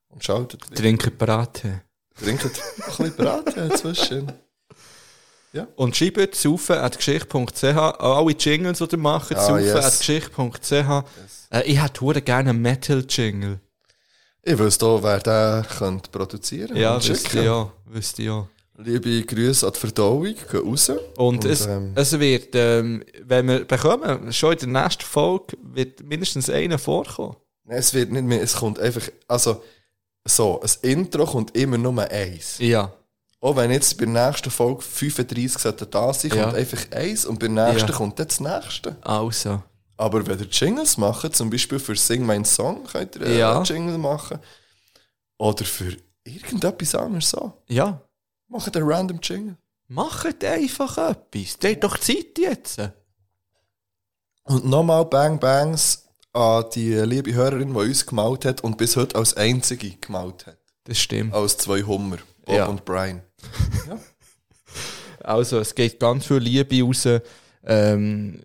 [SPEAKER 2] Und schaltet wieder.
[SPEAKER 1] Trinken Braten.
[SPEAKER 2] Trinkt ein bisschen Braten inzwischen.
[SPEAKER 1] Und schreibt saufen at geschichte.ch. Alle Jingles, die ihr macht,
[SPEAKER 2] Ah,
[SPEAKER 1] saufen
[SPEAKER 2] yes.
[SPEAKER 1] at geschichte.ch. Äh, ich hätte hure gerne einen Metal-Jingle.
[SPEAKER 2] Ich wüsste auch, wer den könnte produzieren könnte.
[SPEAKER 1] Ja, wüsste ich ja. Wüsste ich ja.
[SPEAKER 2] Liebe Grüße an die Verdauung, geh raus.
[SPEAKER 1] Und,
[SPEAKER 2] Und,
[SPEAKER 1] es,
[SPEAKER 2] ähm,
[SPEAKER 1] es wird, ähm, wenn wir bekommen, schon in der nächsten Folge wird mindestens einer vorkommen.
[SPEAKER 2] Nein, es wird nicht mehr, es kommt einfach, also so, ein Intro kommt immer nur eins.
[SPEAKER 1] Ja.
[SPEAKER 2] Auch wenn jetzt bei der nächsten Folge 35 sollte da sein,
[SPEAKER 1] Ja.
[SPEAKER 2] kommt einfach eins und bei der nächsten
[SPEAKER 1] Ja.
[SPEAKER 2] kommt dann das nächste.
[SPEAKER 1] Also.
[SPEAKER 2] Aber wenn ihr Jingles macht, zum Beispiel für Sing Mein Song, könnt ihr äh,
[SPEAKER 1] Ja.
[SPEAKER 2] einen Jingle machen. Oder für irgendetwas anderes so.
[SPEAKER 1] Ja.
[SPEAKER 2] Macht einen random Jingle.
[SPEAKER 1] Macht einfach etwas. Der hat doch Zeit jetzt.
[SPEAKER 2] Und nochmal Bang Bangs an die liebe Hörerin, die uns gemalt hat und bis heute als einzige gemalt hat.
[SPEAKER 1] Das stimmt.
[SPEAKER 2] Als zwei Hummer, Bob
[SPEAKER 1] Ja.
[SPEAKER 2] und Brian.
[SPEAKER 1] Also, es geht ganz viel Liebe raus. Ähm,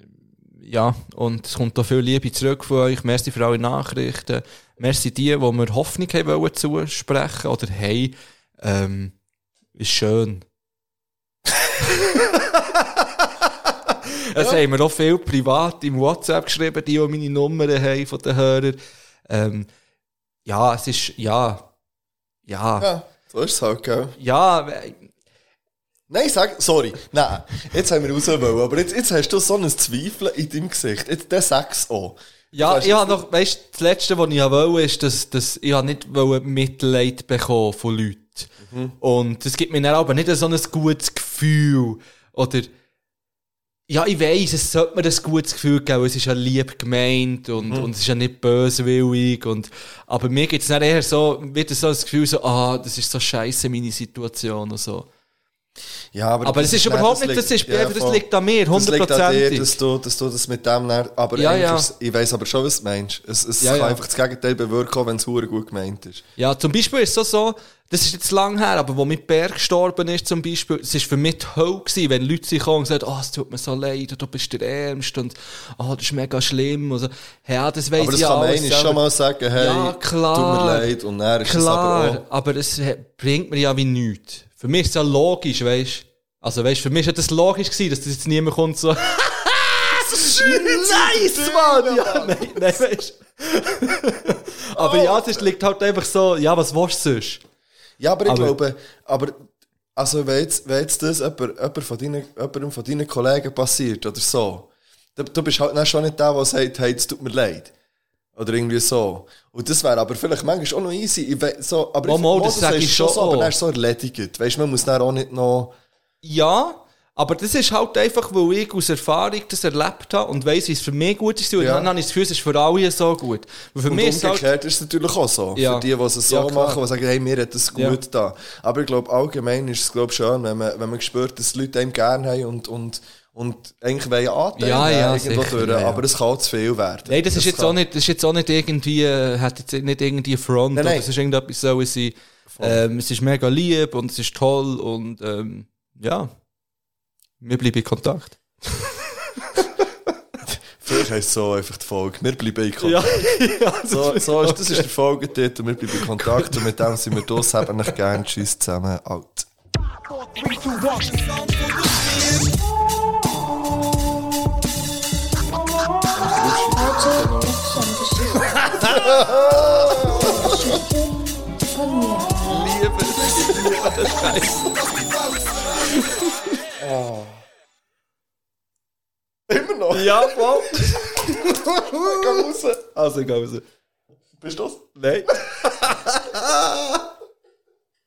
[SPEAKER 1] ja, und es kommt da viel Liebe zurück von euch. Merci für alle Nachrichten. Merci die, die wir Hoffnung haben wollen zusprechen oder hey, ähm, ist schön. Es haben mir auch viel privat im WhatsApp geschrieben, die auch meine Nummern haben von den Hörern. Ähm, ja, es ist, ja, ja, ja,
[SPEAKER 2] Ja, so ist es halt, gell? Nein, sag, sorry, nein, jetzt haben wir raus wollen, aber jetzt, jetzt hast du so ein Zweifeln in deinem Gesicht. Jetzt, der sag's auch.
[SPEAKER 1] Ja,
[SPEAKER 2] Weißt
[SPEAKER 1] ich
[SPEAKER 2] du,
[SPEAKER 1] habe noch, weißt, das Letzte, was ich wollte, ist, dass, dass ich habe nicht wollte Mitleid bekommen von Leuten.
[SPEAKER 2] Mhm.
[SPEAKER 1] Und es gibt mir dann aber nicht so ein gutes Gefühl. Oder, ja, ich weiss, es sollte mir ein gutes Gefühl geben, weil es ist ja lieb gemeint
[SPEAKER 2] Mhm.
[SPEAKER 1] und, und es ist ja nicht böswillig. Und, aber mir gibt es dann eher so, wird so das Gefühl so, ah, das ist so scheiße meine Situation und so.
[SPEAKER 2] Ja, aber,
[SPEAKER 1] Aber es ist
[SPEAKER 2] nein,
[SPEAKER 1] überhaupt nicht, das, ist, einfach, das liegt an mir, hundertprozentig.
[SPEAKER 2] Das liegt an dir, dass du, dass du das mit dem dann, aber
[SPEAKER 1] Ja,
[SPEAKER 2] eigentlich
[SPEAKER 1] ja.
[SPEAKER 2] ist es- ich weiß aber schon, was du meinst. Es, es
[SPEAKER 1] Ja,
[SPEAKER 2] kann
[SPEAKER 1] ja.
[SPEAKER 2] einfach das Gegenteil bewirken, wenn es gut gemeint ist.
[SPEAKER 1] Ja, zum Beispiel ist es so, so, das ist jetzt lang her, aber wo mein Bär gestorben ist, zum Beispiel, es war für mich die Hölle, gewesen, wenn Leute sich kommen und sagen, oh, es tut mir so leid, und du bist der Ärmste, und oh, das ist mega schlimm, also, ja, das weiss
[SPEAKER 2] Aber das
[SPEAKER 1] ich
[SPEAKER 2] kann man
[SPEAKER 1] alles
[SPEAKER 2] einmal
[SPEAKER 1] selber.
[SPEAKER 2] schon mal sagen, hey,
[SPEAKER 1] Ja, klar.
[SPEAKER 2] tut mir leid, und dann ist es aber
[SPEAKER 1] Klar,
[SPEAKER 2] auch...
[SPEAKER 1] aber es he- bringt mir ja wie nichts. Für mich ist es ja logisch, weißt Also, weißt für mich war das logisch, gewesen, dass das jetzt niemand kommt so, «Ah, nice, Mann! Ja, nein, nein, weißt
[SPEAKER 2] Oh.
[SPEAKER 1] Aber ja, das liegt halt einfach so, ja, was willst du sonst?
[SPEAKER 2] Ja, aber ich
[SPEAKER 1] Aber-
[SPEAKER 2] glaube, aber, also, wenn jetzt, wenn jetzt das jemand, jemand von deinen, jemandem von deinen Kollegen passiert oder so, du, du bist halt dann schon nicht der, der sagt, hey, es tut mir leid. Oder irgendwie so. Und das wäre aber vielleicht manchmal auch noch easy. Ich we, so, aber
[SPEAKER 1] Mal,
[SPEAKER 2] ich-
[SPEAKER 1] mal,
[SPEAKER 2] mal,
[SPEAKER 1] das sag
[SPEAKER 2] sagst
[SPEAKER 1] ich
[SPEAKER 2] du
[SPEAKER 1] schon
[SPEAKER 2] so, aber
[SPEAKER 1] auch.
[SPEAKER 2] dann ist es so erledigt. Weißt du, man muss dann auch nicht noch...
[SPEAKER 1] Ja, aber das ist halt einfach, weil ich aus Erfahrung das erlebt habe und weiss, wie es für mich gut ist. Und
[SPEAKER 2] Ja.
[SPEAKER 1] dann habe ich das Gefühl, es ist für alle so gut. Weil für
[SPEAKER 2] Und
[SPEAKER 1] mich ist es
[SPEAKER 2] umgekehrt
[SPEAKER 1] halt,
[SPEAKER 2] ist es natürlich auch so.
[SPEAKER 1] Ja.
[SPEAKER 2] Für die, die es so
[SPEAKER 1] Ja, klar.
[SPEAKER 2] machen, die sagen, hey, mir hat das gut
[SPEAKER 1] Ja.
[SPEAKER 2] da. Aber ich glaube, allgemein ist es glaub, schön, wenn man, wenn man spürt, dass die Leute einem gerne haben und, und, und eigentlich wollen anteilen
[SPEAKER 1] Ja, ja,
[SPEAKER 2] irgendwo
[SPEAKER 1] sicher,
[SPEAKER 2] durch.
[SPEAKER 1] ja, ja.
[SPEAKER 2] Aber es kann auch zu viel werden.
[SPEAKER 1] nein, das, ist jetzt
[SPEAKER 2] kann-
[SPEAKER 1] auch nicht, das ist jetzt auch nicht irgendwie, äh, hat jetzt nicht irgendwie eine Front
[SPEAKER 2] Nein, nein.
[SPEAKER 1] oder es ist irgendetwas so, es ist, ähm, es ist mega lieb und es ist toll und, ähm, ja. Wir bleiben in Kontakt.
[SPEAKER 2] Vielleicht heisst es so einfach die Folge. Wir bleiben in Kontakt.
[SPEAKER 1] ja
[SPEAKER 2] So, so ist, das ist der Folgetitel. Wir bleiben in Kontakt und mit dem sind wir draussen. Haben euch gerne. Tschüss zusammen. Alt.
[SPEAKER 3] Heute Action-Geschichten. Geschichten von mir.
[SPEAKER 9] Immer noch?
[SPEAKER 2] Ja, Bob.
[SPEAKER 9] Geh raus.
[SPEAKER 2] Also, ich glaube,
[SPEAKER 9] Bist du das?
[SPEAKER 2] nein.